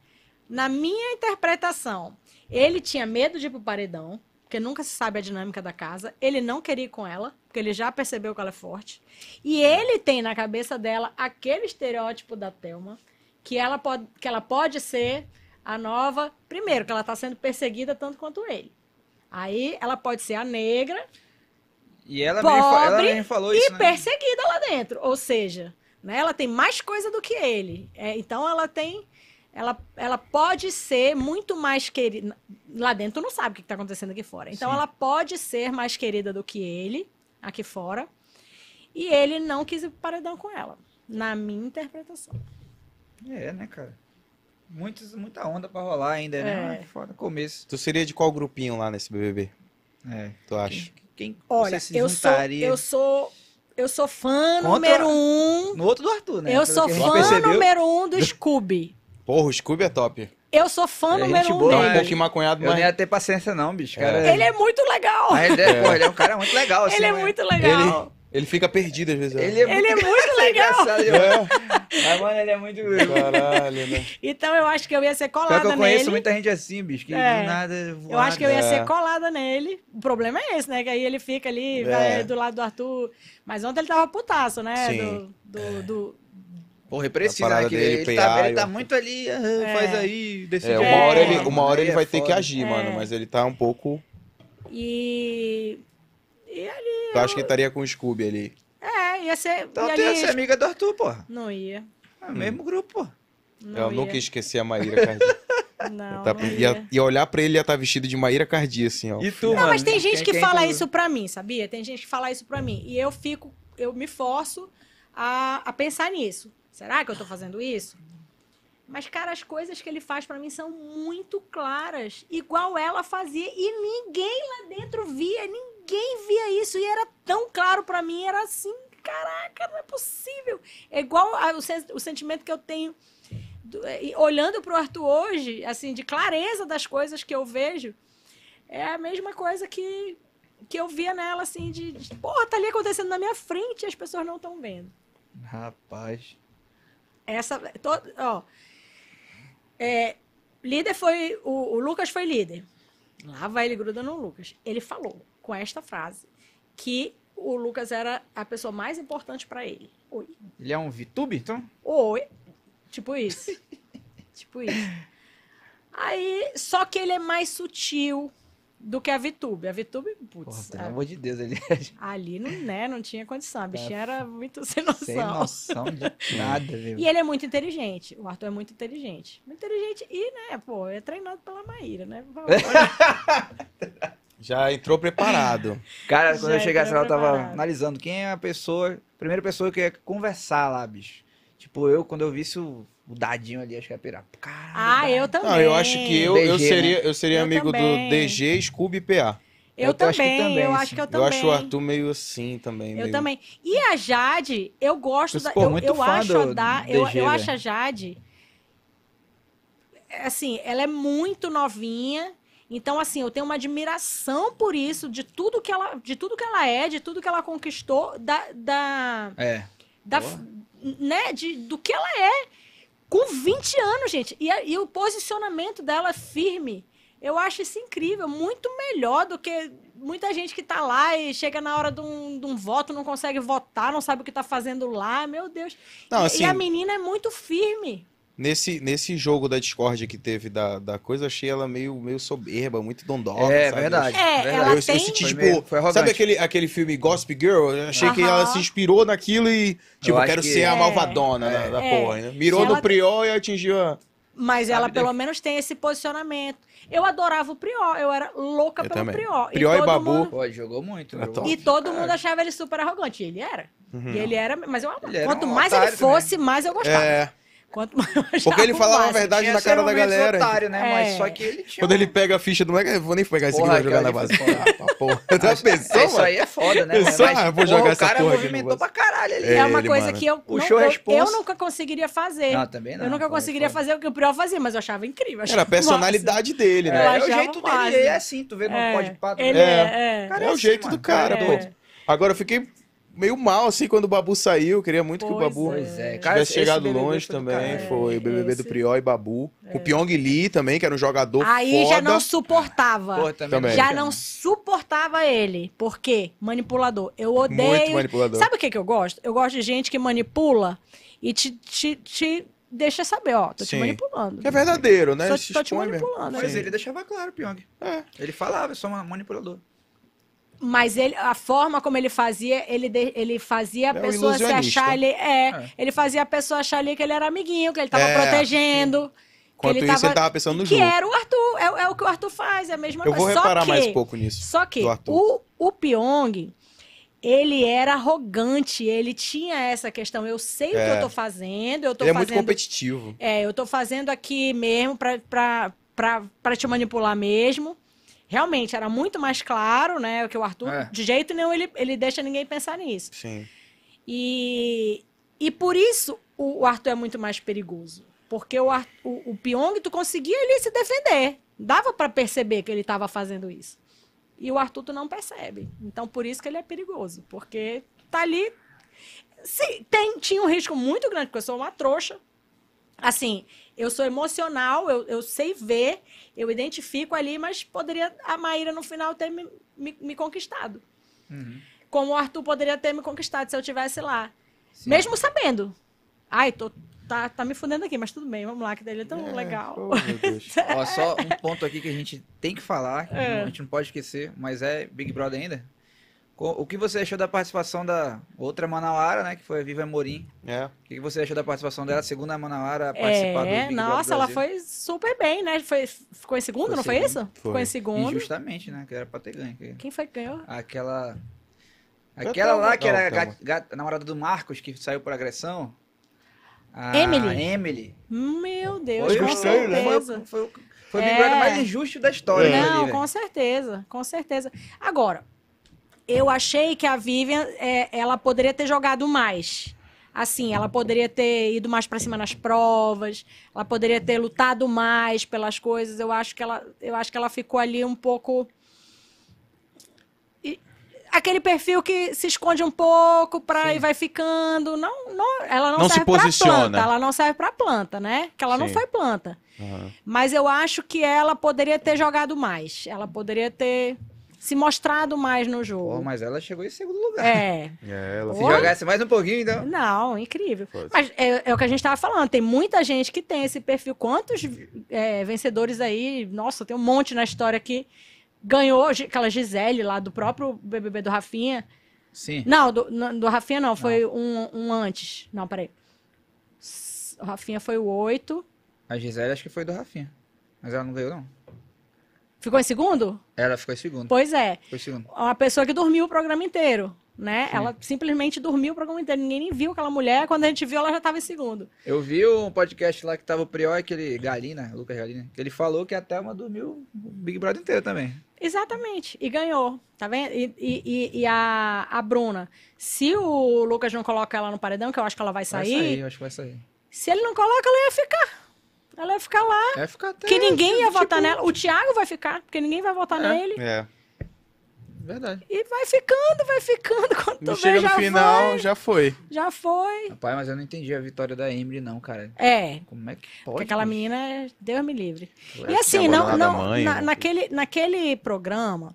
Speaker 3: Na minha interpretação, ele tinha medo de ir pro paredão, porque nunca se sabe a dinâmica da casa. Ele não queria ir com ela, porque ele já percebeu que ela é forte. E ele tem na cabeça dela aquele estereótipo da Thelma, que ela pode, que ela pode ser a nova. Primeiro, que ela tá sendo perseguida tanto quanto ele. Aí ela pode ser a negra
Speaker 1: E ela, meio, fa- ela
Speaker 3: Pobre
Speaker 1: meio falou
Speaker 3: e
Speaker 1: isso, né?
Speaker 3: perseguida lá dentro. Ou seja, né, ela tem mais coisa do que ele. É, então ela tem. Ela, ela pode ser muito mais querida. Lá dentro tu não sabe o que está acontecendo aqui fora. Então
Speaker 1: Sim.
Speaker 3: ela pode ser mais querida do que ele aqui fora. E ele não quis ir pro paredão com ela. Na minha interpretação.
Speaker 1: É, né, cara? Muitos, muita onda pra rolar ainda, né?
Speaker 3: É.
Speaker 1: Ah, Foda, começo.
Speaker 2: Tu seria de qual grupinho lá nesse BBB,
Speaker 1: É.
Speaker 2: tu acha?
Speaker 1: Quem
Speaker 3: Olha,
Speaker 1: você se
Speaker 3: eu sou,
Speaker 1: juntaria?
Speaker 3: eu sou. Eu sou fã
Speaker 1: Conta-
Speaker 3: número um.
Speaker 1: No outro do Arthur, né?
Speaker 3: eu
Speaker 1: Pelo
Speaker 3: sou
Speaker 1: que a gente
Speaker 3: fã
Speaker 1: percebeu.
Speaker 3: número um do Scooby.
Speaker 2: Porra, o Scooby é top.
Speaker 3: Eu sou fã
Speaker 1: Ele é
Speaker 3: número
Speaker 1: gente
Speaker 3: um
Speaker 1: boa,
Speaker 2: Tá
Speaker 1: Mas-
Speaker 2: um
Speaker 3: dele.
Speaker 2: pouquinho maconhado,
Speaker 1: Eu nem
Speaker 2: mas
Speaker 1: ia ter paciência, não, bicho. Cara,
Speaker 3: Ele é muito legal.
Speaker 1: Mas ele, é, porra, ele é um cara muito legal, assim.
Speaker 3: ele é
Speaker 1: mas-
Speaker 3: muito
Speaker 2: ele,
Speaker 3: legal.
Speaker 2: ele fica perdido às vezes. né?
Speaker 1: Ele é
Speaker 3: Ele é
Speaker 1: muito,
Speaker 3: muito legal.
Speaker 1: engraçado. ele é- Mas, mano, ele é muito. Pior
Speaker 2: Caralho, né?
Speaker 3: Então eu acho que eu ia ser colada
Speaker 1: que eu conheço
Speaker 3: nele.
Speaker 1: muita gente assim, bicho. Que
Speaker 3: É.
Speaker 1: do nada.
Speaker 3: Eu acho que eu ia
Speaker 2: É.
Speaker 3: ser colada nele. O problema é esse, né? Que aí ele fica ali
Speaker 2: É.
Speaker 3: vai do lado do Arthur. Mas ontem ele tava putaço, né?
Speaker 2: Sim.
Speaker 3: Do, do, do-
Speaker 1: Porra, ele
Speaker 2: A
Speaker 1: precisa,
Speaker 2: parada
Speaker 1: né? Que
Speaker 2: dele,
Speaker 1: ele, ele tá,
Speaker 2: PA,
Speaker 1: ele tá
Speaker 2: eu-
Speaker 1: muito ali. ah, Faz aí, decide.
Speaker 2: É,
Speaker 1: aí.
Speaker 2: uma hora ele,
Speaker 1: Mano,
Speaker 2: uma hora ele
Speaker 1: aí é
Speaker 2: vai ter que
Speaker 1: foda.
Speaker 2: agir,
Speaker 3: É.
Speaker 2: mano, mas ele tá um pouco.
Speaker 3: E. E ali.
Speaker 2: Eu acho que ele estaria com o Scooby ali.
Speaker 3: É, ia ser.
Speaker 1: Então
Speaker 3: e
Speaker 1: tu
Speaker 3: ali,
Speaker 1: ia ser amiga do Arthur, porra.
Speaker 3: Não ia.
Speaker 1: É o mesmo grupo, pô.
Speaker 3: Não
Speaker 2: Eu
Speaker 3: ia.
Speaker 2: nunca esqueci a Maíra Cardi.
Speaker 3: Não,
Speaker 2: Tá-
Speaker 3: não
Speaker 2: ia,
Speaker 3: ia.
Speaker 2: ia olhar pra ele e ia estar vestido de Maíra Cardi, assim, ó.
Speaker 1: E tu,
Speaker 3: Não,
Speaker 1: mano?
Speaker 3: mas tem gente
Speaker 1: Quem-
Speaker 3: que
Speaker 1: quem
Speaker 3: fala
Speaker 1: tu-
Speaker 3: isso pra mim, sabia? Tem gente que fala isso pra mim. E eu fico, eu me forço a, a pensar nisso. Será que eu tô fazendo isso? Mas, cara, as coisas que ele faz pra mim são muito claras, igual ela fazia. E ninguém lá dentro via, ninguém via isso. E era tão claro pra mim, era assim, caraca, não é possível. É igual a- o, sen- o sentimento que eu tenho. do- eh, e olhando pro Arthur hoje, assim, de clareza das coisas que eu vejo, é a mesma coisa que, que eu via nela, assim, de, de porra, tá ali acontecendo na minha frente e as pessoas não estão vendo.
Speaker 1: Rapaz.
Speaker 3: Essa, to- ó, é, líder foi, o, o Lucas foi líder. Lá vai ele gruda no Lucas. Ele falou com esta frase que o Lucas era a pessoa mais importante pra ele. Oi.
Speaker 1: Ele é um VTube, então?
Speaker 3: Oi. Tipo isso. tipo isso. Aí, só que ele é mais sutil do que a Vitube. A Vitube,
Speaker 1: Porra,
Speaker 3: putz,
Speaker 1: pelo
Speaker 3: a-
Speaker 1: amor de Deus, ele
Speaker 3: Ali não, né, não tinha condição. A bichinha
Speaker 1: É,
Speaker 3: era muito sem noção.
Speaker 1: sem noção de nada, velho.
Speaker 3: E ele é muito inteligente. O Arthur é muito inteligente. Muito inteligente. E, né, pô, é treinado pela Maíra, né?
Speaker 2: Já entrou preparado.
Speaker 1: Cara, quando
Speaker 3: Já
Speaker 1: eu chegasse lá, eu tava
Speaker 3: preparado.
Speaker 1: analisando quem é a pessoa, primeira pessoa que eu ia conversar lá, bicho. Tipo, eu, quando eu visse o, o dadinho ali, acho que ia pirar. Caralho.
Speaker 3: ah, eu também.
Speaker 2: Não, eu acho que eu, eu
Speaker 1: DG,
Speaker 2: seria, eu seria
Speaker 3: né? Eu
Speaker 2: amigo
Speaker 3: também.
Speaker 2: do DG, Scooby e PA.
Speaker 3: Eu,
Speaker 1: eu acho que
Speaker 3: também,
Speaker 1: também,
Speaker 3: eu
Speaker 1: sim.
Speaker 3: acho que eu
Speaker 2: Eu
Speaker 3: também.
Speaker 2: acho o Arthur meio assim também.
Speaker 3: Eu
Speaker 2: meio-
Speaker 3: também. E a Jade, eu gosto
Speaker 1: né? Mas,
Speaker 3: da.
Speaker 1: pô,
Speaker 3: eu
Speaker 1: muito
Speaker 3: eu
Speaker 1: fã
Speaker 3: acho a
Speaker 1: do né?
Speaker 3: da,
Speaker 1: DG,
Speaker 3: eu, eu
Speaker 1: velho.
Speaker 3: acho a Jade. Assim, ela é muito é novinha. Então, assim, eu tenho uma admiração por isso, de tudo que ela, de tudo que ela é, de tudo que ela conquistou, da, da,
Speaker 1: É.
Speaker 3: da né, de, do que ela é com 20 anos, gente. E, a- e o posicionamento dela firme, eu acho isso incrível, muito melhor do que muita gente que tá lá e chega na hora de um, de um voto, não consegue votar, não sabe o que tá fazendo lá, meu Deus.
Speaker 2: Não,
Speaker 3: E-
Speaker 2: assim-
Speaker 3: e a menina é muito firme.
Speaker 2: Nesse, nesse jogo da Discord que teve da, da coisa, achei ela meio, meio soberba, muito dondoca.
Speaker 1: É,
Speaker 2: sabe?
Speaker 1: verdade.
Speaker 3: É,
Speaker 1: verdade.
Speaker 3: ela
Speaker 2: eu, eu
Speaker 3: tem-
Speaker 2: senti,
Speaker 1: Foi
Speaker 2: tipo.
Speaker 1: meio- foi arrogante.
Speaker 2: sabe aquele, aquele filme Gossip Girl? Eu achei que
Speaker 3: Aham.
Speaker 2: ela se inspirou naquilo e. Tipo,
Speaker 1: acho
Speaker 2: quero
Speaker 1: que-
Speaker 2: ser a
Speaker 3: É.
Speaker 2: malvadona da- da,
Speaker 3: É.
Speaker 2: porra. né? Mirou
Speaker 3: Ela-
Speaker 2: no Priol e atingiu a.
Speaker 3: Mas ela,
Speaker 1: Sabe,
Speaker 3: pelo menos, tem esse posicionamento. Eu adorava o Prió, eu era louca
Speaker 2: Eu
Speaker 3: pelo
Speaker 2: também.
Speaker 3: Prió.
Speaker 2: Prió e
Speaker 3: todo
Speaker 2: Babu.
Speaker 3: mundo-
Speaker 1: Pô, ele jogou muito.
Speaker 2: Era
Speaker 1: jogou
Speaker 2: top.
Speaker 3: E
Speaker 1: muito.
Speaker 3: todo mundo achava ele super arrogante. E ele era. E ele era, mas eu,
Speaker 1: Uhum. Ele era
Speaker 3: quanto
Speaker 1: um
Speaker 3: mais
Speaker 1: otário
Speaker 3: ele fosse, mais eu gostava.
Speaker 2: É.
Speaker 3: Quanto mais eu achava
Speaker 2: Porque ele falava a
Speaker 3: massa.
Speaker 2: verdade
Speaker 1: Tinha
Speaker 2: na cara
Speaker 3: um
Speaker 1: seus
Speaker 2: da
Speaker 1: momentos
Speaker 2: galera.
Speaker 1: Otário, né? Mas
Speaker 3: É.
Speaker 1: só que ele tinha.
Speaker 2: Quando
Speaker 1: um-
Speaker 2: ele pega a ficha do moleque, eu vou nem pegar esse aqui
Speaker 1: Porra,
Speaker 2: pra jogar
Speaker 1: aquela
Speaker 2: na
Speaker 1: ali
Speaker 2: base.
Speaker 1: foi foda.
Speaker 2: Ah, porra. Já pensou,
Speaker 1: Isso
Speaker 2: mano?
Speaker 1: aí é foda, né?
Speaker 2: Pensou? Ah, vou jogar
Speaker 1: porra,
Speaker 2: essa
Speaker 1: o cara
Speaker 2: porra aqui no
Speaker 1: movimentou
Speaker 2: bolso.
Speaker 1: pra caralho ali. né?
Speaker 3: É,
Speaker 2: É,
Speaker 3: uma
Speaker 2: ele,
Speaker 3: coisa
Speaker 2: mano.
Speaker 3: que eu, não-
Speaker 1: Puxou a
Speaker 3: eu, eu
Speaker 1: responsa.
Speaker 3: nunca conseguiria fazer.
Speaker 1: Não, também não.
Speaker 3: eu nunca
Speaker 1: Foi
Speaker 3: conseguiria
Speaker 1: foda.
Speaker 3: fazer o que o Priol fazia, mas eu achava incrível.
Speaker 2: Era a personalidade dele, né?
Speaker 3: Eu
Speaker 1: É, é o
Speaker 3: achava
Speaker 1: jeito
Speaker 3: massa.
Speaker 1: dele, ele é assim, tu vê no
Speaker 3: É,
Speaker 1: pó de pato.
Speaker 3: ele
Speaker 1: né?
Speaker 3: é, é.
Speaker 1: Cara,
Speaker 2: É o
Speaker 1: assim,
Speaker 2: jeito
Speaker 1: mano,
Speaker 2: do cara,
Speaker 1: é
Speaker 2: pô.
Speaker 3: doido.
Speaker 2: Agora eu fiquei meio mal, assim, quando o Babu saiu. Queria muito que o
Speaker 3: Pois
Speaker 2: Babu
Speaker 1: Pois é, cara.
Speaker 2: tivesse
Speaker 1: esse-
Speaker 2: chegado
Speaker 1: esse BBB
Speaker 2: longe
Speaker 1: foi do
Speaker 2: também.
Speaker 1: caralho.
Speaker 2: foi o BBB do
Speaker 3: É, esse- É.
Speaker 2: Prió e Babu. O Pyong Lee também, que era um jogador
Speaker 3: Aí
Speaker 2: foda.
Speaker 3: já não suportava.
Speaker 1: Porra, também. é
Speaker 2: Também.
Speaker 3: Já não suportava ele. Por quê? Manipulador. Eu odeio.
Speaker 2: Muito manipulador.
Speaker 3: Sabe o que, que eu gosto? Eu gosto de gente que manipula e te, te, te deixa saber, ó, tô
Speaker 2: Sim.
Speaker 3: te manipulando.
Speaker 2: Que é verdadeiro, né?
Speaker 3: Só
Speaker 2: Se
Speaker 3: te, tô te
Speaker 2: expõe mesmo.
Speaker 3: manipulando.
Speaker 1: Mas
Speaker 3: né?
Speaker 1: é, ele deixava claro, Pyong.
Speaker 2: É.
Speaker 1: Ele falava, eu sou um manipulador.
Speaker 3: Mas ele, a forma como ele fazia, ele, de- ele fazia a
Speaker 2: É um
Speaker 3: pessoa se
Speaker 2: ilusionista.
Speaker 3: achar ali. É,
Speaker 1: É.
Speaker 3: ele fazia a pessoa achar ali que ele era amiguinho, que ele tava
Speaker 2: É.
Speaker 3: protegendo. Que
Speaker 2: Enquanto
Speaker 3: ele
Speaker 2: isso,
Speaker 3: tava,
Speaker 2: ele tava pensando no
Speaker 3: Que
Speaker 2: jogo.
Speaker 3: era o Arthur. É, é o que o Arthur faz, é a mesma
Speaker 2: Eu vou
Speaker 3: coisa. Só
Speaker 2: reparar
Speaker 3: que-
Speaker 2: mais um pouco nisso.
Speaker 3: Só que
Speaker 2: do Arthur.
Speaker 3: o, o Pyong, ele era arrogante, ele tinha essa questão. Eu sei o
Speaker 2: É.
Speaker 3: que eu tô fazendo, eu tô
Speaker 2: Ele é muito
Speaker 3: fazendo.
Speaker 2: competitivo.
Speaker 3: é, eu tô fazendo aqui mesmo pra, pra, pra, pra te manipular mesmo. Realmente, era muito mais claro, né? Que o Arthur,
Speaker 1: É.
Speaker 3: de jeito nenhum, ele, ele deixa ninguém pensar nisso.
Speaker 2: Sim.
Speaker 3: E, e por isso o, o Arthur é muito mais perigoso. Porque o, Ar- o, o Pyong, tu conseguia ele se defender. Dava pra perceber que ele tava fazendo isso. E o Arthur tu não percebe. Então por isso que ele é perigoso. Porque tá ali. Se, tem, tinha um risco muito grande, porque eu sou uma trouxa. Assim, eu sou emocional, eu, eu sei ver, eu identifico ali, mas poderia a Maíra no final ter me- me- me conquistado como o Arthur poderia ter me conquistado se eu tivesse lá.
Speaker 1: Sim.
Speaker 3: Mesmo sabendo. Ai, tô, tá, tá me fudendo aqui, mas tudo bem, vamos lá, que dele é tão legal.
Speaker 2: Oh, meu Deus.
Speaker 1: Ó, só um ponto aqui que a gente tem que falar, que
Speaker 3: É.
Speaker 1: a gente não pode esquecer, mas é Big Brother ainda. Co- O que você achou da participação da outra Manauara, né? Que foi a Viva Morim.
Speaker 2: É.
Speaker 1: O que você achou da participação dela, a segunda Manauara a participar do
Speaker 3: É,
Speaker 1: Big
Speaker 3: nossa, ela
Speaker 1: Brother Brasil?
Speaker 3: foi super bem, né? Foi, ficou em segundo,
Speaker 1: Foi
Speaker 3: não foi
Speaker 1: segundo,
Speaker 3: isso? Ficou
Speaker 2: foi.
Speaker 3: em segundo.
Speaker 1: E justamente, né? Que era pra ter ganho. que-
Speaker 3: Quem foi que ganhou?
Speaker 1: Aquela.
Speaker 2: Era
Speaker 1: Aquela
Speaker 2: Thelma.
Speaker 1: lá que era
Speaker 2: Não, Thelma.
Speaker 1: gat- gata- namorada do Marcos, que saiu por agressão. A
Speaker 3: Emily.
Speaker 1: Emily.
Speaker 3: Meu Deus,
Speaker 1: o-
Speaker 3: com
Speaker 2: estranho, né?
Speaker 3: certeza.
Speaker 1: Foi, o- foi o Big
Speaker 3: É.
Speaker 1: Brother mais injusto da
Speaker 2: É.
Speaker 1: história. né,
Speaker 3: Não,
Speaker 1: ali,
Speaker 3: com certeza, com certeza. Agora, eu achei que a Vivian, é, ela poderia ter jogado mais. Assim, ela poderia ter ido mais pra cima nas provas, ela poderia ter lutado mais pelas coisas. Eu acho que ela, eu acho que ela ficou ali um pouco E- aquele perfil que se esconde um pouco pra e vai ficando, não, não, ela não,
Speaker 2: Não se
Speaker 3: serve pra
Speaker 2: posiciona.
Speaker 3: planta, ela não serve pra planta, né? Que ela não
Speaker 2: Sim.
Speaker 3: foi planta.
Speaker 2: Aham.
Speaker 3: Mas eu acho que ela poderia ter jogado mais. Ela poderia ter se mostrado mais no
Speaker 1: Pô,
Speaker 3: jogo.
Speaker 1: mas ela chegou em segundo lugar.
Speaker 3: É.
Speaker 2: É, ela
Speaker 1: Se
Speaker 3: Porra.
Speaker 1: jogasse mais um pouquinho, então.
Speaker 3: Não, incrível.
Speaker 2: Pode.
Speaker 3: Mas é, é o que a gente estava falando. Tem muita gente que tem esse perfil. Quantos é, vencedores aí? Nossa, tem um monte na história que ganhou Gi- aquela Gisele lá do próprio BBB do Rafinha.
Speaker 1: Sim.
Speaker 3: Não, do, não, do Rafinha não. Foi um, um antes. Não, peraí. S- O Rafinha foi o oito.
Speaker 1: A Gisele acho que foi do Rafinha. Mas ela não ganhou, não.
Speaker 3: Ficou em segundo?
Speaker 1: Ela ficou em segundo.
Speaker 3: Pois é.
Speaker 1: Ficou em segundo.
Speaker 3: uma pessoa que dormiu o programa inteiro, né? Ela simplesmente dormiu o programa inteiro. Ninguém nem viu aquela mulher. Quando a gente viu, ela já estava em segundo.
Speaker 1: Eu vi um podcast lá que tava o Prior, aquele Galina, Lucas Galina, que ele falou que a Thelma dormiu o Big Brother inteiro também.
Speaker 3: Exatamente. E ganhou, tá vendo? E, e- e- e a, a Bruna, se o Lucas não coloca ela no paredão, que eu acho que ela vai
Speaker 1: Vai
Speaker 3: sair,
Speaker 1: sair, eu acho que vai sair.
Speaker 3: se ele não coloca, ela ia ficar. Ela ia ficar lá,
Speaker 1: Vai ficar até.
Speaker 3: Ah,
Speaker 1: tipo
Speaker 3: que ninguém ia votar nela. O Thiago vai ficar, porque ninguém vai votar nele.
Speaker 2: É.
Speaker 1: Verdade.
Speaker 3: E vai ficando, vai ficando. Quando tu vê,
Speaker 4: Chega no
Speaker 3: já
Speaker 4: final,
Speaker 3: foi.
Speaker 4: já foi.
Speaker 3: Já foi.
Speaker 1: Rapaz, mas eu não entendi a vitória da Emily, não, cara.
Speaker 3: É,
Speaker 1: Como é que
Speaker 3: Porque
Speaker 1: pode?
Speaker 3: aquela
Speaker 1: bicho?
Speaker 3: menina, é- Deus me livre.
Speaker 4: Ué,
Speaker 1: é
Speaker 3: E assim, não,
Speaker 4: abandonada
Speaker 3: não,
Speaker 4: a mãe,
Speaker 3: na-
Speaker 4: né?
Speaker 3: naquele, naquele programa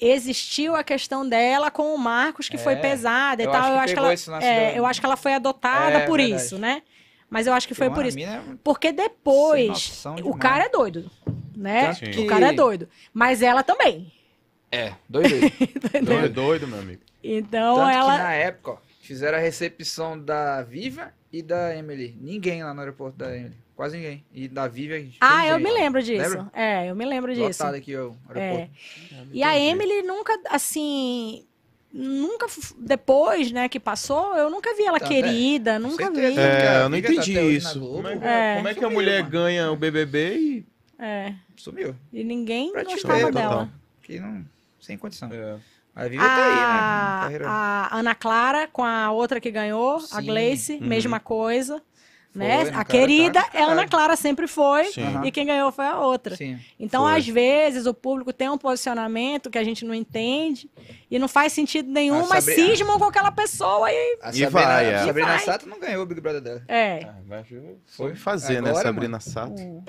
Speaker 3: existiu a questão dela com o Marcos, que foi
Speaker 5: É,
Speaker 3: pesada e
Speaker 5: eu
Speaker 3: tal.
Speaker 5: acho que
Speaker 3: eu, acho que
Speaker 5: pegou
Speaker 3: ela,
Speaker 5: isso na
Speaker 3: é,
Speaker 5: cidade.
Speaker 3: eu acho que ela foi adotada
Speaker 5: É,
Speaker 3: por
Speaker 5: verdade.
Speaker 3: isso, né? Mas eu acho que foi
Speaker 1: Mano,
Speaker 3: por
Speaker 1: a
Speaker 3: isso.
Speaker 1: mina é
Speaker 3: Porque
Speaker 1: sem
Speaker 3: depois,
Speaker 1: noção
Speaker 3: o
Speaker 1: demais.
Speaker 3: cara é doido, né?
Speaker 1: Tanto
Speaker 3: O
Speaker 1: que-
Speaker 3: cara é doido. Mas ela também.
Speaker 1: doido.
Speaker 4: Não é doido, meu amigo.
Speaker 3: Então
Speaker 1: é, Tanto
Speaker 3: ela.
Speaker 1: que na época, ó, fizeram a recepção da Viva e da Emily. Ninguém lá no aeroporto da Emily. Quase ninguém. E da Viva.
Speaker 3: Ah,
Speaker 1: tem
Speaker 3: eu
Speaker 1: gente.
Speaker 3: me lembro disso.
Speaker 1: Lembra?
Speaker 3: É, eu me lembro disso.
Speaker 1: Lotado aqui, ó, o
Speaker 3: É.
Speaker 1: aeroporto.
Speaker 3: E a Emily nunca, assim, nunca, f- depois, né, que passou, eu nunca vi ela
Speaker 1: Tá,
Speaker 3: querida, nunca
Speaker 1: certeza.
Speaker 3: vi.
Speaker 1: É,
Speaker 4: É,
Speaker 1: porque
Speaker 4: eu
Speaker 1: a
Speaker 4: não
Speaker 1: Vivian tá
Speaker 4: entendi
Speaker 1: até hoje na
Speaker 4: isso.
Speaker 1: Globo.
Speaker 4: Como é, que-
Speaker 3: É,
Speaker 4: como é que a mulher ganha o BBB e...
Speaker 3: É,
Speaker 1: Sumiu.
Speaker 3: e ninguém
Speaker 1: Pra te
Speaker 3: gostava
Speaker 1: ver,
Speaker 3: dela.
Speaker 1: Que não. Sem condição.
Speaker 4: É.
Speaker 1: A Viva tá aí, né?
Speaker 3: Ah, A,
Speaker 1: Carreira-
Speaker 3: a Ana Clara com a outra que ganhou, a
Speaker 1: Sim.
Speaker 3: Gleice,
Speaker 4: Uhum.
Speaker 3: mesma coisa.
Speaker 1: Foi,
Speaker 3: né?
Speaker 1: Ana
Speaker 3: A
Speaker 1: Clara
Speaker 3: querida,
Speaker 1: tá do
Speaker 3: é a Ana
Speaker 1: caralho.
Speaker 3: Clara sempre foi.
Speaker 4: Sim.
Speaker 1: Aham.
Speaker 3: E quem ganhou foi a outra.
Speaker 1: Sim.
Speaker 3: Então,
Speaker 4: Foi.
Speaker 3: às vezes, o público tem um posicionamento que a gente não entende e não faz sentido nenhum,
Speaker 1: Ah,
Speaker 3: mas
Speaker 1: Sabrina-
Speaker 3: cismam com aquela pessoa e.
Speaker 1: A
Speaker 4: E
Speaker 1: Sabrina,
Speaker 4: vai, é.
Speaker 1: a Sabrina
Speaker 3: E vai.
Speaker 1: Sato não ganhou o Big Brother dela.
Speaker 3: É.
Speaker 4: Ah, mas eu-
Speaker 1: Foi.
Speaker 4: Foi fazer, né,
Speaker 1: Agora,
Speaker 4: Sabrina Sato?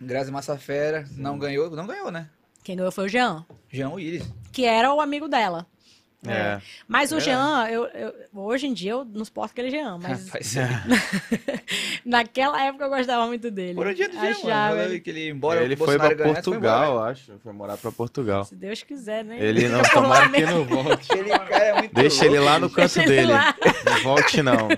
Speaker 1: Grazi Massafera não ganhou. Não ganhou, né?
Speaker 3: Quem ganhou foi o Jean,
Speaker 1: Jean Willis.
Speaker 3: que era o amigo dela.
Speaker 4: É.
Speaker 3: Mas o
Speaker 1: Verdade.
Speaker 3: Jean, eu, eu- hoje em dia eu não suporto aquele Jean, mas
Speaker 1: Rapaz, é.
Speaker 3: naquela época eu gostava muito dele.
Speaker 1: Por um dia do dia,
Speaker 3: Achava
Speaker 1: mano.
Speaker 3: ele-
Speaker 1: Que ele, embora
Speaker 4: ele
Speaker 1: o
Speaker 4: foi
Speaker 1: Bolsonaro
Speaker 4: pra
Speaker 1: ganhasse, foi embora,
Speaker 4: Portugal, acho. Foi morar pra Portugal.
Speaker 3: Se Deus quiser, né?
Speaker 4: Ele não
Speaker 3: Fica por lá
Speaker 4: tomara que
Speaker 3: mesmo.
Speaker 4: não volte.
Speaker 1: Aquele cara é muito
Speaker 4: Deixa ele lá no canto
Speaker 3: Deixa ele
Speaker 4: dele. é
Speaker 3: lá.
Speaker 4: Não volte, não.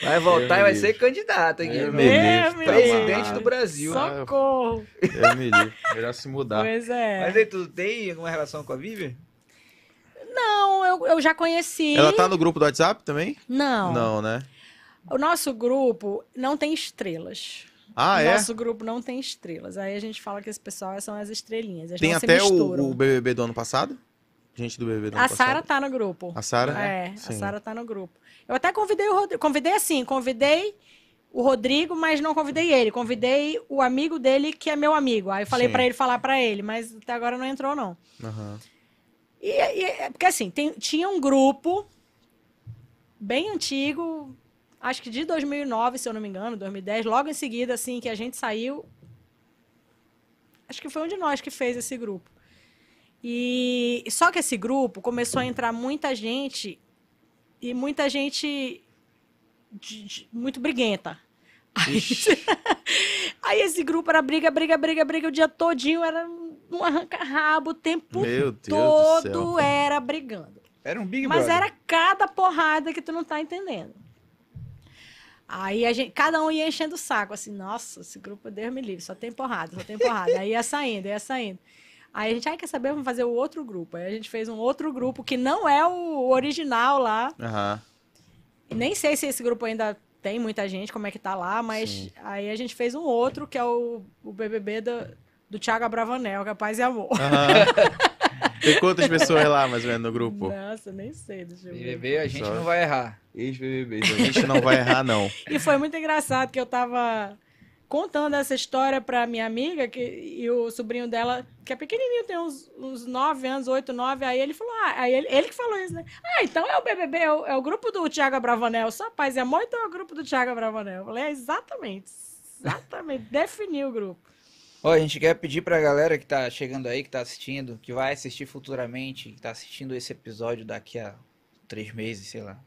Speaker 1: Vai voltar e vai
Speaker 4: Deus.
Speaker 1: ser candidato aqui.
Speaker 4: Eu me
Speaker 1: Meu
Speaker 3: É
Speaker 4: livre, É tá
Speaker 1: Presidente
Speaker 4: amarrado.
Speaker 1: do Brasil.
Speaker 4: Só-
Speaker 3: Socorro!
Speaker 4: Eu me livre. Melhor se mudar.
Speaker 3: Pois é.
Speaker 1: Mas aí, tu tem alguma relação com a Vivi?
Speaker 3: Não, eu, eu já conheci.
Speaker 4: Ela tá no grupo do WhatsApp também?
Speaker 3: Não.
Speaker 4: Não, né?
Speaker 3: O nosso grupo não tem estrelas.
Speaker 4: Ah,
Speaker 3: o
Speaker 4: é?
Speaker 3: nosso grupo não tem estrelas. Aí a gente fala que esse pessoal são as estrelinhas. Eles
Speaker 4: Tem
Speaker 3: não se
Speaker 4: até
Speaker 3: misturam.
Speaker 4: o, o BBB do ano passado? Gente do BBB do ano
Speaker 3: A Sara
Speaker 4: passado.
Speaker 3: tá no grupo.
Speaker 4: A né? Sara?
Speaker 3: É, a
Speaker 4: Sim.
Speaker 3: Sara tá no grupo. Eu até convidei o Rodrigo. Convidei assim, convidei o Rodrigo, mas não convidei ele. Convidei o amigo dele, que é meu amigo. Aí eu falei
Speaker 4: Sim.
Speaker 3: pra ele falar pra ele, mas até agora não entrou, não.
Speaker 4: Aham.
Speaker 3: E, e- é porque assim, tem- tinha um grupo bem antigo, acho que de 2009, se eu não me engano, 2010, logo em seguida, assim, que a gente saiu. Acho que foi um de nós que fez esse grupo. E só que esse grupo começou a entrar muita gente e muita gente de- de- muito briguenta. Aí, aí esse grupo era briga, briga, briga, briga o dia todinho, era um arranca-rabo o tempo
Speaker 4: Meu Deus do céu.
Speaker 3: todo era brigando.
Speaker 1: Era um Big
Speaker 3: Mas
Speaker 1: Brother.
Speaker 3: era cada porrada que tu não tá entendendo. Aí a gente, cada um ia enchendo o saco, assim, nossa, esse grupo, Deus me livre, só tem porrada, só tem porrada. Aí ia saindo, ia saindo. Aí a gente, ai, quer saber, vamos fazer o outro grupo. Aí a gente fez um outro grupo que não é o original lá.
Speaker 4: Aham.
Speaker 3: Nem sei se esse grupo ainda tem muita gente, como é que tá lá, mas
Speaker 4: Sim.
Speaker 3: aí a gente fez um outro, que é o, o BBB do, do Thiago Abravanel, que é Paz e Amor.
Speaker 4: um Aham. Tem quantas pessoas lá, mais ou menos, no grupo?
Speaker 3: Nossa, nem sei, deixa eu ver.
Speaker 1: BBB, a gente
Speaker 4: Só-
Speaker 1: não vai errar.
Speaker 4: Ex-BBB.
Speaker 2: Tipo,
Speaker 4: A gente não vai errar, não.
Speaker 3: E foi muito engraçado que eu tava contando essa história pra minha amiga que, e o sobrinho dela, que é pequenininho, tem uns, uns 9 anos, 8, 9, aí ele falou, ah, aí ele, ele que falou isso, né? Ah, então é o BBB, é o, é o grupo do Thiago Bravanel, só paz e amor, então é o grupo do Thiago Bravanel. Eu falei, é, exatamente, exatamente, definiu o grupo.
Speaker 1: Ó, a gente quer pedir pra galera que tá chegando aí, que tá assistindo, que vai assistir futuramente, que tá assistindo esse episódio daqui a três meses, sei lá.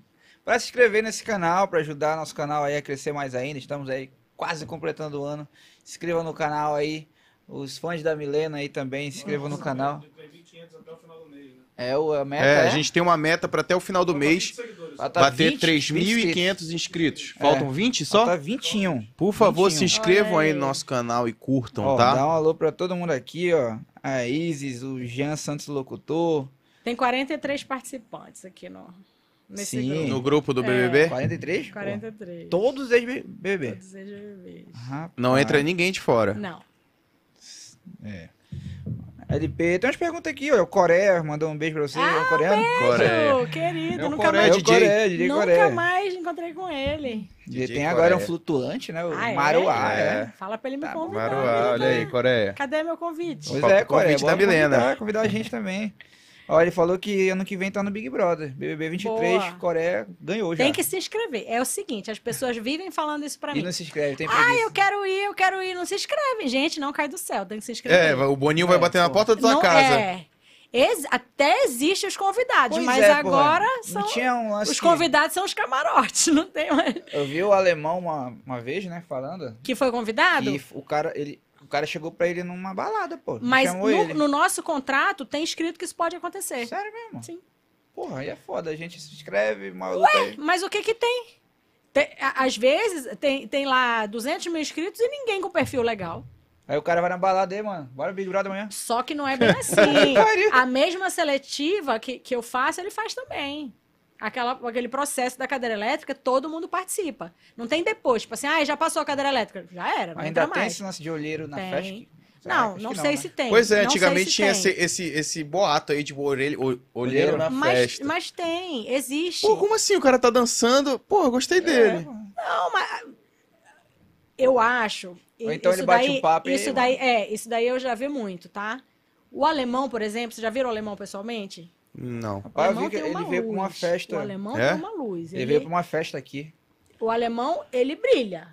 Speaker 1: Pra se inscrever nesse canal, pra ajudar nosso canal aí a crescer mais ainda. Estamos aí quase completando o ano. Se inscreva no canal aí. Os fãs da Milena aí também, se inscrevam no canal.
Speaker 7: 3.500 até o final do mês, né?
Speaker 1: É o a meta.
Speaker 4: É,
Speaker 1: é?
Speaker 4: a gente tem uma meta pra até o final do
Speaker 7: Só
Speaker 4: mês
Speaker 7: 20 seguidores.
Speaker 1: Lá tá
Speaker 4: bater
Speaker 1: 20, 20
Speaker 4: 3.500 inscritos.
Speaker 1: É.
Speaker 4: Faltam 20
Speaker 1: Só
Speaker 4: só?
Speaker 1: tá 21.
Speaker 4: Por favor,
Speaker 1: 21.
Speaker 4: se inscrevam
Speaker 3: Olha
Speaker 4: aí
Speaker 3: aí.
Speaker 4: no nosso canal e curtam,
Speaker 1: Ó,
Speaker 4: tá?
Speaker 1: Dá um alô pra todo mundo aqui, ó. A Isis, o Jean Santos Locutor.
Speaker 3: Tem 43 participantes aqui no, nesse
Speaker 1: Sim.
Speaker 3: grupo.
Speaker 4: No grupo do
Speaker 3: É.
Speaker 4: BBB?
Speaker 1: 43? Pô,
Speaker 3: 43.
Speaker 1: Todos eles bebê.
Speaker 3: Todos eles bebês.
Speaker 1: Rapaz. Ah.
Speaker 4: Não entra ninguém de fora.
Speaker 3: Não.
Speaker 1: LP. Tem umas perguntas aqui, ó. O Coreia mandou um beijo pra você.
Speaker 3: Ah,
Speaker 1: é um coreano?
Speaker 4: Coreia.
Speaker 3: Ô, querido,
Speaker 4: É o
Speaker 3: nunca
Speaker 4: Coreia,
Speaker 1: É
Speaker 3: mais.
Speaker 1: o
Speaker 4: DJ.
Speaker 1: Coreia, DJ
Speaker 3: nunca
Speaker 1: Coreia.
Speaker 3: mais encontrei com ele.
Speaker 1: Ele
Speaker 2: DJ
Speaker 1: tem agora um
Speaker 2: Coreia.
Speaker 1: flutuante, né? O
Speaker 3: Ah, é?
Speaker 1: Maruá, é.
Speaker 2: É.
Speaker 3: Fala pra ele me convidar.
Speaker 2: Maruá,
Speaker 3: menina.
Speaker 2: olha aí, Coreia.
Speaker 3: Cadê meu convite?
Speaker 1: Pois
Speaker 2: Falta
Speaker 1: é,
Speaker 2: o
Speaker 1: Coreia.
Speaker 2: convite da
Speaker 1: bora
Speaker 2: Milena.
Speaker 1: Convidar, convidar a gente também. Ó, ele falou que ano que vem tá no Big Brother. BBB 23,
Speaker 3: Boa.
Speaker 1: Coreia ganhou já.
Speaker 3: Tem que se inscrever. É o seguinte, as pessoas vivem falando isso pra
Speaker 1: E
Speaker 3: mim.
Speaker 1: não se inscreve, tem
Speaker 3: Ah,
Speaker 1: preguiça.
Speaker 3: eu quero ir, eu quero ir. Não se inscreve. Gente, não cai do céu. Tem que se inscrever.
Speaker 2: É, o Boninho vai
Speaker 1: É,
Speaker 2: bater na
Speaker 1: pô.
Speaker 2: porta da tua
Speaker 3: Não-
Speaker 2: casa.
Speaker 3: é. Ex- até existem os convidados,
Speaker 1: Pois
Speaker 3: mas
Speaker 1: é, porra.
Speaker 3: agora
Speaker 1: Não
Speaker 3: são...
Speaker 1: tinha um lance
Speaker 3: Os
Speaker 1: que-
Speaker 3: convidados são os camarotes, não tem mais.
Speaker 1: Eu vi o alemão uma, uma vez, né, falando.
Speaker 3: Que foi convidado?
Speaker 1: Que o cara, ele, o cara chegou pra ele numa balada, pô.
Speaker 3: Mas
Speaker 1: chamou
Speaker 3: no,
Speaker 1: ele.
Speaker 3: no nosso contrato tem escrito que isso pode acontecer.
Speaker 1: Sério mesmo?
Speaker 3: É. Sim.
Speaker 1: Porra, aí é foda. A gente se inscreve, maluco aí.
Speaker 3: Mas o que que tem? Tem- a- às vezes tem, tem lá 200 mil inscritos e ninguém com perfil legal.
Speaker 1: Aí o cara vai na balada aí, mano. Bora Big Brother amanhã.
Speaker 3: Só que não é bem assim. a mesma seletiva que, que eu faço, ele faz também. Aquela, aquele processo da cadeira elétrica, todo mundo participa. Não tem depois, tipo assim, ah, já passou a cadeira elétrica. Já era, não
Speaker 1: Ainda
Speaker 3: entra
Speaker 1: tem
Speaker 3: mais.
Speaker 1: esse lance de olheiro na
Speaker 3: Tem.
Speaker 1: festa? Será?
Speaker 3: Não,
Speaker 1: Acho que
Speaker 3: não sei
Speaker 1: né?
Speaker 3: se tem.
Speaker 2: Pois é,
Speaker 3: Não sei
Speaker 2: antigamente
Speaker 3: se
Speaker 2: tinha
Speaker 3: tem.
Speaker 2: esse, esse, esse boato aí de orelha, o- olheiro
Speaker 1: Olheiro.
Speaker 2: na
Speaker 3: Mas,
Speaker 2: festa.
Speaker 3: mas tem, existe.
Speaker 2: Pô, como assim? O cara tá dançando. Pô, eu gostei
Speaker 3: É.
Speaker 2: dele.
Speaker 3: Não, mas eu acho.
Speaker 1: Ou então ele bate
Speaker 3: daí,
Speaker 1: um papo e
Speaker 3: isso
Speaker 1: aí,
Speaker 3: daí é, isso daí eu já vi muito, tá? O alemão, por exemplo, vocês já viram o alemão pessoalmente?
Speaker 2: Não.
Speaker 3: O
Speaker 1: Rapaz, Ah, eu
Speaker 3: alemão
Speaker 1: vi que
Speaker 3: tem
Speaker 1: ele veio pra uma
Speaker 3: luz.
Speaker 1: festa.
Speaker 3: O alemão
Speaker 2: É?
Speaker 3: tem uma luz.
Speaker 1: Ele
Speaker 3: Ele-
Speaker 1: veio pra uma festa aqui.
Speaker 3: O alemão ele brilha.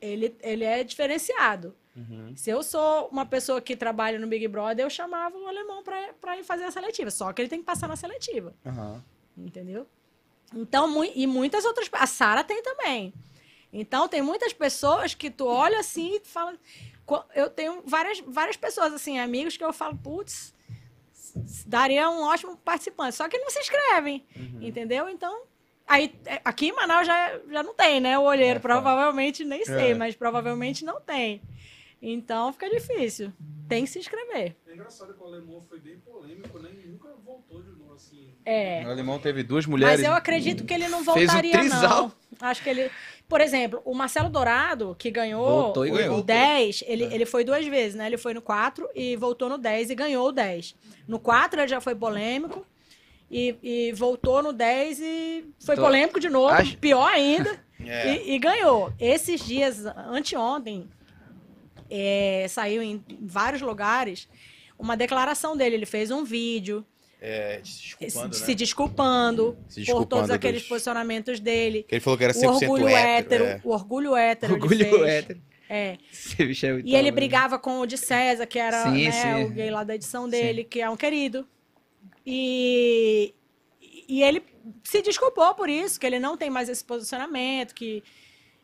Speaker 3: Ele, ele é diferenciado. Se eu sou uma pessoa que trabalha no Big Brother, eu chamava o alemão pra pra ir fazer a seletiva. Só que ele tem que passar na seletiva. Entendeu? Então, mui- e muitas outras. A Sara tem também. Então, tem muitas pessoas que tu olha assim e tu fala. co- Eu tenho várias, várias pessoas, assim, amigos que eu falo, putz, s- daria um ótimo participante. Só que não se inscrevem, entendeu? Então. Aí, é, aqui em Manaus já, já não tem, né? O olheiro, provavelmente, nem sei,
Speaker 2: É.
Speaker 3: mas provavelmente não tem. Então fica difícil. Tem que se inscrever.
Speaker 10: É engraçado que o alemão foi bem polêmico, né? E nunca voltou de novo, assim.
Speaker 3: É.
Speaker 2: O alemão teve duas mulheres.
Speaker 3: Mas eu acredito que ele não
Speaker 2: Fez o
Speaker 3: voltaria,
Speaker 2: trisal.
Speaker 3: não. Acho que ele. Por exemplo, o Marcelo Dourado, que ganhou
Speaker 1: Voltou e
Speaker 3: o
Speaker 1: ganhou.
Speaker 3: 10, ele,
Speaker 2: É.
Speaker 3: ele foi duas vezes, né? Ele foi no 4 e voltou no 10 e ganhou o 10. No 4 ele já foi polêmico. E, e voltou no 10 e foi
Speaker 1: Tô-
Speaker 3: polêmico de novo,
Speaker 1: Acho-
Speaker 3: pior ainda,
Speaker 2: É.
Speaker 3: e, e ganhou. Esses dias, anteontem, é, saiu em vários lugares uma declaração dele. Ele fez um vídeo
Speaker 2: É, se desculpando,
Speaker 3: se
Speaker 2: né?
Speaker 3: desculpando
Speaker 2: Se
Speaker 3: por todos
Speaker 2: desculpando
Speaker 3: aqueles
Speaker 2: dos- É
Speaker 3: posicionamentos dele.
Speaker 2: Que Ele falou que era
Speaker 3: O
Speaker 2: 100%
Speaker 3: orgulho hétero,
Speaker 2: é.
Speaker 3: o orgulho hétero. ele
Speaker 1: Orgulho
Speaker 3: fez.
Speaker 1: hétero.
Speaker 3: É.
Speaker 1: Esse bicho é muito
Speaker 3: E ele
Speaker 1: maluco.
Speaker 3: brigava com o de César, que era
Speaker 1: Sim,
Speaker 3: né,
Speaker 1: sim.
Speaker 3: o gay lá da edição dele, que é um querido. E, e ele se desculpou por isso, que ele não tem mais esse posicionamento, que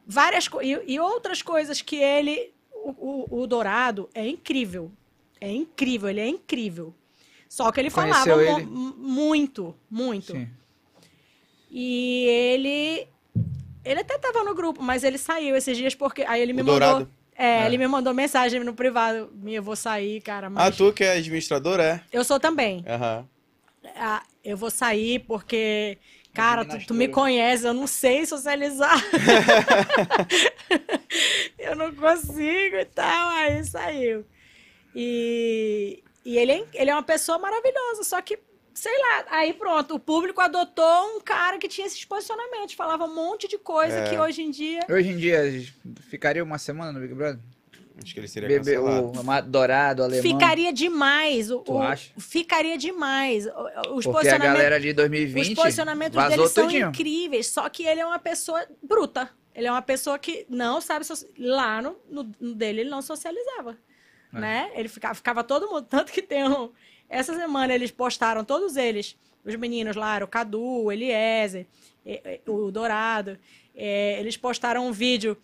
Speaker 3: várias co- e, e outras coisas que ele. O, o- o Dourado é incrível. É incrível, ele é incrível. Só que ele
Speaker 1: Conheceu
Speaker 3: falava mo-
Speaker 1: ele?
Speaker 3: mu- muito, muito.
Speaker 1: Sim.
Speaker 3: E ele. Ele até tava no grupo, mas ele saiu esses dias porque. Aí ele me
Speaker 2: O
Speaker 3: mandou.
Speaker 2: Dourado.
Speaker 3: É, ele me mandou mensagem no privado. Minha, eu vou sair, cara.
Speaker 2: Ah,
Speaker 3: Mas
Speaker 2: tu que é administradora,
Speaker 3: Eu sou também.
Speaker 2: é? Aham.
Speaker 3: Ah, eu vou sair porque. Cara, tu,
Speaker 1: nas
Speaker 3: tu me
Speaker 1: tuas.
Speaker 3: conhece, eu não sei socializar. eu não consigo e tal. Aí saiu. E, e ele, é, ele é uma pessoa maravilhosa, só que, sei lá, aí pronto, o público adotou um cara que tinha esses posicionamentos, falava um monte de coisa que hoje em dia.
Speaker 1: Hoje em dia, ficaria uma semana no Big Brother?
Speaker 2: Acho que ele seria
Speaker 1: Bebê,
Speaker 2: cancelado.
Speaker 1: o Amado Dourado, o alemão.
Speaker 3: Ficaria demais. O,
Speaker 1: Tu
Speaker 3: o-
Speaker 1: acha?
Speaker 3: Ficaria demais. O- o- Os
Speaker 1: Porque a
Speaker 3: posicionamentos,
Speaker 1: galera de 2020
Speaker 3: os posicionamentos
Speaker 1: vazou
Speaker 3: dele são
Speaker 1: tudinho.
Speaker 3: incríveis, só que ele é uma pessoa bruta. Ele é uma pessoa que não sabe. soci- Lá no, no- no dele, ele não socializava.
Speaker 1: É.
Speaker 3: Né? Ele ficava, ficava todo mundo. Tanto que tem um. Essa semana eles postaram, todos eles, os meninos lá, era o Cadu, o Eliezer, eh, eh, o Dourado, eh, eles postaram um vídeo.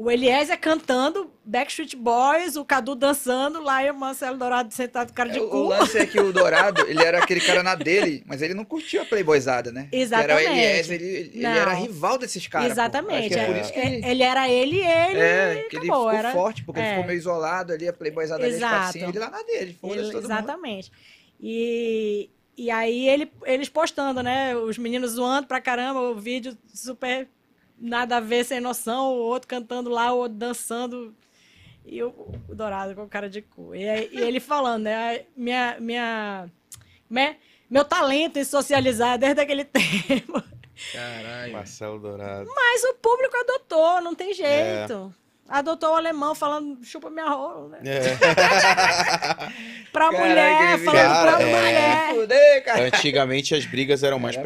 Speaker 3: O Eliezer cantando, Backstreet Boys, o Cadu dançando, lá e o Marcelo Dourado sentado com cara de
Speaker 1: O, o
Speaker 3: cu.
Speaker 1: lance é que o Dourado, ele era aquele cara na dele, mas ele não curtiu a playboyzada, né? Que Era o
Speaker 3: Exatamente.
Speaker 1: Elias, ele, ele
Speaker 3: Não.
Speaker 1: era rival desses caras. pô. Acho
Speaker 3: Exatamente.
Speaker 1: que é por
Speaker 3: é.
Speaker 1: isso que
Speaker 3: É-
Speaker 1: ele...
Speaker 3: ele... era ele e ele.
Speaker 1: É, que ele
Speaker 3: acabou,
Speaker 1: ficou
Speaker 3: era-
Speaker 1: forte, porque ele
Speaker 3: é.
Speaker 1: ficou meio isolado ali, a playboyzada ali, as
Speaker 3: Exato.
Speaker 1: patinhas, ele lá na dele, foda-se
Speaker 3: Ele-
Speaker 1: todo mundo.
Speaker 3: exatamente. E, e aí ele, eles postando, né? Os meninos zoando pra caramba, o vídeo super nada a ver, sem noção, o outro cantando lá, o outro dançando. E o, o Dourado com cara de cu. E, aí- e ele falando, né? Minha, minha, me- meu talento em socializar desde aquele tempo.
Speaker 1: Caralho.
Speaker 2: Marcelo Dourado.
Speaker 3: Mas o público adotou, não
Speaker 2: É.
Speaker 3: tem jeito. Adotou o alemão falando, chupa minha rola, né? Pra
Speaker 1: Caraca,
Speaker 3: mulher,
Speaker 1: que
Speaker 3: falando pra
Speaker 2: cara, é.
Speaker 3: mulher.
Speaker 1: Fudeu, cara.
Speaker 2: Antigamente as brigas eram mais
Speaker 1: Era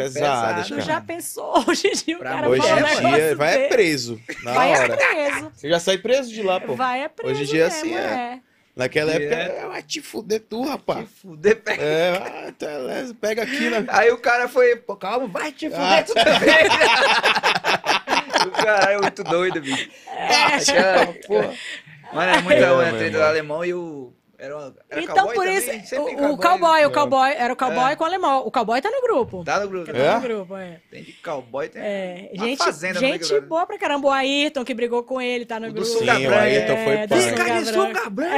Speaker 1: pesado,
Speaker 2: pesadas,
Speaker 3: Tu
Speaker 2: cara.
Speaker 3: já pensou hoje em dia o
Speaker 1: Pra
Speaker 3: cara
Speaker 2: Hoje
Speaker 3: fala um
Speaker 2: em
Speaker 3: negócio
Speaker 2: dia vai é
Speaker 3: desse?
Speaker 2: preso na
Speaker 3: Vai é
Speaker 2: hora.
Speaker 3: preso.
Speaker 2: Você já sai preso de lá, pô.
Speaker 3: Vai é preso.
Speaker 2: Hoje em dia é
Speaker 3: mesmo,
Speaker 2: assim, é. Naquela
Speaker 1: Direto.
Speaker 2: época, é. vai te fuder tu, rapaz.
Speaker 1: Fudeu, pega.
Speaker 2: É, ah, tá, les- pega aqui na.
Speaker 1: Aí o cara foi, pô, calma, vai te
Speaker 2: Ah.
Speaker 1: fuder tu também. o cara é muito doido, bicho.
Speaker 3: É.
Speaker 1: Cara, porra. Mano, é muita
Speaker 2: É,
Speaker 1: é,
Speaker 2: meu
Speaker 1: treta do
Speaker 2: irmão.
Speaker 1: alemão e o. Era, uma- era
Speaker 3: Então,
Speaker 1: cowboy né?
Speaker 3: por
Speaker 1: também?
Speaker 3: isso,
Speaker 1: Sempre
Speaker 2: né?
Speaker 3: o, o cowboy, o cowboy, era o cowboy
Speaker 1: É.
Speaker 3: com o alemão. O cowboy tá no grupo.
Speaker 1: Tá no grupo.
Speaker 3: Tá
Speaker 1: né?
Speaker 2: É?
Speaker 3: no grupo, é.
Speaker 1: Tem de cowboy, tem.
Speaker 3: É,
Speaker 1: Uma
Speaker 3: gente,
Speaker 1: fazenda né, no Big
Speaker 3: gente
Speaker 1: Brother.
Speaker 3: boa pra caramba. O Ayrton que brigou com ele, tá no
Speaker 1: O do
Speaker 3: grupo.
Speaker 1: Sul
Speaker 2: Sim,
Speaker 1: Sunga
Speaker 2: o
Speaker 1: branca.
Speaker 2: Ayrton
Speaker 3: É,
Speaker 2: foi
Speaker 3: do
Speaker 1: Vem
Speaker 3: Sunga
Speaker 1: cá
Speaker 2: punk.
Speaker 1: de
Speaker 3: branca.
Speaker 1: sunga branca.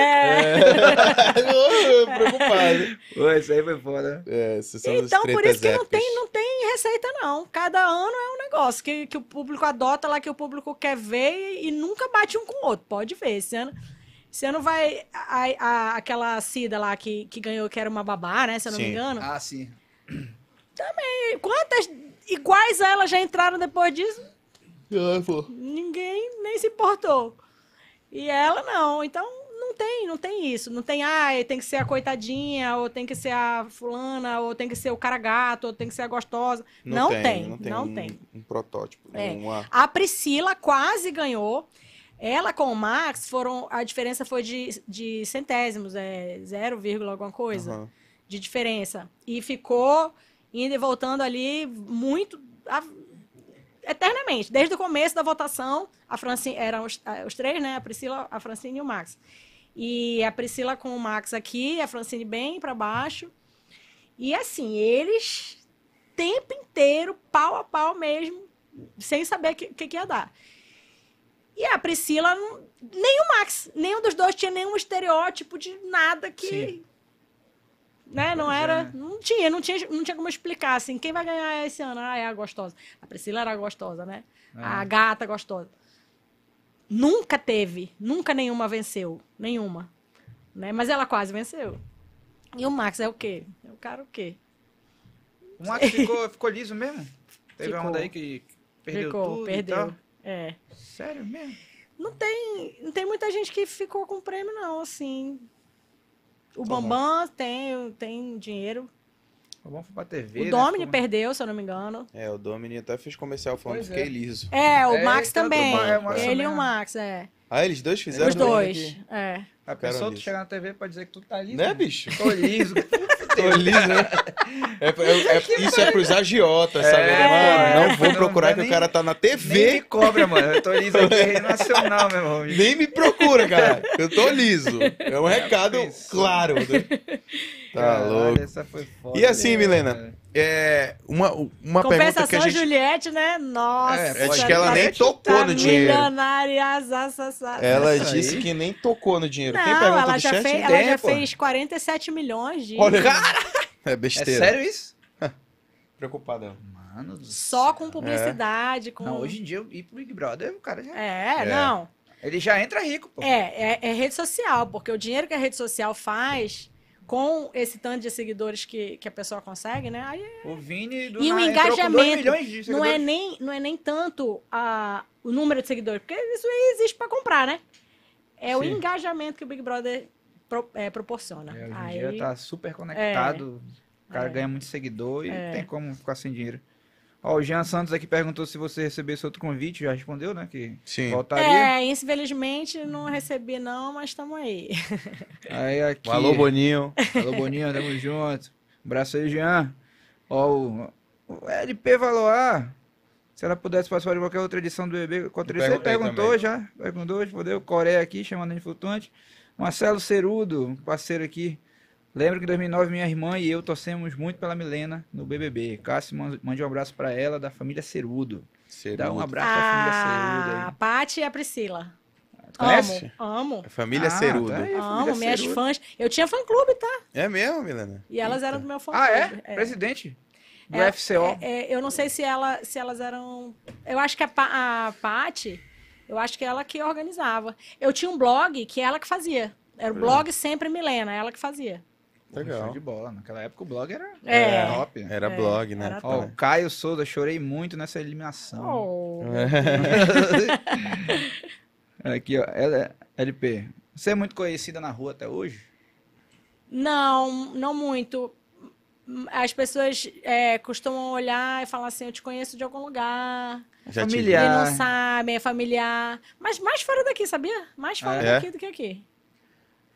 Speaker 3: É.
Speaker 2: Ô, Preocupado.
Speaker 1: Pô, isso aí foi foda. né?
Speaker 2: É, essas são as
Speaker 3: Então, por
Speaker 2: tretas
Speaker 3: isso que não
Speaker 2: épicas.
Speaker 3: tem, não tem receita, não. Cada ano é um negócio que, que o público adota lá, que o público quer ver e nunca bate um com o outro. Pode ver. Esse ano, esse ano vai. a- a- aquela Cida lá que, que ganhou, que era uma babá, né? Se eu não
Speaker 2: Sim.
Speaker 3: me engano.
Speaker 1: Ah, sim.
Speaker 3: E Quantas iguais a ela já entraram depois disso?
Speaker 2: Ah, pô.
Speaker 3: ninguém nem se importou. E ela não. Então não tem, não tem isso. Não tem, ah, tem que ser a coitadinha, ou tem que ser a fulana, ou tem que ser o cara gato, ou tem que ser a gostosa. Não, tem, não tem.
Speaker 2: um, um protótipo. um
Speaker 3: É.
Speaker 2: uma-
Speaker 3: A Priscila quase ganhou. Ela com o Max foram. A diferença foi de, de centésimos, é 0, vírgula alguma coisa
Speaker 2: Aham.
Speaker 3: de diferença. E ficou indo e voltando ali muito. a- eternamente. Desde o começo da votação, a Francine. Eram os, a- os três, né? A Priscila, a Francine e o Max. E a Priscila com o Max aqui, a Francine bem para baixo. E assim, eles tempo inteiro, pau a pau mesmo, sem saber o que, que, que ia dar. E a Priscila, não- nem o Max, nenhum dos dois tinha nenhum estereótipo de nada que.
Speaker 1: Sim.
Speaker 3: Né? Não
Speaker 1: Pois é,
Speaker 3: era.
Speaker 1: né?
Speaker 3: Não tinha, não tinha, não tinha como explicar assim. Quem vai ganhar esse ano? Ah, é a gostosa. A Priscila era a gostosa, né?
Speaker 1: É. Ah.
Speaker 3: A gata gostosa. Nunca teve, nunca nenhuma venceu. Nenhuma. Né? Mas ela quase venceu. E o Max é o quê? É o cara o quê?
Speaker 1: O Max Um ficou, ficou liso mesmo? Teve
Speaker 3: Ficou.
Speaker 1: uma daí que perdeu
Speaker 3: Ficou,
Speaker 1: tudo
Speaker 3: perdeu.
Speaker 1: e tal?
Speaker 3: É.
Speaker 1: Sério mesmo?
Speaker 3: Não tem, não tem muita gente que ficou com prêmio, não, assim. O Bambam tem, tem dinheiro.
Speaker 1: Vamos pra TV,
Speaker 3: o
Speaker 1: né?
Speaker 3: Domini
Speaker 1: Ficou-
Speaker 3: perdeu, se eu não me engano.
Speaker 2: É, o Domini até fez comercial falando
Speaker 1: Pois
Speaker 2: fiquei
Speaker 1: é.
Speaker 2: liso.
Speaker 3: É, o
Speaker 1: É,
Speaker 3: Max
Speaker 1: tanto
Speaker 3: também.
Speaker 1: o Ma- é, o Max
Speaker 3: Ele e o
Speaker 1: também.
Speaker 3: Max, é.
Speaker 2: Ah, eles dois fizeram?
Speaker 3: Os dois.
Speaker 2: Domini
Speaker 3: É.
Speaker 1: A
Speaker 2: Ficaram
Speaker 1: pessoa tu
Speaker 2: liso.
Speaker 1: chegar na TV pra dizer que tu tá
Speaker 2: aqui.
Speaker 1: liso.
Speaker 2: Né, bicho?
Speaker 1: Tô liso.
Speaker 2: Tô liso, né? É, é- é- isso é pros agiotas, sabe?
Speaker 1: É.
Speaker 2: Mano, não vou
Speaker 1: Não
Speaker 2: procurar
Speaker 1: dá
Speaker 2: que o
Speaker 1: nem-
Speaker 2: cara tá na
Speaker 1: Nem me
Speaker 2: TV.
Speaker 1: cobra, mano. Eu tô liso aqui, é nacional, meu irmão.
Speaker 2: Nem, me procura, cara. Eu tô liso. É um recado
Speaker 1: Isso.
Speaker 2: claro. né? Tá
Speaker 1: Caralho,
Speaker 2: louco.
Speaker 1: Essa foi foda.
Speaker 2: E assim,
Speaker 1: né,
Speaker 2: Milena?
Speaker 1: cara?
Speaker 2: É, uma, uma pergunta que a
Speaker 3: Compensação,
Speaker 2: gente...
Speaker 3: Juliette, né? Nossa.
Speaker 1: É,
Speaker 2: Acho que ela nem
Speaker 1: Juliette
Speaker 2: tocou
Speaker 3: tá
Speaker 2: no dinheiro.
Speaker 3: milionária, sa, sa, sa.
Speaker 2: Ela
Speaker 1: Essa
Speaker 2: disse
Speaker 1: aí.
Speaker 2: que nem tocou no dinheiro. Tem
Speaker 3: Não,
Speaker 2: pergunta
Speaker 3: ela
Speaker 2: do
Speaker 3: já,
Speaker 2: chat?
Speaker 3: fez,
Speaker 1: Tem,
Speaker 3: ela já
Speaker 1: pô.
Speaker 3: fez 47 milhões de
Speaker 2: Olha, cara! É
Speaker 1: É
Speaker 2: besteira.
Speaker 1: sério isso?
Speaker 2: Preocupadão.
Speaker 1: Mano do
Speaker 3: só com
Speaker 1: céu.
Speaker 3: publicidade, com...
Speaker 1: Não, hoje em dia, ir pro Big Brother, o cara já...
Speaker 3: É,
Speaker 2: É.
Speaker 3: não.
Speaker 1: Ele já entra rico, pô.
Speaker 3: É, é, é rede social, porque o dinheiro que a rede social faz com esse tanto de seguidores que, que a pessoa consegue, né? Aí
Speaker 1: O Vini do
Speaker 3: E o
Speaker 1: nada entrou com dois
Speaker 3: engajamento.
Speaker 1: milhões de
Speaker 3: não é
Speaker 1: seguidores.
Speaker 3: nem, não é nem tanto a, o número de seguidores, porque isso aí existe para comprar, né? É o
Speaker 1: Sim.
Speaker 3: engajamento que o Big Brother pro- é, proporciona.
Speaker 1: É, hoje em
Speaker 3: aí,
Speaker 1: dia tá super conectado. O cara
Speaker 3: É.
Speaker 1: ganha muito seguidor e não tem como ficar sem dinheiro. Ó, o Jean Santos aqui perguntou se você recebesse outro convite. Já respondeu, né? Que
Speaker 2: Sim.
Speaker 1: voltaria.
Speaker 3: é, infelizmente
Speaker 1: Uhum.
Speaker 3: não recebi não, mas estamos aí.
Speaker 1: Aí aqui.
Speaker 2: Um Alô, Boninho.
Speaker 1: Alô, Boninho, tamo junto. Um abraço aí, Jean. Ó, o, o LP Valoar. "Ah, Se ela pudesse participar de qualquer outra edição do bebê, qual teria- você
Speaker 2: Perguntei
Speaker 1: perguntou
Speaker 2: também.
Speaker 1: já? Perguntou, respondeu. Coreia aqui, chamando de flutuante. Marcelo Cerudo, um parceiro aqui. Lembro que em 2009 minha irmã e eu torcemos muito pela Milena no BBB. Cássio, man- mande um abraço pra ela, da família Cerudo. Dá um abraço pra família Cerudo
Speaker 3: A
Speaker 1: aí.
Speaker 3: Paty e a Priscila.
Speaker 2: Conhece?
Speaker 3: Amo, amo.
Speaker 2: Família é
Speaker 1: Ah,
Speaker 2: Cerudo.
Speaker 1: tá aí, família
Speaker 3: Amo, minhas
Speaker 1: Cerudo.
Speaker 3: fãs. Eu tinha fã-clube, tá?
Speaker 2: É mesmo, Milena?
Speaker 3: E elas eram do meu fã-clube.
Speaker 1: Ah, é? Presidente do
Speaker 3: É,
Speaker 1: FCO.
Speaker 3: É, eu não sei se, ela, se elas eram. Eu acho que a, pa a Paty Eu acho que ela que organizava. Eu tinha um blog que ela que fazia. Era o blog Sempre Milena, ela que fazia.
Speaker 1: Show
Speaker 2: Legal.
Speaker 1: de bola. Naquela época o blog era
Speaker 3: É.
Speaker 1: top. né?
Speaker 2: Era
Speaker 3: É,
Speaker 2: blog, né?
Speaker 3: era
Speaker 1: Ó, o Caio Souza, chorei muito nessa eliminação.
Speaker 3: Oh.
Speaker 1: Aqui, ó. Ela- LP. Você é muito conhecida na rua até hoje?
Speaker 3: Não, não muito. As pessoas é, costumam olhar e falar assim: eu te conheço de algum lugar.
Speaker 4: Já te
Speaker 1: Familiar.
Speaker 3: E não
Speaker 1: Ah.
Speaker 3: sabem, é familiar. Mas mais fora daqui, sabia? Mais fora
Speaker 4: É?
Speaker 3: daqui do que aqui.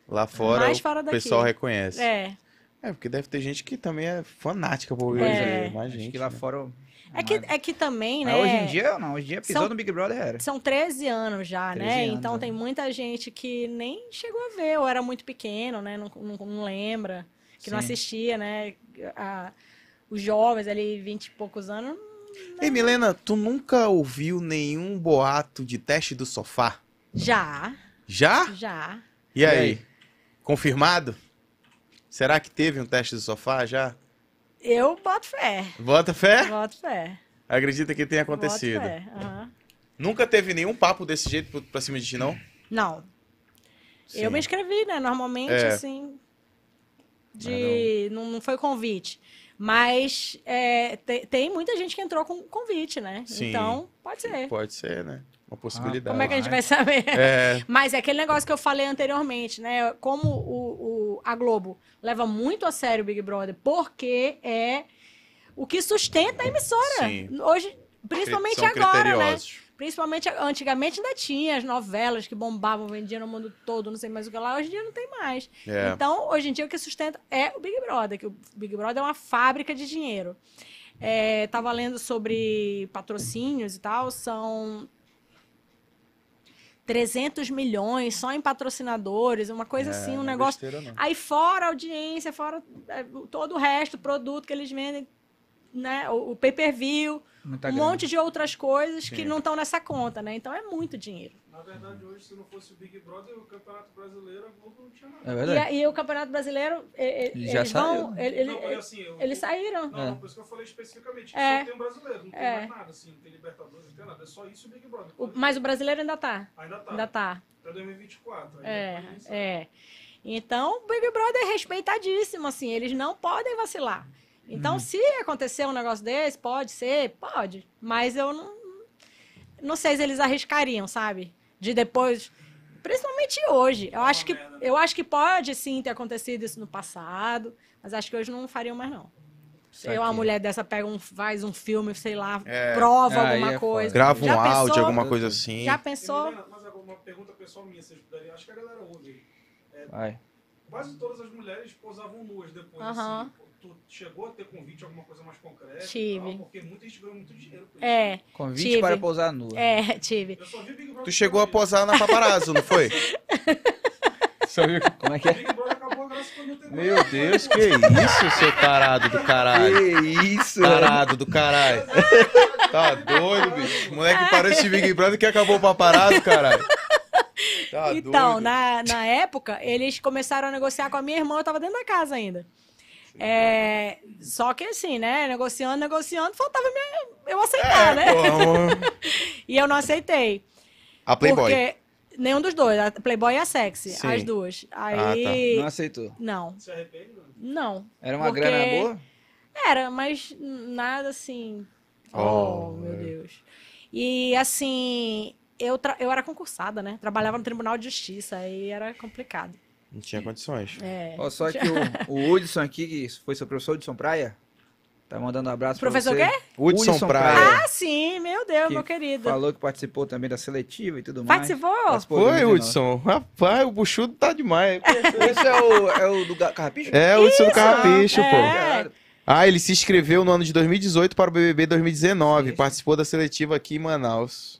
Speaker 4: Lá fora
Speaker 3: Mais
Speaker 4: o
Speaker 3: fora daqui.
Speaker 4: pessoal reconhece. É.
Speaker 3: É.
Speaker 2: porque deve ter gente que também é fanática por hoje.
Speaker 3: É.
Speaker 2: Mais
Speaker 1: Acho
Speaker 2: gente.
Speaker 1: que lá
Speaker 2: né?
Speaker 1: fora. o-
Speaker 3: É que, é que também, né?
Speaker 1: Mas hoje em dia, não. Hoje em dia, episódio do
Speaker 3: São-
Speaker 1: Big Brother é era.
Speaker 3: São 13 anos já,
Speaker 1: 13
Speaker 3: né?
Speaker 1: anos,
Speaker 2: é.
Speaker 3: então
Speaker 1: né?
Speaker 3: tem muita gente que nem chegou a ver, ou era muito pequeno, né? Não, não, não lembra, que não
Speaker 1: Sim.
Speaker 3: assistia, né? A- os jovens ali, 20 e poucos anos.
Speaker 2: Ei, Milena, tu nunca ouviu nenhum boato de teste do sofá?
Speaker 3: Já,
Speaker 2: Já?
Speaker 3: já.
Speaker 2: E aí? Confirmado? Será que teve um teste do sofá já?
Speaker 3: Eu boto fé.
Speaker 2: Bota fé?
Speaker 3: Boto fé.
Speaker 2: Acredita que tenha
Speaker 3: boto
Speaker 2: É? acontecido.
Speaker 3: fé, aham.
Speaker 2: Nunca teve nenhum papo desse jeito pro- pra cima de ti, não?
Speaker 3: Não. Eu
Speaker 2: Sim.
Speaker 3: me inscrevi, né? Normalmente,
Speaker 2: É.
Speaker 3: assim. De. Não, não foi convite. Mas é, te- tem muita gente que entrou com convite, né?
Speaker 2: Sim.
Speaker 3: Então, pode ser.
Speaker 2: Pode ser, né? Uma possibilidade.
Speaker 3: Como é que a
Speaker 1: Ah,
Speaker 3: gente vai saber?
Speaker 2: É,
Speaker 3: Mas é aquele negócio que eu falei anteriormente, né? Como o, o- a Globo leva muito a sério o Big Brother, porque é o que sustenta a emissora.
Speaker 2: Sim.
Speaker 3: Hoje, principalmente
Speaker 2: são
Speaker 3: agora, né?
Speaker 2: criteriosos.
Speaker 3: Principalmente, antigamente ainda tinha as novelas que bombavam, vendiam no mundo todo, não sei mais o que lá. Hoje em dia não tem mais.
Speaker 2: É.
Speaker 3: Então, hoje em dia, o que sustenta é o Big Brother, que o Big Brother é uma fábrica de dinheiro. É, tava lendo sobre patrocínios e tal, são 300 milhões só em patrocinadores, uma coisa assim,
Speaker 4: é
Speaker 3: um negócio.
Speaker 2: É Besteira, não.
Speaker 3: Aí, fora a audiência, fora é, todo o resto, produto que eles vendem, né? o- o pay per view
Speaker 1: Muita
Speaker 3: um
Speaker 1: grana.
Speaker 3: monte de outras coisas que
Speaker 2: Sim.
Speaker 3: não estão nessa conta, né? Então é muito dinheiro.
Speaker 7: Na verdade, hoje, se não fosse o Big Brother, o Campeonato Brasileiro, a Globo não tinha nada.
Speaker 1: É
Speaker 3: E,
Speaker 1: verdade.
Speaker 3: a- e o Campeonato Brasileiro, e- e-
Speaker 1: Ele
Speaker 3: eles
Speaker 1: já
Speaker 3: vão.
Speaker 1: saiu.
Speaker 3: ele- ele-
Speaker 7: não, mas assim, eu-
Speaker 3: eles saíram.
Speaker 7: Não,
Speaker 1: É.
Speaker 7: não, por isso que eu falei especificamente. que
Speaker 3: É.
Speaker 7: Só tem o brasileiro, não tem
Speaker 3: É.
Speaker 7: mais nada, assim. Não tem Libertadores, não tem nada. É só isso e o Big Brother.
Speaker 3: O- mas o brasileiro ainda tá.
Speaker 7: Ainda tá.
Speaker 3: Ainda tá.
Speaker 7: Até 2024. aí
Speaker 3: É,
Speaker 7: depois, sabe?
Speaker 3: é. Então, o Big Brother é respeitadíssimo, assim, eles não podem vacilar. Então, se acontecer um negócio desse, pode ser, pode. Mas eu não, não sei se eles arriscariam, sabe? De depois. Principalmente hoje. Eu acho que, eu acho que pode sim ter acontecido isso no passado, mas acho que hoje não fariam mais, não. Se uma mulher dessa pega um, faz um filme, sei lá, prova
Speaker 1: Aí é foda.
Speaker 3: alguma coisa.
Speaker 2: Grava um
Speaker 3: Já
Speaker 2: áudio,
Speaker 3: pensou?
Speaker 2: alguma coisa assim.
Speaker 3: Já
Speaker 7: E,
Speaker 3: pensou?
Speaker 7: Milena, mas agora uma pergunta pessoal minha, vocês puderem. Acho que a galera ouve. aí. É,
Speaker 1: Vai.
Speaker 7: Quase todas as mulheres posavam nuas depois.
Speaker 3: Aham.
Speaker 7: Assim, tu chegou a ter convite, alguma coisa mais concreta? e
Speaker 3: Tive.
Speaker 7: tal? porque muita gente ganhou muito dinheiro com isso.
Speaker 3: É,
Speaker 1: Convite
Speaker 3: Tive.
Speaker 1: para pousar nua.
Speaker 3: é, tive.
Speaker 7: Eu só vi Big Brother.
Speaker 2: Tu chegou a
Speaker 7: quando
Speaker 2: posar na paparazzo, não foi?
Speaker 1: Como é que é?
Speaker 7: Big Brother acabou a graça quando eu tenho
Speaker 2: Meu Deus, que isso, seu tarado do caralho.
Speaker 1: Que isso?
Speaker 2: Tarado do caralho. Tá doido, bicho.
Speaker 3: Ah.
Speaker 2: Moleque parou esse Big Brother que acabou o paparazzo, caralho. Tá
Speaker 3: Então,
Speaker 2: doido.
Speaker 3: na, na época, eles começaram a negociar com a minha irmã, eu tava dentro da casa ainda. É, só que assim, né? Negociando, negociando, faltava minha- eu
Speaker 2: É,
Speaker 3: aceitar, né?
Speaker 2: Porra,
Speaker 3: E eu não aceitei.
Speaker 2: A Playboy.
Speaker 3: Porque nenhum dos dois, a Playboy e a Sexy,
Speaker 2: Sim.
Speaker 3: as duas.
Speaker 2: Ah,
Speaker 3: Aí.
Speaker 1: Não aceitou.
Speaker 3: Não,
Speaker 7: Se arrepende, mano?
Speaker 3: não.
Speaker 1: Era uma
Speaker 3: Porque-
Speaker 1: grana boa?
Speaker 3: Era, mas nada assim.
Speaker 2: Oh,
Speaker 3: Oh, meu Deus. E assim, eu, tra- eu era concursada, né? Trabalhava no Tribunal de Justiça, aí era complicado.
Speaker 2: Não tinha condições.
Speaker 3: É.
Speaker 1: Ó, só que o, o Hudson aqui, que foi seu professor, Hudson Praia, tá mandando um abraço
Speaker 3: Professor
Speaker 1: pra você.
Speaker 2: Hudson
Speaker 1: Hudson
Speaker 2: Praia.
Speaker 1: Praia.
Speaker 3: Ah, sim, meu Deus,
Speaker 1: Que
Speaker 3: meu querido.
Speaker 1: Falou que participou também da seletiva e tudo mais.
Speaker 3: Participou?
Speaker 1: Participou
Speaker 2: Foi,
Speaker 1: de 2019.
Speaker 2: Hudson. Rapaz, o buchudo tá demais.
Speaker 1: Esse é o, é o do Ga- Carrapicho?
Speaker 2: É, o Hudson do Carrapicho,
Speaker 3: é.
Speaker 2: pô. Ah, ele se inscreveu no ano de 2018 para o BBB 2019. Participou da seletiva aqui em Manaus.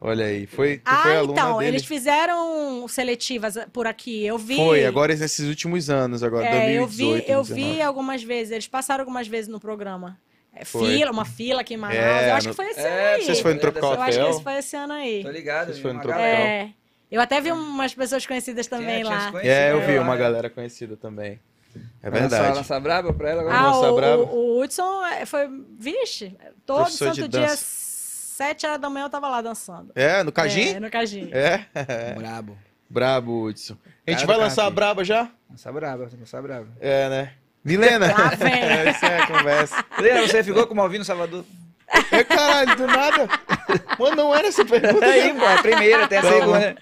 Speaker 2: Olha aí, foi, tu foi
Speaker 3: Ah,
Speaker 2: aluna
Speaker 3: então,
Speaker 2: dele.
Speaker 3: eles fizeram seletivas ah, por aqui. Eu vi.
Speaker 2: Foi, agora nesses últimos anos, agora,
Speaker 3: É,
Speaker 2: 2018,
Speaker 3: eu vi, eu
Speaker 2: 2019.
Speaker 3: vi algumas vezes, eles passaram algumas vezes no programa. É,
Speaker 2: Foi.
Speaker 3: fila, uma fila aqui em Manaus.
Speaker 2: É,
Speaker 3: eu acho
Speaker 2: no-
Speaker 3: que foi esse
Speaker 1: É,
Speaker 3: ano aí.
Speaker 2: Vocês foram trocar
Speaker 3: eu
Speaker 2: hotel?
Speaker 3: acho que esse foi esse ano aí.
Speaker 1: Tô ligado.
Speaker 2: Vocês
Speaker 1: viu?
Speaker 2: foram
Speaker 1: Uma
Speaker 2: trocar.
Speaker 1: galera-
Speaker 3: É. Eu até vi umas pessoas conhecidas também
Speaker 1: Tinha- tinha
Speaker 3: lá.
Speaker 1: se conhecido,
Speaker 2: É, eu
Speaker 1: né,
Speaker 2: vi
Speaker 1: lá,
Speaker 2: uma
Speaker 1: né?
Speaker 2: galera conhecida também. É
Speaker 1: Vai lançar-
Speaker 2: verdade.
Speaker 1: lançar braba pra ela agora?
Speaker 3: Ah,
Speaker 2: Nossa,
Speaker 3: o,
Speaker 2: brava.
Speaker 3: o, o Hudson é, foi, vixe, todo
Speaker 2: Professor de
Speaker 3: santo
Speaker 2: dança.
Speaker 3: dia Sete horas da manhã eu tava lá dançando.
Speaker 2: É, no
Speaker 3: É,
Speaker 2: Cajim?
Speaker 3: no Cajim.
Speaker 2: É.
Speaker 1: Brabo.
Speaker 2: Brabo, Hudson. A gente
Speaker 1: Cara
Speaker 2: vai
Speaker 1: do
Speaker 2: lançar a
Speaker 1: Capri.
Speaker 2: braba já?
Speaker 5: Lançar brava, lançar brava.
Speaker 2: É, né? Milena.
Speaker 3: Lá vem.
Speaker 2: É, Isso é a conversa.
Speaker 3: Ah.
Speaker 5: Leandro, você ficou com o Malvino Salvador?
Speaker 2: É, caralho, do nada. Mano, não era essa pergunta.
Speaker 5: Aí, pô, a primeira, até a
Speaker 2: Tá bom.
Speaker 5: segunda.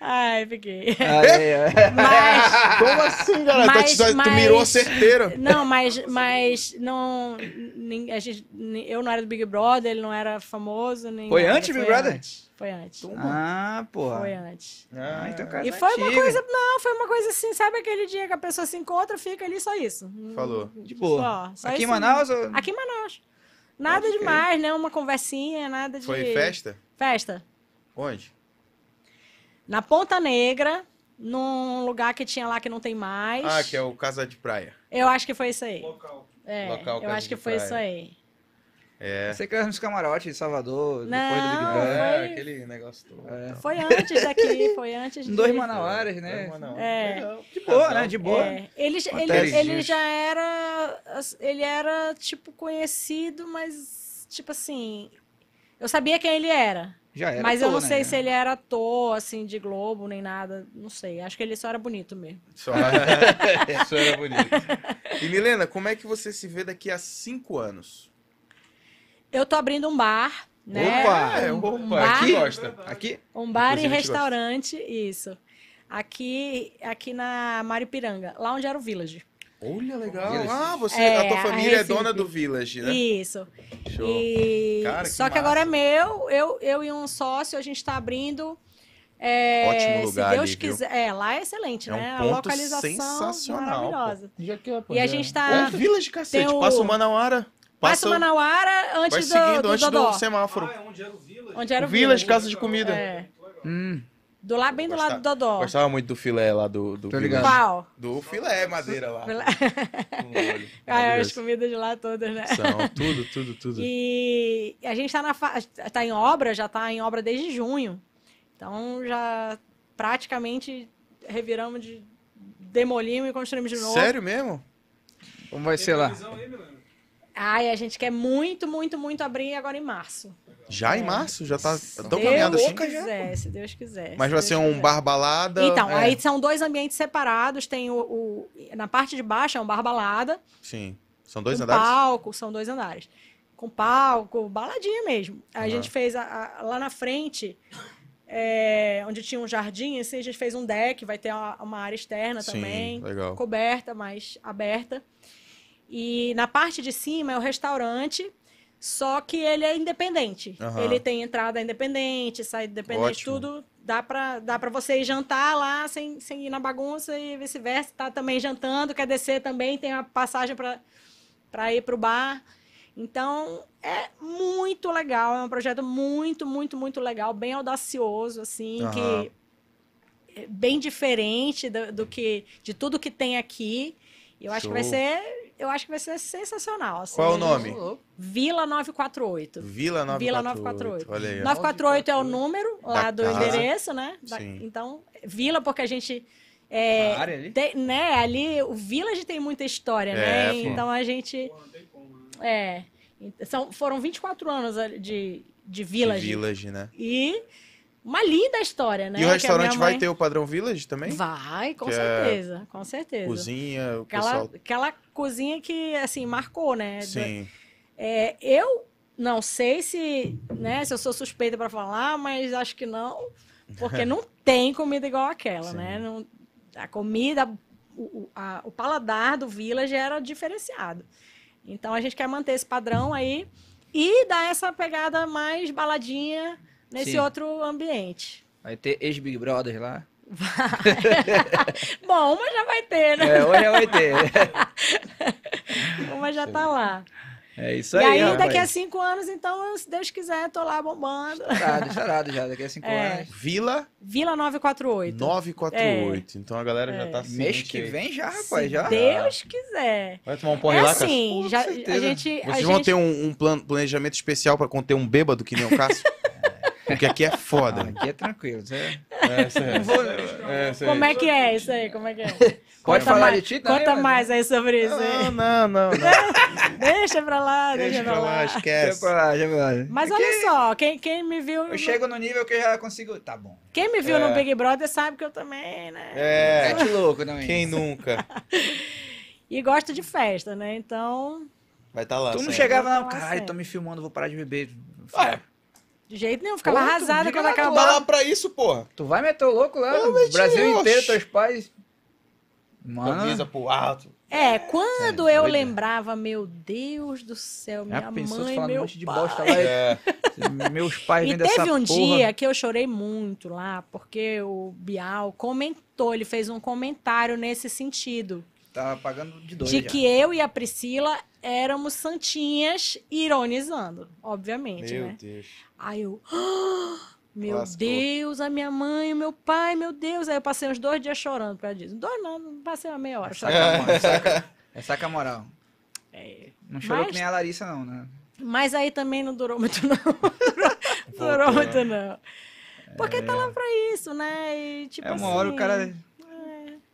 Speaker 3: Ai, fiquei.
Speaker 5: Aí, ó.
Speaker 3: Mas.
Speaker 2: Como assim, galera?
Speaker 3: Mas-
Speaker 2: tu, só- tu
Speaker 3: mas-
Speaker 2: mirou certeiro.
Speaker 3: Não, mas, mas não. nin- a gente, nin- eu não era do Big Brother, ele não era famoso. Nem
Speaker 5: Foi
Speaker 3: nada,
Speaker 5: antes Big Brother?
Speaker 3: antes, Foi antes.
Speaker 5: Ah,
Speaker 3: Foi
Speaker 5: porra.
Speaker 3: antes.
Speaker 5: Ah, então, cara,
Speaker 3: E
Speaker 5: é
Speaker 3: foi uma
Speaker 5: antigo.
Speaker 3: coisa. Não, foi uma coisa assim, sabe aquele dia que a pessoa se encontra, fica ali só isso. Hum,
Speaker 2: Falou.
Speaker 5: De boa.
Speaker 3: Só, só
Speaker 5: Aqui em
Speaker 3: isso
Speaker 5: Manaus, ou-
Speaker 3: mesmo. Aqui em Manaus. Nada
Speaker 5: Pode crer.
Speaker 3: demais, né? Uma conversinha, nada de.
Speaker 2: Foi festa?
Speaker 3: Festa.
Speaker 2: Onde?
Speaker 3: Na Ponta Negra, num lugar que tinha lá que não tem mais.
Speaker 2: Ah, que é o Casa de Praia.
Speaker 3: Eu acho que foi isso aí.
Speaker 7: Local.
Speaker 3: É,
Speaker 2: Local,
Speaker 3: eu
Speaker 2: casa
Speaker 3: acho que
Speaker 2: de
Speaker 3: foi
Speaker 2: praia.
Speaker 3: isso aí.
Speaker 5: você caiu nos camarotes de Salvador, depois do Big
Speaker 3: Não,
Speaker 5: Brother.
Speaker 3: foi-
Speaker 2: aquele negócio todo. É.
Speaker 3: Foi antes daqui, foi antes de...
Speaker 5: Dois manauaras, né?
Speaker 3: É.
Speaker 5: De boa, né? De boa.
Speaker 3: É, ele, já- ele,
Speaker 2: Três
Speaker 3: ele
Speaker 2: dias.
Speaker 3: já era... Ele era, tipo, conhecido, mas, tipo assim... Eu sabia quem ele era,
Speaker 5: Já era.
Speaker 3: mas eu
Speaker 5: pô,
Speaker 3: não
Speaker 5: né?
Speaker 3: sei se ele era ator, assim, de Globo, nem nada, não sei. Acho que ele só era bonito mesmo.
Speaker 2: Só... Isso era bonito. E Milena, como é que você se vê daqui a cinco anos?
Speaker 3: Eu tô abrindo um bar, né?
Speaker 2: Opa!
Speaker 3: um,
Speaker 2: é, opa,
Speaker 3: um
Speaker 2: aqui
Speaker 3: bar,
Speaker 2: gosta.
Speaker 5: Aqui?
Speaker 3: um bar
Speaker 2: Inclusive,
Speaker 3: e
Speaker 2: a gente gosta.
Speaker 3: restaurante, isso. Aqui, aqui na Maripiranga, lá onde era o Village.
Speaker 2: Olha, legal.
Speaker 5: Village.
Speaker 2: Ah, você, a
Speaker 3: É,
Speaker 2: tua
Speaker 3: a
Speaker 2: família é
Speaker 3: Recife.
Speaker 2: dona do Village, né?
Speaker 3: Isso.
Speaker 2: Show.
Speaker 3: E-
Speaker 2: Cara, que
Speaker 3: Só que
Speaker 2: massa.
Speaker 3: agora é meu, eu, eu e um sócio, a gente está abrindo. é,
Speaker 2: Ótimo lugar
Speaker 3: Se Deus
Speaker 2: ali, viu?
Speaker 3: quiser. É, lá é excelente,
Speaker 2: É um
Speaker 3: né?
Speaker 2: ponto
Speaker 3: a localização
Speaker 2: sensacional,
Speaker 3: maravilhosa.
Speaker 7: Já que é,
Speaker 3: E a gente
Speaker 2: Ô,
Speaker 3: tá.
Speaker 2: Village, cacete.
Speaker 3: tem o-
Speaker 2: Passa o Manauara.
Speaker 3: Passa o Manauara
Speaker 2: Vai
Speaker 3: antes do,
Speaker 2: seguindo,
Speaker 3: do
Speaker 2: antes
Speaker 3: Dodó.
Speaker 2: do semáforo.
Speaker 7: Ah, é onde era o Village?
Speaker 3: Onde era o
Speaker 2: Village,
Speaker 3: Village.
Speaker 2: casa de comida.
Speaker 3: É.
Speaker 5: Hum.
Speaker 3: Do lá, bem do lado do Dodó.
Speaker 2: Gostava muito do filé lá do, do
Speaker 5: Tô
Speaker 2: Village.
Speaker 5: ligado.
Speaker 3: Qual?
Speaker 2: Do filé madeira lá.
Speaker 3: Vila-
Speaker 2: Com molho.
Speaker 3: Ah, as
Speaker 2: Maravilhoso.
Speaker 3: comidas de lá todas, né?
Speaker 2: São tudo, tudo, tudo.
Speaker 3: E a gente tá, na fa- tá em obra, já tá em obra desde junho. Então já praticamente reviramos de. Demolimos e construímos de novo.
Speaker 2: Sério mesmo?
Speaker 5: Como vai
Speaker 1: Ah.
Speaker 5: ser lá?
Speaker 7: Visão aí, Milano.
Speaker 3: Ai, a gente quer muito, muito, muito abrir agora em março.
Speaker 2: Já
Speaker 3: É.
Speaker 2: em março? Já tá tão
Speaker 3: se
Speaker 2: caminhado
Speaker 3: Deus
Speaker 2: assim?
Speaker 3: quiser, se Deus quiser.
Speaker 2: Mas
Speaker 3: se
Speaker 2: vai
Speaker 3: Deus
Speaker 2: ser um
Speaker 3: quiser.
Speaker 2: bar balada.
Speaker 3: Então,
Speaker 2: é,
Speaker 3: aí são dois ambientes separados. Tem o, o- Na parte de baixo é um bar balada.
Speaker 2: Sim. São dois
Speaker 3: com
Speaker 2: andares?
Speaker 3: palco, são dois andares. Com palco, baladinha mesmo. A
Speaker 2: Aham.
Speaker 3: gente fez a- a- lá na frente, é, onde tinha um jardim, assim, a gente fez um deck, vai ter uma, uma área externa
Speaker 2: Sim,
Speaker 3: também.
Speaker 2: legal.
Speaker 3: coberta, mas aberta. E na parte de cima é o restaurante, só que ele é independente.
Speaker 2: Aham.
Speaker 3: Ele tem entrada independente, saída independente,
Speaker 2: Ótimo.
Speaker 3: tudo. Dá pra, dá pra você ir jantar lá sem, sem ir na bagunça e vice-versa. Tá também jantando, quer descer também, tem uma passagem pra, pra ir pro bar. Então, é muito legal. É um projeto muito, muito, muito legal. Bem audacioso, assim,
Speaker 2: Aham.
Speaker 3: que bem diferente do, do que de tudo que tem aqui. Eu acho que vai
Speaker 2: Show.
Speaker 3: ser, eu acho que vai ser sensacional. assim.
Speaker 2: Qual é o
Speaker 7: tá
Speaker 2: nome?
Speaker 3: Vila 948.
Speaker 2: Vila 948.
Speaker 3: Vila
Speaker 2: 948.
Speaker 3: 948.
Speaker 2: Olha aí. ó.
Speaker 3: 948 é o número lá do
Speaker 2: casa.
Speaker 3: endereço, né? Da-
Speaker 2: Sim.
Speaker 3: Então, vila porque a gente é,
Speaker 5: A área ali?
Speaker 3: tem- né, ali o village tem muita história,
Speaker 2: É,
Speaker 3: né?
Speaker 2: pô.
Speaker 3: Então a gente
Speaker 7: Porra, não tem como, né?
Speaker 3: é, são foram 24 anos de
Speaker 2: Que
Speaker 3: de village.
Speaker 2: Village, né?
Speaker 3: E uma linda história, né?
Speaker 2: E o
Speaker 3: que a
Speaker 2: restaurante
Speaker 3: minha
Speaker 2: vai
Speaker 3: mãe-
Speaker 2: ter o padrão Village também?
Speaker 3: Vai, com
Speaker 2: Que é
Speaker 3: certeza, com certeza.
Speaker 2: Cozinha, o
Speaker 3: aquela, é
Speaker 2: pessoal.
Speaker 3: aquela cozinha que, assim, marcou, né? Do-
Speaker 2: Sim.
Speaker 3: É, eu não sei se, né, se eu sou suspeita para falar, mas acho que não, porque não tem comida igual aquela,
Speaker 2: Sim.
Speaker 3: né? Não- a comida, o, o- a- o paladar do Village era diferenciado. Então a gente quer manter esse padrão aí e dar essa pegada mais baladinha nesse
Speaker 5: Sim.
Speaker 3: outro ambiente.
Speaker 5: Vai ter ex-Big Brothers lá.
Speaker 3: Bom, uma já vai ter, né?
Speaker 5: É, hoje vai ter.
Speaker 3: Uma já tá lá.
Speaker 5: É isso
Speaker 3: e
Speaker 5: aí,
Speaker 3: aí, daqui a
Speaker 5: rapaz.
Speaker 3: cinco anos, então, eu, se Deus quiser, tô lá bombando.
Speaker 5: Estourado, estourado já, daqui a cinco
Speaker 3: É.
Speaker 5: anos.
Speaker 2: Vila
Speaker 3: Vila 948.
Speaker 2: 948. Então a galera já
Speaker 3: É.
Speaker 2: tá ciente
Speaker 5: Mês que
Speaker 2: aí.
Speaker 5: vem já, rapaz,
Speaker 3: Se
Speaker 5: já.
Speaker 3: Deus quiser.
Speaker 2: Vai tomar um porre
Speaker 3: é
Speaker 2: lá, Cássio?
Speaker 3: assim,
Speaker 5: Com
Speaker 3: já, a
Speaker 5: certeza.
Speaker 3: gente... a
Speaker 2: Vocês vão um
Speaker 3: gente-
Speaker 2: ter um, um plano- planejamento especial pra conter um bêbado que nem o Cássio?
Speaker 4: Porque aqui é
Speaker 1: Ah,
Speaker 4: foda.
Speaker 1: aqui é tranquilo. Zé.
Speaker 2: É, isso aí. É, isso aí.
Speaker 3: Como é que é isso aí? Como é que é?
Speaker 1: Pode falar
Speaker 3: mais,
Speaker 1: de ti também,
Speaker 3: Conta
Speaker 1: mas-
Speaker 3: mais aí sobre isso. aí.
Speaker 2: Não, não, não. não.
Speaker 3: Deixa pra lá, deixa,
Speaker 2: Deixa pra lá,
Speaker 1: Deixa
Speaker 2: esquece.
Speaker 1: pra lá, deixa pra lá.
Speaker 3: Mas
Speaker 1: Aqui
Speaker 3: olha só, quem, quem me viu.
Speaker 1: Eu chego no nível que eu já consigo. Tá bom.
Speaker 3: Quem me viu no Big Brother sabe que eu também, né?
Speaker 2: É,
Speaker 1: Mete louco também.
Speaker 2: quem nunca?
Speaker 3: E gosto de festa, né? Então,
Speaker 2: Vai estar lá.
Speaker 1: Tu não
Speaker 2: sempre.
Speaker 1: chegava, não,
Speaker 3: Tá
Speaker 1: caralho,
Speaker 3: certo.
Speaker 1: tô me filmando, vou parar de beber.
Speaker 3: de jeito nenhum, ficava
Speaker 1: Pô, tu
Speaker 3: arrasada
Speaker 1: diga
Speaker 3: quando
Speaker 1: lá, tu
Speaker 2: Tu tá
Speaker 3: acabava.
Speaker 2: lá pra isso, porra.
Speaker 1: Tu vai meter o louco lá,
Speaker 2: Não,
Speaker 1: no
Speaker 2: mas
Speaker 1: Brasil
Speaker 2: tio,
Speaker 1: inteiro,
Speaker 2: oxi.
Speaker 1: teus pais. Mano,
Speaker 2: Camisa Ah. pro alto.
Speaker 3: É, quando
Speaker 1: É,
Speaker 3: eu
Speaker 1: doida.
Speaker 3: lembrava, meu Deus do céu, minha
Speaker 1: já pensou se
Speaker 3: mãe,
Speaker 1: falando um
Speaker 3: meu
Speaker 1: monte de
Speaker 3: pai.
Speaker 1: bosta lá?
Speaker 2: É.
Speaker 1: Meus pais
Speaker 3: E
Speaker 1: vêm
Speaker 3: teve
Speaker 1: dessa
Speaker 3: um
Speaker 1: porra.
Speaker 3: dia que eu chorei muito lá, porque o Bial comentou, ele fez um comentário nesse sentido.
Speaker 1: Tava pagando de dois.
Speaker 3: de
Speaker 1: já.
Speaker 3: que eu e a Priscila éramos santinhas, ironizando, obviamente,
Speaker 2: Meu
Speaker 3: né?
Speaker 2: Deus.
Speaker 3: Aí eu. "Ah, Meu
Speaker 2: Lascou.
Speaker 3: Deus, a minha mãe, o meu pai, meu Deus. Aí eu passei uns dois dias chorando pra disso. Dois não, passei uma meia
Speaker 1: É.
Speaker 3: hora chorando.
Speaker 1: Saca, mano, saca, é saca a moral. Não chorou
Speaker 3: É, Mas-
Speaker 1: que nem a Larissa, não, né?
Speaker 3: Mas aí também não durou muito, não. Durou- durou
Speaker 1: é.
Speaker 3: muito, não. Porque tá lá pra isso, né? E, tipo
Speaker 1: é uma hora o
Speaker 3: assim, é.
Speaker 1: cara.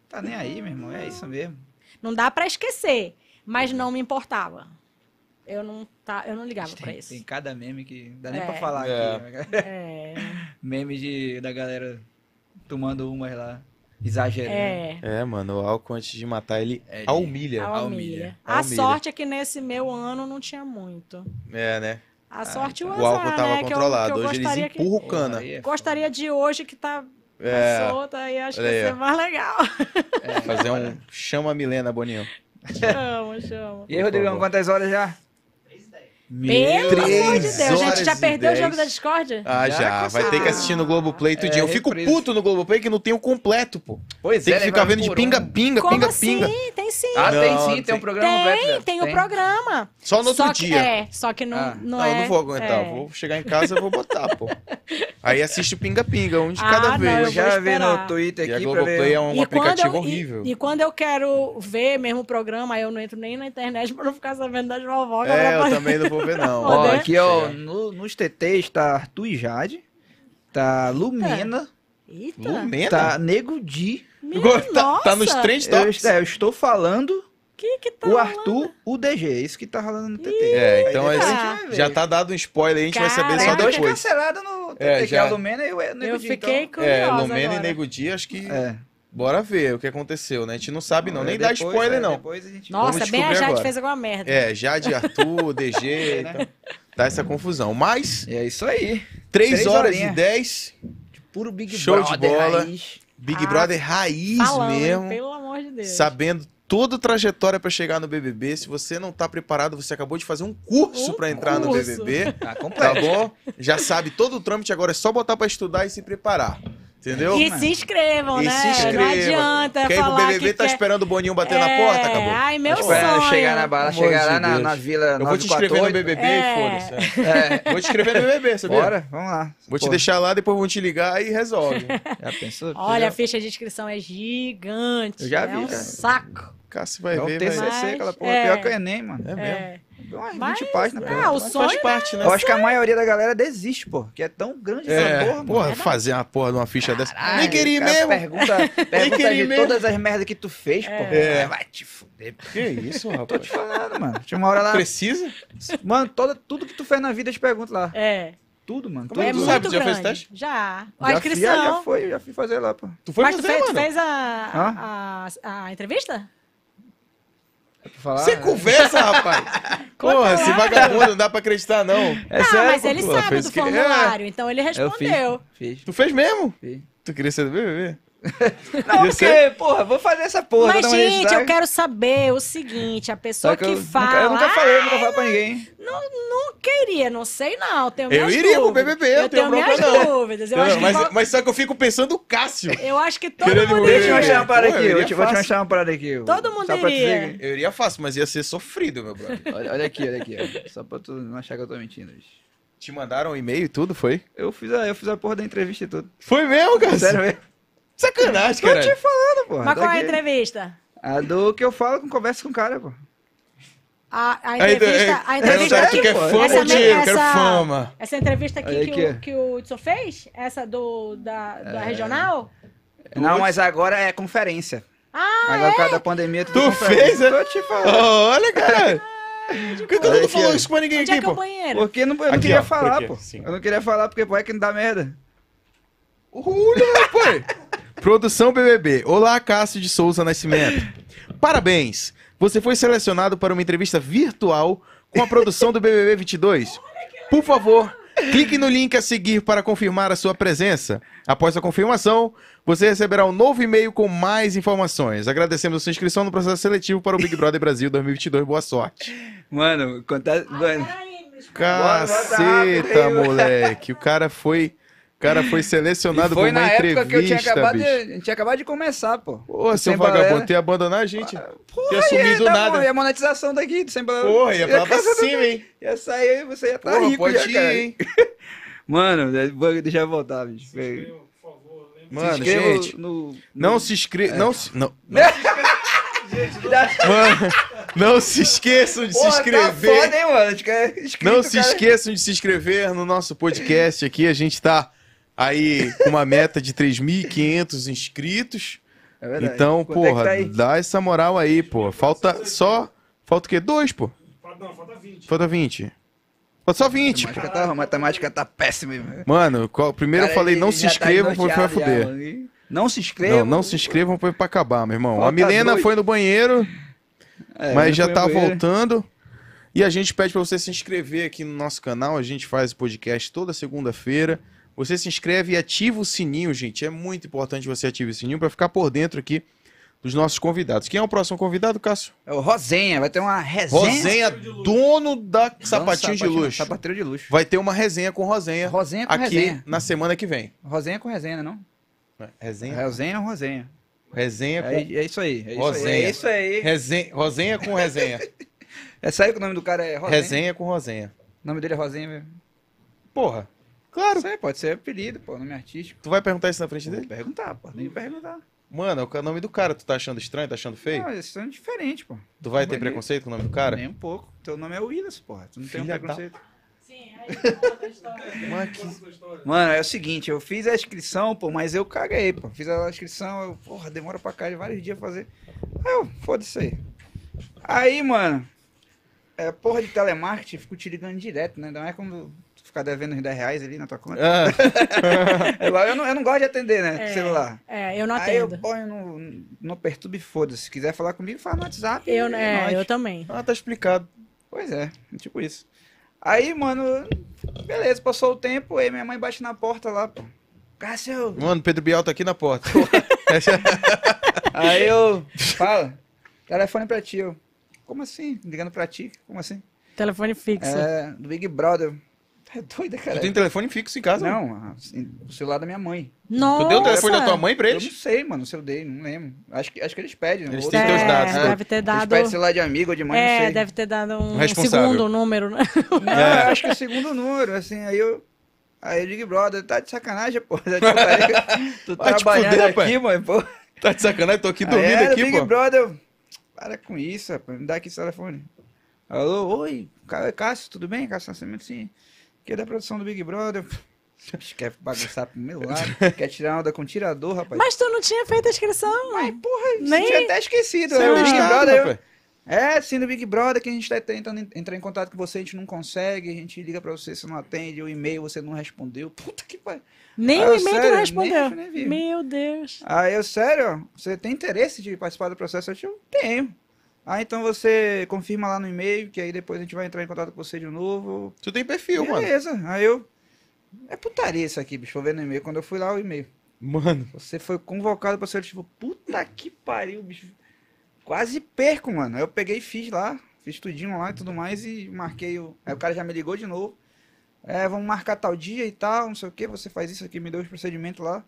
Speaker 1: Tá nem aí, meu irmão. É isso mesmo.
Speaker 3: Não dá pra esquecer, mas não me importava. Eu não, tá, eu não ligava pra
Speaker 1: Tem,
Speaker 3: isso.
Speaker 1: tem cada meme que. Dá nem
Speaker 3: É.
Speaker 1: pra falar aqui. né?
Speaker 3: É,
Speaker 1: Meme de, da galera tomando umas lá. Exagerando.
Speaker 3: é.
Speaker 2: É, mano, o álcool antes de matar ele
Speaker 1: É,
Speaker 2: a humilha.
Speaker 3: A
Speaker 1: Almília.
Speaker 3: Almília. A
Speaker 2: Almília.
Speaker 3: sorte é que nesse meu ano não tinha muito.
Speaker 2: É, né?
Speaker 3: A sorte e o
Speaker 2: O
Speaker 3: azar,
Speaker 2: álcool tava
Speaker 3: né?
Speaker 2: controlado.
Speaker 3: Que eu, que eu
Speaker 2: Hoje eles
Speaker 3: gostaria que-
Speaker 2: empurram o cana.
Speaker 1: Aí é
Speaker 3: Gostaria de hoje que tá
Speaker 2: É,
Speaker 3: solta e acho que
Speaker 2: Olha aí,
Speaker 3: ia
Speaker 2: ó.
Speaker 3: ser mais legal.
Speaker 2: fazer um chama Milena Boninho.
Speaker 3: chama, chama.
Speaker 1: E aí, Rodrigão, quantas horas já?
Speaker 3: Pelo amor de
Speaker 2: Três
Speaker 3: Deus, gente, já
Speaker 2: horas e
Speaker 3: perdeu o
Speaker 2: dez.
Speaker 3: jogo da discórdia?
Speaker 2: Ah,
Speaker 1: Já,
Speaker 2: já.
Speaker 1: com
Speaker 2: Vai ter que
Speaker 3: certeza.
Speaker 2: assistir no Globoplay tudinho.
Speaker 1: É,
Speaker 2: Eu fico
Speaker 1: reprise.
Speaker 2: puto no Globoplay que não tem o completo, pô.
Speaker 1: Pois
Speaker 2: Tem que
Speaker 1: ele
Speaker 2: ficar
Speaker 1: vai
Speaker 2: vendo de
Speaker 1: por um.
Speaker 2: pinga-pinga,
Speaker 3: Como
Speaker 2: pinga-pinga.
Speaker 3: assim? Tem sim.
Speaker 1: Ah,
Speaker 2: Não,
Speaker 1: tem sim,
Speaker 2: não
Speaker 1: tem
Speaker 2: tem.
Speaker 1: um programa
Speaker 3: tem,
Speaker 1: veto, velho.
Speaker 3: tem o programa.
Speaker 2: Só no outro
Speaker 3: só que,
Speaker 2: dia.
Speaker 3: É, só que não,
Speaker 1: Ah,
Speaker 3: não,
Speaker 2: Não,
Speaker 3: é.
Speaker 2: eu não vou aguentar.
Speaker 3: é.
Speaker 2: Vou chegar em casa e vou botar, pô. Aí assiste o pinga-pinga, um de
Speaker 3: Ah,
Speaker 2: cada
Speaker 3: não,
Speaker 2: vez.
Speaker 1: Eu
Speaker 3: Eu vou
Speaker 1: já vi
Speaker 3: esperar.
Speaker 1: no Twitter
Speaker 2: E a
Speaker 1: aqui pra ver.
Speaker 2: Globoplay é um
Speaker 3: E quando
Speaker 2: aplicativo
Speaker 3: eu- e-
Speaker 2: horrível.
Speaker 3: E, quando eu quero ver mesmo o programa, aí eu não entro nem na internet pra não ficar sabendo das vovocas.
Speaker 2: É,
Speaker 3: pra-
Speaker 2: eu também não vou ver, não.
Speaker 1: Ó,
Speaker 3: Poder.
Speaker 1: aqui, ó, no- nos TTs tá Arthur e Jade, tá Lumena,
Speaker 3: Eita.
Speaker 2: Lumena?
Speaker 1: tá Nego Di.
Speaker 3: Minha
Speaker 2: Hum. Tá, tá nos
Speaker 3: nossa.
Speaker 2: três
Speaker 1: Eu,
Speaker 2: tops.
Speaker 1: est- é, eu estou falando
Speaker 3: Que que tá
Speaker 1: o
Speaker 3: lá?
Speaker 1: Arthur, o DG. é Isso que tá rolando no TT.
Speaker 2: É, então
Speaker 1: Aí depois
Speaker 3: é-
Speaker 1: a gente vai ver.
Speaker 2: Já tá dado um spoiler, a gente vai saber só
Speaker 1: Tem
Speaker 3: Caraca.
Speaker 1: dois
Speaker 2: depois.
Speaker 1: cancelados no TT,
Speaker 2: É,
Speaker 1: que é
Speaker 2: já.
Speaker 1: a Lumena e o Nego
Speaker 3: Eu
Speaker 1: Di,
Speaker 3: fiquei
Speaker 1: então.
Speaker 3: curiosa
Speaker 2: é, Lumena e
Speaker 3: agora.
Speaker 2: Nego Di, acho que.
Speaker 1: É.
Speaker 2: Bora ver o que aconteceu, né? A gente não sabe, não.
Speaker 1: É,
Speaker 2: Nem
Speaker 1: depois,
Speaker 2: dá spoiler,
Speaker 1: é,
Speaker 2: não.
Speaker 1: Depois a gente...
Speaker 3: Nossa,
Speaker 2: Vamos
Speaker 3: bem a
Speaker 2: descobrir
Speaker 3: Jade
Speaker 2: agora.
Speaker 3: fez alguma merda.
Speaker 2: É, Jade, Arthur, DG,
Speaker 1: né?
Speaker 2: então, dá essa confusão. Mas,
Speaker 1: É isso aí.
Speaker 2: 3
Speaker 1: Três
Speaker 2: horas
Speaker 1: horinha.
Speaker 2: e 10,
Speaker 1: Puro Big
Speaker 2: Show de
Speaker 1: Brother.
Speaker 2: bola.
Speaker 1: raiz.
Speaker 2: Big
Speaker 3: Ah,
Speaker 2: Brother raiz
Speaker 3: Falando, hein?
Speaker 2: mesmo,
Speaker 3: pelo amor de Deus.
Speaker 2: sabendo toda a trajetória pra chegar no BBB. Se você não tá preparado, você acabou de fazer um curso
Speaker 3: Um
Speaker 2: pra entrar no
Speaker 3: curso.
Speaker 2: BBB,
Speaker 1: Tá
Speaker 2: tá
Speaker 1: completo.
Speaker 2: bom? Já sabe todo o trâmite, agora é só botar pra estudar e se preparar, entendeu?
Speaker 3: E se inscrevam,
Speaker 2: E
Speaker 3: né?
Speaker 2: se inscreva.
Speaker 3: Não adianta
Speaker 2: Quem pro
Speaker 3: falar
Speaker 2: BBB
Speaker 3: que
Speaker 2: tá
Speaker 3: quer...
Speaker 2: esperando o Boninho bater na porta,
Speaker 3: É,
Speaker 2: acabou.
Speaker 3: Ai, meu
Speaker 1: Esperando
Speaker 3: sonho.
Speaker 1: chegar na bala,
Speaker 2: Pelo amor
Speaker 1: chegar lá
Speaker 2: de
Speaker 1: na,
Speaker 2: Deus.
Speaker 1: na vila
Speaker 2: Eu vou te inscrever no
Speaker 1: 948.
Speaker 2: BBB,
Speaker 3: É.
Speaker 2: foda-se.
Speaker 1: É,
Speaker 2: Vou te inscrever no BBB, sabia?
Speaker 1: bora, vamos lá.
Speaker 2: Vou te
Speaker 1: Pô,
Speaker 2: deixar lá, depois vão te ligar e resolve.
Speaker 1: Já pensou?
Speaker 3: Olha, a ficha de inscrição é gigante.
Speaker 1: Eu já vi,
Speaker 3: É um
Speaker 1: cara.
Speaker 3: saco.
Speaker 2: Cássio vai
Speaker 1: é o
Speaker 2: ver,
Speaker 1: TCC,
Speaker 2: vai...
Speaker 3: Mas,
Speaker 1: aquela porra.
Speaker 3: é.
Speaker 1: Pior que o Enem, mano. um
Speaker 2: É mesmo.
Speaker 3: É.
Speaker 1: Deu Umas 20
Speaker 3: Mas,
Speaker 1: páginas. pô.
Speaker 3: Ah, o
Speaker 2: Mas faz
Speaker 3: sonho
Speaker 2: parte, né?
Speaker 1: Eu acho que a maioria da galera desiste, pô. Que é tão grande essa porra,
Speaker 2: É,
Speaker 1: mano.
Speaker 2: porra, fazer uma porra de uma ficha dessa.
Speaker 1: Caralho,
Speaker 2: Nem
Speaker 1: o
Speaker 2: queria
Speaker 1: cara
Speaker 2: mesmo.
Speaker 1: Pergunta, pergunta
Speaker 2: queria
Speaker 1: de
Speaker 2: mesmo.
Speaker 1: todas as merdas que tu fez, pô.
Speaker 2: É.
Speaker 1: Vai te fuder, pô.
Speaker 2: Que isso,
Speaker 1: Tô
Speaker 2: rapaz?
Speaker 1: te falando, mano. Tinha uma hora lá.
Speaker 2: Precisa?
Speaker 1: Mano, toda, tudo que tu fez na vida, eu te pergunto lá.
Speaker 3: É.
Speaker 1: Tudo, mano.
Speaker 2: Como
Speaker 1: Tudo.
Speaker 2: é
Speaker 3: é
Speaker 2: que tu
Speaker 3: muito
Speaker 2: sabe? Já
Speaker 3: grande.
Speaker 2: fez teste?
Speaker 3: Já. A
Speaker 1: já,
Speaker 3: inscrição.
Speaker 1: já, já foi, já fui fazer lá, pô.
Speaker 2: Tu foi
Speaker 3: Mas tu
Speaker 2: fazer,
Speaker 3: fez, tu
Speaker 2: é, mano?
Speaker 3: fez a, a, a entrevista?
Speaker 1: É pra falar,
Speaker 2: Você
Speaker 1: né?
Speaker 2: conversa, rapaz. porra, esse vagabundo não dá pra acreditar, não.
Speaker 1: É
Speaker 3: ah,
Speaker 1: sério,
Speaker 3: mas
Speaker 1: pô,
Speaker 3: ele
Speaker 1: pô. é.
Speaker 3: sabe
Speaker 2: fez
Speaker 3: do
Speaker 2: que-
Speaker 3: formulário, então ele
Speaker 1: Eu fiz.
Speaker 3: respondeu.
Speaker 1: Fiz.
Speaker 2: Tu fez mesmo?
Speaker 1: Fiz.
Speaker 2: Tu queria ser do BBB?
Speaker 1: Não,
Speaker 2: Ia
Speaker 1: porque,
Speaker 2: ser?
Speaker 1: porra, vou fazer essa porra.
Speaker 3: Mas,
Speaker 1: dar uma
Speaker 3: gente,
Speaker 1: registrada.
Speaker 3: eu quero saber o seguinte: a pessoa
Speaker 1: Só
Speaker 3: que,
Speaker 1: eu nunca-
Speaker 3: fala.
Speaker 1: Eu nunca falei, eu nunca falei pra ninguém.
Speaker 3: "Ah, queria, não sei não. Tenho
Speaker 2: Eu
Speaker 3: minhas
Speaker 2: iria pro
Speaker 3: dúvidas.
Speaker 2: BBB, eu
Speaker 3: eu
Speaker 2: tenho
Speaker 3: tenho minhas
Speaker 2: bronca não.
Speaker 3: dúvidas. Eu acho, que,
Speaker 2: mas,
Speaker 3: qual-
Speaker 2: mas só que eu fico pensando o Cássio.
Speaker 3: eu acho que todo
Speaker 2: Querendo
Speaker 3: mundo
Speaker 2: ver-
Speaker 1: Deixa eu
Speaker 2: iria.
Speaker 1: achar uma parada
Speaker 2: Pô, eu
Speaker 1: aqui, eu
Speaker 2: iria
Speaker 1: te- vou te
Speaker 2: fácil.
Speaker 1: achar uma parada aqui. eu-
Speaker 3: Todo mundo
Speaker 1: só pra
Speaker 3: iria.
Speaker 1: dizer que-
Speaker 2: Eu iria fácil, mas ia ser sofrido, meu brother.
Speaker 1: Olha, olha aqui, olha aqui. ó. Só pra tu não achar que eu tô mentindo. bicho.
Speaker 2: Te mandaram um e-mail e tudo, foi?
Speaker 1: Eu fiz, a, eu fiz a porra da entrevista e tudo.
Speaker 2: Foi mesmo, Cássio?
Speaker 1: Sério mesmo?
Speaker 2: Sacanagem,
Speaker 1: Tô te
Speaker 2: cara.
Speaker 1: falando, porra.
Speaker 3: Mas qual é a
Speaker 1: Daqui-
Speaker 3: entrevista?
Speaker 1: A do que eu falo com conversa com o cara, pô.
Speaker 3: A, a
Speaker 4: Aí, então, é,
Speaker 3: entrevista.
Speaker 4: aí,
Speaker 3: A
Speaker 4: perguntaram,
Speaker 3: entrevista
Speaker 4: tu
Speaker 3: aqui.
Speaker 4: quer fama
Speaker 3: essa
Speaker 4: ou dinheiro? Quero
Speaker 3: essa-
Speaker 4: fama.
Speaker 3: Essa entrevista aqui
Speaker 11: Aí
Speaker 3: que,
Speaker 11: que é.
Speaker 3: O, que o Hudson fez? Essa do, da,
Speaker 1: É.
Speaker 3: da regional?
Speaker 1: Não, mas agora é conferência.
Speaker 3: Ah,
Speaker 1: agora, por causa da pandemia, tudo
Speaker 4: Tu
Speaker 1: conferência.
Speaker 4: fez, é?
Speaker 1: Tô te falando.
Speaker 4: Olha, cara. Por que todo
Speaker 1: Olha
Speaker 4: mundo
Speaker 1: aqui,
Speaker 4: falou
Speaker 1: ó.
Speaker 4: isso pra ninguém
Speaker 3: tipo, Onde é
Speaker 4: aqui,
Speaker 3: que é o
Speaker 4: pô?
Speaker 3: banheiro?
Speaker 1: Porque eu não, eu não
Speaker 4: Aqui,
Speaker 1: queria
Speaker 4: ó, por
Speaker 1: falar,
Speaker 4: aqui,
Speaker 1: pô.
Speaker 4: sim.
Speaker 1: Eu não queria falar, porque pô, é que não dá merda.
Speaker 4: Olha, pai.
Speaker 2: Produção BBB. Olá, Cássio de Souza Nascimento. Parabéns! Você foi selecionado para uma entrevista virtual com a produção do BBB 22. Por favor, clique no link a seguir para confirmar a sua presença. Após a confirmação, você receberá um novo e-mail com mais informações. Agradecemos a sua inscrição no processo seletivo para o Big Brother Brasil 2022. Boa sorte.
Speaker 1: Mano,
Speaker 3: Ah,
Speaker 1: contar. Mano,
Speaker 2: Caceta, moleque. O cara foi, o cara foi selecionado
Speaker 1: e foi
Speaker 2: para uma
Speaker 1: na época
Speaker 2: entrevista.
Speaker 1: que eu tinha acabado, de,
Speaker 2: bicho.
Speaker 1: a gente tinha acabado de começar, pô.
Speaker 2: Ô, seu
Speaker 1: Sem
Speaker 2: vagabundo,
Speaker 1: balela.
Speaker 2: tem abandonar a gente. Ter
Speaker 1: Aí,
Speaker 2: sumido
Speaker 1: tá
Speaker 2: nada.
Speaker 1: bom, E a monetização daqui, sem problema.
Speaker 4: Porra, ia pra lá pra
Speaker 1: Ia-
Speaker 4: cima, hein?
Speaker 1: Ia sair aí, você ia estar
Speaker 4: Porra,
Speaker 1: rico,
Speaker 4: pode
Speaker 1: já,
Speaker 4: ir,
Speaker 1: cara.
Speaker 4: hein?
Speaker 1: Mano, é- vou- deixa eu voltar, bicho. Se
Speaker 7: Por favor, lembre
Speaker 4: Mano,
Speaker 1: inscreva
Speaker 4: gente.
Speaker 1: no-
Speaker 2: Não
Speaker 1: no-
Speaker 2: se inscreva. Não se. Não. Mano, não se esqueçam de
Speaker 1: Porra,
Speaker 2: se
Speaker 1: Tá
Speaker 2: inscrever.
Speaker 1: foda, hein, mano? Acho que é inscrito,
Speaker 2: não se
Speaker 1: cara.
Speaker 2: esqueçam de se inscrever no nosso podcast aqui. A gente tá aí com uma meta de 3.500 inscritos.
Speaker 1: É verdade.
Speaker 2: Então,
Speaker 1: Quanto é que
Speaker 2: porra,
Speaker 1: tá aí?
Speaker 2: dá essa moral aí, pô. Falta só. Falta o quê? Dois, pô.
Speaker 7: Não, falta 20.
Speaker 2: Falta 20. Falta só
Speaker 1: A
Speaker 2: 20. pô.
Speaker 1: matemática tá, a matemática tá péssima, hein, mano.
Speaker 2: Mano, qual- primeiro eu
Speaker 1: Cara,
Speaker 2: falei
Speaker 1: ele
Speaker 2: não
Speaker 1: já
Speaker 2: se
Speaker 1: tá
Speaker 2: inscrevam, porque vai
Speaker 1: enoteado já,
Speaker 2: foder.
Speaker 1: mano. E Não se inscrevam.
Speaker 2: Não, não se inscrevam foi pra acabar, meu irmão. a
Speaker 1: Falta
Speaker 2: Milena
Speaker 1: dois.
Speaker 2: foi no banheiro,
Speaker 1: É,
Speaker 2: mas já
Speaker 1: foi
Speaker 2: tá
Speaker 1: no banheiro.
Speaker 2: voltando. E a gente pede pra você se inscrever aqui no nosso canal. A gente faz o podcast toda segunda-feira. Você se inscreve e ativa o sininho, gente. É muito importante você ativar o sininho pra ficar por dentro aqui dos nossos convidados. Quem é o próximo convidado, Cássio?
Speaker 1: É o Rosenha, vai ter uma resenha.
Speaker 2: Rosenha, dono da Sapatinho de
Speaker 1: Sapatinho-
Speaker 2: Luxo.
Speaker 1: Sapateiro de luxo.
Speaker 2: Vai ter uma resenha com Rosenha
Speaker 1: Rosenha com
Speaker 2: aqui
Speaker 1: resenha.
Speaker 2: na semana que vem.
Speaker 1: Rosenha com resenha, né, não?
Speaker 4: Resenha.
Speaker 1: Resenha ou resenha.
Speaker 4: Resenha
Speaker 1: É,
Speaker 4: com.
Speaker 1: é isso aí. É isso aí.
Speaker 4: Rosenha.
Speaker 1: É isso aí.
Speaker 4: Resenha, Rosenha com resenha.
Speaker 1: É sério que o nome do cara é Rosenha?
Speaker 4: Resenha com resenha.
Speaker 1: O nome dele é Rosenha mesmo.
Speaker 4: Porra,
Speaker 1: Claro. Isso aí pode ser apelido, pô, nome artístico.
Speaker 2: Tu vai perguntar isso na frente
Speaker 1: Vou
Speaker 2: dele?
Speaker 1: perguntar, pô. Nem perguntar.
Speaker 2: Mano, é o nome do cara. Tu tá achando estranho? Tá achando feio?
Speaker 1: Não, eles são diferentes, pô.
Speaker 2: Tu vai ter
Speaker 1: Bonito.
Speaker 2: preconceito com o nome do cara?
Speaker 1: Nem um pouco. Teu nome é Willis, porra. Tu não tem
Speaker 4: Filha
Speaker 1: um
Speaker 4: da-
Speaker 1: preconceito.
Speaker 3: Sim, aí conta a história.
Speaker 2: Mano, que-
Speaker 1: Mano, é o seguinte, eu fiz a inscrição, pô, mas eu caguei, pô. Fiz a inscrição, eu, porra, demora pra caralho, vários dias pra fazer. Aí eu, foda-se aí. Aí, mano, é, porra de telemarketing, fico te ligando direto, né? Não é quando tu ficar devendo uns 10 reais ali na tua conta. É lá, eu, não, eu não gosto de atender, né?
Speaker 3: É.
Speaker 1: Celular.
Speaker 3: É, eu não
Speaker 1: Aí eu
Speaker 3: atendo.
Speaker 1: ponho no, no perturbe e foda-se. Se quiser falar comigo, fala no WhatsApp.
Speaker 3: Eu,
Speaker 1: e
Speaker 3: é,
Speaker 1: nós.
Speaker 3: eu também.
Speaker 2: Ah, tá explicado.
Speaker 1: Pois é, tipo isso. Aí, mano, beleza, passou o tempo, aí minha mãe bate na porta lá, pô. Cássio!
Speaker 2: Mano, Pedro Bial tá aqui na porta.
Speaker 1: Aí eu. Fala. Telefone pra ti. Eu, Como assim? Ligando pra ti? Como assim?
Speaker 3: Telefone fixo.
Speaker 1: É, do Big Brother. Tá doida,
Speaker 2: tu
Speaker 1: cara?
Speaker 2: tem telefone fixo em casa? mano?
Speaker 1: Não, assim, o celular da minha mãe.
Speaker 3: Nossa!
Speaker 2: Tu deu o telefone da tua mãe pra
Speaker 1: Eu não
Speaker 2: eles?
Speaker 1: sei, mano, se eu dei, não lembro. Acho que, acho que eles pedem.
Speaker 2: Eles
Speaker 1: ou-
Speaker 2: têm
Speaker 3: É,
Speaker 2: teus dados, né?
Speaker 3: deve ter
Speaker 1: Eles
Speaker 3: dado...
Speaker 1: pedem celular de amigo ou de mãe, não
Speaker 3: É,
Speaker 1: sei.
Speaker 3: deve ter dado um
Speaker 2: Responsável.
Speaker 3: segundo número, né?
Speaker 1: Não,
Speaker 2: É.
Speaker 1: eu acho que é o segundo número, assim, aí eu. Aí o Big Brother, tá de sacanagem, pô. Já, tipo, aí, tu
Speaker 2: Vai te
Speaker 1: trabalhando
Speaker 2: tá fuder,
Speaker 1: aqui, mano, pô.
Speaker 2: Tá de sacanagem? Tô aqui
Speaker 1: Aí
Speaker 2: dormindo
Speaker 1: era o
Speaker 2: aqui,
Speaker 1: Ah, é, Big
Speaker 2: pô.
Speaker 1: Brother. eu, Para com isso, rapaz. Me dá aqui esse telefone. Alô, oi. Cá- Cássio, tudo bem? Cássio Nascimento, sim. Aqui é da produção do Big Brother. Bicho, Quer bagunçar pro meu lado. Quer tirar onda com tirador, rapaz.
Speaker 3: Mas tu não tinha feito a inscrição.
Speaker 1: Ai, porra,
Speaker 3: nem-
Speaker 1: nem... tinha até esquecido.
Speaker 2: Você
Speaker 1: né?
Speaker 2: é
Speaker 1: O Big
Speaker 2: bestado,
Speaker 1: Brother, eu-
Speaker 2: rapaz.
Speaker 1: é, sim, no Big Brother, que a gente tá tentando en- entrar em contato com você, a gente não consegue, a gente liga pra você, você não atende, o e-mail você não respondeu. Puta que pariu.
Speaker 3: Nem
Speaker 1: Ah,
Speaker 3: o e-mail tu
Speaker 1: sério?
Speaker 3: não
Speaker 1: Nem-
Speaker 3: respondeu.
Speaker 1: nem vi.
Speaker 3: Meu Deus.
Speaker 1: Aí eu, sério, você tem interesse de participar do processo? Eu disse, "Eu tenho. Ah, então você confirma lá no e-mail, que aí depois a gente vai entrar em contato com você de novo.
Speaker 2: Tu tem perfil, mano.
Speaker 1: Beleza. Aí eu. É putaria isso aqui, bicho. Vou ver no e-mail. Quando eu fui lá, o e-mail.
Speaker 2: Mano.
Speaker 1: Você foi convocado pra ser tipo, puta que pariu, bicho. Quase perco, mano. Aí eu peguei e fiz lá, fiz tudinho lá e tudo mais e marquei o. Aí o cara já me ligou de novo. É, vamos marcar tal dia e tal, não sei o que, você faz isso aqui, me deu os procedimentos lá.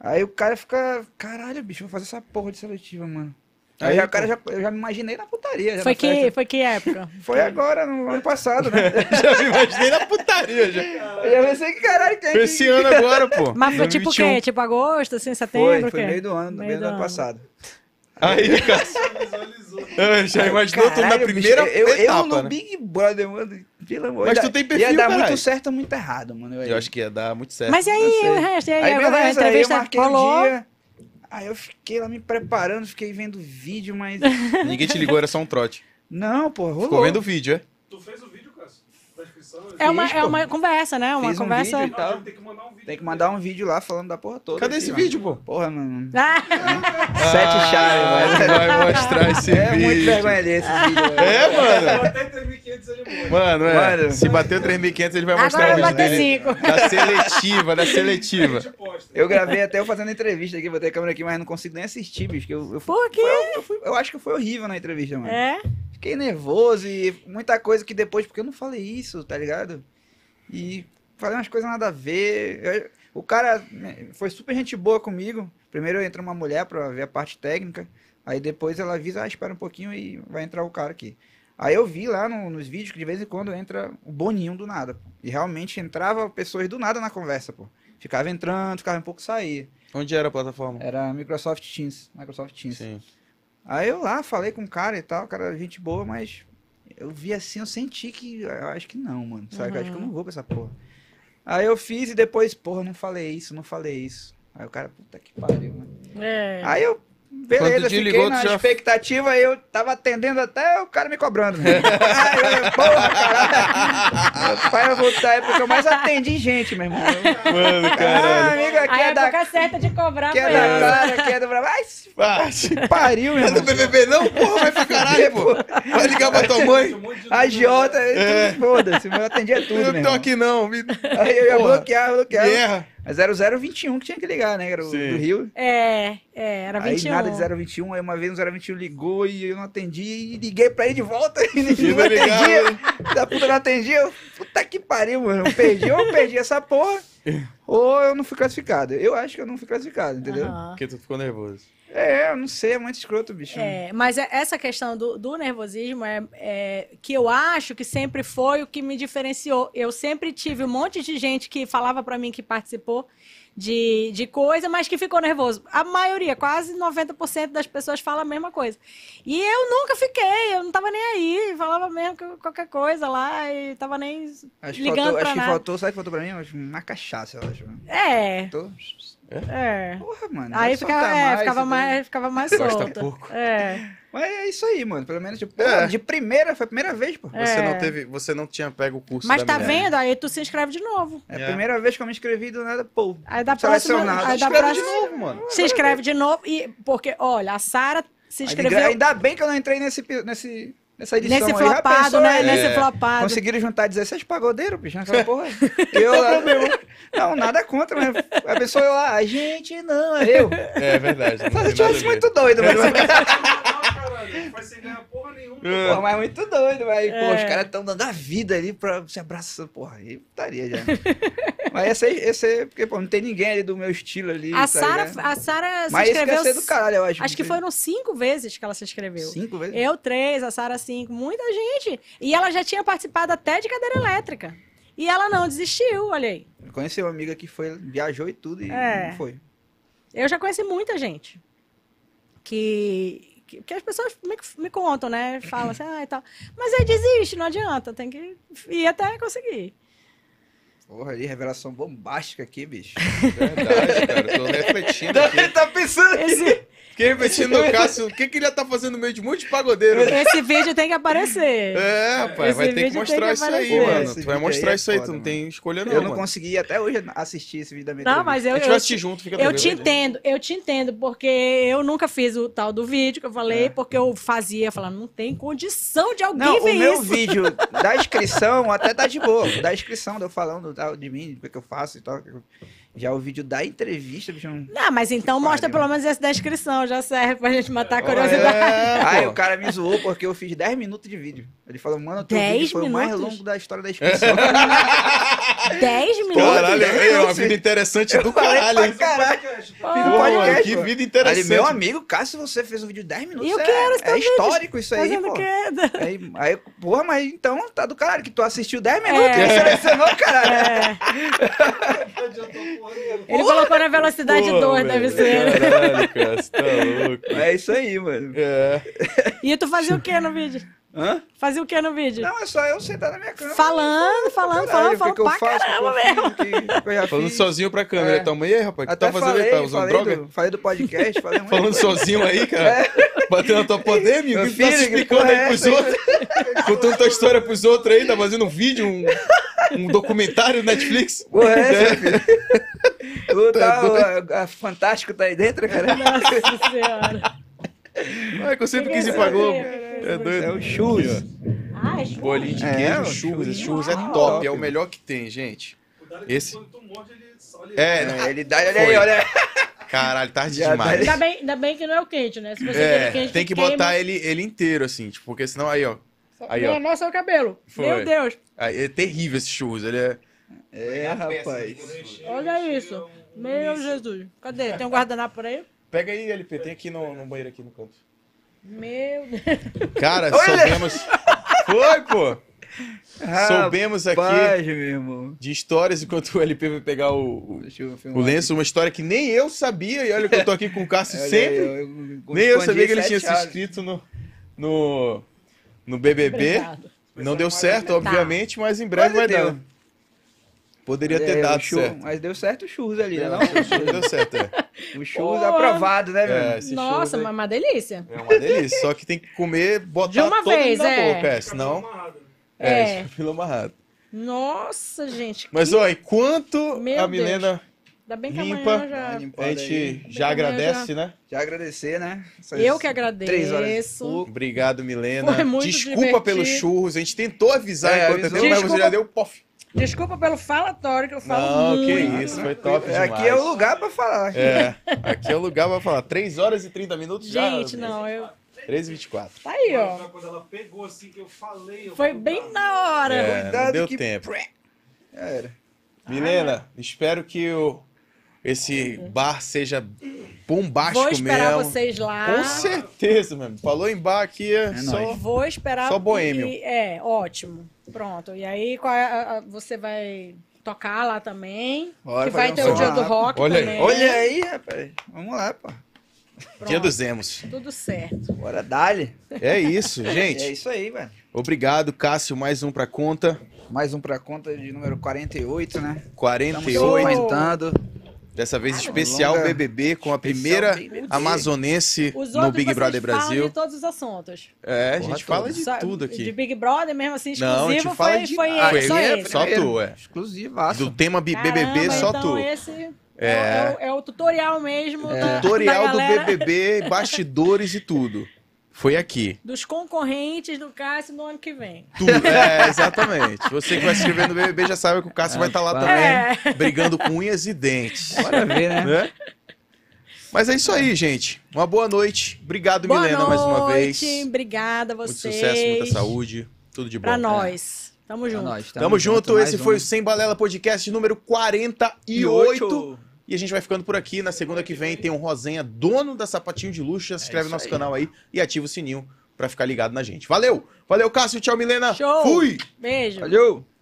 Speaker 1: Aí o cara fica, caralho, bicho, vou fazer essa porra de seletiva, mano. Aí,
Speaker 2: Aí,
Speaker 1: já, o
Speaker 2: pô.
Speaker 1: cara já, eu já me imaginei na putaria. já
Speaker 3: Foi
Speaker 1: na festa.
Speaker 3: que, foi que época?
Speaker 1: Foi agora, no ano passado, né?
Speaker 2: Já me imaginei na putaria já.
Speaker 1: eu já pensei que caralho, quem é que-
Speaker 2: Esse ano agora, pô.
Speaker 3: Mas foi tipo
Speaker 2: 2021.
Speaker 3: o
Speaker 4: um.
Speaker 3: quê? Tipo agosto, assim, setembro?
Speaker 1: Foi,
Speaker 3: o quê?
Speaker 1: foi meio do ano, meio, do ano passado.
Speaker 2: Aí, Cássio.
Speaker 7: Visualizou.
Speaker 2: ah, Já imaginou tu na
Speaker 1: Caralho,
Speaker 2: primeira
Speaker 1: bicho, eu, eu
Speaker 2: etapa,
Speaker 1: no
Speaker 2: né?
Speaker 1: Big Brother, mano, pelo amor
Speaker 2: Mas
Speaker 1: da-
Speaker 2: tu tem perfil,
Speaker 1: Ia dar
Speaker 2: caralho.
Speaker 1: muito certo ou muito errado, mano.
Speaker 2: Eu acho que ia dar muito certo.
Speaker 3: Mas e aí, o resto? E aí,
Speaker 1: É, Aí,
Speaker 3: agora a
Speaker 1: beleza, aí eu
Speaker 3: entrevista
Speaker 1: marquei
Speaker 3: rolou.
Speaker 1: o dia. Aí eu fiquei lá me preparando, fiquei vendo vídeo, mas...
Speaker 2: Ninguém te ligou, era só um trote.
Speaker 1: Não, pô, rolou.
Speaker 2: Ficou vendo o vídeo, é?
Speaker 7: Tu fez o vídeo, Cássio? Da inscrição?
Speaker 3: É uma,
Speaker 1: Fiz,
Speaker 3: é
Speaker 1: pô.
Speaker 3: uma conversa, né? Uma
Speaker 1: Fiz um
Speaker 3: conversa.
Speaker 1: vídeo.
Speaker 7: Não, tem que mandar um vídeo.
Speaker 1: Tem que mandar um vídeo lá falando da porra toda.
Speaker 2: Cadê
Speaker 1: aqui,
Speaker 2: esse
Speaker 1: mano.
Speaker 2: vídeo, pô? né,
Speaker 1: Porra, mano.
Speaker 3: Ah,
Speaker 1: Sete chaves,
Speaker 2: mano. Vai mostrar esse
Speaker 1: É
Speaker 2: vídeo.
Speaker 1: muito vergonha desse
Speaker 3: Ah.
Speaker 1: vídeo, velho.
Speaker 2: É, mano.
Speaker 7: Eu Até 3.500 ele morre.
Speaker 2: Mano, é.
Speaker 1: Mano.
Speaker 2: Se bater 3.500, ele vai mostrar
Speaker 3: agora
Speaker 2: o vídeo
Speaker 3: vai bater
Speaker 2: dele.
Speaker 3: cinco.
Speaker 2: Da seletiva, da seletiva.
Speaker 7: Te posta.
Speaker 1: Eu gravei até eu fazendo entrevista aqui, botei a câmera aqui, mas não consigo nem assistir, bicho. que Eu, eu, fui-
Speaker 3: Por quê?
Speaker 1: foi- eu fui- eu acho que foi horrível na entrevista, mano.
Speaker 3: É?
Speaker 1: Fiquei nervoso e muita coisa que depois, porque eu não falei isso, tá ligado? E falei umas coisas nada a ver. Eu- o cara né, foi super gente boa comigo. Primeiro entra uma mulher pra ver a parte técnica. Aí depois ela avisa, ah, espera um pouquinho e vai entrar o cara aqui. Aí eu vi lá no- nos vídeos que de vez em quando entra o Boninho do nada. pô. E realmente entrava pessoas do nada na conversa, pô. Ficava entrando, ficava um pouco sair.
Speaker 2: Onde era a plataforma?
Speaker 1: Era Microsoft Teams, Microsoft Teams.
Speaker 2: Sim.
Speaker 1: Aí eu lá falei com o cara e tal, o cara, gente boa, mas eu vi assim, eu senti que. Eu acho que não, mano. Sabe? Eu acho que
Speaker 3: Uhum.
Speaker 1: eu não vou pra essa porra. Aí eu fiz e depois, porra, não falei isso, não falei isso. Aí o cara, puta que pariu, mano.
Speaker 3: É.
Speaker 1: Aí eu, beleza,
Speaker 2: Quando te
Speaker 1: fiquei
Speaker 2: ligou, tu
Speaker 1: na
Speaker 2: já-
Speaker 1: expectativa, aí eu tava atendendo até o cara me cobrando. Né? aí eu, porra, caralho. Meu pai vai voltar, é porque eu mais atendi gente, meu irmão.
Speaker 2: Mano,
Speaker 1: Ah,
Speaker 2: caralho.
Speaker 1: amiga, aqui
Speaker 3: Aí a
Speaker 1: é da.
Speaker 3: época certa de cobrar
Speaker 1: Que é
Speaker 3: foi
Speaker 1: da
Speaker 3: essa.
Speaker 1: cara, que é do Ai, se
Speaker 2: Ah,
Speaker 1: pariu, meu
Speaker 2: não é do
Speaker 1: irmão.
Speaker 2: BBB não? Porra, vai pra caralho, pô. Vai ligar pra tua mãe.
Speaker 7: Um monte de
Speaker 1: A Jota, então foda-se, mas eu atendia tudo,
Speaker 2: É. Eu
Speaker 1: meu
Speaker 2: não tô
Speaker 1: irmão.
Speaker 2: aqui não. Me...
Speaker 1: Aí eu ia
Speaker 2: Porra.
Speaker 1: bloquear, bloquear.
Speaker 2: Guerra.
Speaker 1: Mas era o 021 que tinha que ligar, né? Era o
Speaker 2: Sim.
Speaker 1: do Rio.
Speaker 3: É, é, era
Speaker 1: Aí
Speaker 3: 21.
Speaker 1: nada de 021, aí uma vez o 021 ligou e eu não atendi, e liguei pra ele de volta e ele não
Speaker 2: não ligava.
Speaker 1: atendia. Da puta não atendia, eu, puta que pariu, mano. Eu perdi, ou eu perdi essa porra, ou eu não fui classificado. Eu acho que eu não fui classificado, entendeu?
Speaker 3: Aham.
Speaker 2: Porque tu ficou nervoso.
Speaker 1: É, eu não sei, é muito escroto, bicho.
Speaker 3: É, mas é- essa questão do, do nervosismo é, é que eu acho que sempre foi o que me diferenciou. Eu sempre tive um monte de gente que falava pra mim que participou de, de coisa, mas que ficou nervoso. A maioria, quase 90% das pessoas fala a mesma coisa. E eu nunca fiquei, eu não tava nem aí, falava mesmo que- qualquer coisa lá e tava nem.
Speaker 1: Acho que,
Speaker 3: ligando
Speaker 1: faltou,
Speaker 3: pra
Speaker 1: acho que
Speaker 3: nada.
Speaker 1: faltou, sabe o que faltou pra mim? Eu acho Uma cachaça, eu acho. mano.
Speaker 3: É,
Speaker 1: Tô-
Speaker 3: é.
Speaker 1: Porra, mano. vai
Speaker 3: Aí ficava,
Speaker 1: soltar
Speaker 3: é,
Speaker 1: mais,
Speaker 3: ficava,
Speaker 1: entendeu?
Speaker 3: mais, ficava mais
Speaker 2: né? Gosta
Speaker 3: solta.
Speaker 2: pouco.
Speaker 3: É.
Speaker 1: Mas é isso aí, mano. Pelo menos, tipo,
Speaker 2: É.
Speaker 1: pô, de primeira, foi a primeira vez, pô.
Speaker 3: É.
Speaker 2: Você não teve, você não tinha pego o curso
Speaker 3: Mas
Speaker 2: da
Speaker 3: tá
Speaker 2: mulher.
Speaker 3: vendo? Aí tu se inscreve de novo.
Speaker 1: É
Speaker 2: É.
Speaker 1: a primeira vez que eu me inscrevi do nada, pô.
Speaker 3: Aí da próxima.
Speaker 1: Selecionado.
Speaker 3: Aí da
Speaker 2: Escreve
Speaker 3: próxima.
Speaker 2: de novo, mano.
Speaker 3: Se inscreve de novo e porque olha, a Sara se
Speaker 1: Aí,
Speaker 3: inscreveu
Speaker 1: gra- Ainda bem que eu não entrei nesse, pi- nesse, nessa edição
Speaker 3: nesse
Speaker 1: aí. Já
Speaker 3: flopado,
Speaker 1: pensou,
Speaker 3: né?
Speaker 1: é,
Speaker 3: Nesse
Speaker 2: É.
Speaker 3: flopado.
Speaker 1: Conseguiram juntar 16 pagodeiros, bicho, naquela porra. Eu lá, não, nada contra, mas a pessoa eu lá, a gente não, eu.
Speaker 2: É verdade. não
Speaker 1: Mas
Speaker 2: tem
Speaker 1: eu tivesse
Speaker 2: nada a ver.
Speaker 1: muito doido, mas,
Speaker 7: Não, caralho. Não vai sem ganhar porra nenhuma.
Speaker 2: É.
Speaker 1: porra, mas muito doido, mas, pô,
Speaker 3: É.
Speaker 1: os caras estão dando a vida ali pra se abraçar, porra, aí estaria já. mas esse, aí- esse, aí, porque, pô, não tem ninguém ali do meu estilo ali,
Speaker 3: a
Speaker 1: tá
Speaker 3: Sara
Speaker 1: ligado?
Speaker 3: a Sara se
Speaker 1: Mas isso
Speaker 3: inscreveu.
Speaker 1: quer ser do caralho, eu acho.
Speaker 3: Acho que foram cinco vezes que ela se inscreveu.
Speaker 1: cinco vezes.
Speaker 3: Eu três, a Sara cinco, muita gente. E ela já tinha participado até de cadeira elétrica. E ela não desistiu, olha aí.
Speaker 1: Eu Conheci uma amiga que foi, viajou e tudo e
Speaker 3: É.
Speaker 1: não foi.
Speaker 3: Eu já conheci muita gente que, que, que as pessoas me, me contam, né? Falam assim, ah, e tal. Mas aí desiste, não adianta, tem que ir até conseguir.
Speaker 1: Porra, ali, revelação bombástica aqui, bicho.
Speaker 2: Verdade, cara. Tô refletindo aqui.
Speaker 1: tá pensando
Speaker 3: Esse-
Speaker 2: Fiquei refletindo no Cássio. O que, que ele ia tá fazendo no meio de um monte de pagodeiro? né?
Speaker 3: Esse vídeo tem que aparecer.
Speaker 2: É, rapaz,
Speaker 3: Esse
Speaker 2: vai ter
Speaker 3: vídeo
Speaker 2: que
Speaker 3: tem
Speaker 2: mostrar
Speaker 3: que
Speaker 2: isso aí,
Speaker 3: aparecer.
Speaker 2: mano.
Speaker 1: Esse
Speaker 2: Tu vai
Speaker 1: vídeo
Speaker 2: mostrar
Speaker 1: aí é
Speaker 2: isso aí, tu
Speaker 1: foda,
Speaker 2: não tem escolha, não,
Speaker 1: Eu não
Speaker 2: mano.
Speaker 1: consegui até hoje assistir esse vídeo da minha
Speaker 3: Não,
Speaker 1: entrevista.
Speaker 3: mas eu,
Speaker 2: A gente
Speaker 3: eu,
Speaker 2: vai assistir né? junto, fica
Speaker 3: eu
Speaker 2: tranquilo.
Speaker 3: te entendo, eu te entendo, porque eu nunca fiz o tal do vídeo que eu falei,
Speaker 2: É.
Speaker 3: porque eu fazia, falando, não tem condição de alguém
Speaker 1: Não, o
Speaker 3: ver
Speaker 1: meu
Speaker 3: isso.
Speaker 1: vídeo da inscrição até tá de boa. Da inscrição, de eu falando tal, de mim, do que eu faço e tal. Já o vídeo da entrevista, bicho. não-
Speaker 3: Não, mas então
Speaker 1: Que
Speaker 3: mostra
Speaker 1: pariu.
Speaker 3: pelo menos essa descrição, já serve pra gente matar a curiosidade.
Speaker 1: Ai, o
Speaker 2: É, pô.
Speaker 1: cara me zoou porque eu fiz 10 minutos de vídeo. Ele falou, mano, teu
Speaker 3: 10
Speaker 1: vídeo foi o mais
Speaker 3: minutos?
Speaker 1: longo da história da inscrição.
Speaker 3: 10 minutos.
Speaker 2: É. Caralho, é uma
Speaker 1: minutos.
Speaker 2: vida interessante do
Speaker 1: Falei
Speaker 2: caralho. hein?
Speaker 1: pra caralho.
Speaker 3: Pô,
Speaker 1: Fiz um
Speaker 2: mano,
Speaker 1: podcast,
Speaker 2: que
Speaker 1: pô.
Speaker 2: vida
Speaker 1: Aí, meu
Speaker 2: interessante.
Speaker 1: amigo, Cássio, você fez um vídeo de 10 minutos.
Speaker 3: E o
Speaker 1: é-
Speaker 3: que era esse
Speaker 1: É
Speaker 3: teu vídeo?
Speaker 1: histórico isso aí,
Speaker 3: Fazendo o
Speaker 1: pô.
Speaker 3: quê?
Speaker 1: Aí, aí, porra, mas então tá do tá caralho que tu assistiu 10 minutos
Speaker 3: É.
Speaker 1: e selecionou, caralho.
Speaker 7: Não adiantou porra nenhuma.
Speaker 3: Ele colocou na velocidade
Speaker 2: Pô,
Speaker 3: 2 da
Speaker 2: velho,
Speaker 3: viseira.
Speaker 2: Caralho, cara, você tá louco. É.
Speaker 1: É isso aí, mano.
Speaker 3: E tu fazia o que no vídeo?
Speaker 1: Hã?
Speaker 3: Fazia o que no vídeo?
Speaker 1: Não, é só eu sentar na minha cama.
Speaker 3: Falando, falando,
Speaker 1: Caralho,
Speaker 3: falando, falando pra caramba mesmo.
Speaker 1: o que, que eu fiz, o que, que eu já
Speaker 2: Falando
Speaker 1: fiz.
Speaker 2: sozinho pra câmera.
Speaker 1: É.
Speaker 2: Toma aí, rapaz. O que
Speaker 1: Até
Speaker 2: tá fazendo
Speaker 1: falei,
Speaker 2: aí? Tá usando
Speaker 1: falei
Speaker 2: droga?
Speaker 1: Do, falei do podcast, falei um muito.
Speaker 2: Falando sozinho aí, cara. Batendo na tua poder, amigo.
Speaker 1: Meu
Speaker 2: e tá
Speaker 1: filho,
Speaker 2: se
Speaker 1: que
Speaker 2: explicando
Speaker 1: porra
Speaker 2: aí
Speaker 1: é
Speaker 2: pros
Speaker 1: essa aí?
Speaker 2: outros. contando tua história pros outros aí. Tá fazendo um vídeo, um, um documentário no Netflix.
Speaker 1: Porra, é essa, filho?
Speaker 2: Tá
Speaker 1: O tal, a, a Fantástico tá aí dentro, cara.
Speaker 3: Nossa senhora.
Speaker 2: Ai, é que eu sempre quis ir pra
Speaker 3: Ninguém
Speaker 2: Globo.
Speaker 3: sabia.
Speaker 2: É doido.
Speaker 1: É o Churros.
Speaker 3: Ah, é churro.
Speaker 2: Bolinho de
Speaker 1: É,
Speaker 2: queijo,
Speaker 1: o
Speaker 2: churros. Esse
Speaker 3: churros
Speaker 2: churros é
Speaker 3: é
Speaker 2: top. É
Speaker 1: top,
Speaker 2: o melhor que tem, gente.
Speaker 7: Cuidado
Speaker 2: Esse-
Speaker 7: que quando tu morde, ele só ele-
Speaker 2: É,
Speaker 1: É, ele dá, olha
Speaker 2: Foi.
Speaker 1: aí, olha aí.
Speaker 2: caralho, tarde
Speaker 1: Já
Speaker 2: demais.
Speaker 3: Ainda bem, ainda bem que não é o quente, né? Se você
Speaker 2: É,
Speaker 3: o quente,
Speaker 2: tem que
Speaker 3: queima.
Speaker 2: botar ele, ele inteiro, assim, tipo, porque senão aí, ó. aí,
Speaker 3: Não,
Speaker 2: ó.
Speaker 3: não, só é o cabelo.
Speaker 2: Foi.
Speaker 3: Meu Deus.
Speaker 2: aí é terrível esse churros. Ele é.
Speaker 1: É, rapaz.
Speaker 3: Olha isso. Meu Jesus. Cadê? Tem um guardanapo por aí?
Speaker 2: Pega aí, LP, tem aqui no, no banheiro aqui no canto.
Speaker 3: Meu Deus.
Speaker 2: Cara,
Speaker 1: Olha!
Speaker 2: soubemos. Foi, pô! Ah, soubemos aqui
Speaker 1: Rapaz, meu irmão.
Speaker 2: de histórias enquanto o LP vai pegar o, o,
Speaker 1: Deixa eu um
Speaker 2: o
Speaker 1: filmar.
Speaker 2: lenço, uma história que nem eu sabia, e olha que eu tô aqui com o Cássio
Speaker 1: Olha aí,
Speaker 2: sempre.
Speaker 1: eu- eu
Speaker 2: nem eu
Speaker 1: escondi
Speaker 2: sabia que ele
Speaker 1: sete
Speaker 2: tinha se
Speaker 1: chaves.
Speaker 2: inscrito no, no, no BBB.
Speaker 3: Obrigado.
Speaker 2: Não deu certo,
Speaker 3: é
Speaker 2: obviamente, mas em breve
Speaker 1: Quase
Speaker 2: vai
Speaker 1: deu.
Speaker 2: dar. Poderia
Speaker 1: Olha
Speaker 2: ter
Speaker 1: aí,
Speaker 2: dado
Speaker 1: o churro-
Speaker 2: certo.
Speaker 1: Mas deu certo o churros ali, né?
Speaker 2: Não,
Speaker 1: Não,
Speaker 2: o churros deu certo, é.
Speaker 1: o churros
Speaker 3: Porra.
Speaker 1: aprovado, né, velho?
Speaker 2: É, esse
Speaker 3: Nossa,
Speaker 2: churros aí
Speaker 3: mas uma delícia.
Speaker 2: É uma delícia, só que tem que comer, botar
Speaker 3: De uma
Speaker 2: todo mundo
Speaker 3: vez,
Speaker 2: na
Speaker 3: é.
Speaker 2: boca, é,
Speaker 7: Fica tudo
Speaker 2: senão...
Speaker 7: amarrado.
Speaker 2: É,
Speaker 3: É.
Speaker 2: é fila amarrado.
Speaker 3: Nossa, gente.
Speaker 2: Mas, ó, enquanto
Speaker 3: Meu
Speaker 2: a
Speaker 3: Deus.
Speaker 2: Milena
Speaker 3: Ainda bem que
Speaker 2: limpa,
Speaker 3: amanhã já.
Speaker 1: limpa.
Speaker 2: a
Speaker 1: Olha
Speaker 2: gente
Speaker 3: aí.
Speaker 2: já agradece, né?
Speaker 1: Já agradecer, né? Essas
Speaker 3: Eu que agradeço.
Speaker 1: Três horas.
Speaker 2: Obrigado, Milena.
Speaker 3: Foi muito
Speaker 2: Desculpa
Speaker 3: divertido.
Speaker 2: pelos churros, a gente tentou avisar
Speaker 1: É,
Speaker 2: enquanto
Speaker 1: avisou.
Speaker 2: deu, mas você já
Speaker 3: Desculpa.
Speaker 2: deu pof.
Speaker 3: Desculpa pelo falatório que eu falo
Speaker 2: Não,
Speaker 3: muito.
Speaker 2: que isso, foi top demais.
Speaker 1: Aqui é o lugar pra falar.
Speaker 2: É, aqui é o lugar pra falar. 3 horas e 30 minutos já.
Speaker 3: Gente, não, eu...
Speaker 2: 3 e né? 24.
Speaker 3: tá aí, ó.
Speaker 7: Quando ela pegou assim que eu falei. eu
Speaker 3: Foi
Speaker 7: falei,
Speaker 3: bem
Speaker 7: "Ah,
Speaker 3: na hora.
Speaker 2: É, não
Speaker 1: Cuidado
Speaker 2: deu
Speaker 1: que-
Speaker 2: tempo.
Speaker 1: Já era.
Speaker 2: Milena, espero que o, esse bar seja
Speaker 3: Vou
Speaker 2: bombástico
Speaker 3: esperar
Speaker 2: mesmo.
Speaker 3: vocês lá.
Speaker 2: Com certeza, mano. Falou em bar aqui, é
Speaker 1: É
Speaker 2: só...
Speaker 1: nóis.
Speaker 3: Vou esperar.
Speaker 2: Só boêmio.
Speaker 3: e- é, ótimo. Pronto. E aí qual é a- a- você vai tocar lá também.
Speaker 1: Bora
Speaker 3: que vai
Speaker 1: fazer
Speaker 3: ter
Speaker 1: um
Speaker 3: o
Speaker 1: som
Speaker 3: dia
Speaker 1: lá.
Speaker 3: do rock
Speaker 2: Olha aí,
Speaker 3: também.
Speaker 1: Olha aí, rapaz. Vamos lá, pô.
Speaker 2: um Dia
Speaker 3: Pronto,
Speaker 2: dos Emos.
Speaker 3: Tudo certo.
Speaker 1: Bora dali.
Speaker 2: É isso,
Speaker 1: É
Speaker 2: gente.
Speaker 1: isso aí, velho.
Speaker 2: Obrigado, Cássio. Mais um pra conta.
Speaker 1: Mais um pra conta de número 48, né? Estamos
Speaker 2: 48.
Speaker 1: aumentando.
Speaker 2: Dessa vez
Speaker 3: Ah,
Speaker 2: especial
Speaker 1: longa-
Speaker 2: BBB com a primeira
Speaker 1: BBB.
Speaker 2: amazonense
Speaker 3: Os
Speaker 2: no
Speaker 3: outros
Speaker 2: Big
Speaker 3: vocês
Speaker 2: Brother
Speaker 3: falam
Speaker 2: Brasil.
Speaker 3: de todos os assuntos.
Speaker 2: É, a
Speaker 1: Porra
Speaker 2: gente fala
Speaker 1: toda.
Speaker 2: de
Speaker 3: Só-
Speaker 2: tudo aqui.
Speaker 3: De Big Brother mesmo assim
Speaker 2: Não, a gente
Speaker 3: exclusivo
Speaker 2: fala
Speaker 3: foi
Speaker 2: de-
Speaker 3: foi
Speaker 2: Ah,
Speaker 3: ele, só
Speaker 2: ele é
Speaker 3: ele.
Speaker 2: Só tu, é.
Speaker 1: Exclusivaço.
Speaker 2: Do tema bi- BBB,
Speaker 3: Caramba,
Speaker 2: só
Speaker 3: então
Speaker 2: tu.
Speaker 3: esse é,
Speaker 2: É.
Speaker 3: é o- é o tutorial mesmo da,
Speaker 2: Tutorial
Speaker 3: da
Speaker 2: do
Speaker 3: galera,
Speaker 2: BBB, bastidores e tudo. Foi aqui.
Speaker 3: dos concorrentes do Cássio no ano que vem.
Speaker 2: Tudo. É, exatamente. Você que vai se inscrever no BBB já sabe que o Cássio vai estar lá
Speaker 3: É.
Speaker 2: também, Ah, brigando com unhas e dentes.
Speaker 1: Bora ver, né?
Speaker 2: Né? Mas é isso aí, gente. Uma boa noite. Obrigado,
Speaker 3: Boa
Speaker 2: Milena, mais uma
Speaker 3: noite,
Speaker 2: vez.
Speaker 3: Obrigada a
Speaker 2: Muito
Speaker 3: vocês.
Speaker 2: sucesso, muita saúde. Tudo de bom. é.
Speaker 3: Pra nós. Tamo junto.
Speaker 1: nós,
Speaker 2: Tamo, junto,
Speaker 1: mais
Speaker 2: esse foi
Speaker 1: um.
Speaker 2: o Sem Balela Podcast número 48. E a gente vai ficando por aqui. Na segunda que vem tem um Rosenha, dono da Sapatinho de Luxo. Já se inscreve no nosso canal aí e ativa o sininho pra ficar ligado na gente. Valeu! Valeu, Cássio. Tchau, Milena.
Speaker 3: Show!
Speaker 2: Fui!
Speaker 3: Beijo.
Speaker 1: Valeu!